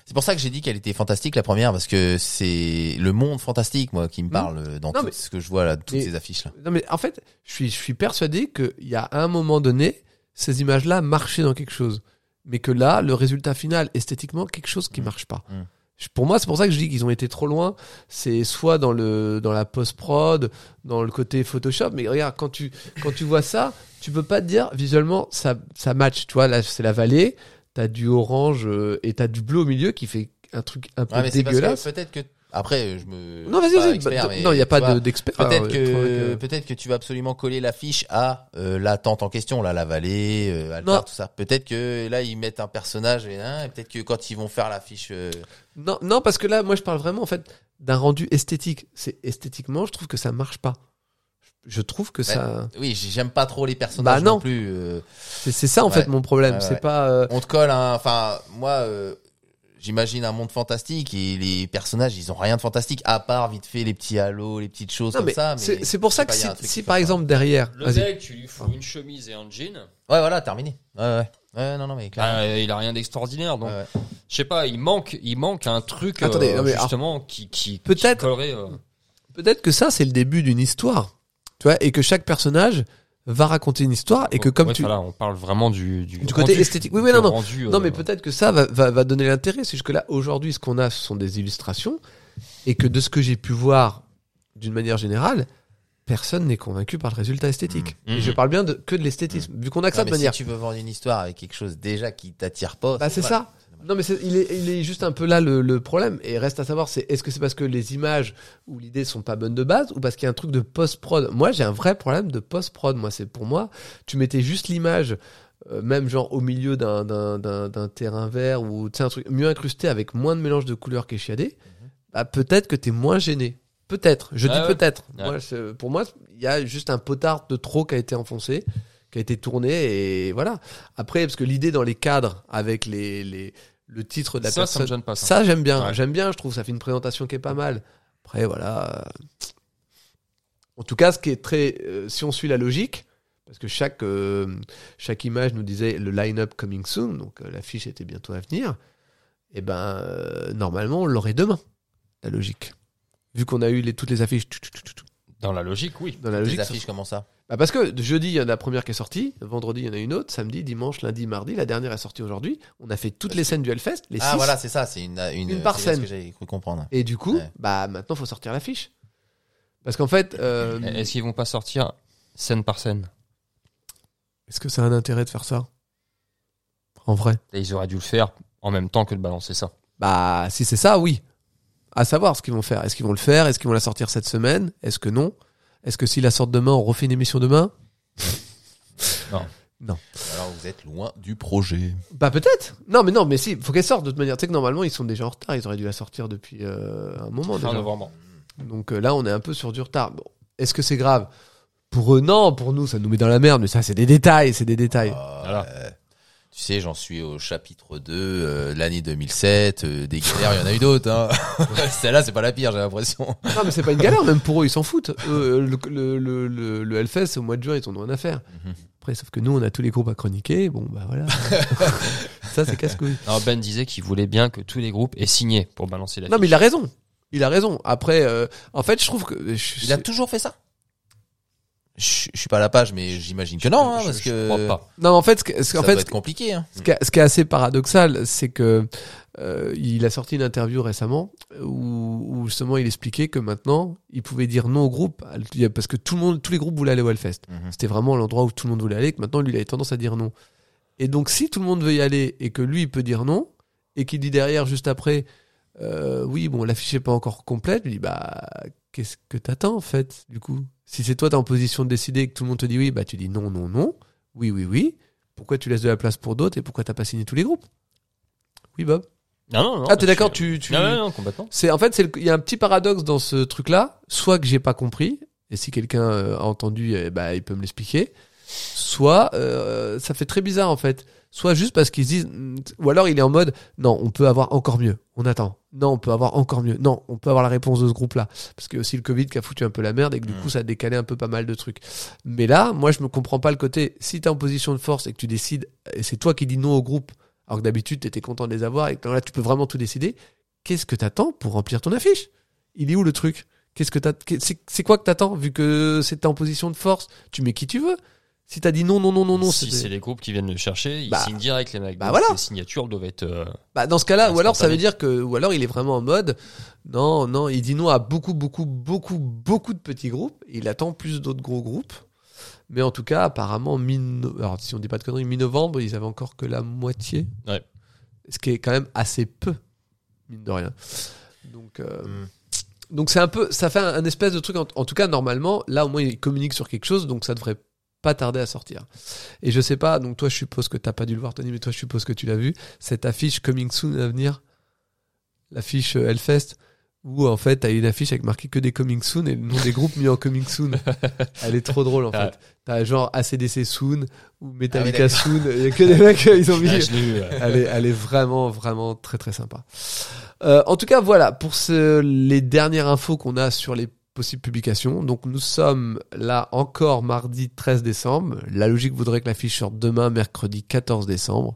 Speaker 4: C'est pour ça que j'ai dit qu'elle était fantastique la première parce que c'est le monde fantastique moi qui me
Speaker 2: Hmm.
Speaker 4: parle euh, dans
Speaker 2: Non,
Speaker 4: tout
Speaker 2: mais-
Speaker 4: ce que je vois là, toutes
Speaker 2: mais-
Speaker 4: ces affiches là.
Speaker 2: Non, mais en fait, je suis, je suis persuadé qu'il y a un moment donné, ces images-là marchaient dans quelque chose. Mais que là, le résultat final, esthétiquement, quelque chose qui
Speaker 4: Mm.
Speaker 2: marche pas.
Speaker 4: Mm.
Speaker 2: Je- Pour moi, c'est pour ça que je dis qu'ils ont été trop loin. C'est soit dans, le, dans la post-prod, dans le côté Photoshop. Mais regarde, quand tu, quand tu vois ça, tu peux pas te dire visuellement ça, ça match. Tu vois, là, c'est la vallée, t'as du orange euh, et t'as du bleu au milieu qui fait un truc un peu
Speaker 4: Ouais, mais c'est parce
Speaker 2: dégueulasse.
Speaker 4: que peut-être que après je me.
Speaker 2: Non, vas-y,
Speaker 4: je suis pas
Speaker 2: vas-y.
Speaker 4: expert,
Speaker 2: Bah,
Speaker 4: mais
Speaker 2: non, il n'y a
Speaker 4: tu
Speaker 2: pas
Speaker 4: vois,
Speaker 2: de- d'expert.
Speaker 4: Peut-être
Speaker 2: Hein,
Speaker 4: que
Speaker 2: toi,
Speaker 4: peut-être que tu vas absolument coller l'affiche à euh, la tente en question là, la vallée, euh, Altar,
Speaker 2: Non.
Speaker 4: tout ça. Peut-être que là ils mettent un personnage et, hein, et peut-être que quand ils vont faire l'affiche. euh,
Speaker 2: Non, non, parce que là, moi, je parle vraiment en fait d'un rendu esthétique. C'est esthétiquement, je trouve que ça marche pas. Je trouve que ça,
Speaker 4: Oui, j'ai- j'aime pas trop les personnages
Speaker 2: Bah, non.
Speaker 4: non. plus. euh,
Speaker 2: c'est c'est ça en
Speaker 4: Ouais.
Speaker 2: fait mon problème.
Speaker 4: Ouais, ouais,
Speaker 2: c'est
Speaker 4: ouais.
Speaker 2: pas. euh,
Speaker 4: on te colle un- enfin moi euh, j'imagine un monde fantastique et les personnages ils ont rien de fantastique à part vite fait les petits halos les petites choses
Speaker 2: Non,
Speaker 4: comme
Speaker 2: mais
Speaker 4: ça mais
Speaker 2: c'est c'est pour ça
Speaker 4: je
Speaker 2: que si,
Speaker 4: sais pas, il y a un truc
Speaker 2: si,
Speaker 4: qu'il faut
Speaker 2: par
Speaker 4: faire.
Speaker 2: exemple derrière,
Speaker 3: Le
Speaker 2: vas-y.
Speaker 3: mec, tu lui fous une chemise et un jean.
Speaker 4: ouais voilà terminé ouais ouais ouais non non mais clairement.
Speaker 3: Ah, euh, il a rien
Speaker 2: Ah,
Speaker 3: d'extraordinaire, donc
Speaker 4: Ouais, ouais.
Speaker 3: je sais pas. Il manque, il manque un truc euh,
Speaker 2: Attendez, non, mais alors-
Speaker 3: justement qui, qui
Speaker 2: Peut-être-
Speaker 3: qui collerait, euh,
Speaker 2: peut-être que ça c'est le début d'une histoire, tu vois, et que chaque personnage va raconter une histoire Ah, et que
Speaker 3: bon,
Speaker 2: comme
Speaker 3: bref,
Speaker 2: tu,
Speaker 3: voilà, on parle vraiment du du,
Speaker 2: Du côté
Speaker 3: rendu,
Speaker 2: esthétique. Oui, oui, non,
Speaker 3: du
Speaker 2: non.
Speaker 3: rendu, euh,
Speaker 2: Non, mais peut-être que ça va, va, va donner l'intérêt. C'est juste que là, aujourd'hui, ce qu'on a, ce sont des illustrations. Et que de ce que j'ai pu voir, d'une manière générale, personne n'est convaincu par le résultat esthétique.
Speaker 3: Mmh.
Speaker 2: Et
Speaker 3: Mmh.
Speaker 2: je parle bien de, que de l'esthétisme. Vu qu'on a que
Speaker 4: Non,
Speaker 2: ça de
Speaker 4: Ah, mais
Speaker 2: manière.
Speaker 4: si tu veux vendre une histoire avec quelque chose déjà qui t'attire pas
Speaker 2: Bah, c'est
Speaker 4: voilà.
Speaker 2: ça. Non, mais c'est- il, est, il est juste un peu là le, le problème. Et reste à savoir, c'est est-ce que c'est parce que les images ou l'idée sont pas bonnes de base ou parce qu'il y a un truc de post-prod Moi, j'ai un vrai problème de post-prod. Moi, c'est pour moi, tu mettais juste l'image, euh, même genre au milieu d'un- d'un d'un- d'un terrain vert ou tu sais, un truc mieux incrusté avec moins de mélange de couleurs qu'échiadé, bah, peut-être que t'es moins gêné. Peut-être, je
Speaker 3: Ah
Speaker 2: dis
Speaker 3: ouais.
Speaker 2: peut-être.
Speaker 3: Ouais.
Speaker 2: Moi, c'est- pour moi, il y a juste un potard de trop qui a été enfoncé, qui a été tourné et voilà. Après, parce que l'idée dans les cadres avec les, les le titre de la
Speaker 3: ça, ça me
Speaker 2: personne,
Speaker 3: gêne pas. Ça.
Speaker 2: ça j'aime bien,
Speaker 3: Ouais.
Speaker 2: j'aime bien, je trouve ça fait une présentation qui est pas mal. Après voilà. euh, En tout cas, ce qui est très euh, si on suit la logique parce que chaque euh, chaque image nous disait le line-up coming soon, donc euh, l'affiche était eh bientôt à venir. Et ben euh, normalement, on l'aurait demain. La logique. vu qu'on a eu les, toutes les affiches tout, tout, tout, tout, tout,
Speaker 3: Dans la logique, oui.
Speaker 2: dans la
Speaker 4: Des
Speaker 2: logique. ça-
Speaker 4: affiches comment ça
Speaker 2: Bah, parce que jeudi, il y en a la première qui est sortie, vendredi, il y en a une autre, samedi, dimanche, lundi, mardi, la dernière est sortie aujourd'hui. On a fait toutes les scènes du Hellfest, les
Speaker 4: Ah
Speaker 2: six.
Speaker 4: voilà, c'est ça, c'est une, une,
Speaker 2: Une par
Speaker 4: c'est bien ce
Speaker 2: scène.
Speaker 4: que j'ai cru comprendre.
Speaker 2: Et du coup,
Speaker 4: Ouais.
Speaker 2: bah maintenant, faut sortir l'affiche. Parce qu'en fait, euh,
Speaker 3: Est-ce qu'ils vont pas sortir scène par scène
Speaker 2: est-ce que ça a un intérêt de faire ça En vrai
Speaker 3: Et Ils auraient dû le faire en même temps que de balancer ça.
Speaker 2: Bah, si c'est ça, oui. À savoir ce qu'ils vont faire. Est-ce qu'ils vont le faire Est-ce qu'ils vont la sortir cette semaine Est-ce que non Est-ce que s'ils la sortent demain, on refait une émission demain
Speaker 4: Alors vous êtes loin du projet.
Speaker 2: Bah, peut-être. Non, mais non, mais si, faut qu'elle sorte de toute manière. Tu sais que normalement, ils sont déjà en retard. Ils auraient dû la sortir depuis euh, un moment
Speaker 3: Fin
Speaker 2: déjà.
Speaker 3: novembre.
Speaker 2: Donc euh, là, on est un peu sur du retard. Bon, est-ce que c'est grave Pour eux, non. Pour nous, ça nous met dans la merde. Mais ça, c'est des détails. C'est des détails.
Speaker 4: Ah,
Speaker 3: Voilà.
Speaker 4: euh, tu sais, j'en suis au chapitre 2, euh, de l'année 2007, euh, des galères, il y en a eu d'autres. Hein. Celle-là, c'est pas la pire, j'ai l'impression.
Speaker 2: Non, mais c'est pas une galère, même pour eux, ils s'en foutent. Eux, le, le, le, le, le Hellfest, au mois de juin, ils ont rien à faire.
Speaker 4: Mhm.
Speaker 2: Après, sauf que nous, on a tous les groupes à chroniquer. Bon, bah voilà. ça, c'est casse-couille.
Speaker 3: Non, ben disait qu'il voulait bien que tous les groupes aient signé pour balancer la
Speaker 2: Non, mais il a raison. Il a raison. Après, euh, en fait, je trouve que. je-
Speaker 4: Il a toujours fait ça je, je suis pas à la page, mais j'imagine que non, hein, parce que
Speaker 3: Je crois pas.
Speaker 2: Non, en fait, ce que- ce que-
Speaker 4: ça
Speaker 2: en
Speaker 4: doit
Speaker 2: fait,
Speaker 4: être compliqué. Hein.
Speaker 2: ce qui est- ce qui est assez paradoxal, c'est que euh, il a sorti une interview récemment où, où justement il expliquait que maintenant il pouvait dire non au groupe parce que tout le monde, tous les groupes voulaient aller au Hellfest.
Speaker 4: Mhm.
Speaker 2: C'était vraiment l'endroit où tout le monde voulait aller. Que maintenant lui, il avait tendance à dire non. Et donc, si tout le monde veut y aller et que lui, il peut dire non et qu'il dit derrière juste après, euh, oui, bon, l'affiche n'est pas encore complète, il dit bah qu'est-ce que t'attends en fait du coup Si c'est toi, t'es en position de décider et que tout le monde te dit oui, bah tu dis non, non, non, oui, oui, oui. Pourquoi tu laisses de la place pour d'autres et pourquoi t'as pas signé tous les groupes Oui, Bob.
Speaker 3: Non, non, bah, non.
Speaker 2: ah, t'es d'accord
Speaker 3: je-
Speaker 2: Tu, tu...
Speaker 3: Non, non, non, complètement.
Speaker 2: C'est en fait, c'est le- il y a un petit paradoxe dans ce truc-là. Soit que j'ai pas compris, et si quelqu'un euh, a entendu, eh ben, il peut me l'expliquer. Soit euh, ça fait très bizarre en fait. Soit juste parce qu'ils se disent, mm, ou alors il est en mode, non, on peut avoir encore mieux. On attend. Non, on peut avoir encore mieux. Non, on peut avoir la réponse de ce groupe-là. Parce que aussi le Covid qui a foutu un peu la merde et que du
Speaker 4: Mm.
Speaker 2: coup ça a décalé un peu pas mal de trucs. Mais là, moi je me comprends pas le côté. Si t'es en position de force et que tu décides, et c'est toi qui dis non au groupe, alors que d'habitude t'étais content de les avoir et que là tu peux vraiment tout décider qu'est-ce que t'attends pour remplir ton affiche Il est où le truc Qu'est-ce que t'as qu'est- C'est c'est quoi que t'attends vu que c'est en position de force Tu mets qui tu veux. Si t'as dit non non non non non,
Speaker 3: si
Speaker 2: c'était-
Speaker 3: c'est les groupes qui viennent le chercher, ils
Speaker 2: Bah,
Speaker 3: signent direct les mecs.
Speaker 2: bah
Speaker 3: Donc,
Speaker 2: voilà.
Speaker 3: Les signatures doivent être. euh,
Speaker 2: bah, dans ce cas-là, ou alors ça
Speaker 3: Instantané.
Speaker 2: veut dire que, ou alors il est vraiment en mode non non, il dit non à beaucoup beaucoup beaucoup beaucoup de petits groupes. Il attend plus d'autres gros groupes. Mais en tout cas, apparemment, mi alors si on dit pas de conneries, mi-novembre, ils avaient encore que la moitié.
Speaker 3: Ouais.
Speaker 2: Ce qui est quand même assez peu, mine de rien. Donc, euh,
Speaker 4: Mm.
Speaker 2: Donc c'est un peu, ça fait un, un espèce de truc. En, en tout cas, normalement, là au moins il communique sur quelque chose, donc ça devrait pas tarder à sortir. Et je sais pas, donc toi je suppose que t'as pas dû le voir, Tony, mais toi je suppose que tu l'as vu. Cette affiche coming soon à venir, l'affiche euh, Hellfest, où en fait t'as une affiche avec marqué que des coming soon et le nom des groupes mis en coming soon. Elle est trop drôle en
Speaker 3: Ah.
Speaker 2: fait. T'as genre ACDC soon ou Metallica
Speaker 4: d'accord.
Speaker 2: soon. Il y a que des mecs ils ont mis
Speaker 3: ah, je l'ai eu, euh.
Speaker 2: elle est, elle est vraiment, vraiment très, très sympa. Euh, en tout cas, voilà pour ce- les dernières infos qu'on a sur les possibles publications. Donc, nous sommes là encore mardi 13 décembre. La logique voudrait que l'affiche sorte demain, mercredi 14 décembre.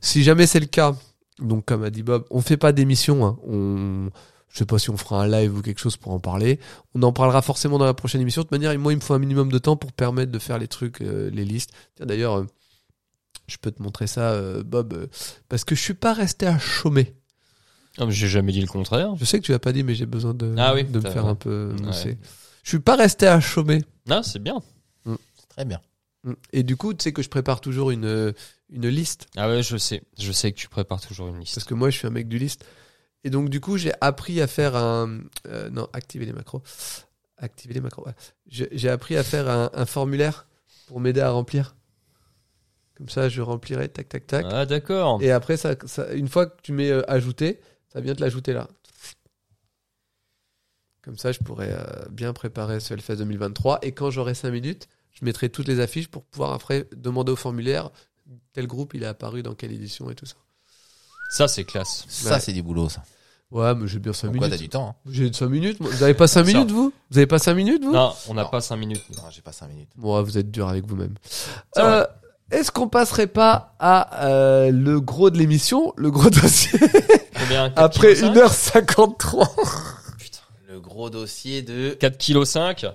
Speaker 2: Si jamais c'est le cas, donc comme a dit Bob, on fait pas d'émission. Hein. On, je sais pas si on fera un live ou quelque chose pour en parler. On en parlera forcément dans la prochaine émission. De toute manière, moi, il me faut un minimum de temps pour permettre de faire les trucs, euh, les listes. Tiens, d'ailleurs, euh, je peux te montrer ça, euh, Bob, euh, parce que je suis pas resté à chômer.
Speaker 3: Non, Ah, mais J'ai jamais dit le contraire.
Speaker 2: Je sais que tu l'as pas dit, mais j'ai besoin de,
Speaker 3: Ah oui,
Speaker 2: de me
Speaker 3: t'as-
Speaker 2: faire un peu
Speaker 3: Ouais.
Speaker 2: mousser. Je suis pas resté à chômer.
Speaker 3: Non, Ah, c'est bien.
Speaker 4: C'est très bien.
Speaker 2: Et du coup, tu sais que je prépare toujours une, une liste.
Speaker 3: Ah ouais, je sais. Je sais que tu prépares toujours une liste.
Speaker 2: Parce que moi, je suis un mec du liste. Et donc, du coup, j'ai appris à faire un. euh, non, activer les macros. Activer les macros. ouais. J'ai j'ai appris à faire un, un formulaire pour m'aider à remplir. Comme ça, je remplirai, tac, tac, tac.
Speaker 3: Ah d'accord.
Speaker 2: Et après, ça, ça- une fois que tu mets euh, ajouter, ça vient te l'ajouter là. Comme ça, je pourrais euh, bien préparer ce Hellfest 2023. Et quand j'aurai 5 minutes, je mettrai toutes les affiches pour pouvoir après demander au formulaire quel groupe il est apparu dans quelle édition et tout ça.
Speaker 3: Ça c'est classe.
Speaker 4: Ça, c'est du boulot, ça.
Speaker 2: Ouais, mais j'ai bien 5
Speaker 4: Pourquoi t'as
Speaker 2: minutes.
Speaker 4: du temps hein
Speaker 2: J'ai 5 minutes. moi. Vous avez pas 5
Speaker 3: Ça.
Speaker 2: minutes, vous Vous avez pas 5 minutes, vous
Speaker 3: Non, on n'a
Speaker 4: Non.
Speaker 3: pas 5 minutes.
Speaker 4: Non, j'ai pas 5 minutes.
Speaker 2: Bon, vous êtes dur avec vous-même.
Speaker 3: C'est vrai.
Speaker 2: Euh, Est-ce qu'on passerait pas à euh, le gros de l'émission, le gros dossier,
Speaker 3: Combien
Speaker 2: après
Speaker 3: 4,5?
Speaker 2: 1h53
Speaker 4: Le gros gros dossier de.
Speaker 3: 4,5 kg.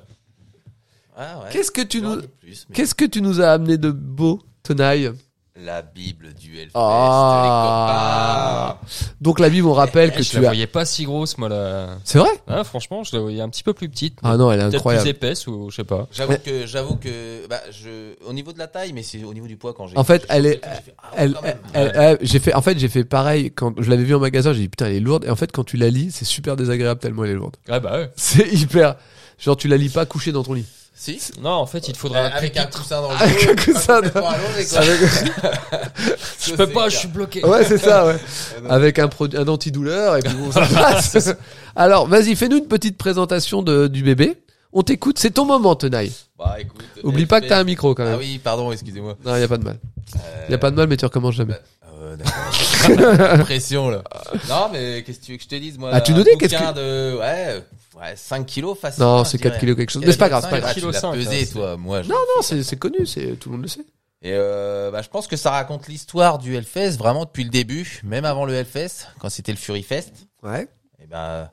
Speaker 4: Ah ouais.
Speaker 2: Qu'est-ce que tu
Speaker 4: J'en
Speaker 2: nous,
Speaker 4: ai plus, mais-
Speaker 2: qu'est-ce que tu nous as amené de beau, Tonaille
Speaker 4: La Bible du Hellfest,
Speaker 2: Ah.
Speaker 4: les copains.
Speaker 2: Donc la Bible, on rappelle que
Speaker 3: Eh, je
Speaker 2: tu
Speaker 3: la
Speaker 2: as.
Speaker 3: voyais pas si grosse, moi, là.
Speaker 2: C'est vrai
Speaker 3: Hein, franchement, je la voyais un petit peu plus petite.
Speaker 2: Ah non, elle est
Speaker 3: Peut-être plus
Speaker 2: incroyable.
Speaker 3: épaisse ou je sais pas.
Speaker 4: J'avoue
Speaker 2: Ouais.
Speaker 4: que, j'avoue que, bah, je, au niveau de la taille, mais c'est au niveau du poids quand j'ai.
Speaker 2: En fait,
Speaker 4: j'ai-
Speaker 2: elle est-
Speaker 4: j'ai fait, ah ouais,
Speaker 2: Elle,
Speaker 4: quand même.
Speaker 2: elle- elle- j'ai fait, en fait, j'ai fait pareil quand je l'avais vue en magasin. J'ai dit putain, elle est lourde. Et en fait, quand tu la lis, c'est super désagréable tellement elle est lourde.
Speaker 3: Ah bah ouais.
Speaker 2: C'est hyper. Genre, tu la lis pas couchée dans ton lit.
Speaker 4: Si.
Speaker 3: Non, en fait, il te faudrait
Speaker 4: Euh,
Speaker 3: un
Speaker 4: avec un coussin dans le
Speaker 2: Avec
Speaker 4: dos,
Speaker 2: un coussin
Speaker 4: pas complètement allongé, quoi.
Speaker 3: Je
Speaker 4: sais
Speaker 3: peux pas,
Speaker 4: faire.
Speaker 3: je suis bloqué.
Speaker 2: Ouais, c'est ça. Ouais.
Speaker 4: Ah non.
Speaker 2: Avec un produit, un antidouleur et puis bon, ça passe. Alors, vas-y, fais-nous une petite présentation de, du bébé. On t'écoute. C'est ton moment, Tenaille.
Speaker 4: Bah, écoute,
Speaker 2: Oublie
Speaker 4: Hellfest-
Speaker 2: pas que t'as un micro quand même.
Speaker 4: Ah oui, pardon, excusez-moi.
Speaker 2: Non, y a pas de mal.
Speaker 4: Euh,
Speaker 2: Y a pas de mal, mais tu recommences jamais.
Speaker 4: euh, d'accord. Pression, là. Non, mais qu'est-ce que tu veux que je te dise, moi?
Speaker 2: Ah, tu
Speaker 4: un
Speaker 2: nous dis, qu'est-ce
Speaker 4: bouquin de, ouais, ouais, 5 kilos facile.
Speaker 2: Non,
Speaker 4: hein,
Speaker 2: c'est
Speaker 4: je
Speaker 2: 4
Speaker 4: dirais.
Speaker 2: kilos quelque chose. Mais c'est pas grave, c'est pas
Speaker 4: 4,5,
Speaker 2: grave.
Speaker 4: ah, tu l'as
Speaker 3: 4,5,
Speaker 4: pesé,
Speaker 3: ça,
Speaker 4: toi, moi. je-
Speaker 2: Non, c'est c'est connu, c'est tout le monde le sait.
Speaker 4: Et euh, bah, je pense que ça raconte l'histoire du Hellfest vraiment depuis le début, même avant le Hellfest, quand c'était le Fury Fest.
Speaker 2: Ouais.
Speaker 4: Et ben.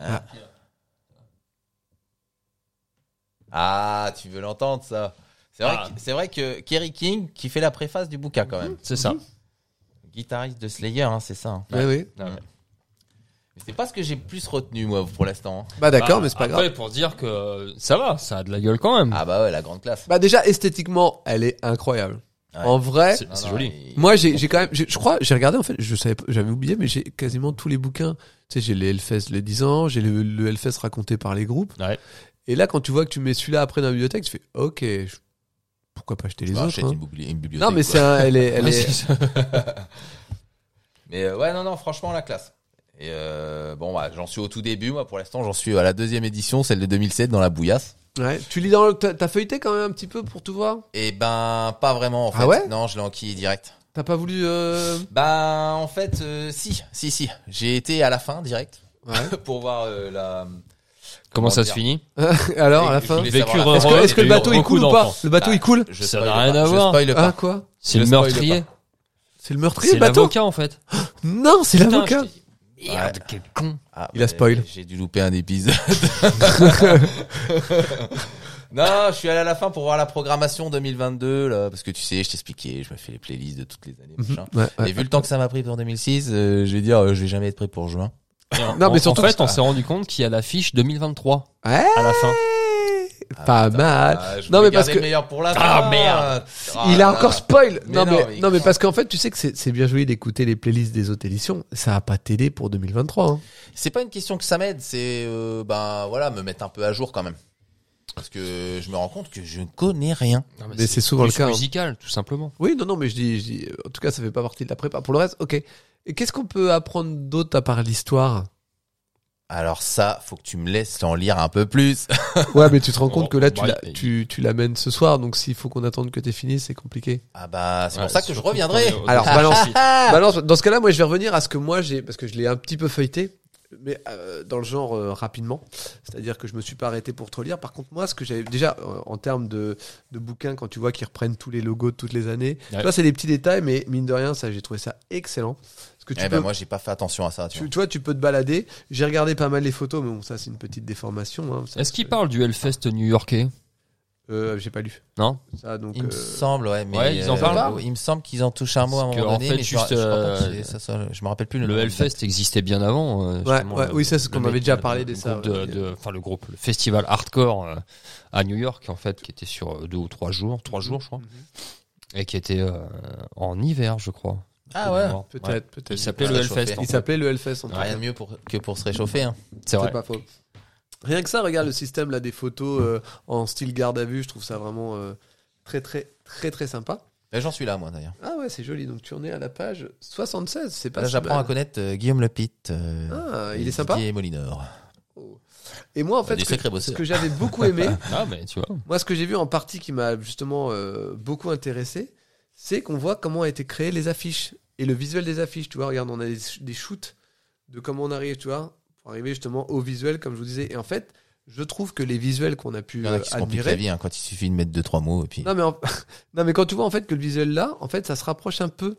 Speaker 4: Ah. Ah, tu veux l'entendre ça C'est vrai,
Speaker 3: Ah.
Speaker 4: que- c'est vrai que Kerry King qui fait la préface du bouquin quand même,
Speaker 3: C'est ça.
Speaker 4: guitariste de Slayer, hein, c'est ça. hein.
Speaker 2: Ouais, oui.
Speaker 3: Ah ouais.
Speaker 4: Mais c'est pas ce que j'ai plus retenu moi pour l'instant. hein.
Speaker 2: Bah d'accord,
Speaker 3: Bah,
Speaker 2: mais c'est pas
Speaker 3: après,
Speaker 2: grave.
Speaker 3: pour dire que ça va, ça a de la gueule quand même.
Speaker 4: Ah bah ouais, la grande classe.
Speaker 2: Bah déjà esthétiquement, elle est incroyable.
Speaker 4: Ouais.
Speaker 2: En vrai,
Speaker 3: C'est
Speaker 4: Non,
Speaker 3: c'est
Speaker 4: non,
Speaker 3: joli.
Speaker 4: il-
Speaker 2: moi j'ai j'ai quand même, j'ai- je crois, j'ai regardé en fait, je savais, pas- j'avais oublié, mais j'ai quasiment tous les bouquins. Tu sais, j'ai les Hellfest les 10 ans, j'ai le, le Hellfest raconté par les groupes.
Speaker 3: Ouais.
Speaker 2: Et là, quand tu vois que tu mets celui-là après dans la bibliothèque, tu fais, ok, je- pourquoi pas acheter les
Speaker 4: Bah,
Speaker 2: autres
Speaker 4: achète
Speaker 2: hein.
Speaker 4: une, bibli- une bibliothèque.
Speaker 2: Non, mais
Speaker 4: quoi.
Speaker 2: c'est, un- elle est, elle
Speaker 3: Ah,
Speaker 2: est,
Speaker 3: c'est ça.
Speaker 4: Mais euh, ouais, non, non, franchement, la classe. Et euh, bon, bah, j'en suis au tout début, moi, pour l'instant, j'en suis à la deuxième édition, celle de 2007, dans la bouillasse.
Speaker 2: Ouais, tu lis dans le. T'as t'as feuilleté quand même un petit peu pour tout voir
Speaker 4: Et ben, pas vraiment, en
Speaker 2: Ah
Speaker 4: fait.
Speaker 2: ouais
Speaker 4: non, je l'ai enquillé direct.
Speaker 2: T'as pas voulu. Euh...
Speaker 4: Bah, en fait, euh, si, si, si. J'ai été à la fin, direct,
Speaker 2: Ouais.
Speaker 4: pour voir euh, la...
Speaker 3: Comment ça se
Speaker 4: dire
Speaker 3: finit
Speaker 2: Euh, Alors, à la
Speaker 4: Je
Speaker 2: fin.
Speaker 4: voulais
Speaker 2: Est-ce
Speaker 3: Vécu
Speaker 4: savoir la-
Speaker 3: heureux.
Speaker 2: que, est-ce que le
Speaker 3: et
Speaker 2: bateau il
Speaker 3: beaucoup
Speaker 2: coule ou pas
Speaker 3: d'enfants. Bah,
Speaker 2: Le bateau il coule
Speaker 4: Je
Speaker 3: Ça
Speaker 4: spoil
Speaker 3: n'a rien
Speaker 4: pas,
Speaker 3: à voir.
Speaker 4: Je spoil
Speaker 2: Ah,
Speaker 4: pas.
Speaker 2: quoi
Speaker 3: C'est
Speaker 4: Je
Speaker 3: le
Speaker 4: spoil
Speaker 3: meurtrier.
Speaker 2: C'est le meurtrier,
Speaker 3: C'est
Speaker 2: le bateau
Speaker 3: l'avocat en fait.
Speaker 2: Non, c'est
Speaker 3: Putain,
Speaker 2: l'avocat
Speaker 3: je t'ai dit, Merde,
Speaker 4: Ouais.
Speaker 3: quel con.
Speaker 4: Ah,
Speaker 2: Il a
Speaker 4: mais
Speaker 2: spoil.
Speaker 4: J'ai dû louper un épisode. non, je suis allé à la fin pour voir la programmation 2022, là, parce que tu sais, je t'expliquais, je me fais les playlists de toutes les années,
Speaker 2: Mhm.
Speaker 4: machin.
Speaker 2: Ouais, ouais.
Speaker 4: Et vu le temps que ça m'a pris pour 2006, euh, je vais dire, euh, je vais jamais être prêt pour juin.
Speaker 2: Non, mais
Speaker 3: En-
Speaker 2: surtout
Speaker 3: en
Speaker 2: que
Speaker 3: fait,
Speaker 2: ça-
Speaker 3: on s'est rendu compte qu'il y a l'affiche 2023
Speaker 2: Ouais,
Speaker 3: à la fin.
Speaker 2: Pas
Speaker 4: putain,
Speaker 2: mal.
Speaker 4: ah, je
Speaker 2: Non,
Speaker 4: voulais
Speaker 2: mais parce
Speaker 4: garder
Speaker 2: que-
Speaker 4: le meilleur pour la
Speaker 3: Ah,
Speaker 4: fin.
Speaker 3: merde.
Speaker 4: Ah,
Speaker 2: il a
Speaker 4: là,
Speaker 2: encore
Speaker 4: là.
Speaker 2: spoil.
Speaker 4: Mais
Speaker 2: non,
Speaker 4: non,
Speaker 2: mais,
Speaker 4: mais
Speaker 2: non, mais
Speaker 4: comment
Speaker 2: parce qu'en fait, tu sais que c'est c'est bien joli d'écouter les playlists des autres éditions. Ça a pas t'aider pour 2023. hein.
Speaker 4: C'est pas une question que ça m'aide, c'est euh, ben voilà, me mettre un peu à jour quand même. Parce que je me rends compte que je ne connais rien.
Speaker 2: mais c'est souvent le
Speaker 3: plus
Speaker 2: cas, hein.
Speaker 3: musical, tout simplement.
Speaker 2: Oui, non, non, mais je dis, je dis, en tout cas, ça fait pas partie de la prépa. Pour le reste, ok. Et qu'est-ce qu'on peut apprendre d'autre à part l'histoire
Speaker 4: Alors ça, faut que tu me laisses en lire un peu plus.
Speaker 2: Ouais, mais tu te rends compte
Speaker 3: Oh,
Speaker 2: que là, tu
Speaker 3: ouais,
Speaker 2: la-
Speaker 3: et-
Speaker 2: tu tu l'amènes ce soir, donc s'il faut qu'on attende que t'aies fini, c'est compliqué.
Speaker 4: Ah bah c'est
Speaker 3: Ouais,
Speaker 4: pour ça que je
Speaker 3: surtout
Speaker 4: reviendrai.
Speaker 3: quand on est au-
Speaker 2: Alors,
Speaker 3: Ah,
Speaker 2: balance.
Speaker 3: ah, ah.
Speaker 4: Ah
Speaker 2: Balance, dans ce cas-là, moi, je vais revenir à ce que moi j'ai, parce que je l'ai un petit peu feuilleté, mais euh, dans le genre euh, rapidement. C'est-à-dire que je me suis pas arrêté pour trop lire. Par contre, moi, ce que j'avais déjà euh, en termes de, de bouquins, quand tu vois qu'ils reprennent tous les logos de toutes les années,
Speaker 3: Ouais.
Speaker 2: tu vois, c'est des petits détails, mais mine de rien, ça, j'ai trouvé ça excellent. Parce que tu
Speaker 4: Eh
Speaker 2: peux
Speaker 4: ben moi j'ai pas fait attention à ça.
Speaker 2: tu,
Speaker 4: Tu vois.
Speaker 2: tu vois, tu peux te balader. J'ai regardé pas mal les photos, mais bon, ça, c'est une petite déformation. hein. Ça,
Speaker 3: Est-ce qu'il
Speaker 2: euh,
Speaker 3: parle du Hellfest new-yorkais
Speaker 2: euh, J'ai pas lu.
Speaker 3: Non.
Speaker 2: Ça, donc.
Speaker 4: Il me
Speaker 2: euh,
Speaker 4: semble, ouais, mais
Speaker 3: Ouais, ils en
Speaker 4: euh,
Speaker 3: parlent.
Speaker 4: oui, il me semble qu'ils en touchent un mot à un
Speaker 3: Parce
Speaker 4: moment
Speaker 3: que, en
Speaker 4: donné,
Speaker 3: fait,
Speaker 4: mais je
Speaker 3: juste,
Speaker 4: me- je me rends compte
Speaker 3: euh,
Speaker 4: que ça soit- je me rappelle plus le nom.
Speaker 3: Le Hellfest existait bien avant. euh,
Speaker 2: Ouais,
Speaker 3: justement,
Speaker 2: ouais,
Speaker 3: le-
Speaker 2: oui, ça, c'est ce qu'on
Speaker 3: le-
Speaker 2: avait déjà
Speaker 3: le-
Speaker 2: parlé
Speaker 3: le
Speaker 2: de
Speaker 3: groupe
Speaker 2: ça, ouais.
Speaker 3: de- de- Enfin, le groupe, le festival hardcore euh, à New York, en fait, qui était sur euh, deux ou trois jours, trois jours, je crois,
Speaker 2: mhm.
Speaker 3: et qui était euh, en hiver, je crois.
Speaker 4: Ah ouais.
Speaker 2: Peut-être,
Speaker 3: Ouais. Il
Speaker 2: peut-être.
Speaker 3: s'appelait le
Speaker 4: Réchauffé.
Speaker 3: Hellfest. en
Speaker 2: Il
Speaker 3: fait.
Speaker 2: s'appelait le Hellfest en tout
Speaker 4: Rien de mieux pour, que pour se réchauffer. Hein.
Speaker 3: C'est
Speaker 2: C'est
Speaker 3: vrai.
Speaker 2: pas faux. Rien que ça, regarde le système là des photos euh, en style garde à vue, je trouve ça vraiment euh, très très très très sympa.
Speaker 4: Là, J'en suis là, moi d'ailleurs.
Speaker 2: Ah ouais, c'est joli. Donc tu en es à la page 76, c'est pas
Speaker 4: Là,
Speaker 2: si
Speaker 4: J'apprends à
Speaker 2: mal.
Speaker 4: connaître euh, Guillaume Lepitte. euh,
Speaker 2: Ah,
Speaker 4: et
Speaker 2: il est sympa.
Speaker 4: Didier Molinor.
Speaker 2: Et moi en fait,
Speaker 4: Des
Speaker 2: ce que-
Speaker 4: sacrés
Speaker 2: ce
Speaker 4: bosseurs.
Speaker 2: que j'avais beaucoup aimé,
Speaker 3: Ah, mais tu vois.
Speaker 2: moi ce que j'ai vu en partie qui m'a justement euh, beaucoup intéressé, c'est qu'on voit comment ont été créées les affiches et le visuel des affiches. Tu vois, regarde, on a des, des shoots de comment on arrive, tu vois, pour arriver justement au visuel comme je vous disais. Et en fait, je trouve que les visuels qu'on a
Speaker 4: Il
Speaker 2: pu
Speaker 4: y en a
Speaker 2: euh,
Speaker 4: qui se compliquent la
Speaker 2: admirer
Speaker 4: vie hein, quand il suffit de mettre deux trois mots et puis.
Speaker 2: Non mais, en- non mais quand tu vois en fait que le visuel là, en fait ça se rapproche un peu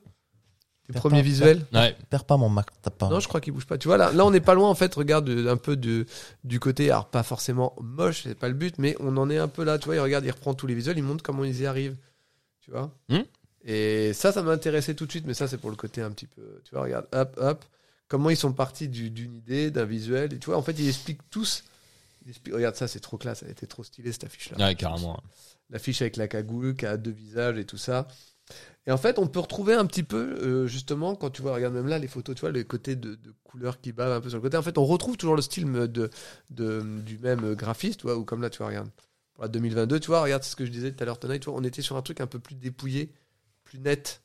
Speaker 2: Le
Speaker 4: T'as
Speaker 2: premier
Speaker 4: pas-
Speaker 2: visuel
Speaker 3: Ouais.
Speaker 4: Perds pas mon Mac, t'as pas.
Speaker 2: Non, je crois qu'il bouge pas. Tu vois, là, là on n'est pas loin, en fait, regarde euh, un peu de, du côté, alors pas forcément moche, c'est pas le but, mais on en est un peu là. Tu vois, il regarde, il reprend tous les visuels, il montre comment ils y arrivent. Tu vois
Speaker 3: Hmm.
Speaker 2: Et ça, ça m'a intéressé tout de suite, mais ça, c'est pour le côté un petit peu. Tu vois, regarde, hop, hop, comment ils sont partis du- d'une idée, d'un visuel. Et tu vois, en fait, ils expliquent tous. ils expliquent- regarde, ça, c'est trop classe, elle était trop stylée, cette affiche-là
Speaker 3: Ouais, carrément.
Speaker 2: l'affiche avec la cagoule qui a deux visages et tout ça. Et en fait, on peut retrouver un petit peu, euh, justement, quand tu vois, regarde même là les photos, tu vois, les côtés de, de couleurs qui bavent un peu sur le côté. En fait, on retrouve toujours le style me- de, de- du même euh, graphiste, tu vois, ou comme là, tu vois, regarde. Pour la 2022, tu vois, regarde c'est ce que je disais tout à l'heure, Tonight, tu vois, on était sur un truc un peu plus dépouillé, plus net.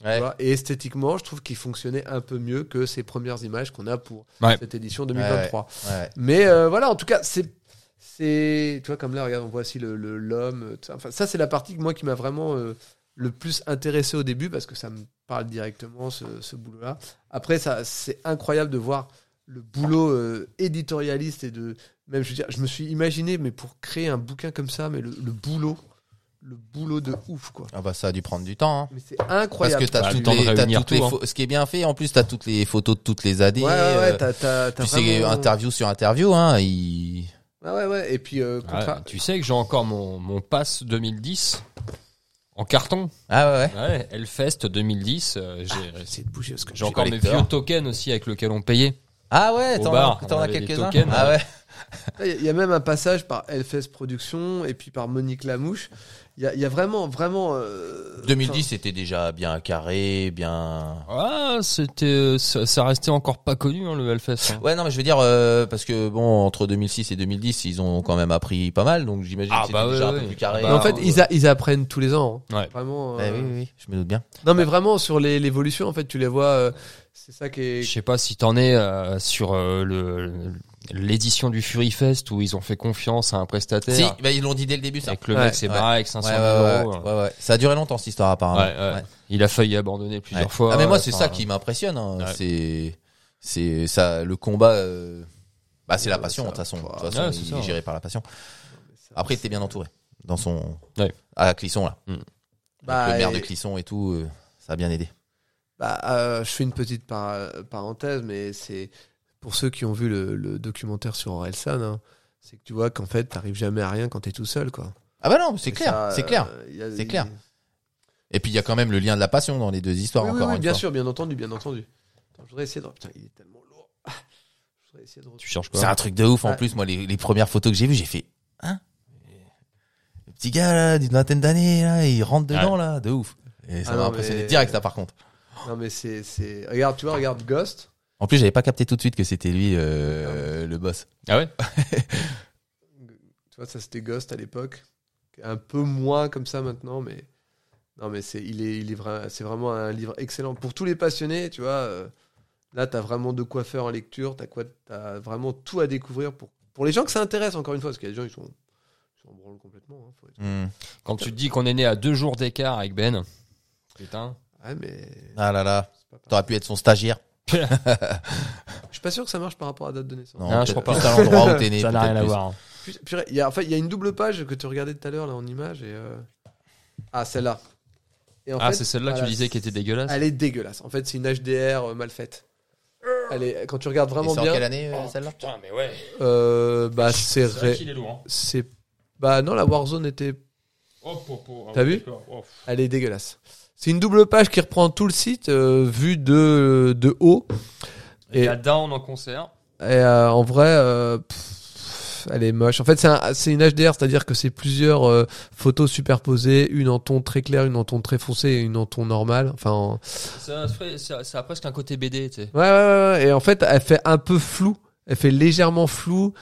Speaker 2: tu
Speaker 4: Ouais.
Speaker 2: vois. et esthétiquement, je trouve qu'il fonctionnait un peu mieux que ces premières images qu'on a pour
Speaker 3: Ouais.
Speaker 2: cette édition 2023.
Speaker 4: Ouais.
Speaker 2: Mais euh, voilà, en tout cas, c'est. C'est, tu vois, comme là, regarde, on voit aussi le- le- l'homme. euh, tout ça. Enfin, ça, c'est la partie que moi qui m'a vraiment euh, le plus intéressé au début parce que ça me parle directement, ce, ce boulot-là. Après, ça, c'est incroyable de voir le boulot euh, éditorialiste et de. Même, je veux dire, je me suis imaginé, mais pour créer un bouquin comme ça, mais le, le boulot, le boulot de ouf, quoi.
Speaker 4: Ah bah ça a dû prendre du temps. Hein.
Speaker 2: Mais c'est
Speaker 4: Parce
Speaker 2: incroyable.
Speaker 4: que t'as
Speaker 3: Bah,
Speaker 4: tout
Speaker 3: le temps de réunir
Speaker 4: les
Speaker 3: tout, hein.
Speaker 4: pho- ce qui est bien fait. En plus, t'as toutes les photos de toutes les années.
Speaker 2: Ouais, ouais, ouais,
Speaker 4: euh,
Speaker 2: t'as, t'as, t'as
Speaker 4: puis c'est
Speaker 2: vraiment-
Speaker 4: interview sur interview. Hein, il-
Speaker 2: Ouais, ouais, ouais. Et puis, euh, contrat-
Speaker 3: Ouais, tu sais que j'ai encore mon, mon pass 2010 en carton.
Speaker 4: Ah ouais, ouais.
Speaker 3: Ouais, Hellfest 2010. euh, j'ai
Speaker 2: J'essaie de bouger parce que
Speaker 3: j'ai encore mes
Speaker 4: collector.
Speaker 3: vieux tokens aussi avec lesquels on payait.
Speaker 4: Ah ouais,
Speaker 3: Au
Speaker 4: t'en
Speaker 3: bar,
Speaker 4: as- t'en
Speaker 3: on
Speaker 4: as
Speaker 3: avait des
Speaker 4: quelques-uns.
Speaker 3: tokens,
Speaker 4: Ah
Speaker 3: ouais.
Speaker 4: ouais.
Speaker 2: Là, Il y a même un passage par Elfes Productions et puis par Monique Lamouche. Il y a, il y a vraiment, vraiment. euh,
Speaker 4: 2010 c'était déjà bien carré, bien.
Speaker 3: Ah, c'était, ça, ça restait encore pas connu hein, le Hellfest. hein.
Speaker 4: Ouais non mais je veux dire euh, parce que bon entre 2006 et 2010 ils ont quand même appris pas mal donc j'imagine
Speaker 3: Ah
Speaker 4: que c'était
Speaker 3: bah ouais,
Speaker 4: déjà un
Speaker 3: ouais.
Speaker 4: peu plus carré.
Speaker 2: enfin, mais en
Speaker 3: bah,
Speaker 2: fait, ils, a- ils apprennent tous les ans. hein.
Speaker 3: Ouais.
Speaker 2: Vraiment.
Speaker 4: euh, Ouais, Eh
Speaker 2: euh,
Speaker 4: oui, oui, oui, je me doute bien.
Speaker 2: Non, mais vraiment sur les- l'évolution, en fait, tu les vois. euh, c'est ça qui
Speaker 3: Je
Speaker 2: est.
Speaker 3: sais pas si t'en es euh, sur euh, le l'édition du Fury Fest où ils ont fait confiance à un prestataire
Speaker 4: Si bah, ils l'ont dit dès le début ça.
Speaker 3: et que le
Speaker 2: Ouais,
Speaker 3: mec s'est
Speaker 4: ouais.
Speaker 3: barré avec 500
Speaker 4: Ouais, ouais,
Speaker 3: 000
Speaker 4: ouais,
Speaker 3: euros. euh. hein.
Speaker 4: ouais, ouais, ouais. Ça a duré longtemps cette histoire apparemment.
Speaker 3: Ouais, ouais. Il a failli abandonner plusieurs
Speaker 4: Ouais.
Speaker 3: fois.
Speaker 4: Ah mais moi c'est
Speaker 3: Enfin,
Speaker 4: ça qui m'impressionne. hein.
Speaker 3: Ouais.
Speaker 4: C'est c'est ça le combat. euh, Bah c'est la
Speaker 2: Ouais,
Speaker 4: passion de
Speaker 2: ça-
Speaker 4: toute façon. De toute
Speaker 2: Ouais,
Speaker 4: façon,
Speaker 3: c'est
Speaker 4: il
Speaker 3: ça,
Speaker 4: est
Speaker 3: ouais.
Speaker 4: géré par la passion. Après t'es bien entouré dans son
Speaker 3: Ouais.
Speaker 4: à Clisson là.
Speaker 2: Bah,
Speaker 4: le maire
Speaker 2: et-
Speaker 4: de Clisson et tout euh, ça a bien aidé.
Speaker 2: Bah, euh, je fais une petite par- euh, parenthèse, mais c'est pour ceux qui ont vu le, le documentaire sur Orelsan, hein, c'est que tu vois qu'en fait, t'arrives jamais à rien quand t'es tout seul, quoi.
Speaker 4: Ah bah non c'est
Speaker 2: Et
Speaker 4: clair
Speaker 2: ça,
Speaker 4: c'est clair.
Speaker 2: euh, il y a-
Speaker 4: C'est clair. Et puis il y a quand même le lien de la passion dans les deux histoires
Speaker 2: Oui, oui,
Speaker 4: encore
Speaker 2: oui,
Speaker 4: une
Speaker 2: bien
Speaker 4: fois.
Speaker 2: sûr, bien entendu, bien entendu. Attends, je voudrais essayer de. Putain, il est tellement lourd. Ah, Je voudrais essayer de.
Speaker 3: tu cherches
Speaker 4: C'est
Speaker 3: quoi
Speaker 4: un truc de ouf en
Speaker 2: Ouais.
Speaker 4: plus moi les, les premières photos que j'ai vues j'ai fait hein le petit gars là d'une vingtaine d'années là il rentre dedans là de ouf. Et ça
Speaker 2: Ah
Speaker 4: m'a
Speaker 2: non,
Speaker 4: impressionné
Speaker 2: mais-
Speaker 4: direct là par contre.
Speaker 2: Non, mais c'est, c'est. Regarde, tu vois, regarde Ghost.
Speaker 4: En plus j'avais pas capté tout de suite que c'était lui euh, le boss.
Speaker 3: Ah ouais
Speaker 2: Tu vois, ça c'était Ghost à l'époque. Un peu moins comme ça maintenant, mais. Non, mais c'est, il est, il est vra- c'est vraiment un livre excellent. Pour tous les passionnés, tu vois, euh, là, t'as vraiment de quoi faire en lecture. T'as, quoi, t'as vraiment tout à découvrir pour, pour les gens que ça intéresse, encore une fois, parce qu'il y a des gens qui sont. Ils sont en branle complètement. hein, faut être-
Speaker 4: Hmm.
Speaker 3: Quand tu te dis qu'on est né à deux jours d'écart avec Ben. Putain.
Speaker 2: Ouais, mais.
Speaker 4: Ah là là,
Speaker 2: c'est pas pareil.
Speaker 4: t'aurais pu être son stagiaire.
Speaker 2: Je suis pas sûr que ça marche par rapport à la date de naissance.
Speaker 3: Non, je
Speaker 4: peut-être
Speaker 3: crois pas.
Speaker 4: plus à l'endroit où t'es né.
Speaker 3: Ça n'a
Speaker 4: peut-être
Speaker 3: rien à
Speaker 4: plus.
Speaker 3: voir.
Speaker 2: Puis- purée, il y a, enfin, il y a une double page que tu regardais tout à l'heure là en image et euh, ah celle-là. Et en
Speaker 3: Ah,
Speaker 2: fait,
Speaker 3: c'est celle-là que
Speaker 2: voilà,
Speaker 3: tu disais qui était dégueulasse.
Speaker 2: Elle est dégueulasse. En fait, c'est une HDR euh, mal faite. Elle est, quand tu regardes
Speaker 4: Et
Speaker 2: vraiment
Speaker 4: c'est en quelle
Speaker 2: bien,
Speaker 4: année euh, celle-là
Speaker 3: Putain, mais ouais.
Speaker 2: euh, bah c'est ré-
Speaker 3: est lourd. hein. Oh,
Speaker 2: c'est bah non la Warzone était, T'as vu elle est dégueulasse. C'est une double page qui reprend tout le site euh, vu de de haut
Speaker 3: Et
Speaker 2: et,
Speaker 3: la Down en concert.
Speaker 2: et, euh, en vrai. euh, pff, elle est moche. En fait, c'est un- c'est une HDR, c'est-à-dire que c'est plusieurs euh, photos superposées, une en ton très clair, une en ton très foncé et une en ton normal. Enfin, en-
Speaker 3: Ça, ferait- ça- ça a presque un côté BD, tu sais.
Speaker 2: Ouais, ouais, ouais, ouais. Et en fait, elle fait un peu flou. Elle fait légèrement flou.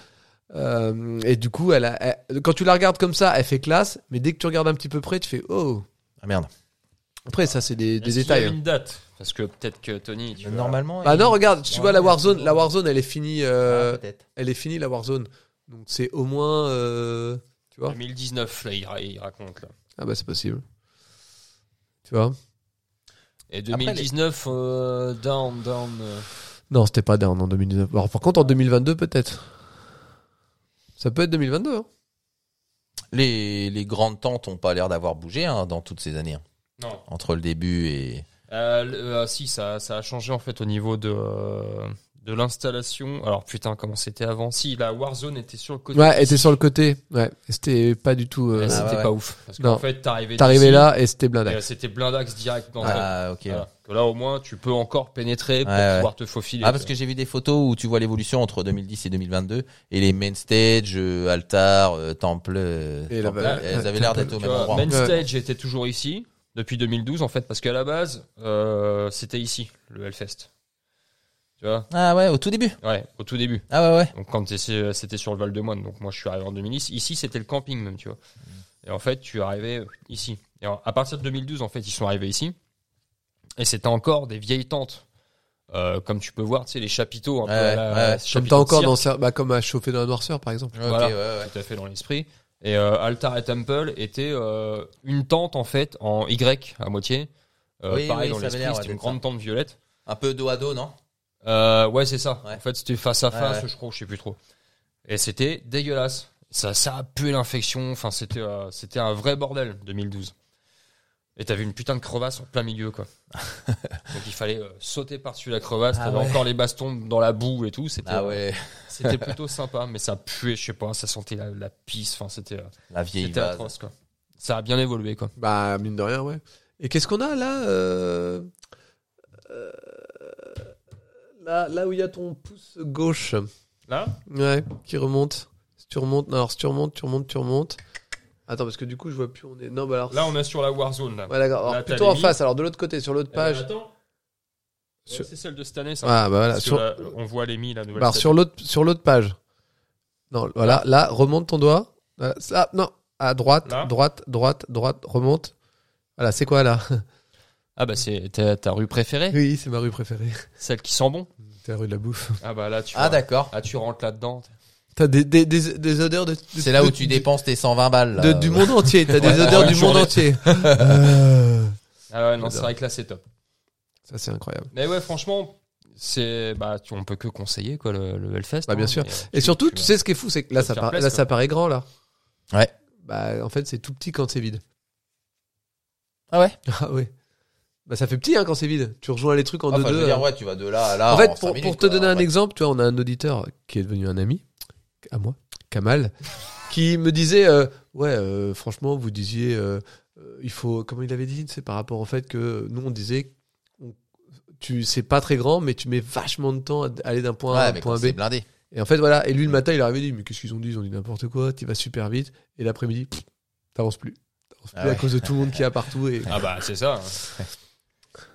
Speaker 2: Euh, et du coup, elle a- elle- quand tu la regardes comme ça, elle fait classe. Mais dès que tu regardes un petit peu près, tu fais oh.
Speaker 4: Ah merde.
Speaker 2: Après, ça, c'est des, des
Speaker 3: Est-ce qu'il y
Speaker 2: détails.
Speaker 3: a
Speaker 2: hein.
Speaker 3: une date. Parce que peut-être que Tony. tu vois.
Speaker 4: Normalement.
Speaker 2: Bah
Speaker 4: il-
Speaker 2: non, regarde, tu
Speaker 4: Ouais,
Speaker 2: vois la
Speaker 4: ouais,
Speaker 2: Warzone.
Speaker 4: ouais.
Speaker 2: La Warzone, elle est finie. euh,
Speaker 4: Ah, peut-être.
Speaker 2: elle est finie la Warzone. Donc c'est au moins. euh, tu vois
Speaker 3: 2019, là, il, ra- il raconte. Là.
Speaker 2: Ah bah c'est possible. Tu vois
Speaker 3: Et 2019, euh, Down, Down. euh,
Speaker 2: Non, c'était pas down en 2019. Alors par contre, en 2022 peut-être. Ça peut être 2022. hein.
Speaker 4: Les, les grandes tentes ont pas l'air d'avoir bougé hein, dans toutes ces années hein.
Speaker 3: Non.
Speaker 4: entre le début et
Speaker 3: Euh, le- euh, si, ça, ça a changé en fait au niveau de, euh, de l'installation. Alors putain, comment c'était avant Si, la Warzone était sur le côté.
Speaker 2: Ouais, elle était sur le côté. Ouais, Et c'était pas du tout. euh,
Speaker 3: Mais
Speaker 4: Ah
Speaker 3: c'était
Speaker 4: ouais.
Speaker 3: pas ouf. Parce
Speaker 2: Non.
Speaker 3: qu'en fait, t'arrivais
Speaker 2: T'arrivais
Speaker 3: d'ici,
Speaker 2: là et c'était
Speaker 3: et, euh,
Speaker 2: blindax.
Speaker 3: C'était blindax direct dans le truc.
Speaker 4: Ah, ok.
Speaker 3: Voilà. Que là, au moins, tu peux encore pénétrer pour
Speaker 4: Ouais, ouais.
Speaker 3: pouvoir te faufiler.
Speaker 4: Ah parce que j'ai vu des photos où tu vois l'évolution entre 2010 et 2022 et les main stage, euh, altar, euh, temple, euh,
Speaker 2: Et là-bas,
Speaker 4: temple, elles
Speaker 2: ouais,
Speaker 4: avaient l'air
Speaker 2: temple.
Speaker 4: d'être au
Speaker 3: Tu
Speaker 4: même
Speaker 3: vois,
Speaker 4: endroit.
Speaker 3: Main
Speaker 2: Ouais.
Speaker 3: Stage était toujours ici depuis 2012 en fait parce qu'à la base euh, c'était ici le Hellfest. Tu vois
Speaker 4: Ah ouais, au tout début.
Speaker 3: Ouais, au tout début.
Speaker 4: Ah ouais ouais.
Speaker 3: Donc quand t'es- c'était sur le Val de Moine, donc moi je suis arrivé en 2010, ici c'était le camping même, tu vois.
Speaker 4: Mm.
Speaker 3: Et en fait, tu arrivais ici. Et en- à partir de 2012 en fait, ils sont arrivés ici. Et c'était encore des vieilles tentes. Euh, comme tu peux voir, tu sais, les chapiteaux un peu
Speaker 4: Ouais,
Speaker 3: à la-
Speaker 4: ouais, ouais.
Speaker 2: Comme
Speaker 3: chapiteaux
Speaker 2: t'as
Speaker 3: de
Speaker 2: encore
Speaker 3: cirque.
Speaker 2: dans ça, bah, comme à chauffer dans la noirceur par exemple.
Speaker 4: Ok,
Speaker 3: Voilà.
Speaker 4: ouais, ouais.
Speaker 3: tout à fait dans l'esprit. Et euh, Altar et Temple était euh, une tente en fait en Y à moitié. Euh,
Speaker 4: Oui,
Speaker 3: pareil
Speaker 4: oui,
Speaker 3: dans
Speaker 4: ça avait
Speaker 3: l'esprit,
Speaker 4: l'air, ouais,
Speaker 3: c'était une
Speaker 4: d'être
Speaker 3: grande tente violette.
Speaker 4: Un peu dos à dos, non
Speaker 3: Euh, ouais, c'est ça.
Speaker 4: Ouais.
Speaker 3: En fait, c'était face à
Speaker 4: Ouais,
Speaker 3: face,
Speaker 4: ouais.
Speaker 3: je crois, je sais plus trop. Et c'était dégueulasse. Ça, ça a pué l'infection. Enfin, c'était, euh, c'était un vrai bordel 2012. Et t'avais une putain de crevasse en plein milieu, quoi. Donc il fallait euh, sauter par-dessus la crevasse.
Speaker 4: Ah
Speaker 3: t'avais
Speaker 4: ouais.
Speaker 3: encore les bastons dans la boue et tout. C'était, euh,
Speaker 4: Ah ouais,
Speaker 3: c'était plutôt sympa, mais ça puait, je sais pas. Ça sentait la, la pisse. Enfin, c'était. euh,
Speaker 4: la vieille Ah,
Speaker 3: c'était
Speaker 4: vase.
Speaker 3: atroce, quoi. Ça a bien évolué, quoi.
Speaker 2: Bah mine de rien, ouais. Et qu'est-ce qu'on a là euh, euh, Là, là où il y a ton pouce gauche,
Speaker 3: Là
Speaker 2: ouais, qui remonte. Si tu remontes, non, alors si tu remontes, tu remontes, tu remontes. Attends, parce que du coup, je vois plus où on est. Non, bah alors.
Speaker 3: Là, on est sur la Warzone, là.
Speaker 2: Ouais, Ah bah d'accord. Alors,
Speaker 3: Là, t'as
Speaker 2: plutôt
Speaker 3: les
Speaker 2: en
Speaker 3: mines.
Speaker 2: face, alors de l'autre côté, sur l'autre
Speaker 3: Eh ben,
Speaker 2: page.
Speaker 3: attends. Ouais,
Speaker 2: Sur-
Speaker 3: C'est celle de cette année, ça.
Speaker 2: Ah, bah voilà.
Speaker 3: Parce que
Speaker 2: Sur,
Speaker 3: là, on voit les mis, la nouvelle.
Speaker 2: bah,
Speaker 3: statue.
Speaker 2: sur l'autre, sur l'autre page. Non, voilà. Là, remonte ton doigt. Voilà, ça, non. À droite,
Speaker 3: Là.
Speaker 2: droite, droite, droite, remonte. Voilà, c'est quoi là
Speaker 3: Ah, bah, c'est ta, ta rue préférée
Speaker 2: Oui, c'est ma rue préférée.
Speaker 3: Celle qui sent bon
Speaker 2: C'est la rue de la bouffe.
Speaker 3: Ah, bah, là, tu.
Speaker 4: Ah
Speaker 3: vois.
Speaker 4: d'accord.
Speaker 3: Ah, tu rentres là-dedans.
Speaker 2: T'as des, des, des, des odeurs de. de-
Speaker 4: C'est là où
Speaker 2: de-
Speaker 4: tu
Speaker 2: de-
Speaker 4: dépenses tes 120 balles. là. Ah,
Speaker 2: de- du monde entier. T'as des
Speaker 3: Ouais,
Speaker 2: odeurs
Speaker 3: ouais,
Speaker 2: du
Speaker 3: une
Speaker 2: monde
Speaker 3: journée.
Speaker 2: entier. Euh,
Speaker 3: Ah, ouais, non,
Speaker 2: J'adore.
Speaker 3: c'est vrai que là, c'est top.
Speaker 2: Ça, c'est incroyable.
Speaker 3: Mais ouais, franchement, c'est. Bah, tu- on peut que conseiller, quoi, le, le Hellfest.
Speaker 2: Bah, bien sûr.
Speaker 3: mais, euh,
Speaker 2: Et surtout,
Speaker 3: tu
Speaker 2: tu sais ce qui est fou, c'est que là,
Speaker 3: Ça
Speaker 2: ça,
Speaker 3: te
Speaker 2: par-
Speaker 3: place,
Speaker 2: là,
Speaker 3: quoi.
Speaker 2: ça paraît grand là.
Speaker 4: Ouais.
Speaker 2: Bah, en fait, c'est tout petit quand c'est vide.
Speaker 4: Ah ouais.
Speaker 2: Ah oui. Bah ça fait petit hein, quand c'est vide. Tu rejoins les trucs en
Speaker 4: Ah,
Speaker 2: deux
Speaker 4: enfin, je veux
Speaker 2: deux.
Speaker 4: dire, ouais, tu vas de là à là.
Speaker 2: en fait,
Speaker 4: cinq
Speaker 2: pour,
Speaker 4: minutes,
Speaker 2: pour te
Speaker 4: quoi.
Speaker 2: donner un
Speaker 4: Ouais.
Speaker 2: exemple, tu vois, on a un auditeur qui est devenu un ami à moi, Kamal, qui me disait euh, ouais, euh, franchement, vous disiez, euh, euh, il faut, comment il avait dit, c'est par rapport au fait que nous on disait, on- tu c'est pas très grand, mais tu mets vachement de temps à d- aller d'un point A à
Speaker 4: Ouais,
Speaker 2: un
Speaker 4: mais quand
Speaker 2: point B.
Speaker 4: c'est blindé.
Speaker 2: Et en fait, voilà. Et lui, le matin, il est arrivé, il dit, mais qu'est-ce qu'ils ont dit Ils ont dit n'importe quoi, tu vas super vite. Et l'après-midi, pff, t'avances plus. T'avances
Speaker 4: Ah
Speaker 2: plus à
Speaker 4: ouais.
Speaker 2: cause de tout le monde qui a partout. Et...
Speaker 3: Ah, bah, c'est ça. hein.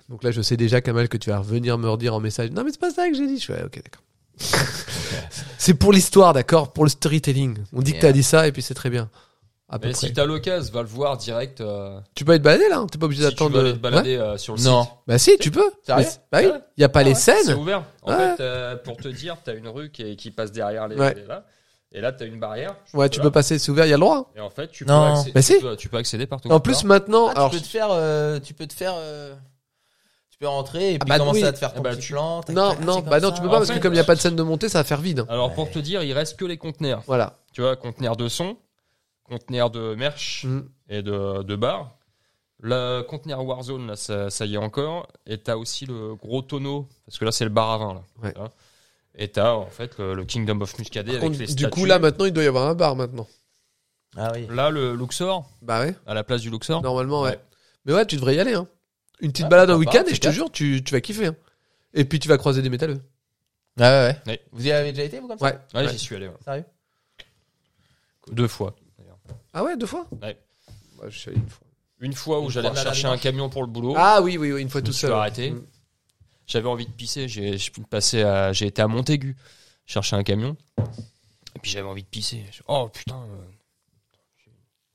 Speaker 2: Donc là, je sais déjà, Kamal, que tu vas revenir me redire en message. Non, mais c'est pas ça que j'ai dit. Je suis, ouais, ok, d'accord. c'est pour l'histoire, d'accord Pour le storytelling. On dit que t'as
Speaker 4: Merde.
Speaker 2: dit ça et puis c'est très bien. À peu
Speaker 3: Mais
Speaker 2: près.
Speaker 3: si t'as l'occasion, va le voir direct. euh,
Speaker 2: Tu peux être baladé là hein T'es pas obligé
Speaker 3: si tu
Speaker 2: d'attendre.
Speaker 3: veux aller te
Speaker 2: Ouais
Speaker 3: balader euh, sur le site.
Speaker 4: Non. Ah,
Speaker 2: Bah si, tu peux.
Speaker 4: Sérieux
Speaker 2: Mais- Bah oui.
Speaker 3: Ouais.
Speaker 2: Y a pas
Speaker 3: Ah
Speaker 2: les
Speaker 3: ouais, C'est
Speaker 2: scènes.
Speaker 3: ouvert. En
Speaker 2: Ouais.
Speaker 3: fait, euh, pour te dire, t'as une rue qui, est- qui passe derrière les,
Speaker 2: Ouais.
Speaker 3: les- là. Et là, t'as une barrière.
Speaker 2: Ouais, tu
Speaker 3: Voilà.
Speaker 2: peux passer, c'est ouvert, y a le droit.
Speaker 3: Et en fait, tu
Speaker 4: Non.
Speaker 3: peux accé-
Speaker 2: Bah
Speaker 3: tu
Speaker 2: si.
Speaker 3: peux- tu peux accéder partout.
Speaker 2: En plus, maintenant,
Speaker 4: Ah,
Speaker 2: alors,
Speaker 4: tu peux te faire, euh, tu peux te faire, euh, tu peux rentrer et puis
Speaker 2: bah
Speaker 4: commencer
Speaker 2: oui.
Speaker 4: à te faire ton
Speaker 3: Eh bah,
Speaker 4: petit
Speaker 3: tu-
Speaker 4: plan. tac,
Speaker 2: non,
Speaker 4: tac, c'est
Speaker 2: non,
Speaker 4: comme
Speaker 2: bah non,
Speaker 4: ça.
Speaker 2: tu peux pas
Speaker 3: En
Speaker 2: parce que
Speaker 3: fait,
Speaker 2: comme y a pas de scène de montée, ça va faire vide.
Speaker 3: Alors pour
Speaker 4: Ouais.
Speaker 3: te dire, il reste que les conteneurs.
Speaker 2: Voilà.
Speaker 3: Tu vois, conteneurs de son, conteneurs de merch
Speaker 2: Mm.
Speaker 3: et de, de bar. Le conteneur Warzone, là, ça, ça y est encore. Et t'as aussi le gros tonneau, parce que là, c'est le bar à vin. Là,
Speaker 2: Ouais.
Speaker 3: Tu vois. Et t'as en fait le, le Kingdom of Muscadet
Speaker 2: Par
Speaker 3: avec
Speaker 2: contre,
Speaker 3: les
Speaker 2: du coup,
Speaker 3: statues.
Speaker 2: là, maintenant, il doit y avoir un bar maintenant.
Speaker 4: Ah oui.
Speaker 3: Là, le Luxor,
Speaker 2: Bah ouais,
Speaker 3: à la place du Luxor.
Speaker 2: normalement, ouais.
Speaker 3: Hein. Ouais.
Speaker 2: Mais ouais, tu devrais y aller. Hein. Une petite
Speaker 4: Ah,
Speaker 2: balade en
Speaker 4: pourquoi
Speaker 2: week-end
Speaker 4: pas,
Speaker 2: et je te
Speaker 4: c'est
Speaker 2: jure, tu, tu vas kiffer. hein. Et puis tu vas croiser des métalleux.
Speaker 4: Ah ouais, ouais.
Speaker 3: Ouais.
Speaker 4: Vous y avez déjà été, vous, comme ça
Speaker 2: Ouais.
Speaker 3: Ouais,
Speaker 2: Ouais.
Speaker 3: j'y suis allé. ouais.
Speaker 4: Sérieux
Speaker 3: Deux fois.
Speaker 2: Ah ouais, deux fois
Speaker 3: Ouais.
Speaker 2: Bah, je suis allé une fois.
Speaker 3: Une fois où
Speaker 4: Une
Speaker 3: j'allais
Speaker 4: fois, là,
Speaker 3: chercher
Speaker 4: là,
Speaker 3: un camion pour le boulot.
Speaker 2: Ah oui, oui, oui, une fois
Speaker 3: Oh. Je
Speaker 2: tout
Speaker 3: me suis
Speaker 2: seul.
Speaker 3: arrêté.
Speaker 2: Mm.
Speaker 3: j'avais envie de pisser. J'ai je suis passé à- j'ai été à Montaigu chercher un camion. Et puis j'avais envie de pisser. Je- Oh putain. euh.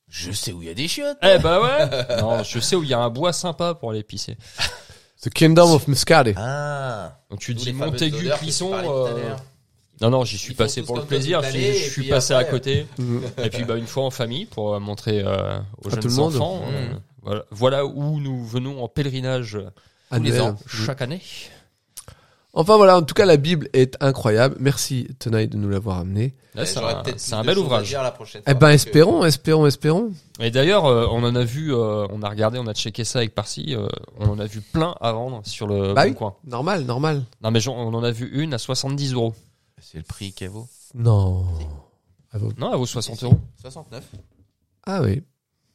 Speaker 4: Je sais où il y a des chiottes.
Speaker 3: Eh bah ouais. non, je sais où il y a un bois sympa pour aller pisser.
Speaker 2: The Kingdom of Muscadet.
Speaker 4: Ah.
Speaker 3: Donc tu
Speaker 4: Tous
Speaker 3: dis
Speaker 4: les fameuses
Speaker 3: Montaigu,
Speaker 4: odeurs que tu
Speaker 3: Clisson.
Speaker 4: parlais tout à
Speaker 3: euh,
Speaker 4: l'heure.
Speaker 3: Non non, j'y suis
Speaker 4: Ils font
Speaker 3: passé
Speaker 4: tous
Speaker 3: pour le
Speaker 4: comme toi
Speaker 3: plaisir.
Speaker 4: toute
Speaker 3: Je,
Speaker 4: l'année,
Speaker 3: je
Speaker 4: et
Speaker 3: suis
Speaker 4: puis
Speaker 3: passé à
Speaker 4: après, euh.
Speaker 3: côté.
Speaker 2: Mm.
Speaker 3: Et puis bah une fois en famille pour euh, montrer euh, aux
Speaker 2: À
Speaker 3: jeunes
Speaker 2: tout le monde.
Speaker 3: enfants. euh,
Speaker 4: Mmh.
Speaker 3: voilà, voilà où nous venons en pèlerinage euh, tous les
Speaker 2: Annuel. Mm.
Speaker 3: ans, chaque année.
Speaker 2: Enfin voilà, en tout cas la Bible est incroyable. Merci Tenaille de nous l'avoir amenée.
Speaker 3: Là, c'est
Speaker 4: Eh, J'aurais
Speaker 3: un,
Speaker 4: peut-être
Speaker 3: c'est
Speaker 4: plus
Speaker 3: un
Speaker 4: de
Speaker 3: bel
Speaker 4: choses à
Speaker 3: ouvrage.
Speaker 4: dire la prochaine
Speaker 2: Eh
Speaker 4: fois,
Speaker 2: ben
Speaker 4: parce que-
Speaker 2: espérons, espérons, espérons.
Speaker 3: Et d'ailleurs, euh, on en a vu, euh, on a regardé, on a checké ça avec Parsi, euh, on en a vu plein à vendre sur le
Speaker 2: Bah
Speaker 3: Bon
Speaker 2: oui.
Speaker 3: coin.
Speaker 2: Normal, normal.
Speaker 3: Non mais genre, on en a vu une à 70 euros.
Speaker 4: C'est le prix qu'elle vaut.
Speaker 2: Non.
Speaker 3: Non, elle vaut 60 euros.
Speaker 4: 69.
Speaker 2: Ah oui.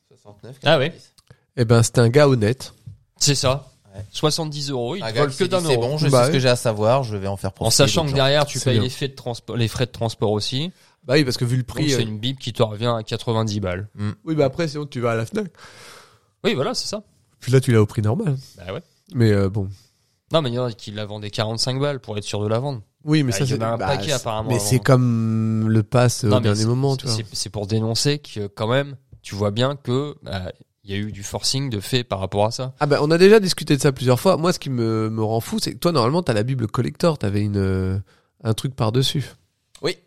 Speaker 4: 69.
Speaker 3: Ah ouais.
Speaker 4: 90.
Speaker 2: Eh ben c'était un gars honnête.
Speaker 3: C'est ça.
Speaker 4: Ouais.
Speaker 3: 70 euros, ils
Speaker 4: Un
Speaker 3: te
Speaker 4: gars
Speaker 3: volent
Speaker 4: qui
Speaker 3: que
Speaker 4: dit,
Speaker 3: d'un
Speaker 4: C'est
Speaker 3: euro.
Speaker 4: bon, je
Speaker 2: Bah
Speaker 4: sais ce
Speaker 2: ouais.
Speaker 4: que j'ai à savoir, je vais en faire pour
Speaker 3: en sachant que derrière, tu
Speaker 2: C'est
Speaker 3: payes
Speaker 2: bien.
Speaker 3: les, frais de transpo- les frais de transport aussi.
Speaker 2: Bah oui, parce que vu le prix.
Speaker 3: donc c'est
Speaker 2: euh,
Speaker 3: une Bible qui te revient à 90 balles.
Speaker 2: Oui, bah après, sinon tu vas à la Fnac.
Speaker 3: Oui, voilà, c'est ça.
Speaker 2: Puis là, tu l'as au prix normal.
Speaker 3: Bah ouais.
Speaker 2: Mais euh, bon.
Speaker 3: Non, mais il y en a qui la vendaient 45 balles pour être sûr de la vendre.
Speaker 2: Oui, mais
Speaker 3: Ah,
Speaker 2: ça
Speaker 3: il y
Speaker 2: c'est.
Speaker 3: en a un paquet,
Speaker 2: c'est-
Speaker 3: apparemment,
Speaker 2: Mais
Speaker 3: avant.
Speaker 2: c'est comme le pass euh,
Speaker 3: Non,
Speaker 2: au
Speaker 3: mais
Speaker 2: dernier
Speaker 3: c'est-
Speaker 2: moment,
Speaker 3: c'est-
Speaker 2: tu vois.
Speaker 3: c'est- C'est pour dénoncer que, quand même, tu vois bien que bah, il y a eu du forcing de fait par rapport à ça.
Speaker 2: Ah ben, on a déjà discuté de ça plusieurs fois. Moi, ce qui me, me rend fou, c'est que toi, normalement, t'as la Bible collector, t'avais une euh, un truc par dessus.
Speaker 4: Oui.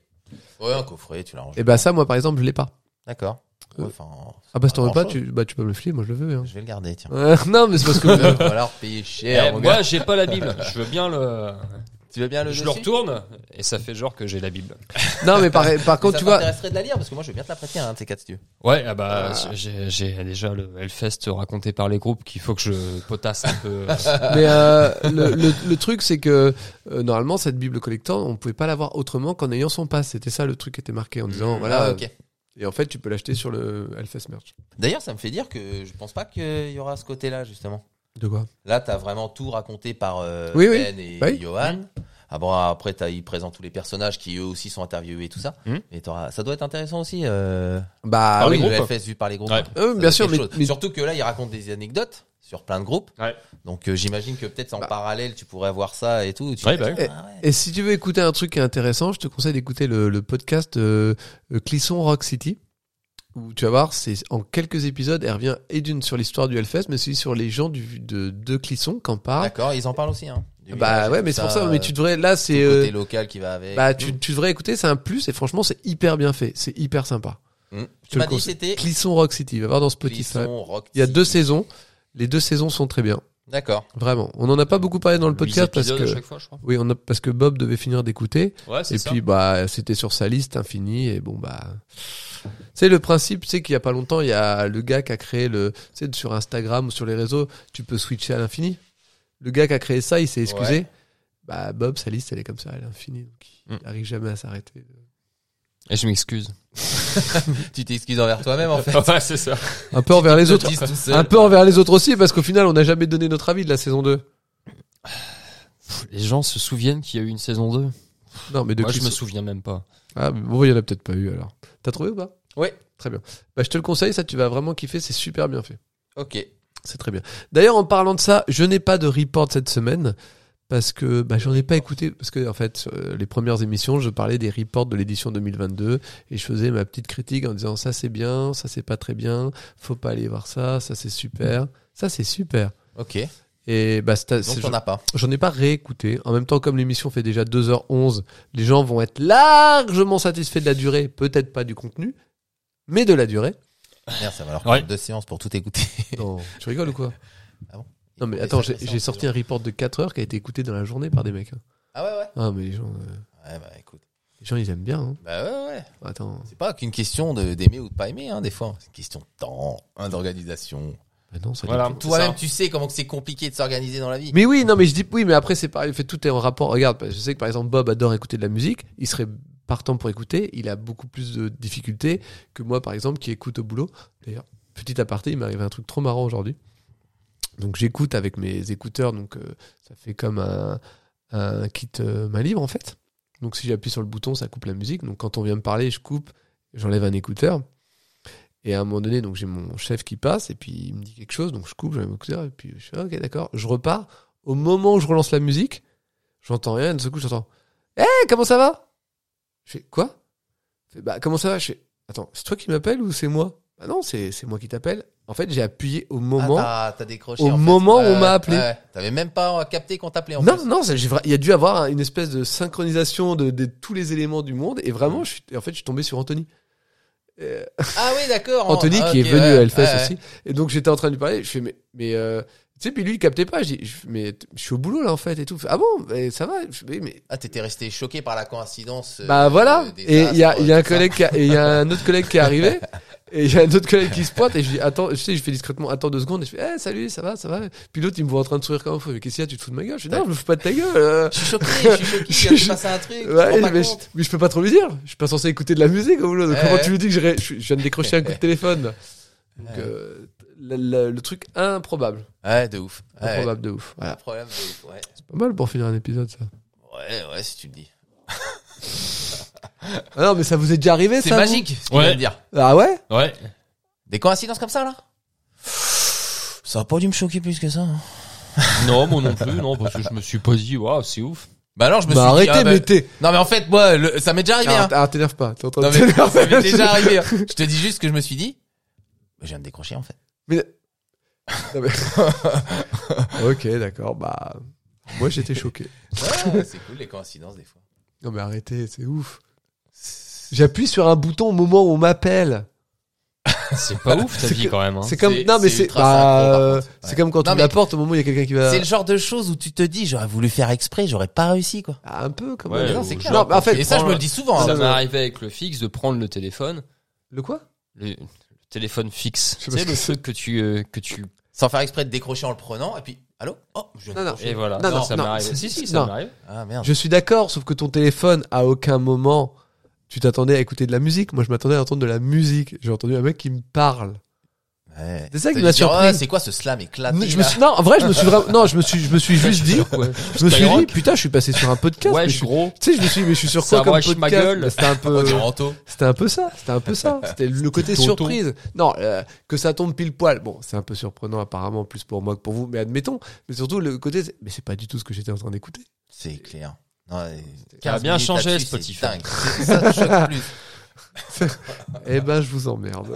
Speaker 4: Ouais, un coffret, tu l'arranges.
Speaker 2: Et bah ça, moi, par exemple, je l'ai pas.
Speaker 4: D'accord.
Speaker 2: Euh,
Speaker 4: Enfin,
Speaker 2: Ah bah si t'en veux
Speaker 4: grand
Speaker 2: pas,
Speaker 4: chose.
Speaker 2: tu bah tu peux me le filer, moi je le veux. hein.
Speaker 4: Je vais le garder, tiens.
Speaker 2: Euh, non, mais c'est parce que.
Speaker 4: Il va falloir payer
Speaker 3: Eh,
Speaker 4: cher, mon
Speaker 3: moi,
Speaker 4: gars.
Speaker 3: j'ai pas la Bible. Je veux bien le.
Speaker 2: Ah,
Speaker 4: Tu veux bien le
Speaker 3: je le
Speaker 4: dessus
Speaker 3: retourne et ça fait genre que j'ai la Bible.
Speaker 2: non, mais par, par
Speaker 4: Mais
Speaker 2: contre,
Speaker 4: ça
Speaker 2: tu vois.
Speaker 4: t'intéresserait de la lire parce que moi je vais bien te la prêter un de ces quatre si tu veux.
Speaker 3: Ouais, ah bah j'ai j'ai déjà le Hellfest raconté par les groupes qu'il faut que je potasse un peu.
Speaker 2: Mais euh, le, le, le truc, c'est que euh, normalement, cette Bible collector, on pouvait pas l'avoir autrement qu'en ayant son pass. C'était ça le truc qui était marqué en
Speaker 3: Hmm.
Speaker 2: disant voilà.
Speaker 4: Ah, ok.
Speaker 2: Et en fait, tu peux l'acheter sur le Hellfest merch.
Speaker 4: D'ailleurs, ça me fait dire que je pense pas qu'il y aura ce côté-là justement.
Speaker 2: De quoi
Speaker 4: Là, t'as vraiment tout raconté par euh,
Speaker 2: Oui, oui.
Speaker 4: Ben et
Speaker 2: Oui.
Speaker 4: Johan. Ah bon, après, t'as, ils présentent tous les personnages qui eux aussi sont interviewés et tout ça.
Speaker 3: Mhm.
Speaker 4: Et t'auras- ça doit être intéressant aussi. Euh,
Speaker 2: Bah
Speaker 3: Par
Speaker 4: oui,
Speaker 2: oui.
Speaker 3: les
Speaker 4: le
Speaker 3: groupes.
Speaker 4: FS vu par les groupes.
Speaker 3: Ouais.
Speaker 4: Ça
Speaker 2: Euh,
Speaker 4: doit
Speaker 2: bien
Speaker 4: être
Speaker 2: sûr, mais,
Speaker 4: quelque chose.
Speaker 2: mais-
Speaker 4: Surtout que là, ils racontent des anecdotes sur plein de groupes.
Speaker 3: Ouais.
Speaker 4: Donc euh, j'imagine que peut-être en
Speaker 2: Bah.
Speaker 4: parallèle, tu pourrais voir ça et tout. Tu
Speaker 3: Ouais,
Speaker 4: te dis,
Speaker 3: bah
Speaker 2: oui.
Speaker 4: ah, ouais.
Speaker 2: Et si tu veux écouter un truc qui est intéressant, je te conseille d'écouter le, le podcast euh, euh, Clisson Rock City. Où tu vas voir, c'est en quelques épisodes, elle revient et d'une sur l'histoire du Hellfest, mais aussi sur les gens du, de, de Clisson qu'en parlent.
Speaker 4: D'accord, ils en parlent aussi. Hein, Du village
Speaker 2: Bah
Speaker 4: et
Speaker 2: ouais,
Speaker 4: tout
Speaker 2: mais c'est pour ça.
Speaker 4: euh,
Speaker 2: Mais tu devrais, là,
Speaker 4: tout
Speaker 2: c'est,
Speaker 4: le
Speaker 2: euh,
Speaker 4: côté local qui va avec. Mmh.
Speaker 2: bah tu, tu devrais écouter, c'est un plus et franchement, c'est hyper bien fait, c'est hyper sympa.
Speaker 4: Mhm.
Speaker 2: je te
Speaker 4: Tu m'as
Speaker 2: le
Speaker 4: dit
Speaker 2: conseille.
Speaker 4: c'était
Speaker 2: Clisson Rock City, va voir dans Spotify.
Speaker 4: Clisson, Rock
Speaker 2: Il y a
Speaker 4: City.
Speaker 2: deux saisons, les deux saisons sont très bien,
Speaker 4: D'accord.
Speaker 2: vraiment. On en a pas beaucoup parlé dans le
Speaker 3: Huit
Speaker 2: podcast parce
Speaker 3: épisodes à
Speaker 2: que,
Speaker 3: chaque fois, je crois.
Speaker 2: oui, on a, parce que Bob devait finir d'écouter.
Speaker 3: Ouais, c'est
Speaker 2: Et
Speaker 3: ça.
Speaker 2: puis bah c'était sur sa liste infinie et bon bah c'est le principe c'est qu'il y a pas longtemps il y a le gars qui a créé le c'est sur Instagram ou sur les réseaux tu peux switcher à l'infini le gars qui a créé ça il s'est excusé
Speaker 4: Ouais.
Speaker 2: bah Bob sa liste elle est comme ça à l'infini donc il
Speaker 3: Mm.
Speaker 2: n'arrive jamais à s'arrêter
Speaker 3: Et je m'excuse.
Speaker 4: Tu t'excuses envers toi-même en fait.
Speaker 3: ouais, c'est ça.
Speaker 2: un peu envers les
Speaker 4: Te
Speaker 2: autres
Speaker 4: dis tout seul.
Speaker 2: un peu envers les autres aussi parce qu'au final on n'a jamais donné notre avis de la saison 2
Speaker 3: Les gens se souviennent qu'il y a eu une saison 2.
Speaker 2: non mais de
Speaker 3: Moi,
Speaker 2: qui
Speaker 3: je me
Speaker 2: sont-
Speaker 3: souviens même pas.
Speaker 2: ah bon il y en a peut-être pas eu alors t'as trouvé ou pas
Speaker 4: Oui.
Speaker 2: très bien bah je te le conseille ça tu vas vraiment kiffer c'est super bien fait
Speaker 4: Ok.
Speaker 2: C'est très bien. D'ailleurs, en parlant de ça, je n'ai pas de report cette semaine parce que bah, j'en ai pas écouté parce que en fait sur, euh, les premières émissions je parlais des reports de l'édition 2022 et je faisais ma petite critique en disant ça c'est bien ça c'est pas très bien faut pas aller voir ça ça c'est super ça c'est super
Speaker 4: Ok.
Speaker 2: et bah c'est-
Speaker 4: Donc
Speaker 2: c'est-
Speaker 4: t'en as pas.
Speaker 2: j'en ai pas réécouté en même temps comme l'émission fait déjà 2h11 les gens vont être largement satisfaits de la durée peut-être pas du contenu mais de la durée
Speaker 4: Merde, ça va alors
Speaker 3: Ouais.
Speaker 4: prendre deux séances pour tout écouter.
Speaker 2: non tu rigoles ou quoi
Speaker 4: Ah bon
Speaker 2: non mais
Speaker 4: Et
Speaker 2: attends
Speaker 4: ça,
Speaker 2: j'ai
Speaker 4: ça,
Speaker 2: j'ai
Speaker 4: ça,
Speaker 2: sorti un report de 4 heures qui a été écouté dans la journée par des mecs hein.
Speaker 4: Ah ouais, ouais.
Speaker 2: Ah, mais les gens, euh,
Speaker 4: Ouais, bah écoute.
Speaker 2: les gens ils aiment bien. Hein.
Speaker 4: Bah ouais, ouais.
Speaker 2: Attends.
Speaker 4: C'est pas qu'une question de- d'aimer ou de pas aimer, hein, des fois. C'est une question de temps, hein, d'organisation.
Speaker 2: Bah non, ça dit
Speaker 3: Voilà.
Speaker 2: tout.
Speaker 4: Toi-même,
Speaker 3: ça.
Speaker 4: tu sais comment que c'est compliqué de s'organiser dans la vie.
Speaker 2: Mais oui, non, mais je dis oui, mais après c'est pareil, fait tout est en rapport. Regarde, parce que je sais que par exemple Bob adore écouter de la musique, il serait partant pour écouter, il a beaucoup plus de difficultés que moi par exemple qui écoute au boulot. D'ailleurs, petit aparté, il m'est arrivé un truc trop marrant aujourd'hui. Donc j'écoute avec mes écouteurs, donc euh, ça fait comme un, un kit euh, ma libre en fait. Donc si j'appuie sur le bouton, ça coupe la musique. Donc quand on vient me parler, je coupe, j'enlève un écouteur. Et à un moment donné, donc j'ai mon chef qui passe et puis il me dit quelque chose, donc je coupe, j'enlève mon écouteur et puis je fais ok d'accord, je repars. Au moment où je relance la musique, j'entends rien, et de ce coup j'entends Hé, comment ça va Je fais Quoi Il fait, Bah, comment ça va Je fais Attends, c'est toi qui m'appelles ou c'est moi Bah non, c'est c'est moi qui t'appelle. En fait, j'ai appuyé au moment.
Speaker 4: Ah, t'as- t'as décroché.
Speaker 2: au
Speaker 4: en fait.
Speaker 2: moment où on
Speaker 4: Ouais,
Speaker 2: m'a appelé.
Speaker 4: ouais. T'avais même pas euh, capté qu'on t'appelait en
Speaker 2: non,
Speaker 4: plus.
Speaker 2: non, c'est- j'ai vra- il y a dû avoir une
Speaker 4: Mm.
Speaker 2: espèce de synchronisation de, de tous les éléments du monde et vraiment, je suis, en fait, je suis tombé sur Anthony. euh,
Speaker 4: Ah oui, d'accord.
Speaker 2: Anthony
Speaker 4: Ah,
Speaker 2: qui
Speaker 4: ok,
Speaker 2: est venu
Speaker 4: ouais,
Speaker 2: à Hellfest
Speaker 4: ouais, ouais.
Speaker 2: aussi. Et donc j'étais en train de lui parler, je fais mais mais euh, tu sais puis lui il captait pas, je dis je- mais t- je suis au boulot là en fait et tout. Il fait, Ah bon, mais ça va. Je fais, Oui, mais
Speaker 4: Ah, t'étais resté choqué par la coïncidence. euh,
Speaker 2: bah voilà.
Speaker 4: des
Speaker 2: Et il y a
Speaker 4: astres,
Speaker 2: il y a un
Speaker 4: tout ça.
Speaker 2: collègue qui a- et il y a un autre collègue qui est arrivé. Et il y a un autre collègue qui se pointe et je dis attends, je sais, je fais discrètement attends deux secondes et je fais eh, salut ça va ça va. Puis l'autre il me voit en train de sourire comme un fou. Il fait, Qu'est-ce qu'il y a tu te fous de ma gueule Je dis non je me fous pas de ta gueule. euh.
Speaker 4: Je suis choqué, je suis choqué, il vient de se passer un truc. je me
Speaker 2: Ouais,
Speaker 4: rends pas
Speaker 2: mais, je,
Speaker 4: compte.
Speaker 2: mais je peux pas trop lui dire. Je suis pas censé écouter de la musique au boulot. Donc
Speaker 4: Ouais,
Speaker 2: comment
Speaker 4: ouais.
Speaker 2: tu lui dis que je, ré- je- je viens de décrocher un coup de téléphone là. Donc,
Speaker 4: Ouais.
Speaker 2: euh, le, le- le truc improbable.
Speaker 4: Ouais, de ouf. Ouais.
Speaker 2: Improbable de ouf.
Speaker 4: Un
Speaker 2: Voilà.
Speaker 4: problème de ouf, ouais.
Speaker 2: C'est pas mal pour finir un épisode ça.
Speaker 4: Ouais, ouais, si tu le dis.
Speaker 2: Ah non, mais ça vous est déjà arrivé ça
Speaker 4: C'est magique, ce que tu
Speaker 3: Ouais.
Speaker 4: viens de dire.
Speaker 2: vous Ah ouais
Speaker 3: Ouais.
Speaker 4: Des coïncidences comme ça, là Ça a pas dû me choquer plus que ça. hein.
Speaker 3: Non, moi non plus, non, parce que je me suis pas dit, waouh, c'est ouf.
Speaker 4: Bah alors, je me
Speaker 2: Bah
Speaker 4: suis dit,
Speaker 2: arrêtez,
Speaker 4: ah, bah-
Speaker 2: mais t'es.
Speaker 4: Non, mais en fait, moi, le- ça m'est déjà arrivé. hein.
Speaker 2: Ah, ah, t'énerve pas. T'es en train
Speaker 4: Non,
Speaker 2: de
Speaker 4: mais
Speaker 2: t'énerver.
Speaker 4: ça m'est déjà arrivé. hein. Je te dis juste que je me suis dit, bah, je viens de décrocher, en fait.
Speaker 2: Mais- Non, mais- ok, d'accord. Bah, moi j'étais choqué.
Speaker 4: Ouais, c'est cool, les coïncidences, des fois.
Speaker 2: Non, mais arrêtez, c'est ouf. J'appuie sur un bouton au moment où on m'appelle.
Speaker 3: C'est pas ouf ta
Speaker 2: C'est
Speaker 3: vie
Speaker 2: que-
Speaker 3: quand même. hein.
Speaker 2: C'est comme
Speaker 4: C'est-
Speaker 2: non mais
Speaker 4: c'est
Speaker 2: c'est
Speaker 4: ultra synchro, par
Speaker 2: bah,
Speaker 4: contre.
Speaker 2: c'est
Speaker 4: Ouais.
Speaker 2: comme quand
Speaker 4: Non,
Speaker 2: on
Speaker 4: mais-
Speaker 2: apporte au moment où il y a quelqu'un qui va
Speaker 4: C'est le genre de choses où tu te dis, j'aurais voulu faire exprès, j'aurais pas réussi, quoi.
Speaker 2: Ah, un peu comme
Speaker 3: Ouais,
Speaker 4: Mais non, c'est clair.
Speaker 2: Non, mais en fait,
Speaker 4: Et ça, je me le dis souvent.
Speaker 3: Ça
Speaker 4: hein.
Speaker 3: m'est arrivé avec le fixe de prendre le téléphone,
Speaker 2: le quoi
Speaker 3: le, le téléphone fixe.
Speaker 2: Je sais
Speaker 3: Tu
Speaker 2: pas
Speaker 3: sais,
Speaker 2: ce
Speaker 3: le
Speaker 2: que c'est.
Speaker 3: truc que tu, euh, que tu.
Speaker 4: Sans faire exprès de décrocher en le prenant, et puis, allô Oh, je viens de
Speaker 2: Non, non.
Speaker 4: décrocher.
Speaker 3: Et voilà,
Speaker 2: Non,
Speaker 3: ça,
Speaker 2: non,
Speaker 3: ça
Speaker 2: non,
Speaker 3: m'est
Speaker 2: c'est-
Speaker 3: arrivé. Si, si,
Speaker 2: non.
Speaker 3: ça m'est arrivé.
Speaker 4: Ah, merde.
Speaker 2: Je suis d'accord, sauf que ton téléphone, à aucun moment, tu t'attendais à écouter de la musique. Moi, je m'attendais à entendre de la musique. J'ai entendu un mec qui me parle.
Speaker 4: Ouais.
Speaker 2: C'est ça qui
Speaker 4: T'as
Speaker 2: m'a
Speaker 4: dû dire,
Speaker 2: surpris.
Speaker 4: Ah, c'est quoi ce slam éclaté
Speaker 2: je
Speaker 4: là
Speaker 2: me suis, non, en vrai, je me suis vraiment, non, je me suis, je me suis juste dit,
Speaker 3: Ouais,
Speaker 2: je me suis dit,
Speaker 3: Skyrock.
Speaker 2: putain, je suis passé sur un podcast.
Speaker 3: Ouais,
Speaker 2: mais
Speaker 3: je
Speaker 2: je
Speaker 3: suis
Speaker 2: suis-
Speaker 3: gros.
Speaker 2: tu sais, je me suis, mais je suis sur
Speaker 3: Ça
Speaker 2: quoi comme
Speaker 3: arrache
Speaker 2: podcast
Speaker 3: ma gueule.
Speaker 2: Bah, C'était un peu,
Speaker 4: Duranto.
Speaker 2: c'était un peu ça. C'était un peu ça. C'était le côté
Speaker 3: Tonton.
Speaker 2: surprise. Non, euh, que ça tombe pile poil. Bon, c'est un peu surprenant apparemment, plus pour moi que pour vous, mais admettons. Mais surtout le côté, c'est- mais c'est pas du tout ce que j'étais en train d'écouter.
Speaker 4: C'est clair. Non, et
Speaker 3: Ça a
Speaker 4: 15
Speaker 3: bien
Speaker 4: minutes
Speaker 3: changé,
Speaker 4: là-dessus,
Speaker 3: Spotify.
Speaker 4: c'est dingue. C'est- Ça te choque plus.
Speaker 2: Eh ben, je vous emmerde.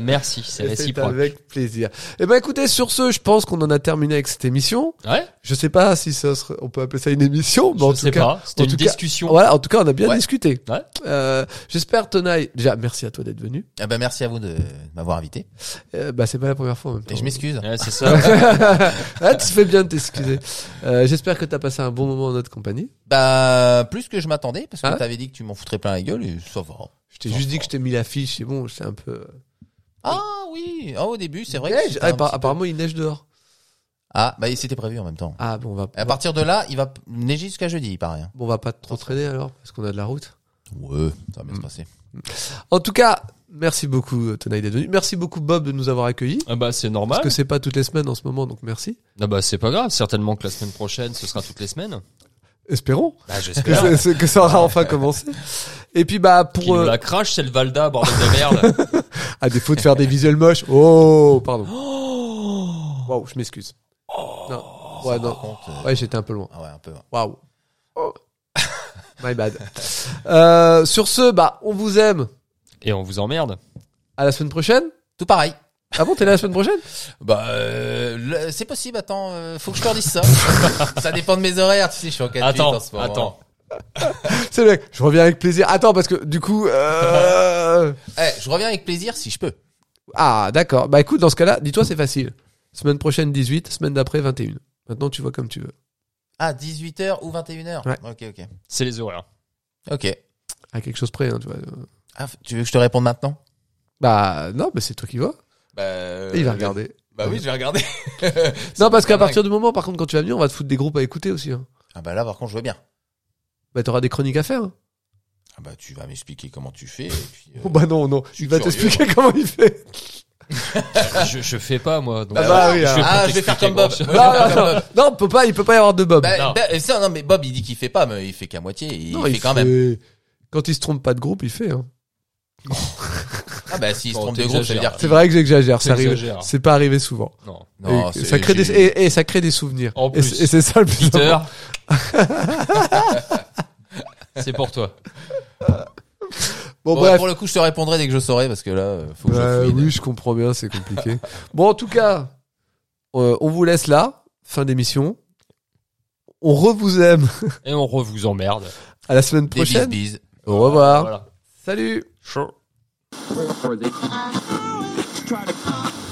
Speaker 3: Merci, Ah, c'est
Speaker 2: Et C'est
Speaker 3: réciproque.
Speaker 2: avec plaisir. Eh ben écoutez, sur ce, je pense qu'on en a terminé avec cette émission.
Speaker 3: Ouais,
Speaker 2: Je sais pas si ça serait- on peut appeler ça une émission, mais en
Speaker 3: je
Speaker 2: tout
Speaker 3: sais
Speaker 2: cas,
Speaker 3: pas. C'était
Speaker 2: en
Speaker 3: une
Speaker 2: tout cas-
Speaker 3: discussion.
Speaker 2: voilà, en tout cas, on a bien
Speaker 4: Ouais.
Speaker 2: discuté.
Speaker 3: Ouais.
Speaker 2: Euh, J'espère, Tonaï, déjà, merci à toi d'être venu.
Speaker 4: Ah bah, merci à vous de m'avoir invité.
Speaker 2: Euh, bah, c'est pas la première fois. En même temps.
Speaker 4: Et je m'excuse.
Speaker 3: Ouais, c'est ça.
Speaker 2: ah, tu fais bien de t'excuser. Euh, J'espère que t'as passé un bon moment en notre compagnie.
Speaker 4: Bah, plus que je m'attendais, parce que
Speaker 2: Ah ouais
Speaker 4: t'avais dit que tu m'en foutrais plein la gueule, et ça va.
Speaker 2: Je t'ai juste dit que je t'ai mis l'affiche, c'est bon, c'est un peu.
Speaker 4: Ah oui, ah, au début, c'est vrai.
Speaker 2: Ouais,
Speaker 4: que c'était
Speaker 2: ah,
Speaker 4: un
Speaker 2: appara-
Speaker 4: petit peu-
Speaker 2: apparemment, il neige dehors.
Speaker 4: Ah, bah c'était prévu en même temps.
Speaker 2: Ah bon, on va.
Speaker 4: À partir de là, il va p- neiger jusqu'à jeudi, il paraît. hein.
Speaker 2: Bon, on va pas trop traîner alors, parce qu'on a de la route.
Speaker 4: Ouais, Mm. ça va bien se passer.
Speaker 2: En tout cas, merci beaucoup, Tonaï, d'être venu. Merci beaucoup, Bob, de nous avoir accueillis.
Speaker 3: Ah bah c'est normal.
Speaker 2: Parce que c'est pas toutes les semaines en ce moment, donc merci.
Speaker 3: Ah bah c'est pas grave. Certainement que la semaine prochaine, ce sera toutes les semaines.
Speaker 2: Espérons
Speaker 4: Bah,
Speaker 2: que,
Speaker 4: j'espère.
Speaker 2: ça- ce- que ça aura enfin commencé. Et puis bah
Speaker 3: Qui
Speaker 2: pour
Speaker 3: nous
Speaker 2: euh,
Speaker 3: la crache, c'est le Valda, bordel de merde.
Speaker 2: à défaut de faire des visuels moches. Oh pardon.
Speaker 4: Oh.
Speaker 2: Waouh, je m'excuse. Non. Ouais non.
Speaker 4: Par contre, euh,
Speaker 2: Ouais, j'étais un peu loin.
Speaker 4: Ah ouais, un peu. ouais.
Speaker 2: Waouh. Oh. My bad. Euh, sur ce, bah on vous aime.
Speaker 3: Et on vous emmerde.
Speaker 2: À la semaine prochaine.
Speaker 4: Tout pareil.
Speaker 2: Ah bon, t'es là la semaine prochaine
Speaker 4: Bah, euh, le- c'est possible, attends, euh, faut que je leur dise ça. ça dépend de mes horaires, tu sais, je suis en 4 en
Speaker 3: Attends,
Speaker 4: ce moment.
Speaker 3: attends.
Speaker 2: C'est le mec. Je reviens avec plaisir. Attends parce que du coup. Euh...
Speaker 4: Eh, je reviens avec plaisir si je peux.
Speaker 2: Ah, d'accord. Bah écoute, dans ce cas-là, dis-toi, c'est facile. Semaine prochaine, 18, semaine d'après, 21. Maintenant, tu vois comme tu veux.
Speaker 4: Ah, 18h ou 21h
Speaker 2: Ouais.
Speaker 4: Ok, ok.
Speaker 3: C'est les horaires.
Speaker 4: Ok.
Speaker 2: À quelque chose près, hein, tu vois.
Speaker 4: Ah, f- tu veux que je te réponde maintenant
Speaker 2: Bah non, bah, c'est toi qui vois.
Speaker 4: Bah,
Speaker 2: Et il va regarder.
Speaker 4: Bah oui, je vais regarder.
Speaker 2: Non, parce qu'à partir du moment, par contre, quand tu vas venir, on va te foutre des groupes à écouter aussi. Hein.
Speaker 4: Ah bah là, par contre, je vois bien.
Speaker 2: Bah t'auras des chroniques à faire. hein.
Speaker 4: Ah bah tu vas m'expliquer comment tu fais. Et puis, euh,
Speaker 2: Oh, bah non, non.
Speaker 4: suis
Speaker 2: Il va
Speaker 4: curieux,
Speaker 2: t'expliquer comment il fait.
Speaker 3: je, je fais pas moi. donc-
Speaker 2: Ah bah oui,
Speaker 3: Je vais
Speaker 2: alors.
Speaker 3: pas
Speaker 4: Ah, je vais faire
Speaker 3: t'expliquer
Speaker 4: comme Bob.
Speaker 3: grand-chose.
Speaker 2: Non, non, non, non, peut pas, il peut pas y avoir de Bob.
Speaker 4: Bah,
Speaker 3: Non.
Speaker 4: bah, euh, ça, non, mais Bob, il dit qu'il fait pas, mais il fait qu'à moitié. Il
Speaker 2: non,
Speaker 4: fait quand même.
Speaker 2: Quand il se trompe pas de groupe, il fait. Hein.
Speaker 4: Ah bah s'il se
Speaker 3: Bon,
Speaker 4: trompe de groupe, ça veut
Speaker 3: t'exagères.
Speaker 4: dire
Speaker 2: C'est vrai que j'exagère. C'est arrivé.
Speaker 3: T'exagères.
Speaker 2: C'est pas arrivé souvent.
Speaker 3: Non.
Speaker 4: Non,
Speaker 2: et,
Speaker 4: c'est-
Speaker 2: ça crée des,
Speaker 4: j'ai-
Speaker 2: et, et ça crée des souvenirs.
Speaker 3: En
Speaker 2: Et c'est
Speaker 3: plus.
Speaker 2: et c'est ça le plus
Speaker 3: Peter.
Speaker 2: important.
Speaker 3: c'est pour toi.
Speaker 2: Bon,
Speaker 4: Bon,
Speaker 2: bref.
Speaker 4: Pour le coup, je te répondrai dès que je saurai, parce que là, euh, faut que
Speaker 2: Ouais,
Speaker 4: je fouille.
Speaker 2: oui, je comprends bien, c'est compliqué. bon, en tout cas, euh, on vous laisse là. Fin d'émission. On re vous aime.
Speaker 3: Et on re vous emmerde.
Speaker 2: À la semaine
Speaker 4: Des bises,
Speaker 2: prochaine.
Speaker 4: bises.
Speaker 2: Au revoir.
Speaker 3: Voilà.
Speaker 2: Salut.
Speaker 3: Chaud.
Speaker 5: Try to